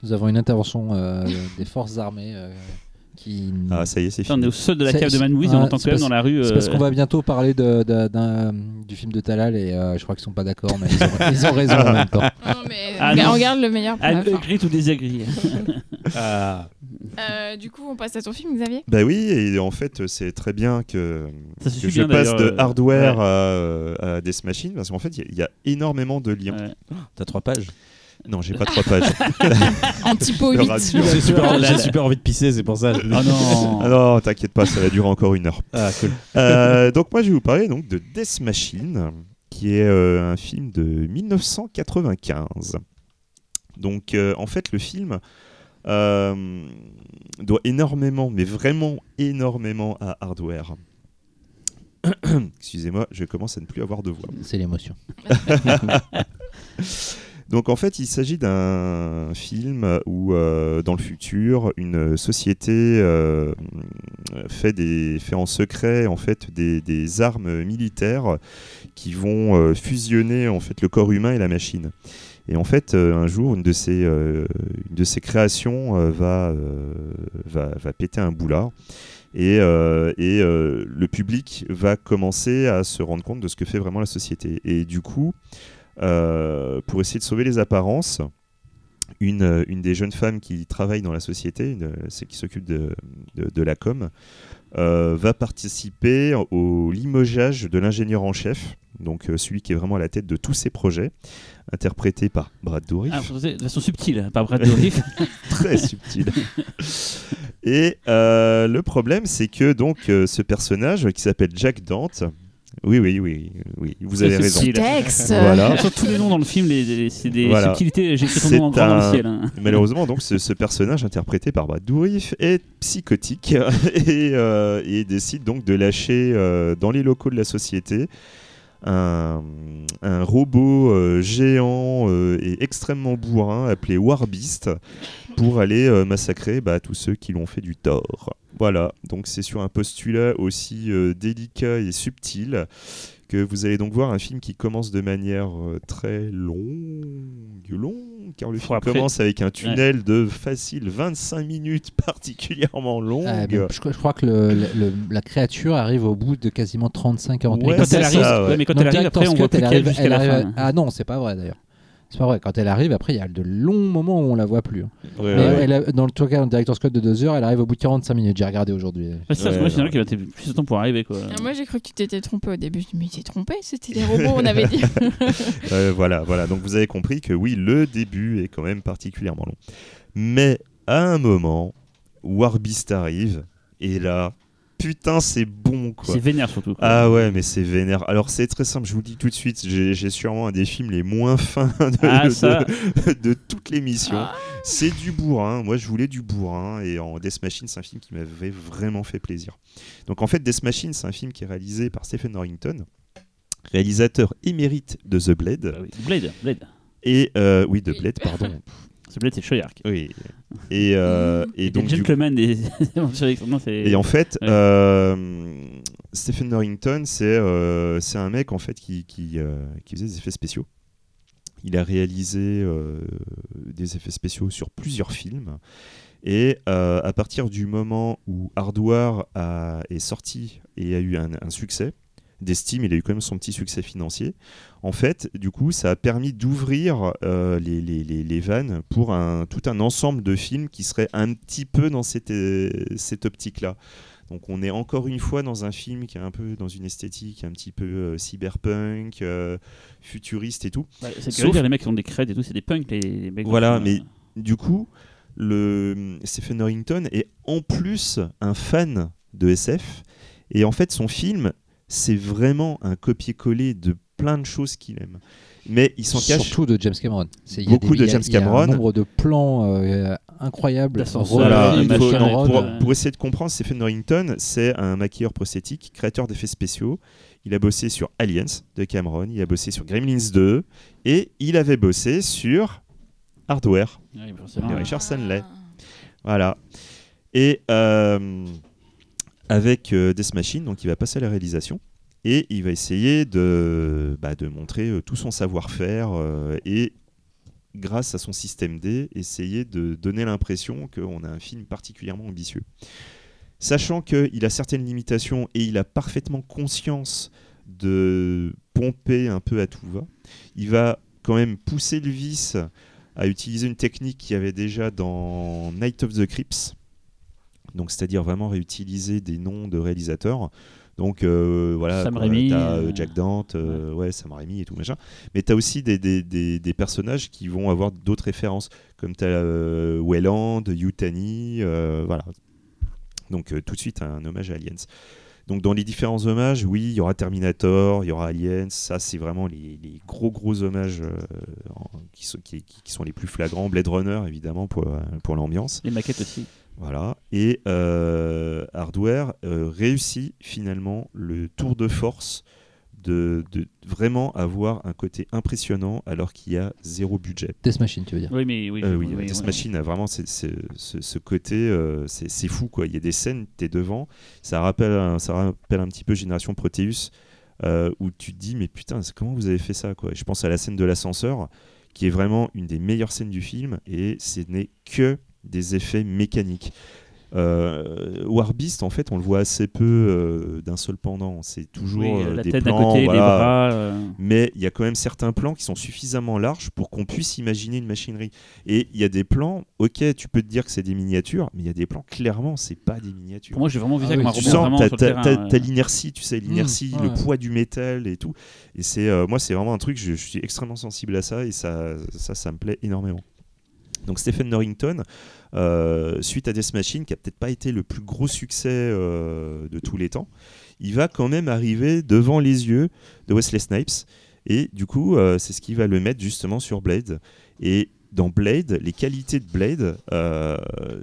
[SPEAKER 3] Nous avons une intervention euh, des forces armées euh, qui.
[SPEAKER 5] Ah, ça y est, c'est
[SPEAKER 4] Mmh. Putain, on
[SPEAKER 5] fini.
[SPEAKER 4] est au sol de la
[SPEAKER 3] C'est-
[SPEAKER 4] cave de Man Movies
[SPEAKER 3] c'est-
[SPEAKER 4] et on entend
[SPEAKER 3] c'est
[SPEAKER 4] quand même
[SPEAKER 3] parce-
[SPEAKER 4] dans la rue.
[SPEAKER 3] C'est parce qu'on
[SPEAKER 4] euh,
[SPEAKER 3] va bientôt parler de- de- d'un- du film de Talal et euh, je crois qu'ils sont pas d'accord, mais ils ont, ils ont raison en même temps.
[SPEAKER 1] Non, mais
[SPEAKER 4] Ah,
[SPEAKER 1] regarde-
[SPEAKER 4] non.
[SPEAKER 1] regarde le meilleur pour la fin.
[SPEAKER 4] Agree ou désagree.
[SPEAKER 1] Euh, du coup, on passe à ton film, Xavier
[SPEAKER 5] Bah oui, et en fait, c'est très bien que,
[SPEAKER 4] Ça se
[SPEAKER 5] que
[SPEAKER 4] suit
[SPEAKER 5] je
[SPEAKER 4] bien,
[SPEAKER 5] passe
[SPEAKER 4] d'ailleurs,
[SPEAKER 5] de
[SPEAKER 4] euh,
[SPEAKER 5] hardware
[SPEAKER 4] ouais.
[SPEAKER 5] à, euh, à Death Machine, parce qu'en fait, il y a- il y, a énormément de liens.
[SPEAKER 4] Ouais.
[SPEAKER 2] T'as trois pages.
[SPEAKER 5] Non, j'ai pas trois pages.
[SPEAKER 1] Antipo 8.
[SPEAKER 5] Le rassure.
[SPEAKER 2] J'ai super,
[SPEAKER 4] Là,
[SPEAKER 2] j'ai
[SPEAKER 4] là.
[SPEAKER 2] super envie de pisser, c'est pour ça.
[SPEAKER 4] Oh non.
[SPEAKER 5] Ah non, t'inquiète pas, ça va durer encore une heure.
[SPEAKER 2] Ah, cool.
[SPEAKER 5] Euh, donc moi, je vais vous parler donc de Death Machine, qui est euh, un film de 1995. Donc euh, en fait, le film euh, doit énormément, mais vraiment énormément à Hardware. Excusez-moi, je commence à ne plus avoir de voix.
[SPEAKER 3] C'est l'émotion.
[SPEAKER 5] Donc en fait, il s'agit d'un film où, euh, dans le futur, une société euh, fait, des, fait en secret en fait des, des armes militaires qui vont euh, fusionner en fait le corps humain et la machine. Et en fait, euh, un jour, une de ces, euh, une de ces créations euh, va, euh, va, va péter un boulard. Et, euh, et, euh, le public va commencer à se rendre compte de ce que fait vraiment la société. Et du coup, euh, pour essayer de sauver les apparences. Une, euh, une des jeunes femmes qui travaille dans la société, une, euh, celle qui s'occupe de, de- de la com, euh, va participer au limogeage de l'ingénieur en chef, donc euh, celui qui est vraiment à la tête de tous ces projets, interprété par Brad Dourif
[SPEAKER 4] Ah, de façon subtile, pas Brad Dourif.
[SPEAKER 5] très subtil. Et euh, le problème, c'est que donc euh, ce personnage euh, qui s'appelle Jack Dante. Oui, oui, oui, oui. Vous avez
[SPEAKER 4] Très
[SPEAKER 5] raison.
[SPEAKER 4] subtil.
[SPEAKER 1] Texte.
[SPEAKER 5] Voilà.
[SPEAKER 4] Sur tous les noms dans le film, les- les- c'est des
[SPEAKER 5] Voilà.
[SPEAKER 4] subtilités. J'ai écrit ton
[SPEAKER 5] C'est
[SPEAKER 4] nom en grand dans
[SPEAKER 5] un-
[SPEAKER 4] le ciel. hein.
[SPEAKER 5] Malheureusement, donc, ce, ce personnage interprété par Brad Dourif est psychotique et, euh, et décide donc de lâcher euh, dans les locaux de la société un, un robot euh, géant euh, et extrêmement bourrin appelé Warbeast pour aller euh, massacrer bah, tous ceux qui l'ont fait du tort. Voilà, donc c'est sur un postulat aussi euh, délicat et subtil que vous allez donc voir un film qui commence de manière euh, très longue, longue, car le
[SPEAKER 4] Faut
[SPEAKER 5] film
[SPEAKER 4] après-
[SPEAKER 5] commence avec un tunnel de facile 25 minutes particulièrement longue.
[SPEAKER 3] Ah, mais je, je crois que le- le- le- la créature arrive au bout de quasiment 35-40
[SPEAKER 5] Ouais,
[SPEAKER 4] Quand
[SPEAKER 5] c'est
[SPEAKER 4] elle arrive,
[SPEAKER 5] ça, ouais.
[SPEAKER 4] ouais, mais quand
[SPEAKER 3] Non,
[SPEAKER 4] elle arrive
[SPEAKER 3] Director's
[SPEAKER 4] après, on
[SPEAKER 3] Cut,
[SPEAKER 4] voit plus
[SPEAKER 3] elle
[SPEAKER 4] qu'elle
[SPEAKER 3] arrive-
[SPEAKER 4] jusqu'à
[SPEAKER 3] elle
[SPEAKER 4] la
[SPEAKER 3] arrive-
[SPEAKER 4] fin. hein.
[SPEAKER 3] Ah non, c'est pas vrai d'ailleurs. C'est pas vrai. Quand elle arrive, après, il y a de longs moments où on la voit plus. hein.
[SPEAKER 5] Ouais,
[SPEAKER 3] Mais
[SPEAKER 5] ouais.
[SPEAKER 3] elle a- dans le tout cas, le director's cut de 2 heures, elle arrive au bout de 45 minutes. J'ai regardé aujourd'hui.
[SPEAKER 4] Ouais, c'est ça, parce que
[SPEAKER 5] Ouais,
[SPEAKER 4] moi, c'est un qui m'a mis plus de temps pour arriver. Quoi.
[SPEAKER 1] Ah, Moi, j'ai cru que tu t'étais trompé au début. Je me suis dit, mais il s'est trompé, c'était des robots, on avait dit.
[SPEAKER 5] Euh, voilà, voilà. Donc vous avez compris que oui, le début est quand même particulièrement long. Mais à un moment, Warbeast arrive et là, putain, c'est bon quoi.
[SPEAKER 4] C'est vénère surtout. quoi.
[SPEAKER 5] Ah ouais, mais c'est vénère. Alors c'est très simple, je vous le dis tout de suite, j'ai j'ai sûrement un des films les moins fins de,
[SPEAKER 4] Ah,
[SPEAKER 5] de-
[SPEAKER 4] ça.
[SPEAKER 5] de, toute l'émission.
[SPEAKER 1] Ah.
[SPEAKER 5] C'est du bourrin, moi je voulais du bourrin, et en Death Machine, c'est un film qui m'avait vraiment fait plaisir. Donc en fait, Death Machine, c'est un film qui est réalisé par Stephen Norrington, réalisateur émérite de The Blade,
[SPEAKER 4] Bah oui. Blade, Blade.
[SPEAKER 5] et euh, oui, de Blade, pardon.
[SPEAKER 4] Ce Blade, c'est Shoyark.
[SPEAKER 5] Oui. Et, euh, et
[SPEAKER 4] Et
[SPEAKER 5] donc
[SPEAKER 4] donc,
[SPEAKER 5] du
[SPEAKER 4] gentleman des. Non, c'est-
[SPEAKER 5] Et en fait,
[SPEAKER 4] Ouais.
[SPEAKER 5] euh, Stephen Norrington, c'est euh, c'est un mec en fait qui, qui, euh, qui faisait des effets spéciaux. Il a réalisé euh, des effets spéciaux sur plusieurs films. Et euh, à partir du moment où Hardware a- est sorti et a eu un, un succès, d'estime, il a eu quand même son petit succès financier. En fait, du coup, ça a permis d'ouvrir euh, les, les- les- les vannes pour un, tout un ensemble de films qui seraient un petit peu dans cette, euh, cette optique-là. Donc on est encore une fois dans un film qui est un peu dans une esthétique un petit peu euh, cyberpunk, euh, futuriste et tout.
[SPEAKER 4] Bah, c'est
[SPEAKER 5] Sauf-
[SPEAKER 4] Sauf... dire les mecs qui ont des creds et tout, c'est des punks les, les mecs.
[SPEAKER 5] Voilà,
[SPEAKER 4] qui-
[SPEAKER 5] mais- Du coup, le Stephen Norrington est en plus un fan de SF et en fait son film c'est vraiment un copier-coller de plein de choses qu'il aime. Mais il s'en cache
[SPEAKER 3] Surtout de James Cameron. C'est- il y a
[SPEAKER 5] Beaucoup
[SPEAKER 3] des-
[SPEAKER 5] de
[SPEAKER 3] il y a-
[SPEAKER 5] James
[SPEAKER 3] il y a
[SPEAKER 5] Cameron.
[SPEAKER 3] un nombre de plans euh, incroyables.
[SPEAKER 4] D'ascenseur,
[SPEAKER 5] Voilà,
[SPEAKER 3] Roland,
[SPEAKER 5] il faut-
[SPEAKER 3] James
[SPEAKER 5] non,
[SPEAKER 3] Cameron,
[SPEAKER 5] pour,
[SPEAKER 3] euh,
[SPEAKER 5] pour essayer de comprendre, Stephen Norrington, c'est un maquilleur prosthétique, créateur d'effets spéciaux. Il a bossé sur Aliens de Cameron, il a bossé sur Gremlins 2 et il avait bossé sur Hardware.
[SPEAKER 4] Ouais, forcément.
[SPEAKER 5] Ah,
[SPEAKER 4] Ouais.
[SPEAKER 5] Richard Stanley.
[SPEAKER 1] Ah,
[SPEAKER 5] Voilà. Et euh, avec euh, Death Machine, donc il va passer à la réalisation et il va essayer de, bah, de montrer euh, tout son savoir-faire euh, et grâce à son système D, essayer de donner l'impression qu'on a un film particulièrement ambitieux. Sachant qu'il a certaines limitations et il a parfaitement conscience de pomper un peu à tout va, il va quand même pousser le vice à utiliser une technique qu'il y avait déjà dans Night of the Crips, donc c'est-à-dire vraiment réutiliser des noms de réalisateurs. Donc euh, voilà,
[SPEAKER 4] Sam
[SPEAKER 5] euh,
[SPEAKER 4] Raimi,
[SPEAKER 5] t'as, euh,
[SPEAKER 4] euh,
[SPEAKER 5] Jack Dante, euh, ouais. Sam Raimi et tout machin. Mais tu as aussi des, des- des- des personnages qui vont avoir d'autres références, comme tu as Wayland, Yutani, euh, voilà. Donc euh, tout de suite un hommage à Aliens. Donc dans les différents hommages, oui, il y aura Terminator, il y aura Aliens, ça c'est vraiment les, les gros gros hommages euh, en- qui, sont, qui- qui- qui sont les plus flagrants. Blade Runner évidemment pour, euh, pour l'ambiance.
[SPEAKER 4] Les maquettes aussi.
[SPEAKER 5] Voilà. Et euh, Hardware euh, réussit finalement le tour de force de, de vraiment avoir un côté impressionnant alors qu'il y a zéro budget.
[SPEAKER 3] Death Machine, tu veux dire.
[SPEAKER 4] Oui, mais oui.
[SPEAKER 5] Euh, oui,
[SPEAKER 4] oui, oui,
[SPEAKER 5] Death
[SPEAKER 4] oui.
[SPEAKER 5] Machine a vraiment ce, ce- ce- ce côté, euh, c'est c'est fou quoi. Il y a des scènes, t'es devant, ça rappelle, un, ça rappelle un petit peu Génération Proteus, euh, où tu te dis mais putain, c'est- comment vous avez fait ça quoi Et Je pense à la scène de l'ascenseur, qui est vraiment une des meilleures scènes du film, et ce n'est que des effets mécaniques. Euh, Warbeast, en fait, on le voit assez peu euh, d'un seul pendant. C'est toujours
[SPEAKER 4] Oui,
[SPEAKER 5] euh,
[SPEAKER 4] la
[SPEAKER 5] des
[SPEAKER 4] tête d'un
[SPEAKER 5] plans,
[SPEAKER 4] côté, les
[SPEAKER 5] voilà,
[SPEAKER 4] bras. euh,
[SPEAKER 5] mais il y a quand même certains plans qui sont suffisamment larges pour qu'on puisse imaginer une machinerie. Et il y a des plans, ok, tu peux te dire que c'est des miniatures, mais il y a des plans, clairement, c'est pas des miniatures.
[SPEAKER 4] Pour moi, j'ai vraiment vu
[SPEAKER 3] Ah
[SPEAKER 4] ça
[SPEAKER 3] oui,
[SPEAKER 4] comme un
[SPEAKER 5] tu
[SPEAKER 4] robot
[SPEAKER 5] sens,
[SPEAKER 4] vraiment
[SPEAKER 5] t'as-
[SPEAKER 4] sur le
[SPEAKER 5] t'as
[SPEAKER 4] terrain. Mmh.
[SPEAKER 5] t'as-
[SPEAKER 4] euh.
[SPEAKER 5] t'as l'inertie, tu sais, l'inertie,
[SPEAKER 3] ouais.
[SPEAKER 5] le poids du métal et tout. Et c'est, euh, moi, c'est vraiment un truc, je, je suis extrêmement sensible à ça et ça, ça, ça me plaît énormément. Donc, Stephen Norrington, euh, suite à Death Machine, qui a peut-être pas été le plus gros succès euh, de tous les temps, il va quand même arriver devant les yeux de Wesley Snipes. Et du coup, euh, c'est ce qui va le mettre justement sur Blade. Et dans Blade, les qualités de Blade, euh,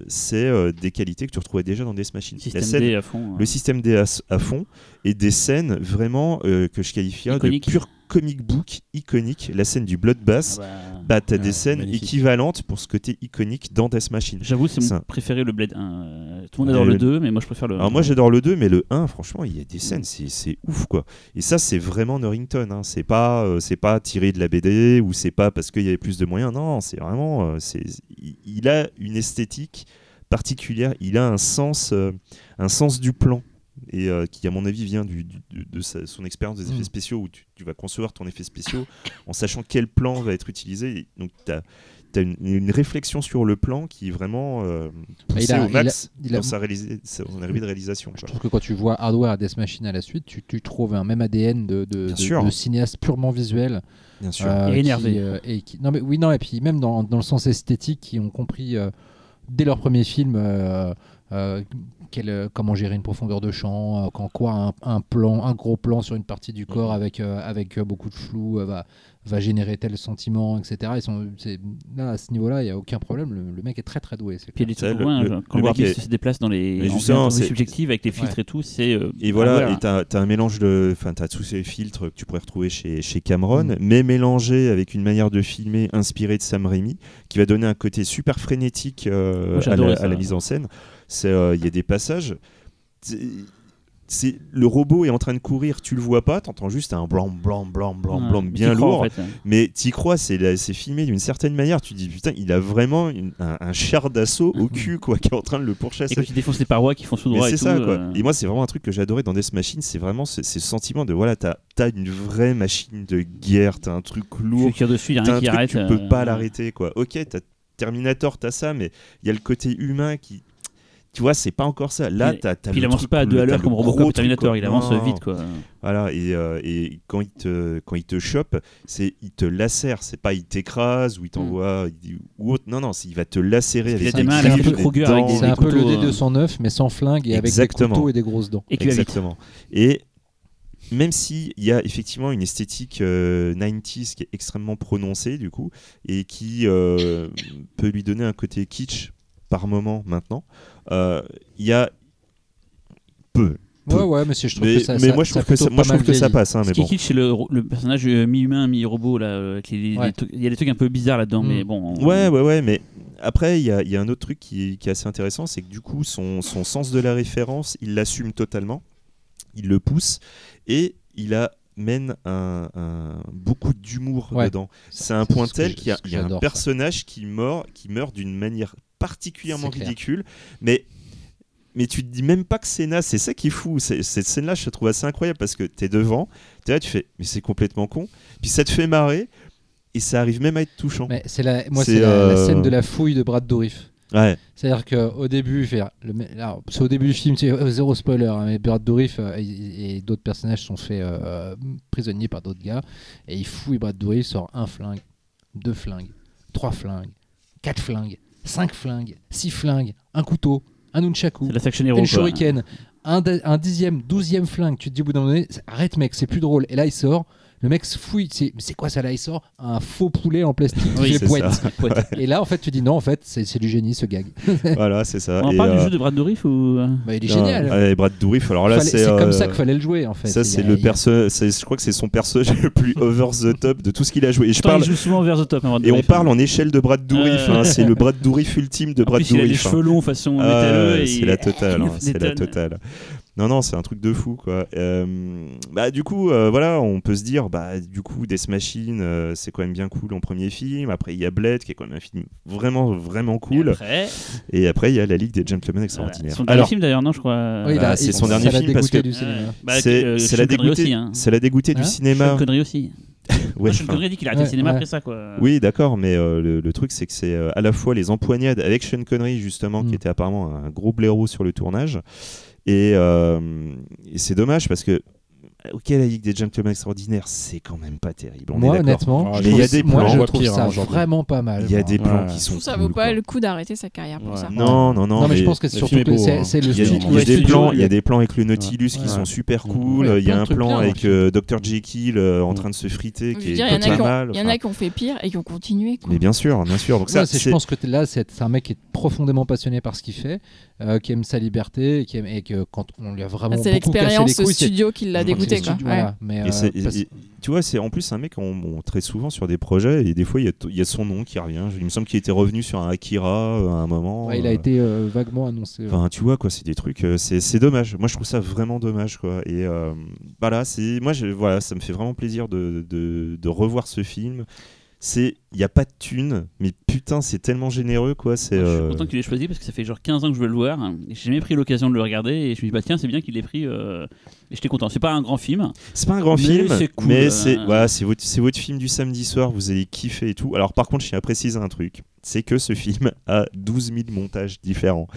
[SPEAKER 5] c'est euh, des qualités que tu retrouvais déjà dans Death Machine. La
[SPEAKER 4] Système
[SPEAKER 5] scène-
[SPEAKER 4] D à fond. euh.
[SPEAKER 5] le système des as- à fond et des scènes vraiment euh, que je qualifierais de
[SPEAKER 4] Iconique.
[SPEAKER 5] pure comic book iconique. La scène du Bloodbath,
[SPEAKER 4] Ah bah,
[SPEAKER 5] bah, t'as
[SPEAKER 2] Ouais,
[SPEAKER 5] des scènes
[SPEAKER 2] magnifique.
[SPEAKER 5] équivalentes pour ce côté iconique dans Death Machine.
[SPEAKER 4] J'avoue, c'est
[SPEAKER 5] Ça.
[SPEAKER 4] mon préféré, le Blade 1. euh, Tout le monde
[SPEAKER 5] Ouais,
[SPEAKER 4] adore le
[SPEAKER 5] le-
[SPEAKER 4] 2, mais moi, je préfère le 1.
[SPEAKER 5] Alors moi j'adore le 2 mais le 1 franchement il y a des scènes c'est, c'est ouf quoi. Et ça c'est vraiment Norrington hein. c'est pas euh, c'est pas tiré de la BD ou c'est pas parce qu'il y avait plus de moyens non, c'est vraiment euh, c'est il- il a une esthétique particulière, il a un sens euh, un sens du plan et euh, qui à mon avis vient du, du- de- de sa- son expérience des
[SPEAKER 3] Mm.
[SPEAKER 5] effets spéciaux où tu, tu vas concevoir ton effet spéciaux en sachant quel plan va être utilisé Et donc tu as une, une réflexion sur le plan qui est vraiment euh,
[SPEAKER 3] Bah, il
[SPEAKER 5] poussée
[SPEAKER 3] a-
[SPEAKER 5] au
[SPEAKER 3] il a-
[SPEAKER 5] max
[SPEAKER 3] il a-
[SPEAKER 5] dans sa réalisa- sa- son arrivée de réalisation.
[SPEAKER 3] Je
[SPEAKER 5] quoi.
[SPEAKER 3] trouve que quand tu vois Hardware et Death Machine à la suite, tu, tu trouves un même ADN de, de,
[SPEAKER 5] Bien
[SPEAKER 3] de-
[SPEAKER 5] sûr.
[SPEAKER 3] de cinéaste purement visuel.
[SPEAKER 5] Bien sûr.
[SPEAKER 3] euh,
[SPEAKER 4] Et énervé.
[SPEAKER 3] qui, euh, et qui- Non, mais oui, non, et puis même dans, dans le sens esthétique, qui ont compris euh, dès leur premier film euh, euh, quelle, euh, comment gérer une profondeur de champ, euh, quand quoi un, un plan, un gros plan sur une partie
[SPEAKER 4] Mhm.
[SPEAKER 3] du corps avec, euh, avec euh, beaucoup de flou euh, va, va générer tel sentiment, etc. Ils sont, c'est- là, à ce niveau-là, il n'y a aucun problème. Le, le mec est très très doué. c'est
[SPEAKER 4] Puis
[SPEAKER 3] clair.
[SPEAKER 4] les
[SPEAKER 5] Ça,
[SPEAKER 4] trucs
[SPEAKER 5] le-
[SPEAKER 4] loin,
[SPEAKER 5] le-
[SPEAKER 4] genre,
[SPEAKER 5] le
[SPEAKER 4] quand
[SPEAKER 5] mec
[SPEAKER 4] Warbeast
[SPEAKER 5] est-
[SPEAKER 4] se déplace dans les
[SPEAKER 5] Mais
[SPEAKER 4] en
[SPEAKER 5] justement,
[SPEAKER 4] faisant des
[SPEAKER 5] c'est-
[SPEAKER 4] subjectifs avec les filtres et tout, c'est. euh,
[SPEAKER 5] et voilà,
[SPEAKER 4] Hardware.
[SPEAKER 5] et t'as t'as un mélange de. Enfin, t'as tous ces filtres que tu pourrais retrouver chez, chez Cameron,
[SPEAKER 4] Mm.
[SPEAKER 5] mais mélangé avec une manière de filmer inspirée de Sam Raimi, qui va donner un côté super frénétique euh,
[SPEAKER 4] Moi,
[SPEAKER 5] à,
[SPEAKER 4] j'adorais
[SPEAKER 5] la,
[SPEAKER 4] ça.
[SPEAKER 5] à la mise en scène. C'est, euh, Il y a des passages. c'est- c'est le robot est en train de courir, tu le vois pas, t'entends juste un blanc, blanc, blanc, blanc,
[SPEAKER 4] Ouais.
[SPEAKER 5] blanc
[SPEAKER 4] Tu
[SPEAKER 5] bien
[SPEAKER 4] crois,
[SPEAKER 5] lourd.
[SPEAKER 4] en fait, hein.
[SPEAKER 5] Mais t'y crois, c'est la- c'est filmé d'une certaine manière. Tu te dis putain, il a vraiment une- un, un char d'assaut au cul quoi, qui est en train de le pourchasser.
[SPEAKER 4] Et quand tu défonces les parois qui font sous
[SPEAKER 5] Mais
[SPEAKER 4] droit
[SPEAKER 5] c'est
[SPEAKER 4] et
[SPEAKER 5] ça
[SPEAKER 4] tout,
[SPEAKER 5] quoi.
[SPEAKER 4] euh,
[SPEAKER 5] Et moi, c'est vraiment un truc que j'adorais dans Death Machine, c'est vraiment ce, ce sentiment de voilà, t'as as une vraie machine de guerre, t'as un truc
[SPEAKER 4] tu
[SPEAKER 5] lourd,
[SPEAKER 4] tires dessus, il y a
[SPEAKER 5] t'as
[SPEAKER 4] rien
[SPEAKER 5] un
[SPEAKER 4] qui
[SPEAKER 5] truc,
[SPEAKER 4] arrête.
[SPEAKER 5] tu peux
[SPEAKER 4] euh,
[SPEAKER 5] pas l'arrêter quoi. Ok, t'as Terminator, t'as ça, mais il y a le côté humain qui, tu vois, c'est pas encore ça. Là,
[SPEAKER 4] Il-
[SPEAKER 5] t'as t'as
[SPEAKER 4] Puis il
[SPEAKER 5] le
[SPEAKER 4] avance
[SPEAKER 5] truc-
[SPEAKER 4] pas à deux
[SPEAKER 5] le-
[SPEAKER 4] à l'heure
[SPEAKER 5] t'as
[SPEAKER 4] comme
[SPEAKER 5] le
[SPEAKER 4] Robocop
[SPEAKER 5] gros
[SPEAKER 4] et Terminator,
[SPEAKER 5] truc,
[SPEAKER 4] il avance
[SPEAKER 5] Non.
[SPEAKER 4] vite quoi.
[SPEAKER 5] Voilà, et, euh, et quand il te, quand il te chope, c'est il te lacère, c'est pas il t'écrase ou il t'envoie il- ou autre. Non, non, c'est- il va te lacérer
[SPEAKER 4] Parce
[SPEAKER 5] avec
[SPEAKER 4] qu'il y a des mains à
[SPEAKER 5] griffes,
[SPEAKER 4] la Freddy Krueger avec
[SPEAKER 5] dents.
[SPEAKER 4] des-
[SPEAKER 3] C'est un peu le
[SPEAKER 4] couteaux, euh.
[SPEAKER 3] D209, mais sans flingue et avec des
[SPEAKER 5] hein. Exactement.
[SPEAKER 3] couteaux et des grosses dents.
[SPEAKER 4] Et qui va vite.
[SPEAKER 5] Exactement. Et même s'il y a effectivement une esthétique euh, 90s qui est extrêmement prononcée, du coup, et qui euh, peut lui donner un côté kitsch par moment maintenant, euh, il y a peu.
[SPEAKER 3] Ouais, ouais, mais c'est- je trouve
[SPEAKER 5] Mais,
[SPEAKER 3] que ça
[SPEAKER 5] mais
[SPEAKER 3] ça-
[SPEAKER 5] moi, je
[SPEAKER 3] ça a
[SPEAKER 5] trouve que ça,
[SPEAKER 3] plutôt
[SPEAKER 5] moi, je
[SPEAKER 3] pas mal
[SPEAKER 5] trouve que ça
[SPEAKER 3] vieilli.
[SPEAKER 5] passe. hein,
[SPEAKER 4] Ce
[SPEAKER 5] mais
[SPEAKER 4] qui est
[SPEAKER 5] bon.
[SPEAKER 4] kitsch, c'est le, le personnage euh, mi-humain, mi-robot. là, euh, avec les- les
[SPEAKER 3] Ouais.
[SPEAKER 4] trucs- Il y a des trucs un peu bizarres là-dedans,
[SPEAKER 3] Mm.
[SPEAKER 4] mais bon. on-
[SPEAKER 5] Ouais, ouais, ouais, mais après, il y a, il y a un autre truc qui, qui est assez intéressant, c'est que du coup, son, son sens de la référence, il l'assume totalement, il le pousse, et il amène un, un- beaucoup d'humour
[SPEAKER 3] Ouais.
[SPEAKER 5] dedans.
[SPEAKER 3] Ça,
[SPEAKER 5] C'est un point
[SPEAKER 3] ce que
[SPEAKER 5] tel
[SPEAKER 3] je-
[SPEAKER 5] qu'il y a,
[SPEAKER 3] ce que
[SPEAKER 5] il y a un
[SPEAKER 3] j'adore, ça.
[SPEAKER 5] personnage qui meurt, qui meurt d'une manière particulièrement
[SPEAKER 3] C'est clair.
[SPEAKER 5] ridicule, mais mais tu te dis même pas que c'est naze, c'est ça qui est fou. C'est- cette scène-là, je la trouve assez incroyable parce que t'es devant, t'es là, tu fais, mais c'est complètement con, puis ça te fait marrer, et ça arrive même à être touchant.
[SPEAKER 3] Mais c'est la, moi,
[SPEAKER 5] C'est,
[SPEAKER 3] c'est la, la
[SPEAKER 5] euh,
[SPEAKER 3] scène de la fouille de Brad Dourif.
[SPEAKER 5] Ouais.
[SPEAKER 3] C'est-à-dire qu'au début, il fait- le, me- alors, c'est au début du film, c'est euh, zéro spoiler, hein, mais Brad Dourif euh, et, et d'autres personnages sont faits euh, prisonniers par d'autres gars, et il fouille Brad Dourif, sort un flingue, deux flingues, trois flingues, quatre flingues, cinq flingues, six flingues, un couteau, un nunchaku,
[SPEAKER 4] C'est de la section
[SPEAKER 3] une
[SPEAKER 4] héros. quoi.
[SPEAKER 3] shuriken, un, da- un dixième, douzième flingue, tu te dis au bout d'un moment donné, c'est- arrête mec, c'est plus drôle. Et là il sort, le mec se fouille, c'est mais c'est quoi ça là Il sort un faux poulet en plastique,
[SPEAKER 4] Oui,
[SPEAKER 3] les
[SPEAKER 5] c'est
[SPEAKER 3] poètes.
[SPEAKER 4] Petite poète.
[SPEAKER 3] Et là en fait tu dis non, en fait c'est c'est du génie ce gag.
[SPEAKER 5] voilà, c'est ça.
[SPEAKER 4] On en
[SPEAKER 5] Et,
[SPEAKER 4] parle
[SPEAKER 5] euh,
[SPEAKER 4] du jeu de Brad Dourif ou. euh,
[SPEAKER 3] Bah, il est
[SPEAKER 5] non,
[SPEAKER 3] génial.
[SPEAKER 5] ouais, Brad Dourif, alors là,
[SPEAKER 3] Fallait-
[SPEAKER 5] c'est.
[SPEAKER 3] c'est
[SPEAKER 5] euh,
[SPEAKER 3] comme ça qu'il fallait le jouer en fait.
[SPEAKER 5] Ça,
[SPEAKER 3] Il
[SPEAKER 5] c'est
[SPEAKER 3] y a-
[SPEAKER 5] le
[SPEAKER 3] il y a-
[SPEAKER 5] perso. c'est- Je crois que c'est son perso le plus over the top de tout ce qu'il a joué. Et, je
[SPEAKER 4] Attends,
[SPEAKER 5] parle,
[SPEAKER 4] Il joue souvent vers the top. hein, Brad
[SPEAKER 5] et on
[SPEAKER 4] Dourif.
[SPEAKER 5] parle en échelle de Brad Dourif.
[SPEAKER 4] Euh.
[SPEAKER 5] hein, c'est le Brad Dourif ultime de
[SPEAKER 4] En
[SPEAKER 5] Brad
[SPEAKER 4] plus, il a les
[SPEAKER 5] Dourif. hein.
[SPEAKER 4] cheveux longs façon
[SPEAKER 5] Ah,
[SPEAKER 4] métalleux. et
[SPEAKER 5] c'est
[SPEAKER 4] il-
[SPEAKER 5] la totale,
[SPEAKER 4] il
[SPEAKER 5] hein, c'est la
[SPEAKER 4] détonne.
[SPEAKER 5] totale. Non, non, c'est un truc de fou, quoi. Euh, bah, du coup, euh, voilà, on peut se dire, bah, du coup, Death Machine, euh, c'est quand même bien cool en premier film. Après, il y a Blade, qui est quand même un film vraiment, vraiment
[SPEAKER 4] Et
[SPEAKER 5] cool.
[SPEAKER 4] après,
[SPEAKER 5] Et après, il y a La Ligue des Gentlemen
[SPEAKER 4] voilà.
[SPEAKER 5] Extraordinaires.
[SPEAKER 4] Son dernier
[SPEAKER 5] Alors,
[SPEAKER 4] film d'ailleurs, non, je crois.
[SPEAKER 3] Ah Oui, il a-
[SPEAKER 5] Bah, c'est
[SPEAKER 3] il-
[SPEAKER 5] son dernier
[SPEAKER 3] ça l'a
[SPEAKER 5] film parce
[SPEAKER 3] dégoûté
[SPEAKER 5] que- Ah,
[SPEAKER 3] du cinéma.
[SPEAKER 4] Bah,
[SPEAKER 5] c'est
[SPEAKER 4] euh,
[SPEAKER 5] c'est
[SPEAKER 4] Sean
[SPEAKER 5] la
[SPEAKER 4] Connery
[SPEAKER 5] dégoûtée,
[SPEAKER 4] aussi, hein.
[SPEAKER 5] c'est la dégoûtée
[SPEAKER 3] Hein
[SPEAKER 5] du
[SPEAKER 4] Sean
[SPEAKER 5] cinéma.
[SPEAKER 4] Connery aussi.
[SPEAKER 5] Ouais,
[SPEAKER 4] Sean
[SPEAKER 5] enfin,
[SPEAKER 4] Connery dit qu'il a arrêté
[SPEAKER 3] Ouais,
[SPEAKER 4] le cinéma
[SPEAKER 3] ouais.
[SPEAKER 4] après ça quoi.
[SPEAKER 5] oui, d'accord, mais euh, le, le truc c'est que c'est euh, à la fois les empoignades avec Sean Connery justement,
[SPEAKER 3] Mm.
[SPEAKER 5] qui était apparemment un gros blaireau sur le tournage, et, euh, et c'est dommage parce que euh, ok, la Ligue des Gentlemen Extraordinaires, c'est quand même pas terrible. On
[SPEAKER 3] Moi
[SPEAKER 5] est d'accord.
[SPEAKER 3] honnêtement,
[SPEAKER 2] Ouais,
[SPEAKER 3] je
[SPEAKER 5] mais il y a
[SPEAKER 3] trouve-
[SPEAKER 5] des
[SPEAKER 3] moi
[SPEAKER 5] plans,
[SPEAKER 3] je
[SPEAKER 2] on
[SPEAKER 3] trouve
[SPEAKER 2] voit pire,
[SPEAKER 3] ça
[SPEAKER 2] hein, aujourd'hui.
[SPEAKER 3] vraiment pas mal.
[SPEAKER 5] Il y a des
[SPEAKER 3] vraiment.
[SPEAKER 5] plans
[SPEAKER 2] Ouais.
[SPEAKER 5] qui
[SPEAKER 1] Je
[SPEAKER 5] sont
[SPEAKER 1] trouve que ça vaut
[SPEAKER 5] cool,
[SPEAKER 1] pas
[SPEAKER 5] quoi.
[SPEAKER 1] le coup d'arrêter sa carrière pour
[SPEAKER 2] Ouais.
[SPEAKER 1] ça.
[SPEAKER 5] Non, non, non.
[SPEAKER 3] Non mais je
[SPEAKER 5] mais-
[SPEAKER 3] pense que c'est
[SPEAKER 2] le
[SPEAKER 3] surtout
[SPEAKER 2] film est
[SPEAKER 3] que
[SPEAKER 2] beau,
[SPEAKER 3] c'est
[SPEAKER 2] hein.
[SPEAKER 3] c'est le
[SPEAKER 5] Il y, a des,
[SPEAKER 3] film.
[SPEAKER 5] il y a
[SPEAKER 4] Ouais,
[SPEAKER 5] des
[SPEAKER 4] studio,
[SPEAKER 5] plans, il y
[SPEAKER 4] ouais.
[SPEAKER 5] a des plans avec le Nautilus qui
[SPEAKER 2] Ouais.
[SPEAKER 5] sont super
[SPEAKER 2] Ouais,
[SPEAKER 5] cool.
[SPEAKER 3] Mm. plein
[SPEAKER 5] il y a
[SPEAKER 3] de
[SPEAKER 5] un
[SPEAKER 3] trucs
[SPEAKER 5] plan
[SPEAKER 3] bien,
[SPEAKER 5] avec
[SPEAKER 3] en
[SPEAKER 5] euh, Dr Jekyll euh, en train de se friter,
[SPEAKER 1] Je
[SPEAKER 5] qui
[SPEAKER 1] veux
[SPEAKER 5] est
[SPEAKER 1] dire, il y en a
[SPEAKER 5] pas
[SPEAKER 1] qui ont-
[SPEAKER 5] mal.
[SPEAKER 1] il y en
[SPEAKER 5] enfin.
[SPEAKER 1] a qui ont fait pire et qui ont continué. quoi.
[SPEAKER 5] Mais bien sûr, bien sûr. Donc
[SPEAKER 3] Ouais,
[SPEAKER 5] ça,
[SPEAKER 3] c'est- je
[SPEAKER 5] c'est-
[SPEAKER 3] pense que t- là, c'est c'est un mec qui est profondément passionné par ce qu'il fait, euh, qui aime sa liberté, et qui aime, et que quand on lui a vraiment
[SPEAKER 1] Ah, C'est
[SPEAKER 3] beaucoup caché les
[SPEAKER 1] l'expérience
[SPEAKER 3] couilles, c'est-
[SPEAKER 1] studio qui l'a
[SPEAKER 5] Je pense que
[SPEAKER 1] dégoûté.
[SPEAKER 5] c'est
[SPEAKER 1] quoi.
[SPEAKER 3] studio,
[SPEAKER 1] Ouais.
[SPEAKER 3] voilà. Mais,
[SPEAKER 5] Et
[SPEAKER 3] euh,
[SPEAKER 5] c'est- et-
[SPEAKER 3] parce-
[SPEAKER 5] et- tu vois, c'est en plus un mec qu'on montre très souvent sur des projets et des fois il y a t- il y, a son nom qui revient. Il me semble qu'il était revenu sur un Akira euh, à un moment.
[SPEAKER 3] ouais, il a
[SPEAKER 5] euh,
[SPEAKER 3] été euh, vaguement annoncé. ouais.
[SPEAKER 5] Enfin, tu vois quoi, c'est des trucs, euh, c'est c'est dommage. Moi, je trouve ça vraiment dommage quoi. Et euh, voilà, c'est moi, je, voilà, ça me fait vraiment plaisir de, de, de revoir ce film. C'est, il y a pas de thune, mais putain, c'est tellement généreux quoi. C'est
[SPEAKER 4] Moi, Je
[SPEAKER 5] euh,
[SPEAKER 4] suis content que tu l'aies choisi parce que ça fait genre 15 ans que je veux le voir. hein, et J'ai jamais pris l'occasion de le regarder et je me dis bah tiens c'est bien qu'il l'ait pris. euh, Et j'étais content. C'est pas un grand film.
[SPEAKER 5] C'est pas un grand
[SPEAKER 4] Mais
[SPEAKER 5] film,
[SPEAKER 4] c'est cool,
[SPEAKER 5] mais
[SPEAKER 4] euh.
[SPEAKER 5] c'est voilà, c'est votre, c'est votre film du samedi soir, vous allez kiffer et tout. Alors par contre, je tiens à préciser un truc, c'est que ce film a 12 000 montages différents.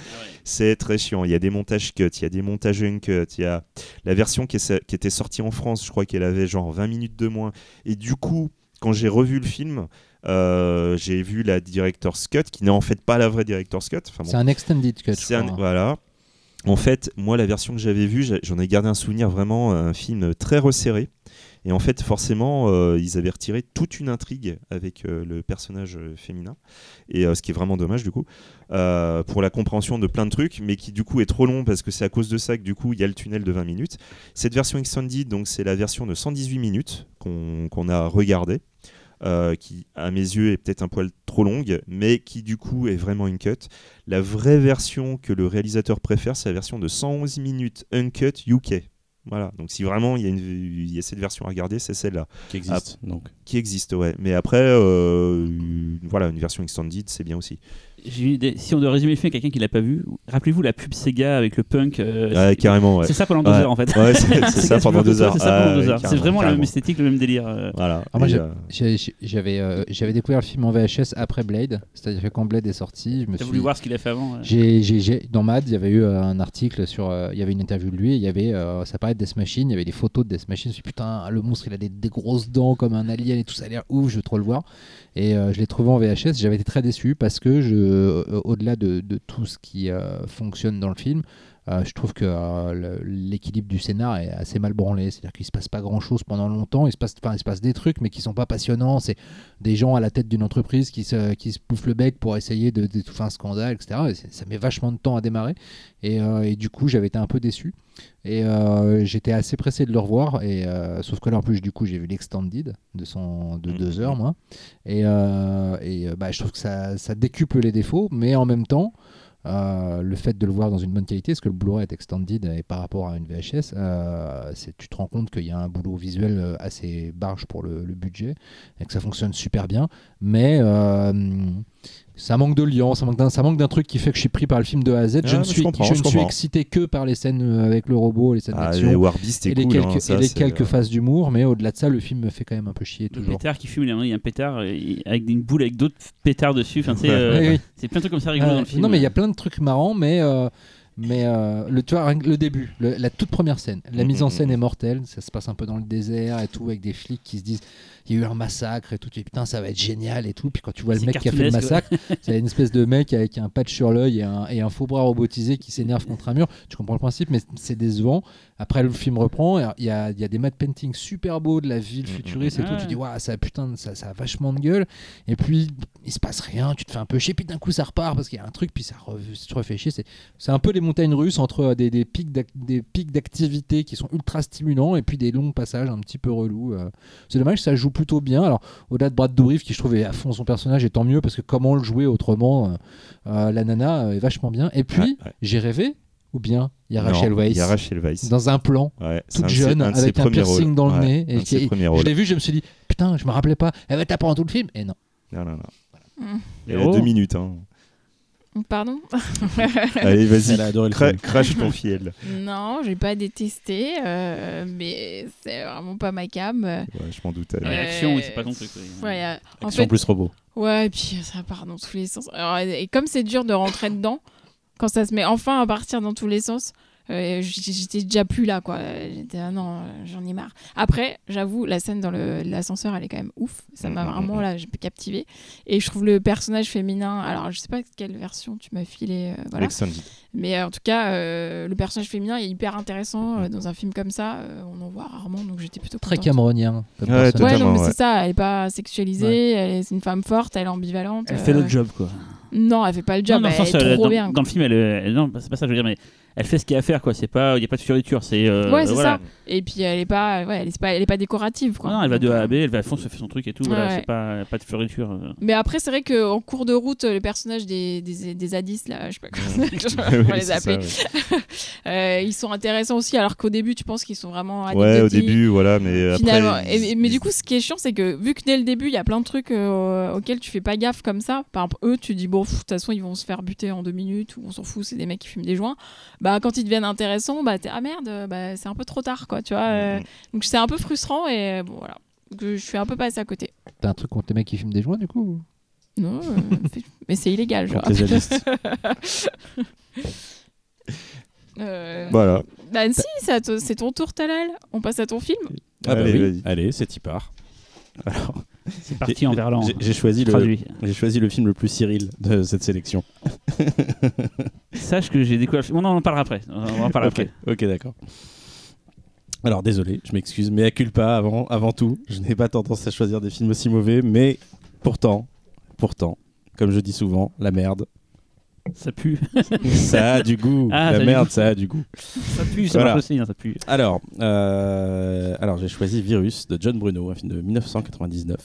[SPEAKER 5] C'est très chiant, il y a des montages cut, il y a des montages uncut, il y a la version qui, est sa- qui était sortie en France, je crois qu'elle avait genre 20 minutes de moins. Et du coup, quand j'ai revu le film, euh, j'ai vu la director's cut, qui n'est en fait pas la vraie director's cut. Enfin, bon,
[SPEAKER 3] C'est un extended cut. je
[SPEAKER 5] c'est un-
[SPEAKER 3] crois. hein.
[SPEAKER 5] Voilà. En fait, moi, la version que j'avais vue, j'a- j'en ai gardé un souvenir vraiment, euh, un film très resserré. Et en fait, forcément, euh, ils avaient retiré toute une intrigue avec euh, le personnage euh, féminin, et euh, ce qui est vraiment dommage du coup, euh, pour la compréhension de plein de trucs, mais qui du coup est trop long parce que c'est à cause de ça que du coup il y a le tunnel de 20 minutes. Cette version extended, donc c'est la version de 118 minutes qu'on qu'on a regardée, euh, qui à mes yeux est peut-être un poil trop trop longue, mais qui du coup est vraiment une cut. La vraie version que le réalisateur préfère, c'est la version de 111 minutes uncut UK. Voilà, donc si vraiment il y a, une, il y a cette version à regarder, c'est celle-là
[SPEAKER 2] qui existe. donc.
[SPEAKER 5] qui existe, ouais. Mais après, euh, une- voilà, une version extended, c'est bien aussi.
[SPEAKER 4] J'ai eu des- Si on doit résumer le film à quelqu'un qui l'a pas vu, rappelez-vous la pub Sega avec le punk. euh,
[SPEAKER 5] Ouais,
[SPEAKER 4] c'est-
[SPEAKER 5] carrément, ouais.
[SPEAKER 4] C'est ça pendant deux
[SPEAKER 5] Ouais.
[SPEAKER 4] heures en fait.
[SPEAKER 5] Ouais, c'est c'est ça
[SPEAKER 4] Sega
[SPEAKER 5] pendant
[SPEAKER 4] Sport
[SPEAKER 5] deux
[SPEAKER 4] Control,
[SPEAKER 5] heures.
[SPEAKER 4] C'est ça pendant
[SPEAKER 5] Ouais,
[SPEAKER 4] deux heures. C'est
[SPEAKER 5] carrément,
[SPEAKER 4] vraiment la même
[SPEAKER 5] carrément.
[SPEAKER 4] esthétique, le même délire. euh.
[SPEAKER 5] Voilà.
[SPEAKER 3] Ah, moi,
[SPEAKER 5] Et,
[SPEAKER 3] j'ai-
[SPEAKER 5] euh,
[SPEAKER 3] J'ai- j'ai- J'avais euh, j'avais découvert le film en VHS après Blade, c'est-à-dire que quand Blade est sorti, je me
[SPEAKER 4] T'as
[SPEAKER 3] suis
[SPEAKER 4] voulu voir ce qu'il a fait avant. euh, ouais.
[SPEAKER 3] J'ai, j'ai- j'ai- dans Mad, il y avait eu euh, un article sur. euh, il y avait une interview de lui, il y avait. euh, ça parlait de Death Machine, il y avait des photos de Death Machine. Je me suis dit, putain, le monstre, il a des, des grosses dents comme un alien et tout, ça a l'air ouf, je veux trop le voir. Et euh, je l'ai trouvé en VHS, j'avais été très déçu parce que, je, euh, au-delà de, de tout ce qui euh, fonctionne dans le film, euh, je trouve que euh, le- l'équilibre du scénar est assez mal branlé, c'est-à-dire qu'il se passe pas grand-chose pendant longtemps, il se passe, enfin, il se passe des trucs mais qui sont pas passionnants, c'est des gens à la tête d'une entreprise qui se, qui se bouffent le bec pour essayer de- d'étouffer un scandale, etc. Et c'est- ça met vachement de temps à démarrer. Et, euh, et du coup, j'avais été un peu déçu. Et euh, j'étais assez pressé de le revoir. Et, euh, sauf que là, en plus, du coup, j'ai vu l'extended de, son, de
[SPEAKER 5] Mhm.
[SPEAKER 3] deux heures, moi. Et, euh, et, euh, bah, je trouve que ça, ça décuple les défauts, mais en même temps. euh, le fait de le voir dans une bonne qualité, parce que le Blu-ray est extended et par rapport à une VHS, euh, c'est- tu te rends compte qu'il y a un boulot visuel euh, assez barge pour le- le budget et que ça fonctionne super bien. Mais euh, ça manque de lien, ça manque d'un, ça manque d'un truc qui fait que je suis pris par le film de A à Z.
[SPEAKER 5] Ah,
[SPEAKER 3] je ne
[SPEAKER 5] je
[SPEAKER 3] suis,
[SPEAKER 5] comprends,
[SPEAKER 3] je
[SPEAKER 5] je
[SPEAKER 3] ne suis
[SPEAKER 5] comprends.
[SPEAKER 3] excité que par les scènes euh, avec le robot, les scènes
[SPEAKER 5] ah, les
[SPEAKER 3] d'action.
[SPEAKER 5] War Beast,
[SPEAKER 3] Et
[SPEAKER 5] c'est
[SPEAKER 3] les,
[SPEAKER 5] cool.
[SPEAKER 3] quelques,
[SPEAKER 5] hein, ça,
[SPEAKER 3] et les
[SPEAKER 5] c'est-
[SPEAKER 3] quelques phases d'humour, mais au-delà de ça, le film me fait quand même un peu chier
[SPEAKER 4] Le
[SPEAKER 3] toujours.
[SPEAKER 4] pétard qui fume, il y en a- il y a un pétard euh, avec une boule avec d'autres pétards dessus. Enfin, c'est, euh,
[SPEAKER 3] Oui, oui.
[SPEAKER 4] c'est plein de trucs comme ça rigolos
[SPEAKER 3] Euh,
[SPEAKER 4] dans le film.
[SPEAKER 3] non, mais il y a plein de trucs marrants, mais, euh, mais euh, le, tu vois, rien que le début, le- la toute première scène, la
[SPEAKER 5] Mm,
[SPEAKER 3] mise en
[SPEAKER 5] mm,
[SPEAKER 3] scène
[SPEAKER 5] mm.
[SPEAKER 3] est mortelle. Ça se passe un peu dans le désert et tout, avec des flics qui se disent il y a eu un massacre et tout. Tu dis putain, ça va être génial et tout. Puis quand tu vois le
[SPEAKER 4] C'est
[SPEAKER 3] mec qui a fait le
[SPEAKER 4] cartoonesque,
[SPEAKER 3] massacre, c'est une espèce de mec avec un patch sur l'œil et un, et un faux bras robotisé qui s'énerve contre un mur. Tu comprends le principe, mais c'est décevant. Après, le film reprend. et Il y a, il y a des matte paintings super beaux de la ville
[SPEAKER 5] mm, mm.
[SPEAKER 3] futuriste et tout.
[SPEAKER 4] Ouais.
[SPEAKER 3] Tu dis waouh, ça, putain, de- ça, ça a vachement de gueule. Et puis, il se passe rien, tu te fais un peu chier, puis d'un coup ça repart parce qu'il y a un truc, puis ça re- se refait chier. C'est- C'est un peu les montagnes russes entre euh, des, des pics d'ac- des pics d'activité qui sont ultra stimulants et puis des longs passages un petit peu relous. euh. C'est dommage, ça joue plutôt bien. Alors, au-delà de Brad Dourif qui je trouve est à fond son personnage, et tant mieux parce que comment le jouer autrement, euh, euh, la nana euh, est vachement bien. Et puis,
[SPEAKER 5] Ouais, ouais.
[SPEAKER 3] j'ai rêvé, ou bien il y a
[SPEAKER 5] Non,
[SPEAKER 3] Rachel
[SPEAKER 5] Il y a
[SPEAKER 3] Weisz
[SPEAKER 5] Rachel Weisz.
[SPEAKER 3] dans un plan
[SPEAKER 5] Ouais, c'est
[SPEAKER 3] toute
[SPEAKER 5] un de ses-
[SPEAKER 3] jeune,
[SPEAKER 5] de ses
[SPEAKER 3] avec un
[SPEAKER 5] premiers
[SPEAKER 3] piercing
[SPEAKER 5] rôles.
[SPEAKER 3] dans le
[SPEAKER 5] Ouais,
[SPEAKER 3] nez, et
[SPEAKER 5] un de ses
[SPEAKER 3] qui-
[SPEAKER 5] premiers
[SPEAKER 3] Je
[SPEAKER 5] rôles.
[SPEAKER 3] l'ai vu, je me suis dit, putain, je me rappelais pas, elle va taper pendant tout le film. Et non.
[SPEAKER 5] Non, non, non.
[SPEAKER 1] Hum.
[SPEAKER 5] Elle a
[SPEAKER 4] Oh.
[SPEAKER 5] deux minutes. hein.
[SPEAKER 1] Pardon
[SPEAKER 5] Allez, vas-y.
[SPEAKER 2] Elle a adoré le
[SPEAKER 5] cra-
[SPEAKER 2] film.
[SPEAKER 5] Crache ton fiel.
[SPEAKER 1] Non, j'ai pas détesté, euh, mais c'est vraiment pas ma cam. Euh,
[SPEAKER 5] Ouais, je m'en doutais.
[SPEAKER 4] La
[SPEAKER 1] Ouais.
[SPEAKER 4] réaction, oui, c'est pas ton truc. oui.
[SPEAKER 1] ouais, euh, en
[SPEAKER 2] Action
[SPEAKER 1] fait,
[SPEAKER 2] plus robot.
[SPEAKER 1] ouais, et puis euh, ça part dans tous les sens. Alors, et et comme c'est dur de rentrer dedans, quand ça se met enfin à partir dans tous les sens, euh, j- j'étais déjà plus là, quoi. J'étais ah non, euh, j'en ai marre. Après, j'avoue, la scène dans le- l'ascenseur, elle est quand même ouf. Ça m'a
[SPEAKER 5] Mhm,
[SPEAKER 1] vraiment là, j'ai captivé. Et je trouve le personnage féminin. Alors, je sais pas quelle version tu m'as filé. euh, voilà.
[SPEAKER 5] Avec Sandy.
[SPEAKER 1] Mais euh, en tout cas, euh, le personnage féminin est hyper intéressant euh, dans un film comme ça. euh, on en voit rarement, donc j'étais plutôt
[SPEAKER 3] Très
[SPEAKER 1] contente.
[SPEAKER 3] camerounien. comme
[SPEAKER 5] Ouais,
[SPEAKER 3] personnage.
[SPEAKER 5] totalement.
[SPEAKER 1] Ouais, non, mais
[SPEAKER 5] ouais.
[SPEAKER 1] c'est ça. Elle est pas sexualisée. Elle est, c'est une femme forte. Elle est ambivalente.
[SPEAKER 4] Elle fait
[SPEAKER 1] euh,
[SPEAKER 4] le job quoi.
[SPEAKER 1] Non, elle fait pas le job.
[SPEAKER 4] Non, dans le
[SPEAKER 1] elle
[SPEAKER 4] sens,
[SPEAKER 1] est
[SPEAKER 4] euh,
[SPEAKER 1] trop
[SPEAKER 4] dans,
[SPEAKER 1] bien.
[SPEAKER 4] dans le film, elle, euh, elle- non, c'est pas ça que je veux dire, mais elle fait ce qu'il y a à faire quoi. C'est pas, il y a pas de fioriture, c'est. euh,
[SPEAKER 1] Ouais, c'est
[SPEAKER 4] voilà.
[SPEAKER 1] ça. Et puis elle est pas, ouais, elle est pas, elle est pas décorative quoi.
[SPEAKER 4] Non, non, elle va de
[SPEAKER 1] Donc,
[SPEAKER 4] A
[SPEAKER 1] euh,
[SPEAKER 4] à B, elle va à fond, se fait son truc et tout. voilà,
[SPEAKER 1] Ouais.
[SPEAKER 4] c'est pas, pas de fioriture. euh.
[SPEAKER 1] Mais après, c'est vrai qu'en cours de route, le personnage des, des, des Addis, là, je sais pas comment
[SPEAKER 5] Ouais,
[SPEAKER 1] on va les
[SPEAKER 5] c'est ça,
[SPEAKER 1] appeler, euh, ils sont intéressants aussi, alors qu'au début, tu penses qu'ils sont vraiment
[SPEAKER 5] ouais. Ouais, au
[SPEAKER 1] anecdotiques,
[SPEAKER 5] début, voilà, mais
[SPEAKER 1] Finalement,
[SPEAKER 5] Euh, après.
[SPEAKER 1] Et- et- mais du coup, ce qui est chiant, c'est que vu que dès le début, il y a plein de trucs euh, auxquels tu fais pas gaffe comme ça. Par exemple, eux, tu dis bon, pff, de toute façon, ils vont se faire buter en deux minutes ou on s'en fout, c'est des mecs qui fument des joints. Bah, quand ils deviennent intéressants, bah t'es ah merde, euh, bah, c'est un peu trop tard, quoi, tu vois. euh.
[SPEAKER 5] Mm,
[SPEAKER 1] donc c'est un peu frustrant et euh, bon voilà, Donc, je suis un peu passée à côté.
[SPEAKER 3] T'as un truc contre les mecs qui fument des joints du coup
[SPEAKER 1] Non, euh, fait- mais c'est illégal, genre.
[SPEAKER 2] Contre les zadistes.
[SPEAKER 1] Euh,
[SPEAKER 5] Voilà.
[SPEAKER 1] bah, si, ça te- c'est ton tour, Talal. On passe à ton film.
[SPEAKER 2] Ah bah
[SPEAKER 5] Allez,
[SPEAKER 2] oui.
[SPEAKER 5] vas-y.
[SPEAKER 2] Allez, c'est y part. Alors,
[SPEAKER 4] C'est parti en verlan. hein.
[SPEAKER 2] j'ai- j'ai choisi le
[SPEAKER 4] Traduit.
[SPEAKER 2] j'ai choisi le film le plus Cyril de cette sélection.
[SPEAKER 4] Sache que j'ai découvert. le film- Non, on en parlera après. On en parlera
[SPEAKER 2] ok,
[SPEAKER 4] après.
[SPEAKER 2] ok, d'accord. Alors désolé, je m'excuse, mais à culpa avant, avant tout, je n'ai pas tendance à choisir des films aussi mauvais, mais pourtant, pourtant, comme je dis souvent, la merde,
[SPEAKER 4] Ça pue.
[SPEAKER 2] ça a du goût.
[SPEAKER 4] Ah, ça a
[SPEAKER 2] la
[SPEAKER 4] du
[SPEAKER 2] merde,
[SPEAKER 4] goût.
[SPEAKER 2] ça a du goût.
[SPEAKER 4] Ça pue, ça
[SPEAKER 2] Voilà.
[SPEAKER 4] marche aussi, hein, ça pue.
[SPEAKER 2] Alors, euh, alors j'ai choisi Virus de John Bruno, un film de 1999.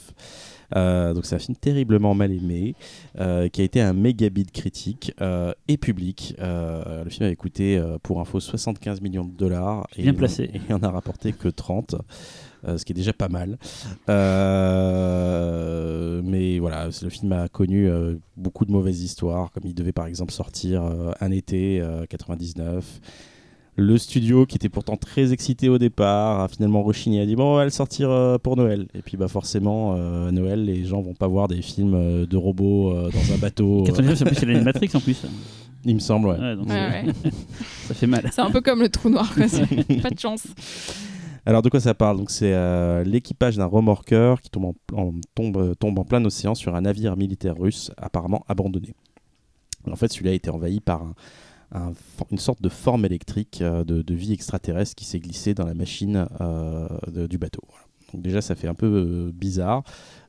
[SPEAKER 2] Euh, donc c'est un film terriblement mal aimé, euh, qui a été un méga bid critique euh, et public. Euh, le film avait coûté, euh, pour info, 75 millions de dollars.
[SPEAKER 4] Bien
[SPEAKER 2] et
[SPEAKER 4] placé.
[SPEAKER 2] Et on a rapporté que 30. euh, ce qui est déjà pas mal. Euh, mais voilà, c'est- le film a connu euh, beaucoup de mauvaises histoires, comme il devait par exemple sortir euh, un été euh, 99. Le studio, qui était pourtant très excité au départ, a finalement rechigné, a dit bon, on va le sortir euh, pour Noël. Et puis bah forcément, euh, à Noël, les gens vont pas voir des films euh, de robots euh, dans un bateau. euh,
[SPEAKER 4] 99, en plus, Oh. c'est l'animatrix en plus.
[SPEAKER 2] il me semble. ouais.
[SPEAKER 4] Ouais, donc,
[SPEAKER 1] Ouais, ouais.
[SPEAKER 4] Ça fait mal.
[SPEAKER 1] C'est un peu comme le trou noir, quoi. C'est- pas de chance.
[SPEAKER 2] Alors de quoi ça parle Donc c'est euh, l'équipage d'un remorqueur qui tombe en, en- tombe, tombe en plein océan sur un navire militaire russe apparemment abandonné. En fait, celui-là a été envahi par un- un for- une sorte de forme électrique euh, de, de vie extraterrestre qui s'est glissée dans la machine euh, de- du bateau. Voilà. Donc déjà, ça fait un peu euh, bizarre,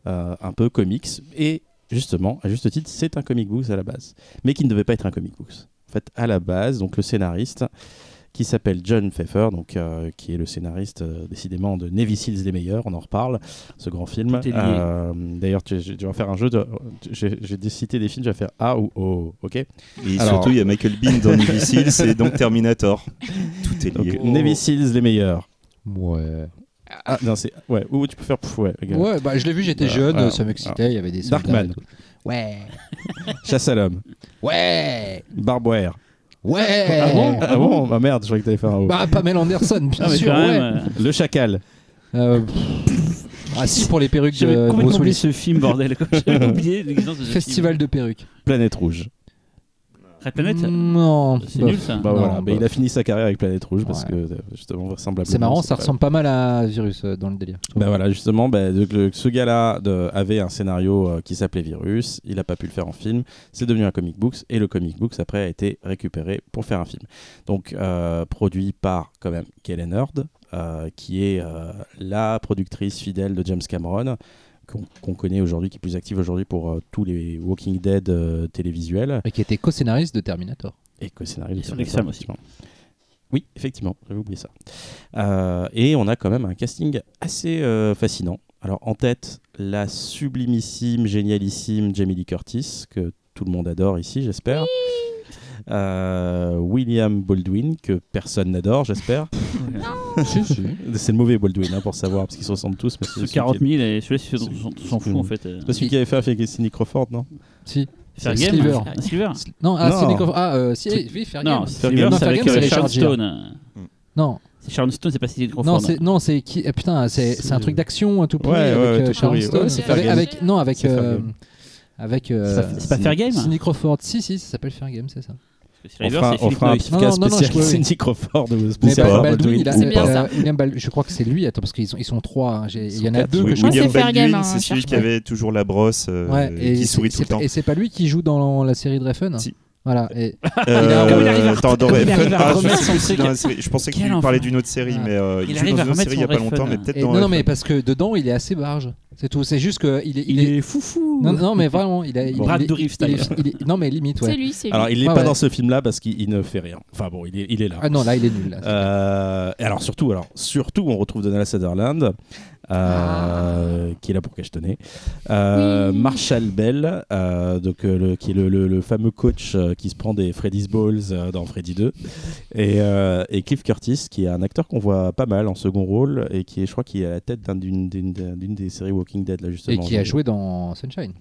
[SPEAKER 2] euh, un peu comics. Et justement, à juste titre, c'est un comic book à la base, mais qui ne devait pas être un comic book. En fait, à la base, donc le scénariste qui s'appelle John Pfeffer, donc, euh, qui est le scénariste euh, décidément de Navy Seals les meilleurs, on en reparle, ce grand film.
[SPEAKER 4] Tout est lié.
[SPEAKER 2] Euh, D'ailleurs, tu, tu- tu vas faire un jeu, de, je, je vais déciter des films, tu vas faire A ou O, ok
[SPEAKER 5] Et
[SPEAKER 2] Alors-
[SPEAKER 5] surtout, il y a Michael Bean dans Navy Seal, c'est donc Terminator. Tout est
[SPEAKER 2] Donc,
[SPEAKER 5] lié.
[SPEAKER 2] Navy Seals les meilleurs.
[SPEAKER 3] Ouais.
[SPEAKER 2] Ah, non, c'est. Ouais, ou tu peux faire. Pouf, ouais, ok.
[SPEAKER 3] Ouais, bah je l'ai vu, j'étais
[SPEAKER 2] Voilà,
[SPEAKER 3] jeune,
[SPEAKER 2] voilà,
[SPEAKER 3] ça m'excitait, il y avait des soldats
[SPEAKER 2] Darkman.
[SPEAKER 3] et tout. Ouais.
[SPEAKER 2] Chasse à l'homme.
[SPEAKER 3] Ouais.
[SPEAKER 2] Barboire.
[SPEAKER 3] Ouais.
[SPEAKER 2] Ah bon Ah bon Bah merde, je croyais que t'allais faire un O.
[SPEAKER 3] Eh. Bah Pamela Anderson, bien
[SPEAKER 4] Ah, mais
[SPEAKER 3] sûr.
[SPEAKER 4] quand
[SPEAKER 3] ouais.
[SPEAKER 4] même. euh,
[SPEAKER 2] Le chacal.
[SPEAKER 3] Euh, pff. ah si pour les perruques
[SPEAKER 4] J'avais
[SPEAKER 3] de
[SPEAKER 4] complètement
[SPEAKER 3] Bruce
[SPEAKER 4] oublié
[SPEAKER 3] Willis.
[SPEAKER 4] ce film, bordel. quoi. J'avais oublié l'existence de ce film.
[SPEAKER 3] Festival de perruques.
[SPEAKER 2] Planète rouge.
[SPEAKER 4] Red Planet
[SPEAKER 1] Mm.
[SPEAKER 3] Non.
[SPEAKER 4] C'est
[SPEAKER 3] Bof.
[SPEAKER 4] nul ça.
[SPEAKER 2] Bah
[SPEAKER 3] Non,
[SPEAKER 2] voilà, mais
[SPEAKER 3] bah.
[SPEAKER 2] il a fini sa carrière avec Planète rouge parce
[SPEAKER 3] Ouais.
[SPEAKER 2] que euh, justement, vraisemblablement.
[SPEAKER 3] C'est marrant, ça
[SPEAKER 2] pas-
[SPEAKER 3] ressemble pas mal à Virus euh, dans le délire.
[SPEAKER 2] Bah voilà, justement, bah, de- le- ce gars-là de- avait un scénario euh, qui s'appelait Virus, il n'a pas pu le faire en film, c'est devenu un comic books, et le comic books après a été récupéré pour faire un film. Donc euh, produit par quand même Galen Heard, euh, qui est euh, la productrice fidèle de James Cameron, qu'on qu'on connaît aujourd'hui, qui est plus active aujourd'hui pour euh, tous les Walking Dead euh, télévisuels,
[SPEAKER 3] Et qui était co-scénariste de Terminator.
[SPEAKER 2] et co-scénario.
[SPEAKER 4] Et
[SPEAKER 2] de
[SPEAKER 4] sur
[SPEAKER 2] Terminator,
[SPEAKER 4] Dexam aussi.
[SPEAKER 2] effectivement. Oui, effectivement, j'avais oublié ça. Euh, et on a quand même un casting assez euh, fascinant. Alors en tête, la sublimissime, génialissime Jamie Lee Curtis, que tout le monde adore ici, j'espère. Euh, William Baldwin, que personne n'adore, j'espère.
[SPEAKER 3] si, si.
[SPEAKER 2] C'est le mauvais Baldwin, hein, pour savoir, parce qu'ils se ressemblent tous. Mais c'est
[SPEAKER 4] Sous
[SPEAKER 2] celui qui-
[SPEAKER 4] 40 000 et celui-là, celui
[SPEAKER 2] C'est-
[SPEAKER 4] on s'en fout en fait. euh.
[SPEAKER 2] c'est pas celui qui avait fait avec Cindy Crawford, non
[SPEAKER 3] Si.
[SPEAKER 4] Fair
[SPEAKER 3] c'est
[SPEAKER 4] Game
[SPEAKER 3] Sliver.
[SPEAKER 4] hein. Sliver
[SPEAKER 3] Non, ah,
[SPEAKER 2] Non.
[SPEAKER 3] c'est Nico- Ah, euh, si,
[SPEAKER 2] Truc-
[SPEAKER 3] oui, Fair
[SPEAKER 4] Non,
[SPEAKER 3] Game.
[SPEAKER 4] Sliver
[SPEAKER 3] Non,
[SPEAKER 4] c'est
[SPEAKER 3] Fair
[SPEAKER 4] avec
[SPEAKER 3] Game,
[SPEAKER 4] euh,
[SPEAKER 3] les
[SPEAKER 4] Sharon
[SPEAKER 3] Chargers.
[SPEAKER 4] Stone.
[SPEAKER 3] Non,
[SPEAKER 4] C'est Sharon Stone, c'est pas Cédric
[SPEAKER 3] non,
[SPEAKER 4] Crawford.
[SPEAKER 3] c'est non, c'est qui eh, Putain, c'est
[SPEAKER 2] C'est-
[SPEAKER 3] c'est un truc d'action à tout prix
[SPEAKER 2] Ouais,
[SPEAKER 3] avec
[SPEAKER 2] ouais,
[SPEAKER 3] euh,
[SPEAKER 2] tout
[SPEAKER 3] Sharon
[SPEAKER 2] pourri.
[SPEAKER 3] Stone.
[SPEAKER 2] Ouais,
[SPEAKER 1] c'est Fair
[SPEAKER 3] avec,
[SPEAKER 1] Game.
[SPEAKER 3] avec- non, avec
[SPEAKER 2] C'est Fair
[SPEAKER 3] euh,
[SPEAKER 2] Game.
[SPEAKER 3] avec
[SPEAKER 2] Ça-
[SPEAKER 3] euh,
[SPEAKER 4] C'est pas Fair Game
[SPEAKER 3] Sidney Crawford. Si, si, ça s'appelle Fair Game, c'est ça.
[SPEAKER 2] On
[SPEAKER 4] Sliver,
[SPEAKER 2] fera,
[SPEAKER 4] c'est
[SPEAKER 2] on
[SPEAKER 4] Philippe
[SPEAKER 2] fera un
[SPEAKER 4] Noy.
[SPEAKER 2] podcast
[SPEAKER 3] Non, non, non,
[SPEAKER 2] spécial
[SPEAKER 3] je- oui, oui.
[SPEAKER 2] Cindy Crawford ou
[SPEAKER 3] Mais
[SPEAKER 2] spécial
[SPEAKER 3] Bal-
[SPEAKER 2] Baldwin.
[SPEAKER 3] Baldwin, il a,
[SPEAKER 2] ou
[SPEAKER 1] c'est bien
[SPEAKER 2] pas.
[SPEAKER 1] ça.
[SPEAKER 3] euh, William Bal- je crois que c'est lui. Attends, parce qu'ils sont, ils sont trois. hein, j'ai- Il y en a
[SPEAKER 2] quatre,
[SPEAKER 3] deux
[SPEAKER 5] Oui,
[SPEAKER 3] que je
[SPEAKER 1] crois que
[SPEAKER 5] William
[SPEAKER 1] c'est Fair Game,
[SPEAKER 5] Baldwin,
[SPEAKER 1] hein,
[SPEAKER 5] c'est celui
[SPEAKER 1] cherche
[SPEAKER 5] qui
[SPEAKER 1] pas.
[SPEAKER 5] avait toujours la brosse, euh,
[SPEAKER 3] Ouais, et
[SPEAKER 5] qui
[SPEAKER 3] c'est-
[SPEAKER 5] sourit
[SPEAKER 3] c'est
[SPEAKER 5] tout le
[SPEAKER 3] pas-
[SPEAKER 5] temps.
[SPEAKER 3] Et c'est pas lui qui joue dans la série Dreyfus
[SPEAKER 5] Si.
[SPEAKER 3] Voilà. Et,
[SPEAKER 5] Euh,
[SPEAKER 3] Comme il arrive
[SPEAKER 4] à-
[SPEAKER 5] attends, dans
[SPEAKER 4] comme il
[SPEAKER 5] F1,
[SPEAKER 4] arrive à
[SPEAKER 5] ah, je
[SPEAKER 4] remettre
[SPEAKER 5] sais
[SPEAKER 4] son
[SPEAKER 5] plus si
[SPEAKER 4] truc.
[SPEAKER 5] dans la série- Je pensais que
[SPEAKER 4] Quel
[SPEAKER 5] tu parlais
[SPEAKER 4] enfant.
[SPEAKER 5] d'une autre série,
[SPEAKER 3] Ah.
[SPEAKER 5] mais euh,
[SPEAKER 4] Il
[SPEAKER 5] il,
[SPEAKER 4] arrive
[SPEAKER 5] joue dans
[SPEAKER 4] à
[SPEAKER 5] une autre
[SPEAKER 4] remettre
[SPEAKER 5] série il y a
[SPEAKER 4] son
[SPEAKER 5] pas longtemps,
[SPEAKER 4] iPhone.
[SPEAKER 5] mais peut-être
[SPEAKER 3] et
[SPEAKER 5] dans
[SPEAKER 3] non, non,
[SPEAKER 5] F1.
[SPEAKER 3] mais parce que dedans, il est assez barge. C'est tout. C'est juste que il est, il est-
[SPEAKER 4] foufou.
[SPEAKER 3] Non, non, mais vraiment, il a. il-
[SPEAKER 4] Brad
[SPEAKER 3] il est-
[SPEAKER 4] de Reeve style.
[SPEAKER 3] il est- il est- Non, mais limite,
[SPEAKER 1] C'est
[SPEAKER 3] ouais.
[SPEAKER 1] lui, c'est lui.
[SPEAKER 2] Alors, il n'est
[SPEAKER 3] Ah Ouais,
[SPEAKER 2] pas
[SPEAKER 3] ouais.
[SPEAKER 2] dans ce film-là parce qu'il il ne fait rien. Enfin bon, il est, il est là.
[SPEAKER 3] Ah non, là, il est nul. là.
[SPEAKER 2] Euh, et alors surtout, alors surtout, on retrouve Donald Sutherland, euh, qui est là pour cachetonner. Euh,
[SPEAKER 1] Ah. Oui.
[SPEAKER 2] Marshall Bell, euh, donc euh, le- qui est le, le- le fameux coach euh, qui se prend des Freddy's Balls euh, dans Freddy 2, et, euh, et Cliff Curtis, qui est un acteur qu'on voit pas mal en second rôle et qui est, je crois, qui est à la tête d'un- d'une d'une- d'une des séries Walking Dead là
[SPEAKER 3] Et
[SPEAKER 2] justement.
[SPEAKER 3] qui a
[SPEAKER 2] Je-
[SPEAKER 3] joué dans Sunshine.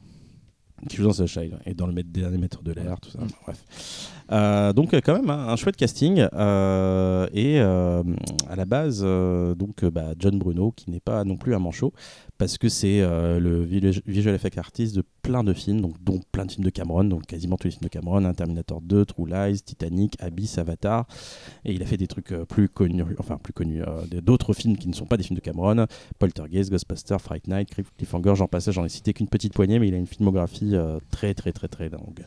[SPEAKER 2] qui joue dans Sunshine ouais, et dans le maître- dernier maître de l'air, tout ça. Enfin, Bref. Euh, donc euh, quand même hein, un chouette casting euh, et euh, à la base euh, donc euh, bah, John Bruno qui n'est pas non plus un manchot parce que c'est euh, le vilu- visual effect artist de plein de films donc dont plein de films de Cameron donc quasiment tous les films de Cameron hein, Terminator 2 True Lies Titanic Abyss Avatar et il a fait des trucs euh, plus connus enfin plus connus euh, des- d'autres films qui ne sont pas des films de Cameron Poltergeist, Ghostbuster, Fright Night, Cliff- Cliffhanger, j'en passais, j'en ai cité qu'une petite poignée, mais il a une filmographie euh, très très très très longue.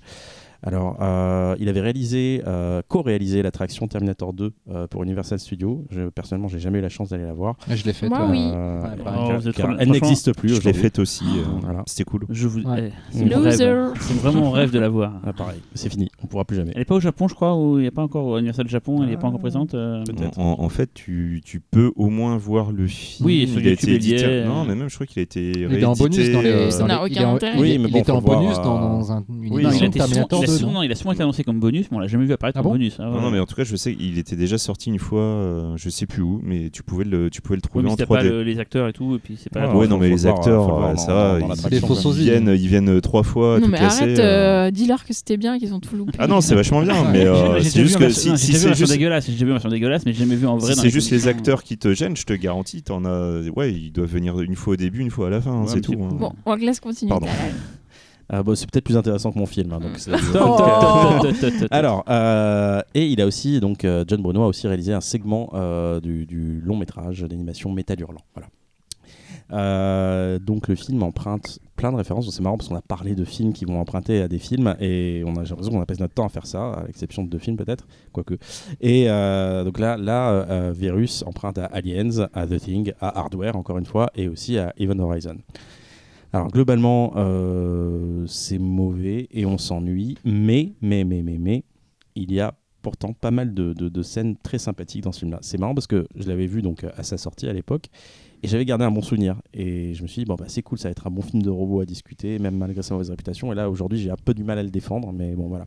[SPEAKER 2] Alors, euh, il avait réalisé, euh, co-réalisé l'attraction Terminator 2 euh, pour Universal Studios. Je, personnellement, j'ai jamais eu la chance d'aller la voir.
[SPEAKER 3] Ah, Je l'ai fait.
[SPEAKER 1] Moi,
[SPEAKER 3] toi.
[SPEAKER 1] oui.
[SPEAKER 2] Euh,
[SPEAKER 3] Ouais, bah,
[SPEAKER 2] car-
[SPEAKER 4] oh, vous êtes
[SPEAKER 2] car
[SPEAKER 4] trop-
[SPEAKER 2] elle
[SPEAKER 4] franchement,
[SPEAKER 2] n'existe plus.
[SPEAKER 5] Je l'ai
[SPEAKER 2] aujourd'hui.
[SPEAKER 5] faite aussi. euh,
[SPEAKER 2] Voilà.
[SPEAKER 5] C'était cool.
[SPEAKER 4] Je vous.
[SPEAKER 3] Ouais.
[SPEAKER 4] eh, c'est mon
[SPEAKER 1] Loser.
[SPEAKER 4] rêve. C'est vraiment mon rêve de la voir.
[SPEAKER 2] Ah, pareil, c'est fini. On pourra plus jamais.
[SPEAKER 4] Elle n'est pas au Japon, je crois, ou il n'y a pas encore au Universal Japon, elle n'est
[SPEAKER 3] Ah.
[SPEAKER 4] pas encore présente. euh,
[SPEAKER 2] Peut-être.
[SPEAKER 5] En, en- en fait, tu, tu peux au moins voir le film.
[SPEAKER 4] Oui, sur
[SPEAKER 5] il a
[SPEAKER 4] YouTube,
[SPEAKER 5] été
[SPEAKER 4] il y
[SPEAKER 5] édité.
[SPEAKER 4] est.
[SPEAKER 5] Non, mais même je crois qu'il a été
[SPEAKER 3] Il est en bonus
[SPEAKER 5] réédité,
[SPEAKER 3] dans les.
[SPEAKER 5] euh,
[SPEAKER 1] Ça
[SPEAKER 3] dans
[SPEAKER 1] n'a
[SPEAKER 3] les- il
[SPEAKER 1] aucun
[SPEAKER 3] est en-
[SPEAKER 1] intérêt.
[SPEAKER 3] il-
[SPEAKER 2] Oui, mais
[SPEAKER 3] il
[SPEAKER 2] bon,
[SPEAKER 3] était
[SPEAKER 2] faut
[SPEAKER 3] en
[SPEAKER 2] le voir,
[SPEAKER 3] bonus
[SPEAKER 2] euh,
[SPEAKER 3] dans, dans un. une
[SPEAKER 5] oui,
[SPEAKER 3] édition
[SPEAKER 4] non, il a,
[SPEAKER 3] de
[SPEAKER 4] été souvent,
[SPEAKER 3] Terminator
[SPEAKER 4] il a
[SPEAKER 3] 2,
[SPEAKER 4] souvent-
[SPEAKER 3] non
[SPEAKER 4] il a souvent été annoncé comme bonus, mais on l'a jamais vu apparaître
[SPEAKER 3] Ah
[SPEAKER 4] comme
[SPEAKER 3] bon
[SPEAKER 4] bonus. Ah ouais.
[SPEAKER 5] Non, non, mais en tout cas, je sais qu'il était déjà sorti une fois, euh, je sais plus où, mais tu pouvais le, tu pouvais le
[SPEAKER 4] Oui,
[SPEAKER 5] trouver
[SPEAKER 4] mais
[SPEAKER 5] en
[SPEAKER 4] c'était pas
[SPEAKER 5] 3D.
[SPEAKER 4] le- les acteurs et tout, et puis c'est pas.
[SPEAKER 2] Ah,
[SPEAKER 5] ouais,
[SPEAKER 2] faut-
[SPEAKER 5] non, mais
[SPEAKER 2] faut
[SPEAKER 5] les
[SPEAKER 2] le voir,
[SPEAKER 5] acteurs,
[SPEAKER 2] faut le voir
[SPEAKER 5] euh,
[SPEAKER 2] dans-
[SPEAKER 5] ça va,
[SPEAKER 2] dans
[SPEAKER 5] ils-
[SPEAKER 2] l'attraction,
[SPEAKER 3] les fausses
[SPEAKER 2] quoi.
[SPEAKER 5] Ils
[SPEAKER 3] sosie.
[SPEAKER 5] viennent, ils viennent euh, trois fois.
[SPEAKER 1] Non,
[SPEAKER 5] tout
[SPEAKER 1] mais
[SPEAKER 5] casser,
[SPEAKER 1] arrête,
[SPEAKER 5] euh.
[SPEAKER 1] euh, dis-leur que c'était bien, qu'ils ont tout loupé.
[SPEAKER 5] Ah non, c'est vachement bien,
[SPEAKER 3] Ouais.
[SPEAKER 5] mais
[SPEAKER 4] J'ai-
[SPEAKER 5] euh,
[SPEAKER 4] j'ai
[SPEAKER 5] c'est
[SPEAKER 4] déjà
[SPEAKER 5] juste
[SPEAKER 4] vu
[SPEAKER 5] que
[SPEAKER 4] un- non,
[SPEAKER 5] si, si
[SPEAKER 4] j'ai déjà vu un
[SPEAKER 5] c'est
[SPEAKER 4] version
[SPEAKER 5] juste,
[SPEAKER 4] dégueulasse, j'ai déjà vu un version dégueulasse, mais j'ai jamais vu en vrai.
[SPEAKER 5] si
[SPEAKER 4] dans
[SPEAKER 5] c'est juste les
[SPEAKER 4] conditions.
[SPEAKER 5] acteurs qui te gênent, je te garantis, t'en as. Ouais, ils doivent venir une fois au début, une fois à la fin, hein,
[SPEAKER 4] Ouais,
[SPEAKER 5] c'est
[SPEAKER 4] mais
[SPEAKER 5] tout.
[SPEAKER 4] c'est-
[SPEAKER 5] hein.
[SPEAKER 1] Bon, on laisse continuer.
[SPEAKER 5] Pardon.
[SPEAKER 2] Ah, bah, c'est peut-être plus intéressant que mon film. hein, donc c'est-
[SPEAKER 1] Oh.
[SPEAKER 2] Alors, euh, et il a aussi, donc, euh, John Bruno a aussi réalisé un segment euh, du, du long métrage d'animation Métal Hurlant. Voilà. Euh, donc le film emprunte plein de références. C'est marrant parce qu'on a parlé de films qui vont emprunter à des films et on a j'ai l'impression qu'on a passé notre temps à faire ça, à l'exception de deux films peut-être, quoique. Et euh, donc là, là euh, Virus emprunte à Aliens, à The Thing, à Hardware encore une fois et aussi à Event Horizon. Alors globalement, euh, c'est mauvais et on s'ennuie, mais, mais, mais, mais, mais, il y a pourtant pas mal de, de- de scènes très sympathiques dans ce film-là. C'est marrant parce que je l'avais vu donc à sa sortie à l'époque et j'avais gardé un bon souvenir. Et je me suis dit, bon, bah, c'est cool, ça va être un bon film de robot à discuter, même malgré sa mauvaise réputation. Et là, aujourd'hui, j'ai un peu du mal à le défendre, mais bon, voilà.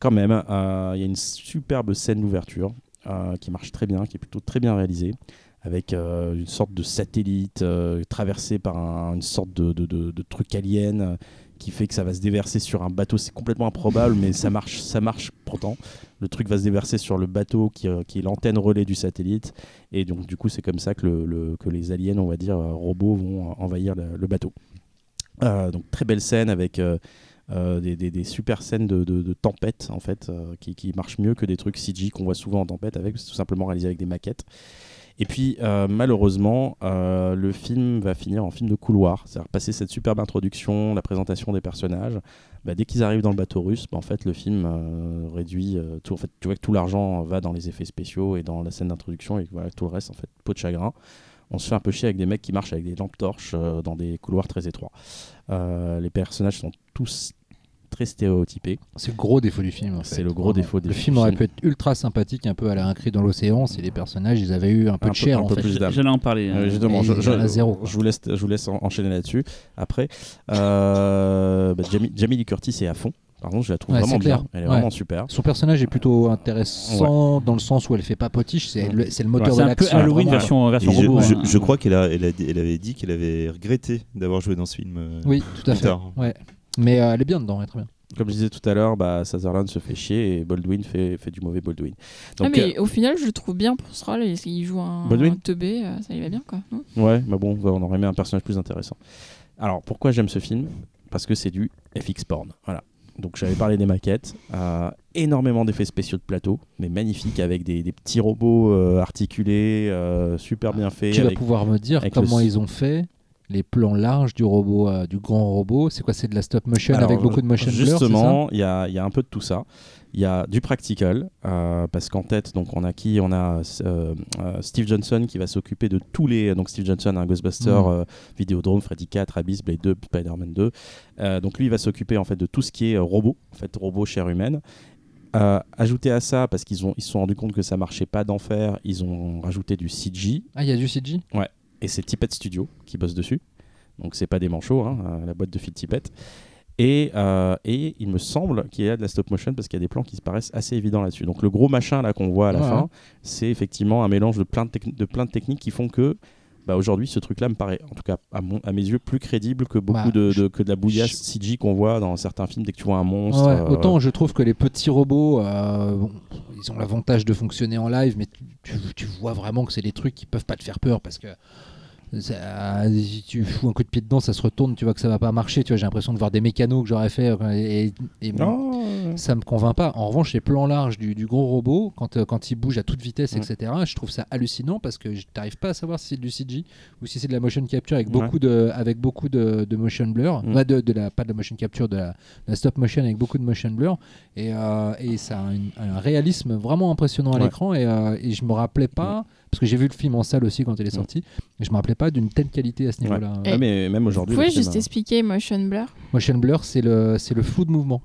[SPEAKER 2] Quand même, euh, il y a une superbe scène d'ouverture euh, qui marche très bien, qui est plutôt très bien réalisée avec euh, une sorte de satellite euh, traversé par un- une sorte de, de- de- de truc alien euh, qui fait que ça va se déverser sur un bateau. C'est complètement improbable, mais ça marche, ça marche pourtant. Le truc va se déverser sur le bateau qui, euh, qui est l'antenne relais du satellite. Et donc, du coup, c'est comme ça que, le- le- que les aliens, on va dire, euh, robots, vont euh, envahir le, le bateau. Euh, donc, très belle scène avec. euh, euh, des, des- des super scènes de, de- de tempête en fait euh, qui, qui marchent mieux que des trucs CG qu'on voit souvent en tempête avec c'est tout simplement réalisé avec des maquettes et puis, euh, malheureusement, euh, le film va finir en film de couloir. C'est-à-dire, passer cette superbe introduction, la présentation des personnages, bah, dès qu'ils arrivent dans le bateau russe, bah, en fait, le film euh, réduit euh, tout. En fait, tu vois que tout l'argent va dans les effets spéciaux et dans la scène d'introduction, et que, voilà, tout le reste, en fait, peau de chagrin. On se fait un peu chier avec des mecs qui marchent avec des lampes torches euh, dans des couloirs très étroits. Euh, les personnages sont tous très stéréotypés.
[SPEAKER 3] C'est le gros défaut du film. en
[SPEAKER 2] C'est
[SPEAKER 3] fait.
[SPEAKER 2] le gros défaut
[SPEAKER 3] Le
[SPEAKER 2] des-
[SPEAKER 3] film
[SPEAKER 2] du
[SPEAKER 3] aurait
[SPEAKER 2] film.
[SPEAKER 3] pu être ultra sympathique, un peu à la un cri dans l'océan, si les personnages ils avaient eu un peu
[SPEAKER 2] Un
[SPEAKER 3] de
[SPEAKER 2] peu-
[SPEAKER 3] chair
[SPEAKER 2] un
[SPEAKER 3] en
[SPEAKER 2] peu
[SPEAKER 3] fait.
[SPEAKER 2] plus d'âme.
[SPEAKER 4] J'allais en parler.
[SPEAKER 2] Euh,
[SPEAKER 4] euh,
[SPEAKER 2] justement,
[SPEAKER 3] et
[SPEAKER 2] je,
[SPEAKER 3] il
[SPEAKER 2] je-
[SPEAKER 3] y en a zéro,
[SPEAKER 2] je vous laisse, je vous laisse en- enchaîner là-dessus. Après, euh, bah, Jamie, Jamie Lee Curtis est à fond. Par contre, je la trouve
[SPEAKER 3] Ouais,
[SPEAKER 2] vraiment
[SPEAKER 3] c'est clair.
[SPEAKER 2] bien. Elle est
[SPEAKER 3] Ouais.
[SPEAKER 2] vraiment super.
[SPEAKER 3] Son personnage est plutôt intéressant dans le sens où elle fait pas potiche, c'est
[SPEAKER 2] Ouais.
[SPEAKER 3] le, c'est le moteur
[SPEAKER 4] C'est
[SPEAKER 3] de
[SPEAKER 4] un peu
[SPEAKER 3] l'action.
[SPEAKER 4] Halloween
[SPEAKER 3] vraiment.
[SPEAKER 4] version,
[SPEAKER 2] Ah,
[SPEAKER 5] Et
[SPEAKER 4] version
[SPEAKER 5] je,
[SPEAKER 4] robot.
[SPEAKER 5] je-
[SPEAKER 4] hein.
[SPEAKER 5] je crois qu'elle a, elle a dit- elle avait dit qu'elle avait regretté d'avoir joué dans ce film. euh,
[SPEAKER 3] Oui, tout à
[SPEAKER 5] plus
[SPEAKER 3] fait.
[SPEAKER 5] tard.
[SPEAKER 3] Ouais. Mais euh, elle est bien dedans, elle est très bien.
[SPEAKER 2] Comme je disais tout à l'heure, bah, Sutherland se fait chier et Baldwin fait, fait du mauvais Baldwin.
[SPEAKER 1] Ah,
[SPEAKER 2] Donc,
[SPEAKER 1] mais au final, je le trouve bien pour ce rôle. Il il joue un,
[SPEAKER 2] Baldwin
[SPEAKER 1] un teubé, euh, ça lui va bien, quoi. non
[SPEAKER 2] euh, ouais, mais bon, on aurait aimé un personnage plus intéressant. Alors, pourquoi j'aime ce film Parce que c'est du FX porn. Voilà. Donc, j'avais parlé des maquettes, euh, énormément d'effets spéciaux de plateau, mais magnifiques avec des, des petits robots euh, articulés, euh, super bien faits.
[SPEAKER 3] Ah, tu vas
[SPEAKER 2] avec-
[SPEAKER 3] pouvoir me dire
[SPEAKER 2] avec
[SPEAKER 3] comment
[SPEAKER 2] le-
[SPEAKER 3] ils ont fait les plans larges du robot, euh, du grand robot. C'est quoi C'est de la stop motion
[SPEAKER 2] Alors,
[SPEAKER 3] avec beaucoup de motion blur, c'est ça
[SPEAKER 2] Justement, il y a, il y a un peu de tout ça. Il y a du practical, euh, parce qu'en tête, donc, on a qui On a euh, euh, Steve Johnson qui va s'occuper de tous les. Donc, Steve Johnson, un Ghostbuster,
[SPEAKER 3] Mm.
[SPEAKER 2] euh, Videodrome, Freddy 4, Abyss, Blade 2, Spider-Man 2. Euh, donc, lui, il va s'occuper en fait de tout ce qui est euh, robot, en fait, robot, chair humaine. Euh, ajouté à ça, parce qu'ils ont- ils se sont rendus compte que ça marchait pas d'enfer, ils ont rajouté du CG,
[SPEAKER 3] Ah, il y a du CG
[SPEAKER 2] et c'est Tippett Studio qui bosse dessus. Donc c'est pas des manchots, hein, euh, la boîte de Phil Tippett. Et, euh, et il me semble qu'il y a de la stop motion parce qu'il y a des plans qui se paraissent assez évidents là-dessus. Donc le gros machin là qu'on voit à la
[SPEAKER 3] Ouais,
[SPEAKER 2] fin,
[SPEAKER 3] ouais.
[SPEAKER 2] c'est effectivement un mélange de plein de, techni- de plein de techniques qui font que bah, aujourd'hui ce truc-là me paraît, en tout cas à, mon- à mes yeux, plus crédible que beaucoup
[SPEAKER 3] Bah,
[SPEAKER 2] de,
[SPEAKER 3] je-
[SPEAKER 2] de- que de la bouillasse CG qu'on voit dans certains films dès que tu vois un monstre.
[SPEAKER 3] Ah Ouais,
[SPEAKER 2] euh,
[SPEAKER 3] Autant je trouve que les petits robots, euh, bon, ils ont l'avantage de fonctionner en live, mais tu, tu- tu vois vraiment que c'est des trucs qui peuvent pas te faire peur parce que ça- si tu fous un coup de pied dedans, ça se retourne, tu vois que ça va pas marcher. Tu vois, j'ai l'impression de voir des mécanos que j'aurais fait. euh, Et, et
[SPEAKER 2] Non.
[SPEAKER 3] ça me convainc pas. En revanche, les plans larges du, du gros robot, quand, euh, quand il bouge à toute vitesse,
[SPEAKER 2] Ouais.
[SPEAKER 3] etc., je trouve ça hallucinant parce que je n'arrive pas à savoir si c'est du CG ou si c'est de la motion capture avec beaucoup de, avec beaucoup de, de motion blur,
[SPEAKER 2] Mm.
[SPEAKER 3] Enfin, de, de la, pas de la motion capture, de la, de la stop motion avec beaucoup de motion blur. Et, euh, et ça a une- un réalisme vraiment impressionnant à
[SPEAKER 2] Ouais.
[SPEAKER 3] l'écran. Et, euh, et je me rappelais pas, parce que j'ai vu le film en salle aussi quand il est
[SPEAKER 2] Mm.
[SPEAKER 3] sorti, mais je me rappelais pas d'une telle qualité à ce niveau-là.
[SPEAKER 2] Ouais, mais même
[SPEAKER 1] Vous
[SPEAKER 2] aujourd'hui. le
[SPEAKER 1] pouvez
[SPEAKER 2] film,
[SPEAKER 1] juste
[SPEAKER 2] hein.
[SPEAKER 1] expliquer motion blur
[SPEAKER 3] Motion blur, c'est le, c'est le flou de mouvement.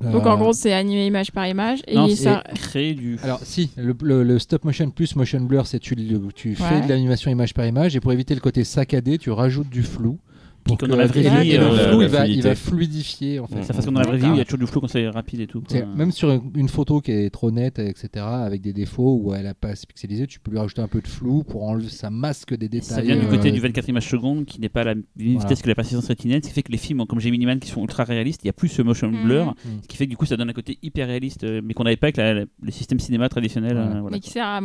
[SPEAKER 1] Donc
[SPEAKER 3] Euh,
[SPEAKER 1] en gros, c'est animé image par image et
[SPEAKER 4] Non, c'est
[SPEAKER 1] ça.
[SPEAKER 4] créer du.
[SPEAKER 3] Alors si, le, le- le stop motion plus motion blur, c'est tu, le- tu fais
[SPEAKER 1] Ouais.
[SPEAKER 3] de l'animation image par image et pour éviter le côté saccadé, tu rajoutes du flou. Pour
[SPEAKER 4] Comme dans la
[SPEAKER 3] et
[SPEAKER 4] vraie
[SPEAKER 3] le-
[SPEAKER 4] vie,
[SPEAKER 3] et le
[SPEAKER 4] euh,
[SPEAKER 3] flou,
[SPEAKER 2] la
[SPEAKER 3] il, va, il
[SPEAKER 2] fluidité.
[SPEAKER 3] va fluidifier en fait.
[SPEAKER 2] Mm.
[SPEAKER 4] Ça fasse comme dans la vraie vie où il y a
[SPEAKER 3] D'accord.
[SPEAKER 4] toujours du flou quand c'est rapide et tout. quoi.
[SPEAKER 3] C'est- Même sur une une photo qui est trop nette, etc., avec des défauts où elle n'a pas assez pixelisé, tu peux lui rajouter un peu de flou pour enlever ça masque des détails.
[SPEAKER 4] Ça vient du
[SPEAKER 1] euh,
[SPEAKER 4] côté du 24 images secondes qui n'est pas la même
[SPEAKER 3] Voilà.
[SPEAKER 4] vitesse que la persistance rétinienne, ce qui fait que les films comme Gemini Man qui sont ultra réalistes, il y a plus ce motion
[SPEAKER 1] Mhm.
[SPEAKER 4] blur,
[SPEAKER 3] Mhm.
[SPEAKER 4] ce qui fait que du coup ça donne un côté hyper réaliste, euh, mais qu'on n'avait pas avec la- la- le système cinéma traditionnel.
[SPEAKER 3] Voilà.
[SPEAKER 4] euh, voilà.
[SPEAKER 1] Mais qui sert à,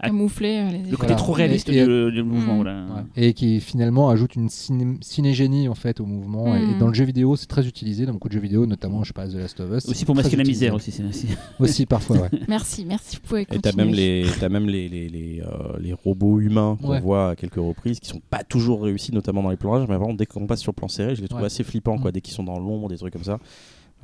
[SPEAKER 1] à camoufler euh, les
[SPEAKER 4] Le
[SPEAKER 1] effets.
[SPEAKER 4] côté
[SPEAKER 3] Voilà.
[SPEAKER 4] trop réaliste
[SPEAKER 3] Et- et-
[SPEAKER 4] du, du mouvement.
[SPEAKER 1] Mhm.
[SPEAKER 4] voilà.
[SPEAKER 3] Ouais. Et qui finalement ajoute une ciné- cinégénie en fait au mouvement. Et- Et,
[SPEAKER 1] Mm.
[SPEAKER 3] dans le jeu vidéo, c'est très utilisé dans beaucoup de jeux vidéo, notamment je passe The Last of Us.
[SPEAKER 4] Aussi pour
[SPEAKER 3] Très
[SPEAKER 4] masquer la
[SPEAKER 3] utilisé.
[SPEAKER 4] misère aussi. c'est- aussi.
[SPEAKER 3] Aussi parfois, ouais.
[SPEAKER 1] Merci, merci. Vous pouvez
[SPEAKER 2] Et
[SPEAKER 1] continuer.
[SPEAKER 2] t'as même les, t'as même les, les, les, euh, les robots humains qu'on
[SPEAKER 3] Ouais.
[SPEAKER 2] voit à quelques reprises, qui sont pas toujours réussis, notamment dans les plans larges, mais vraiment dès qu'on passe sur plan serré, je les trouve
[SPEAKER 3] Ouais.
[SPEAKER 2] assez flippants, quoi,
[SPEAKER 3] Mm.
[SPEAKER 2] dès qu'ils sont dans l'ombre, des trucs comme ça.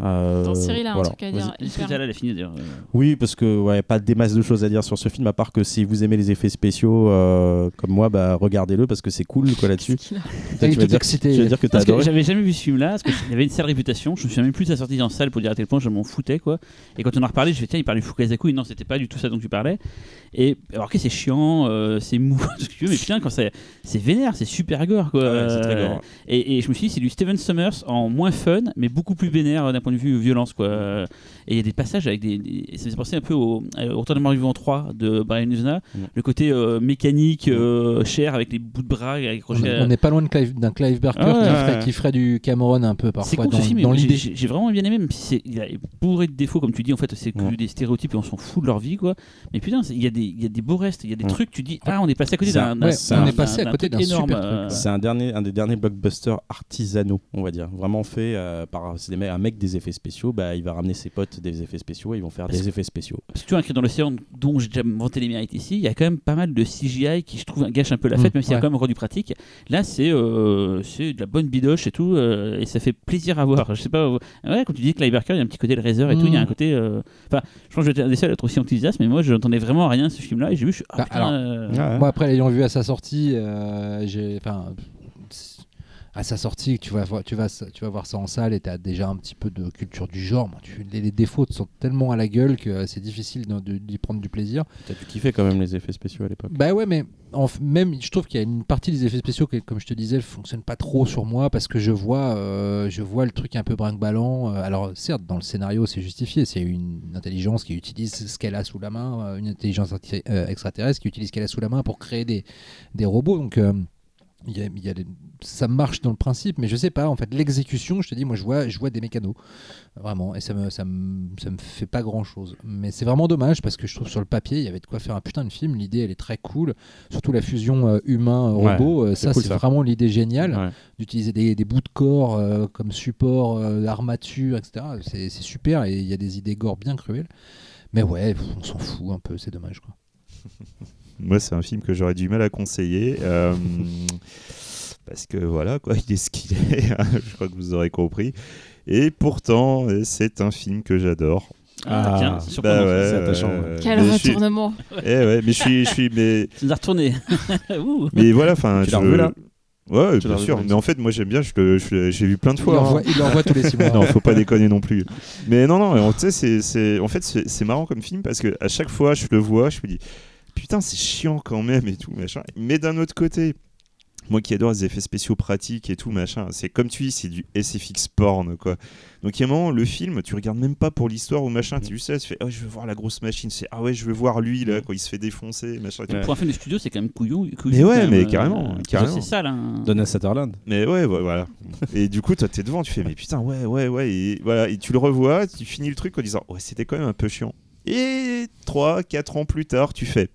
[SPEAKER 2] Euh,
[SPEAKER 1] Attends, Cyril a un
[SPEAKER 2] voilà.
[SPEAKER 1] truc à
[SPEAKER 2] Vas-y.
[SPEAKER 1] dire. hyper-
[SPEAKER 4] Spécial, elle a fini d'ailleurs. euh,
[SPEAKER 2] Oui, parce que ouais, pas des masses de choses à dire sur ce film, à part que si vous aimez les effets spéciaux euh, comme moi, bah regardez-le parce que c'est cool quoi là-dessus.
[SPEAKER 1] Qu'est-ce qu'il a
[SPEAKER 2] Peut-être
[SPEAKER 3] Il
[SPEAKER 2] tu
[SPEAKER 3] est
[SPEAKER 2] vas
[SPEAKER 3] tout
[SPEAKER 2] dire,
[SPEAKER 3] excité.
[SPEAKER 2] tu vas dire que t'as
[SPEAKER 4] Parce que
[SPEAKER 2] adoré.
[SPEAKER 4] j'avais jamais vu ce film-là, parce qu'il avait une sale réputation. Je me suis même plus de sa sortie en salle pour dire à quel point je m'en foutais, quoi. Et quand on en a reparlé, je fais tiens, il parle du Fukazaku. Et non, c'était pas du tout ça dont tu parlais. Et alors que c'est chiant, euh, c'est mou, tout ce que tu veux, mais putain, quand c'est, c'est vénère, c'est super gore, quoi.
[SPEAKER 2] Ah Ouais, c'est très
[SPEAKER 4] Euh,
[SPEAKER 2] gore.
[SPEAKER 4] Et, et je me suis dit, c'est du Steven Summers en moins fun, mais beaucoup plus vénère euh, d'un point de vue violence, quoi. Euh, Et il y a des passages avec des. des- et ça me fait penser un peu au, euh, au Retour de mort du vivant 3 de Brian Usna,
[SPEAKER 2] Mm.
[SPEAKER 4] le côté euh, mécanique, euh, chair, avec les bouts de bras, avec
[SPEAKER 3] On est- on n'est pas loin de Clive- d'un Clive Barker
[SPEAKER 4] Ah ouais,
[SPEAKER 3] qui,
[SPEAKER 4] ouais,
[SPEAKER 3] ferait,
[SPEAKER 2] ouais.
[SPEAKER 3] qui ferait du Cameron un peu
[SPEAKER 4] C'est
[SPEAKER 3] parfois
[SPEAKER 4] con
[SPEAKER 3] dans,
[SPEAKER 4] ce film,
[SPEAKER 3] dans
[SPEAKER 4] mais j'ai-
[SPEAKER 3] l'idée.
[SPEAKER 4] j'ai j'ai vraiment bien aimé, même si c'est- il a bourré de défauts, comme tu dis, en fait, c'est que
[SPEAKER 2] Ouais.
[SPEAKER 4] des stéréotypes et on s'en fout de leur vie, quoi. Mais putain, c'est- il y, a des- il y a des beaux restes, il y a des
[SPEAKER 2] Ouais.
[SPEAKER 4] trucs, tu dis, ah, on est passé à côté d'un.
[SPEAKER 2] Ça- ouais,
[SPEAKER 4] d'un-
[SPEAKER 2] ça- on est
[SPEAKER 4] d'un-
[SPEAKER 3] passé à côté d'un super
[SPEAKER 4] énorme,
[SPEAKER 3] truc,
[SPEAKER 4] euh,
[SPEAKER 3] quoi.
[SPEAKER 2] C'est un, dernier, un des derniers blockbusters artisanaux, on va dire. Vraiment fait euh, par c'est des mecs- un mec des effets spéciaux, bah, il va ramener ses potes des effets spéciaux et ils vont faire
[SPEAKER 4] Parce
[SPEAKER 2] des effets spéciaux.
[SPEAKER 4] Parce que tu vois, écrit dans l'océan, dont j'ai déjà vanté les mérites ici, il y a quand même pas mal de CGI qui, je trouve, gâche un
[SPEAKER 5] Mmh,
[SPEAKER 4] peu la fête,
[SPEAKER 3] Mm,
[SPEAKER 4] même s'il y a
[SPEAKER 3] ouais.
[SPEAKER 4] quand même encore du pratique. Là, c'est euh, c'est de la bonne bidoche et tout, euh, et ça fait plaisir à voir. Je sais pas, euh, ouais, quand tu dis que Clive Barker, il y a un petit côté le Razer et tout, il y a un
[SPEAKER 5] Mmh.
[SPEAKER 3] Mm.
[SPEAKER 4] côté. euh, Enfin, je pense que j'étais un des seuls à être aussi enthousiaste, mais moi, je n'entendais vraiment rien de ce film-là, et j'ai vu, je suis. Ah,
[SPEAKER 3] Bah,
[SPEAKER 4] putain,
[SPEAKER 3] alors,
[SPEAKER 4] euh,
[SPEAKER 3] Moi, après l'ayant vu à sa sortie, euh, j'ai, enfin, à sa sortie, tu vas, voir- tu vas, tu vas voir ça en salle et t'as déjà un petit peu de culture du genre. Moi, tu- les, les défauts te sont tellement à la gueule que euh, c'est difficile d'en- de- d'y prendre du plaisir.
[SPEAKER 2] T'as dû kiffer quand même les effets spéciaux à l'époque.
[SPEAKER 3] Bah ouais, mais en f- même, je trouve qu'il y a une partie des effets spéciaux qui, comme je te disais, ne fonctionne pas trop sur moi parce que je vois, euh, je vois le truc un peu brinque-ballant. Euh, Alors, certes, dans le scénario, c'est justifié. C'est une intelligence qui utilise ce qu'elle a sous la main, euh, une intelligence arti- euh, extraterrestre qui utilise ce qu'elle a sous la main pour créer des, des robots. Donc, euh, il y a- il y a des- ça marche dans le principe, mais je sais pas. En fait, l'exécution, je te dis, moi, je vois, je vois des mécanos. Vraiment. Et ça me, ça me, ça me fait pas grand chose. Mais c'est vraiment dommage parce que je trouve sur le papier, il y avait de quoi faire un putain de film. L'idée, elle est très cool. Surtout la fusion euh, humain-robot. euh,
[SPEAKER 2] c'est
[SPEAKER 3] ça,
[SPEAKER 2] cool,
[SPEAKER 3] c'est
[SPEAKER 2] ça.
[SPEAKER 3] vraiment l'idée géniale
[SPEAKER 2] Ouais.
[SPEAKER 3] d'utiliser des, des bouts de corps euh, comme support, euh, armature, etc. C'est c'est super et il y a des idées gore bien cruelles. Mais ouais, pff, on s'en fout un peu, c'est dommage. Quoi.
[SPEAKER 5] Moi, c'est un film que j'aurais du mal à conseiller. euh, parce que voilà, quoi, il est ce qu'il est. hein, je crois que vous aurez compris. Et pourtant, euh, c'est un film que j'adore.
[SPEAKER 4] Ah,
[SPEAKER 2] Ah,
[SPEAKER 4] tiens,
[SPEAKER 2] bah
[SPEAKER 4] surprenant.
[SPEAKER 5] Bah ouais,
[SPEAKER 2] c'est attachant, ouais.
[SPEAKER 5] euh,
[SPEAKER 1] Quel
[SPEAKER 5] mais je suis-
[SPEAKER 1] retournement
[SPEAKER 5] Eh ouais, mais je suis, je suis, mais,
[SPEAKER 4] Tu nous as retourné. Ouh.
[SPEAKER 5] mais voilà, enfin,
[SPEAKER 2] Tu
[SPEAKER 5] je-
[SPEAKER 2] l'as revu, là
[SPEAKER 5] Ouais,
[SPEAKER 2] Tu l'as
[SPEAKER 5] bien
[SPEAKER 2] revu,
[SPEAKER 5] sûr.
[SPEAKER 2] Max
[SPEAKER 5] Mais en fait, moi, j'aime bien. Je le- je le- j'ai vu plein de
[SPEAKER 3] Il
[SPEAKER 5] fois. hein.
[SPEAKER 3] envoie, il envoie tous les six mois.
[SPEAKER 5] Non, faut pas déconner non plus. Mais non, non, tu sais, c'est- c'est- en fait, c'est c'est marrant comme film parce que à chaque fois, je le vois, je me dis, putain, c'est chiant quand même et tout, machin. Mais d'un autre côté, moi qui adore les effets spéciaux pratiques et tout, machin, c'est comme tu dis, c'est du SFX porn, quoi. Donc, il y a un moment, le film, tu regardes même pas pour l'histoire ou machin, tu es juste là, tu fais, oh, je veux voir la grosse machine, c'est, ah ouais, je veux voir lui, là, quand il se fait défoncer, machin. et tout.
[SPEAKER 4] Pour un film de studio, c'est quand même couillon. couillon,
[SPEAKER 5] Mais ouais,
[SPEAKER 4] quand même,
[SPEAKER 5] mais
[SPEAKER 4] euh,
[SPEAKER 5] carrément,
[SPEAKER 4] parce que
[SPEAKER 5] carrément.
[SPEAKER 4] C'est hein. ça, là. un-
[SPEAKER 2] Donna Sutherland.
[SPEAKER 5] Mais ouais, vo- voilà. Et du coup, toi, t'es devant, tu fais, mais putain, ouais, ouais, ouais. Et, voilà. et tu le revois, tu finis le truc en disant, ouais, c'était quand même un peu chiant. Et 3, 4 ans plus tard, tu fais,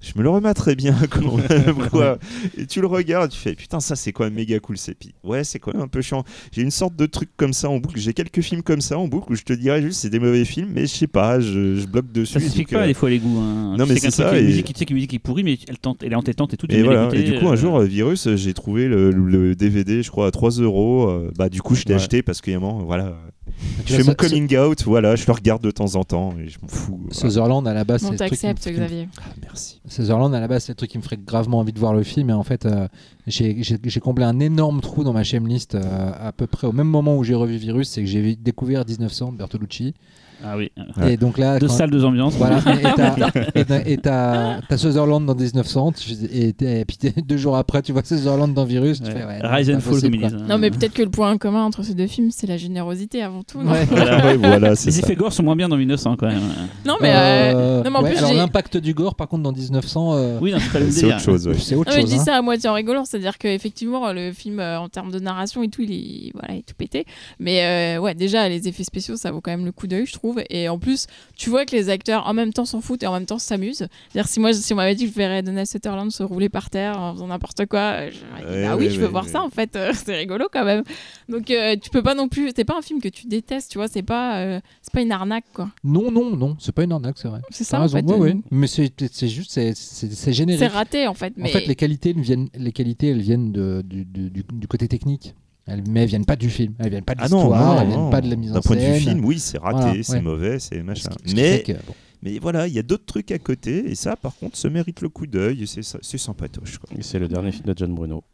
[SPEAKER 5] je me le rematerais bien quand même, quoi. Et tu le regardes, tu fais putain, ça c'est quand même méga cool, c'est puis ouais, c'est quand même un peu chiant. J'ai une sorte de truc comme ça en boucle, j'ai quelques films comme ça en boucle où je te dirais juste c'est des mauvais films, mais je sais pas, je, je bloque dessus.
[SPEAKER 4] Ça s'explique
[SPEAKER 5] donc,
[SPEAKER 4] pas
[SPEAKER 5] euh,
[SPEAKER 4] des fois les goûts. hein.
[SPEAKER 5] non,
[SPEAKER 4] Tu
[SPEAKER 5] mais
[SPEAKER 4] sais qu'un
[SPEAKER 5] c'est
[SPEAKER 4] truc,
[SPEAKER 5] ça,
[SPEAKER 4] il y a une
[SPEAKER 5] et-
[SPEAKER 4] musique qui- Tu sais qu'une musique qui est pourrie, mais elle tente- elle est entêtante et tout. tu
[SPEAKER 5] Et
[SPEAKER 4] aimes
[SPEAKER 5] voilà.
[SPEAKER 4] l'écouter,
[SPEAKER 5] Et du coup, un
[SPEAKER 4] euh,
[SPEAKER 5] jour, euh, Virus, euh, j'ai trouvé le, le DVD, je crois, à 3 euros. euh, Bah, du coup, je l'ai
[SPEAKER 3] Ouais.
[SPEAKER 5] acheté parce que, évidemment, voilà. euh,
[SPEAKER 3] Ah, Tu
[SPEAKER 5] Je
[SPEAKER 3] vois,
[SPEAKER 5] fais mon
[SPEAKER 3] ça- ça-
[SPEAKER 5] coming out, voilà, je le regarde de temps en temps et je m'en fous. voilà.
[SPEAKER 3] Sutherland à la base, c'est
[SPEAKER 1] Bon,
[SPEAKER 3] le truc qui me-
[SPEAKER 1] t'acceptes,
[SPEAKER 3] qui me-
[SPEAKER 1] Xavier.
[SPEAKER 5] Ah, merci.
[SPEAKER 3] Sutherland à la base, c'est le truc qui me ferait gravement envie de voir le film. Et en fait, euh, j'ai j'ai- j'ai comblé un énorme trou dans ma chaîne liste à peu près au même moment où j'ai revu Virus, c'est que j'ai découvert 1900 de Bertolucci.
[SPEAKER 4] Ah oui.
[SPEAKER 5] Ouais.
[SPEAKER 3] Et donc là,
[SPEAKER 4] Deux
[SPEAKER 3] quand-
[SPEAKER 4] salles, deux ambiances.
[SPEAKER 3] Voilà, et t'as- et t'as- et t'as t'as Sutherland dans 1900, tu- et, t'es- et puis t'es- deux jours après, tu vois Sutherland dans Virus. Tu
[SPEAKER 4] Ouais.
[SPEAKER 3] fais, ouais, non, bah,
[SPEAKER 4] Rise
[SPEAKER 3] c'est
[SPEAKER 4] and
[SPEAKER 3] pas
[SPEAKER 4] Fall, comme
[SPEAKER 3] possible,
[SPEAKER 4] ils
[SPEAKER 3] quoi.
[SPEAKER 4] disent. hein.
[SPEAKER 1] Non, mais peut-être que le point commun entre ces deux films, c'est la générosité avant tout. Non,
[SPEAKER 3] Ouais.
[SPEAKER 4] Voilà.
[SPEAKER 5] Ouais, voilà, c'est
[SPEAKER 4] Les
[SPEAKER 5] ça.
[SPEAKER 4] effets gore sont moins bien dans 1900 quand même.
[SPEAKER 1] Non, mais, euh,
[SPEAKER 3] Euh,
[SPEAKER 1] non, mais en
[SPEAKER 3] ouais,
[SPEAKER 1] plus,
[SPEAKER 3] alors
[SPEAKER 1] j'ai-
[SPEAKER 3] l'impact du gore, par contre, dans 1900, euh,
[SPEAKER 4] Oui, non, c'est pas hein. le même
[SPEAKER 5] C'est
[SPEAKER 4] délire.
[SPEAKER 5] autre chose, ouais.
[SPEAKER 3] c'est autre
[SPEAKER 1] Non, mais
[SPEAKER 3] chose.
[SPEAKER 1] je dis
[SPEAKER 3] hein.
[SPEAKER 1] ça à moitié en rigolant, c'est-à-dire qu'effectivement, le film, euh, en termes de narration et tout, il est, voilà, il est tout pété. Mais euh, ouais, déjà, les effets spéciaux, ça vaut quand même le coup d'œil, je trouve. Et en plus, tu vois que les acteurs, en même temps, s'en foutent et en même temps s'amusent. C'est-à-dire, si moi, si on m'avait dit que je verrais Donna Sutherland se rouler par terre en faisant n'importe quoi, euh, j'aurais dit,
[SPEAKER 5] Ouais,
[SPEAKER 1] bah oui,
[SPEAKER 5] ouais,
[SPEAKER 1] je veux
[SPEAKER 5] ouais,
[SPEAKER 1] voir
[SPEAKER 5] ouais.
[SPEAKER 1] ça, en fait, euh, c'est rigolo quand même. Donc, euh, tu peux pas non plus, c'est pas un film que tu détestes, tu vois, c'est pas, euh, c'est pas une arnaque, quoi.
[SPEAKER 3] Non, non, non, c'est pas une arnaque, c'est vrai.
[SPEAKER 1] C'est ça,
[SPEAKER 3] T'as
[SPEAKER 1] en
[SPEAKER 3] raison,
[SPEAKER 1] fait.
[SPEAKER 3] ouais,
[SPEAKER 1] euh,
[SPEAKER 3] ouais. Mais c'est c'est juste, c'est- c'est c'est générique.
[SPEAKER 1] C'est raté, en fait. Mais...
[SPEAKER 3] En fait, les qualités, elles viennent, les qualités, elles viennent de- du, du- du- du côté technique. Elles, mais elles viennent pas du film. Elles viennent pas de
[SPEAKER 5] Ah non,
[SPEAKER 3] l'histoire.
[SPEAKER 5] non,
[SPEAKER 3] elles viennent
[SPEAKER 5] non.
[SPEAKER 3] pas de la mise en
[SPEAKER 5] D'un point
[SPEAKER 3] scène.
[SPEAKER 5] de vue film, oui, c'est raté,
[SPEAKER 3] Voilà,
[SPEAKER 5] c'est
[SPEAKER 3] ouais.
[SPEAKER 5] mauvais, c'est machin.
[SPEAKER 3] Ce qui- ce qui
[SPEAKER 5] Mais,
[SPEAKER 3] fait que, bon.
[SPEAKER 5] mais voilà, il y a d'autres trucs à côté et ça, par contre, se mérite le coup d'œil. et C'est ça- c'est sympatoche. Quoi.
[SPEAKER 2] Et C'est le dernier film de John Bruno.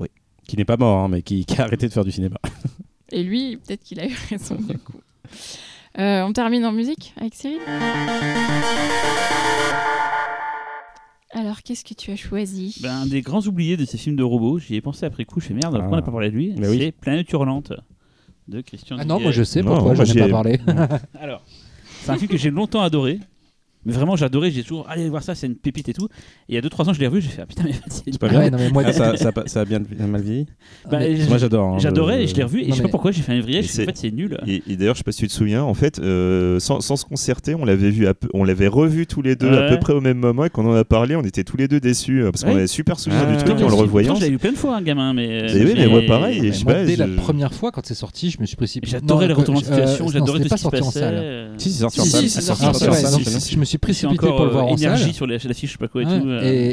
[SPEAKER 5] Oui.
[SPEAKER 2] Qui n'est pas mort, hein, mais qui, qui a arrêté de faire du cinéma.
[SPEAKER 1] Et lui, peut-être qu'il a eu raison du coup. Euh, on termine en musique avec Cyril Alors, qu'est-ce que tu as choisi
[SPEAKER 4] Ben, un des grands oubliés de ces films de robots, j'y ai pensé après coup, je fais merde,
[SPEAKER 2] Ah.
[SPEAKER 4] pourquoi on n'a pas parlé de lui
[SPEAKER 2] Mais oui.
[SPEAKER 4] C'est Planète Hurlante de Christian
[SPEAKER 3] Ah non,
[SPEAKER 4] Duguay.
[SPEAKER 3] moi je sais
[SPEAKER 5] Non,
[SPEAKER 3] pourquoi
[SPEAKER 5] moi,
[SPEAKER 3] j'en ai
[SPEAKER 5] j'ai- Bah,
[SPEAKER 3] pas parlé.
[SPEAKER 4] Alors, c'est un film que j'ai longtemps adoré. Mais vraiment, j'adorais, j'ai toujours allez voir ça, c'est une pépite et tout. Et il y a 2-3 ans, je l'ai revu, j'ai fait ah, putain, mais c'est
[SPEAKER 2] C'est pas
[SPEAKER 3] Ah
[SPEAKER 2] bien.
[SPEAKER 3] ouais, non, mais moi-
[SPEAKER 2] Ah, ça, ça a pas- ça a bien mal vieilli.
[SPEAKER 4] Bah,
[SPEAKER 3] Ah, mais-
[SPEAKER 4] je-
[SPEAKER 2] Moi j'adore. hein,
[SPEAKER 4] J'adorais, et je l'ai revu, et
[SPEAKER 3] non,
[SPEAKER 4] je sais pas
[SPEAKER 3] mais-
[SPEAKER 4] pourquoi j'ai fait un
[SPEAKER 5] Mais
[SPEAKER 4] vrillage, parce qu'en
[SPEAKER 5] c'est-
[SPEAKER 4] fait, c'est nul.
[SPEAKER 5] Et, et d'ailleurs, je sais pas si tu te souviens, en fait, euh, sans, sans se concerter, on l'avait vu, à peu- on l'avait revu tous les deux à
[SPEAKER 4] Ouais.
[SPEAKER 5] peu près au même moment et quand on en a parlé, on était tous les deux déçus euh, parce qu'on
[SPEAKER 4] Ouais.
[SPEAKER 5] avait super souvenir
[SPEAKER 2] Ah.
[SPEAKER 5] du truc
[SPEAKER 2] Putain,
[SPEAKER 5] et en le
[SPEAKER 2] mais
[SPEAKER 5] revoyant.
[SPEAKER 4] J'ai vu plein de fois, un gamin, mais. euh,
[SPEAKER 5] Mais oui, mais
[SPEAKER 4] j'ai-
[SPEAKER 5] moi, pareil,
[SPEAKER 4] mais
[SPEAKER 5] je sais
[SPEAKER 3] Moi,
[SPEAKER 5] pas,
[SPEAKER 3] dès la
[SPEAKER 5] je-
[SPEAKER 3] première fois, quand c'est sorti, je me suis précipité.
[SPEAKER 4] J'adorais
[SPEAKER 3] Non,
[SPEAKER 4] les retournements de
[SPEAKER 3] je- euh,
[SPEAKER 4] situation,
[SPEAKER 3] non,
[SPEAKER 4] j'adorais
[SPEAKER 3] c'était pas
[SPEAKER 4] tout ce qui
[SPEAKER 3] sorti
[SPEAKER 4] se
[SPEAKER 3] en
[SPEAKER 4] passait.
[SPEAKER 3] salle.
[SPEAKER 4] euh,
[SPEAKER 2] Si, c'est sorti en
[SPEAKER 1] Si,
[SPEAKER 2] salle.
[SPEAKER 1] si,
[SPEAKER 2] C'est
[SPEAKER 1] c'est
[SPEAKER 2] sorti
[SPEAKER 3] Ah,
[SPEAKER 2] en
[SPEAKER 3] c'est
[SPEAKER 2] salle,
[SPEAKER 3] vrai,
[SPEAKER 2] c'est
[SPEAKER 3] non,
[SPEAKER 2] sorti en
[SPEAKER 3] je,
[SPEAKER 2] salle.
[SPEAKER 3] je me suis
[SPEAKER 4] Je suis
[SPEAKER 3] précipité
[SPEAKER 4] encore
[SPEAKER 3] pour le voir
[SPEAKER 4] euh,
[SPEAKER 3] en salle.
[SPEAKER 4] énergie sur la- la fiche, je sais pas quoi et
[SPEAKER 3] Ouais,
[SPEAKER 4] tout. euh.
[SPEAKER 3] et,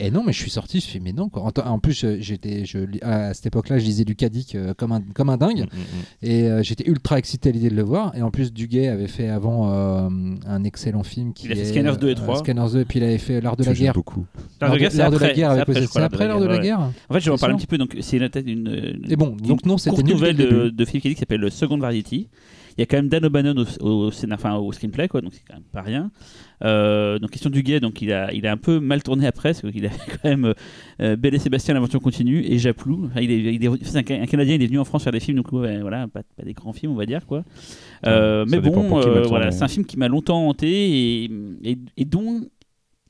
[SPEAKER 3] et- et non, mais je suis sorti, je fais mais non quoi. En, t- en plus, euh, j'étais, je, lis- à cette époque-là, je lisais du Cadic euh, comme un comme un dingue,
[SPEAKER 5] Mm, mm, mm.
[SPEAKER 3] et euh, j'étais ultra excité à l'idée de le voir. Et en plus, Duguay avait fait avant euh, un excellent film qui
[SPEAKER 4] Il a fait
[SPEAKER 3] est,
[SPEAKER 4] Scanners 2 et
[SPEAKER 3] euh,
[SPEAKER 4] 3.
[SPEAKER 3] Scanners 2, et puis il avait fait L'art de
[SPEAKER 5] Que
[SPEAKER 3] la
[SPEAKER 5] j'aime
[SPEAKER 3] guerre.
[SPEAKER 5] beaucoup.
[SPEAKER 4] L'art de la guerre, c'est
[SPEAKER 3] L'art de la
[SPEAKER 4] après,
[SPEAKER 3] guerre
[SPEAKER 4] c'est
[SPEAKER 3] avec
[SPEAKER 4] après, je
[SPEAKER 3] Ossé-
[SPEAKER 4] crois,
[SPEAKER 3] C'est après l'art de la
[SPEAKER 4] ouais.
[SPEAKER 3] guerre.
[SPEAKER 4] En fait, je vais en
[SPEAKER 3] C'est
[SPEAKER 4] parler
[SPEAKER 3] sûr.
[SPEAKER 4] un petit peu. Donc, c'est une, atta- une, une-
[SPEAKER 3] Et bon, donc non, c'était nul
[SPEAKER 4] courte
[SPEAKER 3] dès
[SPEAKER 4] nouvelle
[SPEAKER 3] le début.
[SPEAKER 4] de, de Philip K. Dick qui s'appelle Le Second Variety. Il y a quand même Dan O'Bannon au, au, scénar- enfin, au screenplay, quoi, donc c'est quand même pas rien. Euh, donc, question du gay, donc il a, il a un peu mal tourné après, parce qu'il avait quand même euh, Belle et Sébastien, l'aventure continue, et Japlou. Enfin, il est, il est- c'est un, Ca- un Canadien, il est venu en France faire des films, donc ouais, voilà, pas, pas des grands films, on va dire. quoi. Euh,
[SPEAKER 2] Ça
[SPEAKER 4] mais
[SPEAKER 2] dépend
[SPEAKER 4] bon,
[SPEAKER 2] pour qui,
[SPEAKER 4] euh,
[SPEAKER 2] maintenant,
[SPEAKER 4] voilà,
[SPEAKER 2] mais-
[SPEAKER 4] c'est un film qui m'a longtemps hanté, et, et, et dont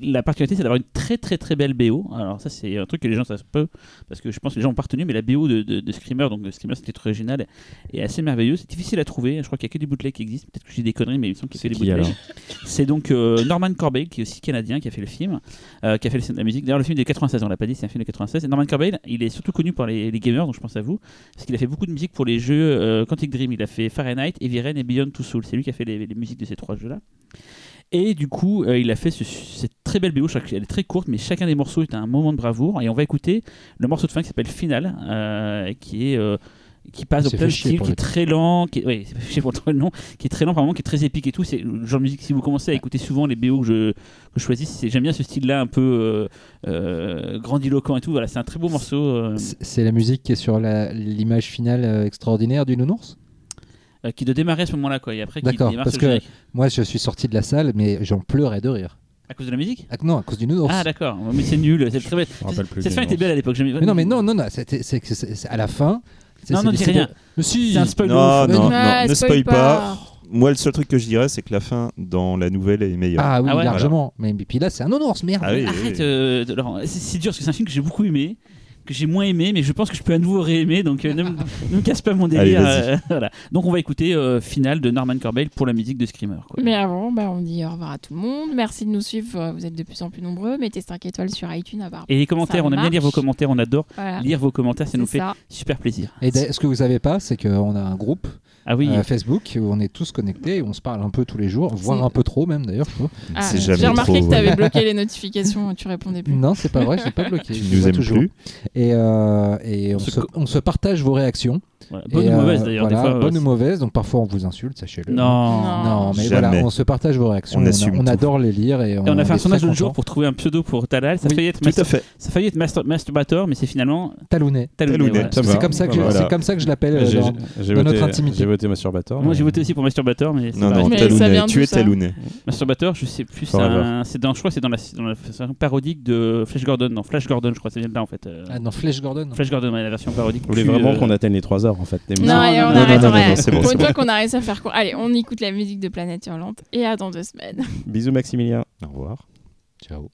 [SPEAKER 4] la particularité, c'est d'avoir une très très très belle BO. Alors ça, c'est un truc que les gens savent peu, parce que je pense que les gens ont pas retenu, mais la BO de, de, de Screamer, donc de Screamer, c'était original, est assez merveilleuse. C'est difficile à trouver. Je crois qu'il y a que des bootlegs qui existent. Peut-être que j'ai des conneries, mais il me semble qu'il y a
[SPEAKER 2] C'est
[SPEAKER 4] que des
[SPEAKER 2] qui
[SPEAKER 4] bootlegs.
[SPEAKER 2] alors
[SPEAKER 4] C'est donc euh, Norman Corbeil, qui est aussi canadien, qui a fait le film, euh, qui a fait le- la musique. D'ailleurs, le film est de 96, on l'a pas dit, c'est un film de 96. Et Norman Corbeil, il est surtout connu par les, les gamers, donc je pense à vous, parce qu'il a fait beaucoup de musique pour les jeux euh, Quantic Dream. Il a fait Fahrenheit, Heavy Rain et Beyond Two Souls. C'est lui qui a fait les, les musiques de ces trois jeux-là. Et du coup, euh, il a fait ce- cette très belle BO. chaque- Elle est très courte, mais chacun des morceaux est un moment de bravoure. Et on va écouter le morceau de fin qui s'appelle Final, euh, qui est. euh, qui passe au
[SPEAKER 3] C'est
[SPEAKER 4] plein
[SPEAKER 3] fait chier
[SPEAKER 4] style,
[SPEAKER 3] pour
[SPEAKER 4] qui
[SPEAKER 3] le
[SPEAKER 4] est très lent, qui est, ouais, c'est fait chier pour le nom, qui est très lent par moment, qui est très épique et tout. C'est le genre de musique, si vous commencez à écouter souvent les BO que je, que je choisis, c'est- j'aime bien ce style-là un peu euh, euh, grandiloquent et tout. Voilà, c'est un très beau morceau. euh,
[SPEAKER 3] C'est c'est la musique qui est sur la- l'image finale euh, extraordinaire du nounours.
[SPEAKER 4] euh, qui doit démarrer à ce moment-là, quoi. Et après, qui
[SPEAKER 3] D'accord,
[SPEAKER 4] démarre
[SPEAKER 3] parce
[SPEAKER 4] sur
[SPEAKER 3] que-
[SPEAKER 4] le générique.
[SPEAKER 3] Moi, je suis sorti de la salle, mais j'en pleurais de rire.
[SPEAKER 4] À cause de la musique
[SPEAKER 3] Ah, non, à cause du nounours.
[SPEAKER 4] Ah, d'accord. Mais c'est nul, c'est très bête.
[SPEAKER 2] me rappelle plus
[SPEAKER 4] Cette
[SPEAKER 2] du
[SPEAKER 4] fin
[SPEAKER 2] nom.
[SPEAKER 4] était belle à l'époque. j'aimais-
[SPEAKER 3] mais non, mais non, non, non, c'était- c'est que c'est- c'est à la fin. c'est-
[SPEAKER 4] Euh, Non,
[SPEAKER 3] c'est-
[SPEAKER 4] non, dis
[SPEAKER 3] c'est-
[SPEAKER 4] rien.
[SPEAKER 3] Mais si.
[SPEAKER 4] C'est un spoil de
[SPEAKER 5] Non,
[SPEAKER 4] ouf.
[SPEAKER 5] non,
[SPEAKER 1] Ouais,
[SPEAKER 5] non, ne
[SPEAKER 1] spoil
[SPEAKER 5] spoil
[SPEAKER 1] pas.
[SPEAKER 5] pas. Moi, le seul truc que je dirais, c'est que la fin dans la nouvelle est meilleure.
[SPEAKER 3] Ah oui,
[SPEAKER 4] Ah ouais.
[SPEAKER 3] largement. Mais, mais puis là, c'est un nounours, merde.
[SPEAKER 5] Ah oui, oui,
[SPEAKER 4] Arrête,
[SPEAKER 5] oui.
[SPEAKER 4] euh, Laurent. C'est c'est dur parce que c'est un film que j'ai beaucoup aimé. que j'ai moins aimé, mais je pense que je peux à nouveau réaimer, donc euh, ne, me- ne me casse pas mon délire.
[SPEAKER 5] Allez, vas-y.
[SPEAKER 4] euh, voilà. Donc on va écouter euh, Finale de Norman Corbeil pour la musique de Screamer. Quoi.
[SPEAKER 1] Mais avant, bah, on dit au revoir à tout le monde. Merci de nous suivre. euh, Vous êtes de plus en plus nombreux. Mettez 5 étoiles sur iTunes. À part.
[SPEAKER 4] Et les
[SPEAKER 1] Ça
[SPEAKER 4] commentaires, on aime bien
[SPEAKER 1] marche.
[SPEAKER 4] lire vos commentaires, on adore
[SPEAKER 1] Voilà.
[SPEAKER 4] lire vos commentaires, ça
[SPEAKER 1] C'est
[SPEAKER 4] nous fait
[SPEAKER 1] ça.
[SPEAKER 4] super plaisir.
[SPEAKER 3] Et d'ailleurs, ce que vous savez pas, c'est qu'on a un groupe
[SPEAKER 4] Ah oui,
[SPEAKER 3] euh, Facebook où on est tous connectés, et on se parle un peu tous les jours, voire
[SPEAKER 1] C'est-
[SPEAKER 3] un peu trop même d'ailleurs. je trouve.
[SPEAKER 1] Ah,
[SPEAKER 5] C'est jamais
[SPEAKER 1] J'ai remarqué
[SPEAKER 5] trop,
[SPEAKER 1] que tu avais
[SPEAKER 5] ouais.
[SPEAKER 1] bloqué les notifications. Tu répondais plus.
[SPEAKER 3] Non, c'est pas vrai, je l'ai pas
[SPEAKER 5] Tu
[SPEAKER 3] bloqué. je les
[SPEAKER 5] nous
[SPEAKER 3] vois
[SPEAKER 5] aimes
[SPEAKER 3] toujours.
[SPEAKER 5] plus
[SPEAKER 3] Et, euh, et on,
[SPEAKER 4] Ce
[SPEAKER 3] se,
[SPEAKER 4] co-
[SPEAKER 3] on se partage vos réactions.
[SPEAKER 4] voilà. bonne
[SPEAKER 3] Et,
[SPEAKER 4] ou
[SPEAKER 3] euh,
[SPEAKER 4] mauvaise d'ailleurs. des
[SPEAKER 3] voilà,
[SPEAKER 4] fois, euh,
[SPEAKER 3] bonne ou mauvaise, donc parfois on vous insulte, sachez-le.
[SPEAKER 4] Non.
[SPEAKER 1] Non.
[SPEAKER 3] Non, mais
[SPEAKER 5] Jamais.
[SPEAKER 3] voilà, on se partage vos réactions.
[SPEAKER 5] On
[SPEAKER 3] a-
[SPEAKER 5] assume tout.
[SPEAKER 3] adore les lire. Et on,
[SPEAKER 4] Et on a fait un
[SPEAKER 3] est
[SPEAKER 4] sondage
[SPEAKER 3] très
[SPEAKER 4] l'autre jour
[SPEAKER 3] contents.
[SPEAKER 4] pour trouver un pseudo pour Talal. Ça
[SPEAKER 3] Oui,
[SPEAKER 4] faillit être,
[SPEAKER 5] Tout à
[SPEAKER 4] master-
[SPEAKER 5] fait.
[SPEAKER 4] ça faillit être master- masturbateur, mais c'est finalement
[SPEAKER 3] Talounet.
[SPEAKER 4] Talounet.
[SPEAKER 5] Talounet.
[SPEAKER 4] voilà.
[SPEAKER 2] Ça
[SPEAKER 3] C'est
[SPEAKER 2] va.
[SPEAKER 3] comme, ça que je-
[SPEAKER 2] Voilà.
[SPEAKER 3] c'est comme ça que je l'appelle. euh,
[SPEAKER 2] J'ai
[SPEAKER 3] dans-
[SPEAKER 2] j'ai
[SPEAKER 3] dans
[SPEAKER 2] voté,
[SPEAKER 3] notre intimité.
[SPEAKER 2] J'ai voté masturbateur.
[SPEAKER 4] Moi
[SPEAKER 2] mais-
[SPEAKER 4] j'ai voté aussi pour masturbateur, mais c'est
[SPEAKER 5] Non,
[SPEAKER 4] pareil.
[SPEAKER 5] non,
[SPEAKER 1] Mais ça
[SPEAKER 5] Talounet,
[SPEAKER 1] vient
[SPEAKER 5] tu
[SPEAKER 1] d'où,
[SPEAKER 5] es
[SPEAKER 1] ça
[SPEAKER 5] Talounet.
[SPEAKER 4] Masturbateur, je sais plus. c'est
[SPEAKER 5] Forever.
[SPEAKER 4] un- C'est dans, je crois, que c'est dans la, dans la version parodique de Flash Gordon. Non, Flash Gordon, je crois, c'est bien de là en fait. euh,
[SPEAKER 3] Ah, dans Flash Gordon.
[SPEAKER 4] Flash Gordon, ouais, la version parodique. euh,
[SPEAKER 2] Vous voulez vraiment qu'on atteigne les 3 heures en fait.
[SPEAKER 1] Non,
[SPEAKER 4] Non,
[SPEAKER 1] et
[SPEAKER 4] non,
[SPEAKER 1] on
[SPEAKER 4] non,
[SPEAKER 1] arrête,
[SPEAKER 5] non,
[SPEAKER 1] on
[SPEAKER 5] non, non,
[SPEAKER 1] arrête.
[SPEAKER 5] c'est bon,
[SPEAKER 1] Pour
[SPEAKER 5] c'est
[SPEAKER 1] une fois
[SPEAKER 5] bon.
[SPEAKER 1] qu'on a réussi à faire court. Allez, on écoute la musique de Planète Hurlante et à dans deux semaines.
[SPEAKER 2] Bisous Maximilien.
[SPEAKER 5] Au revoir.
[SPEAKER 3] Ciao.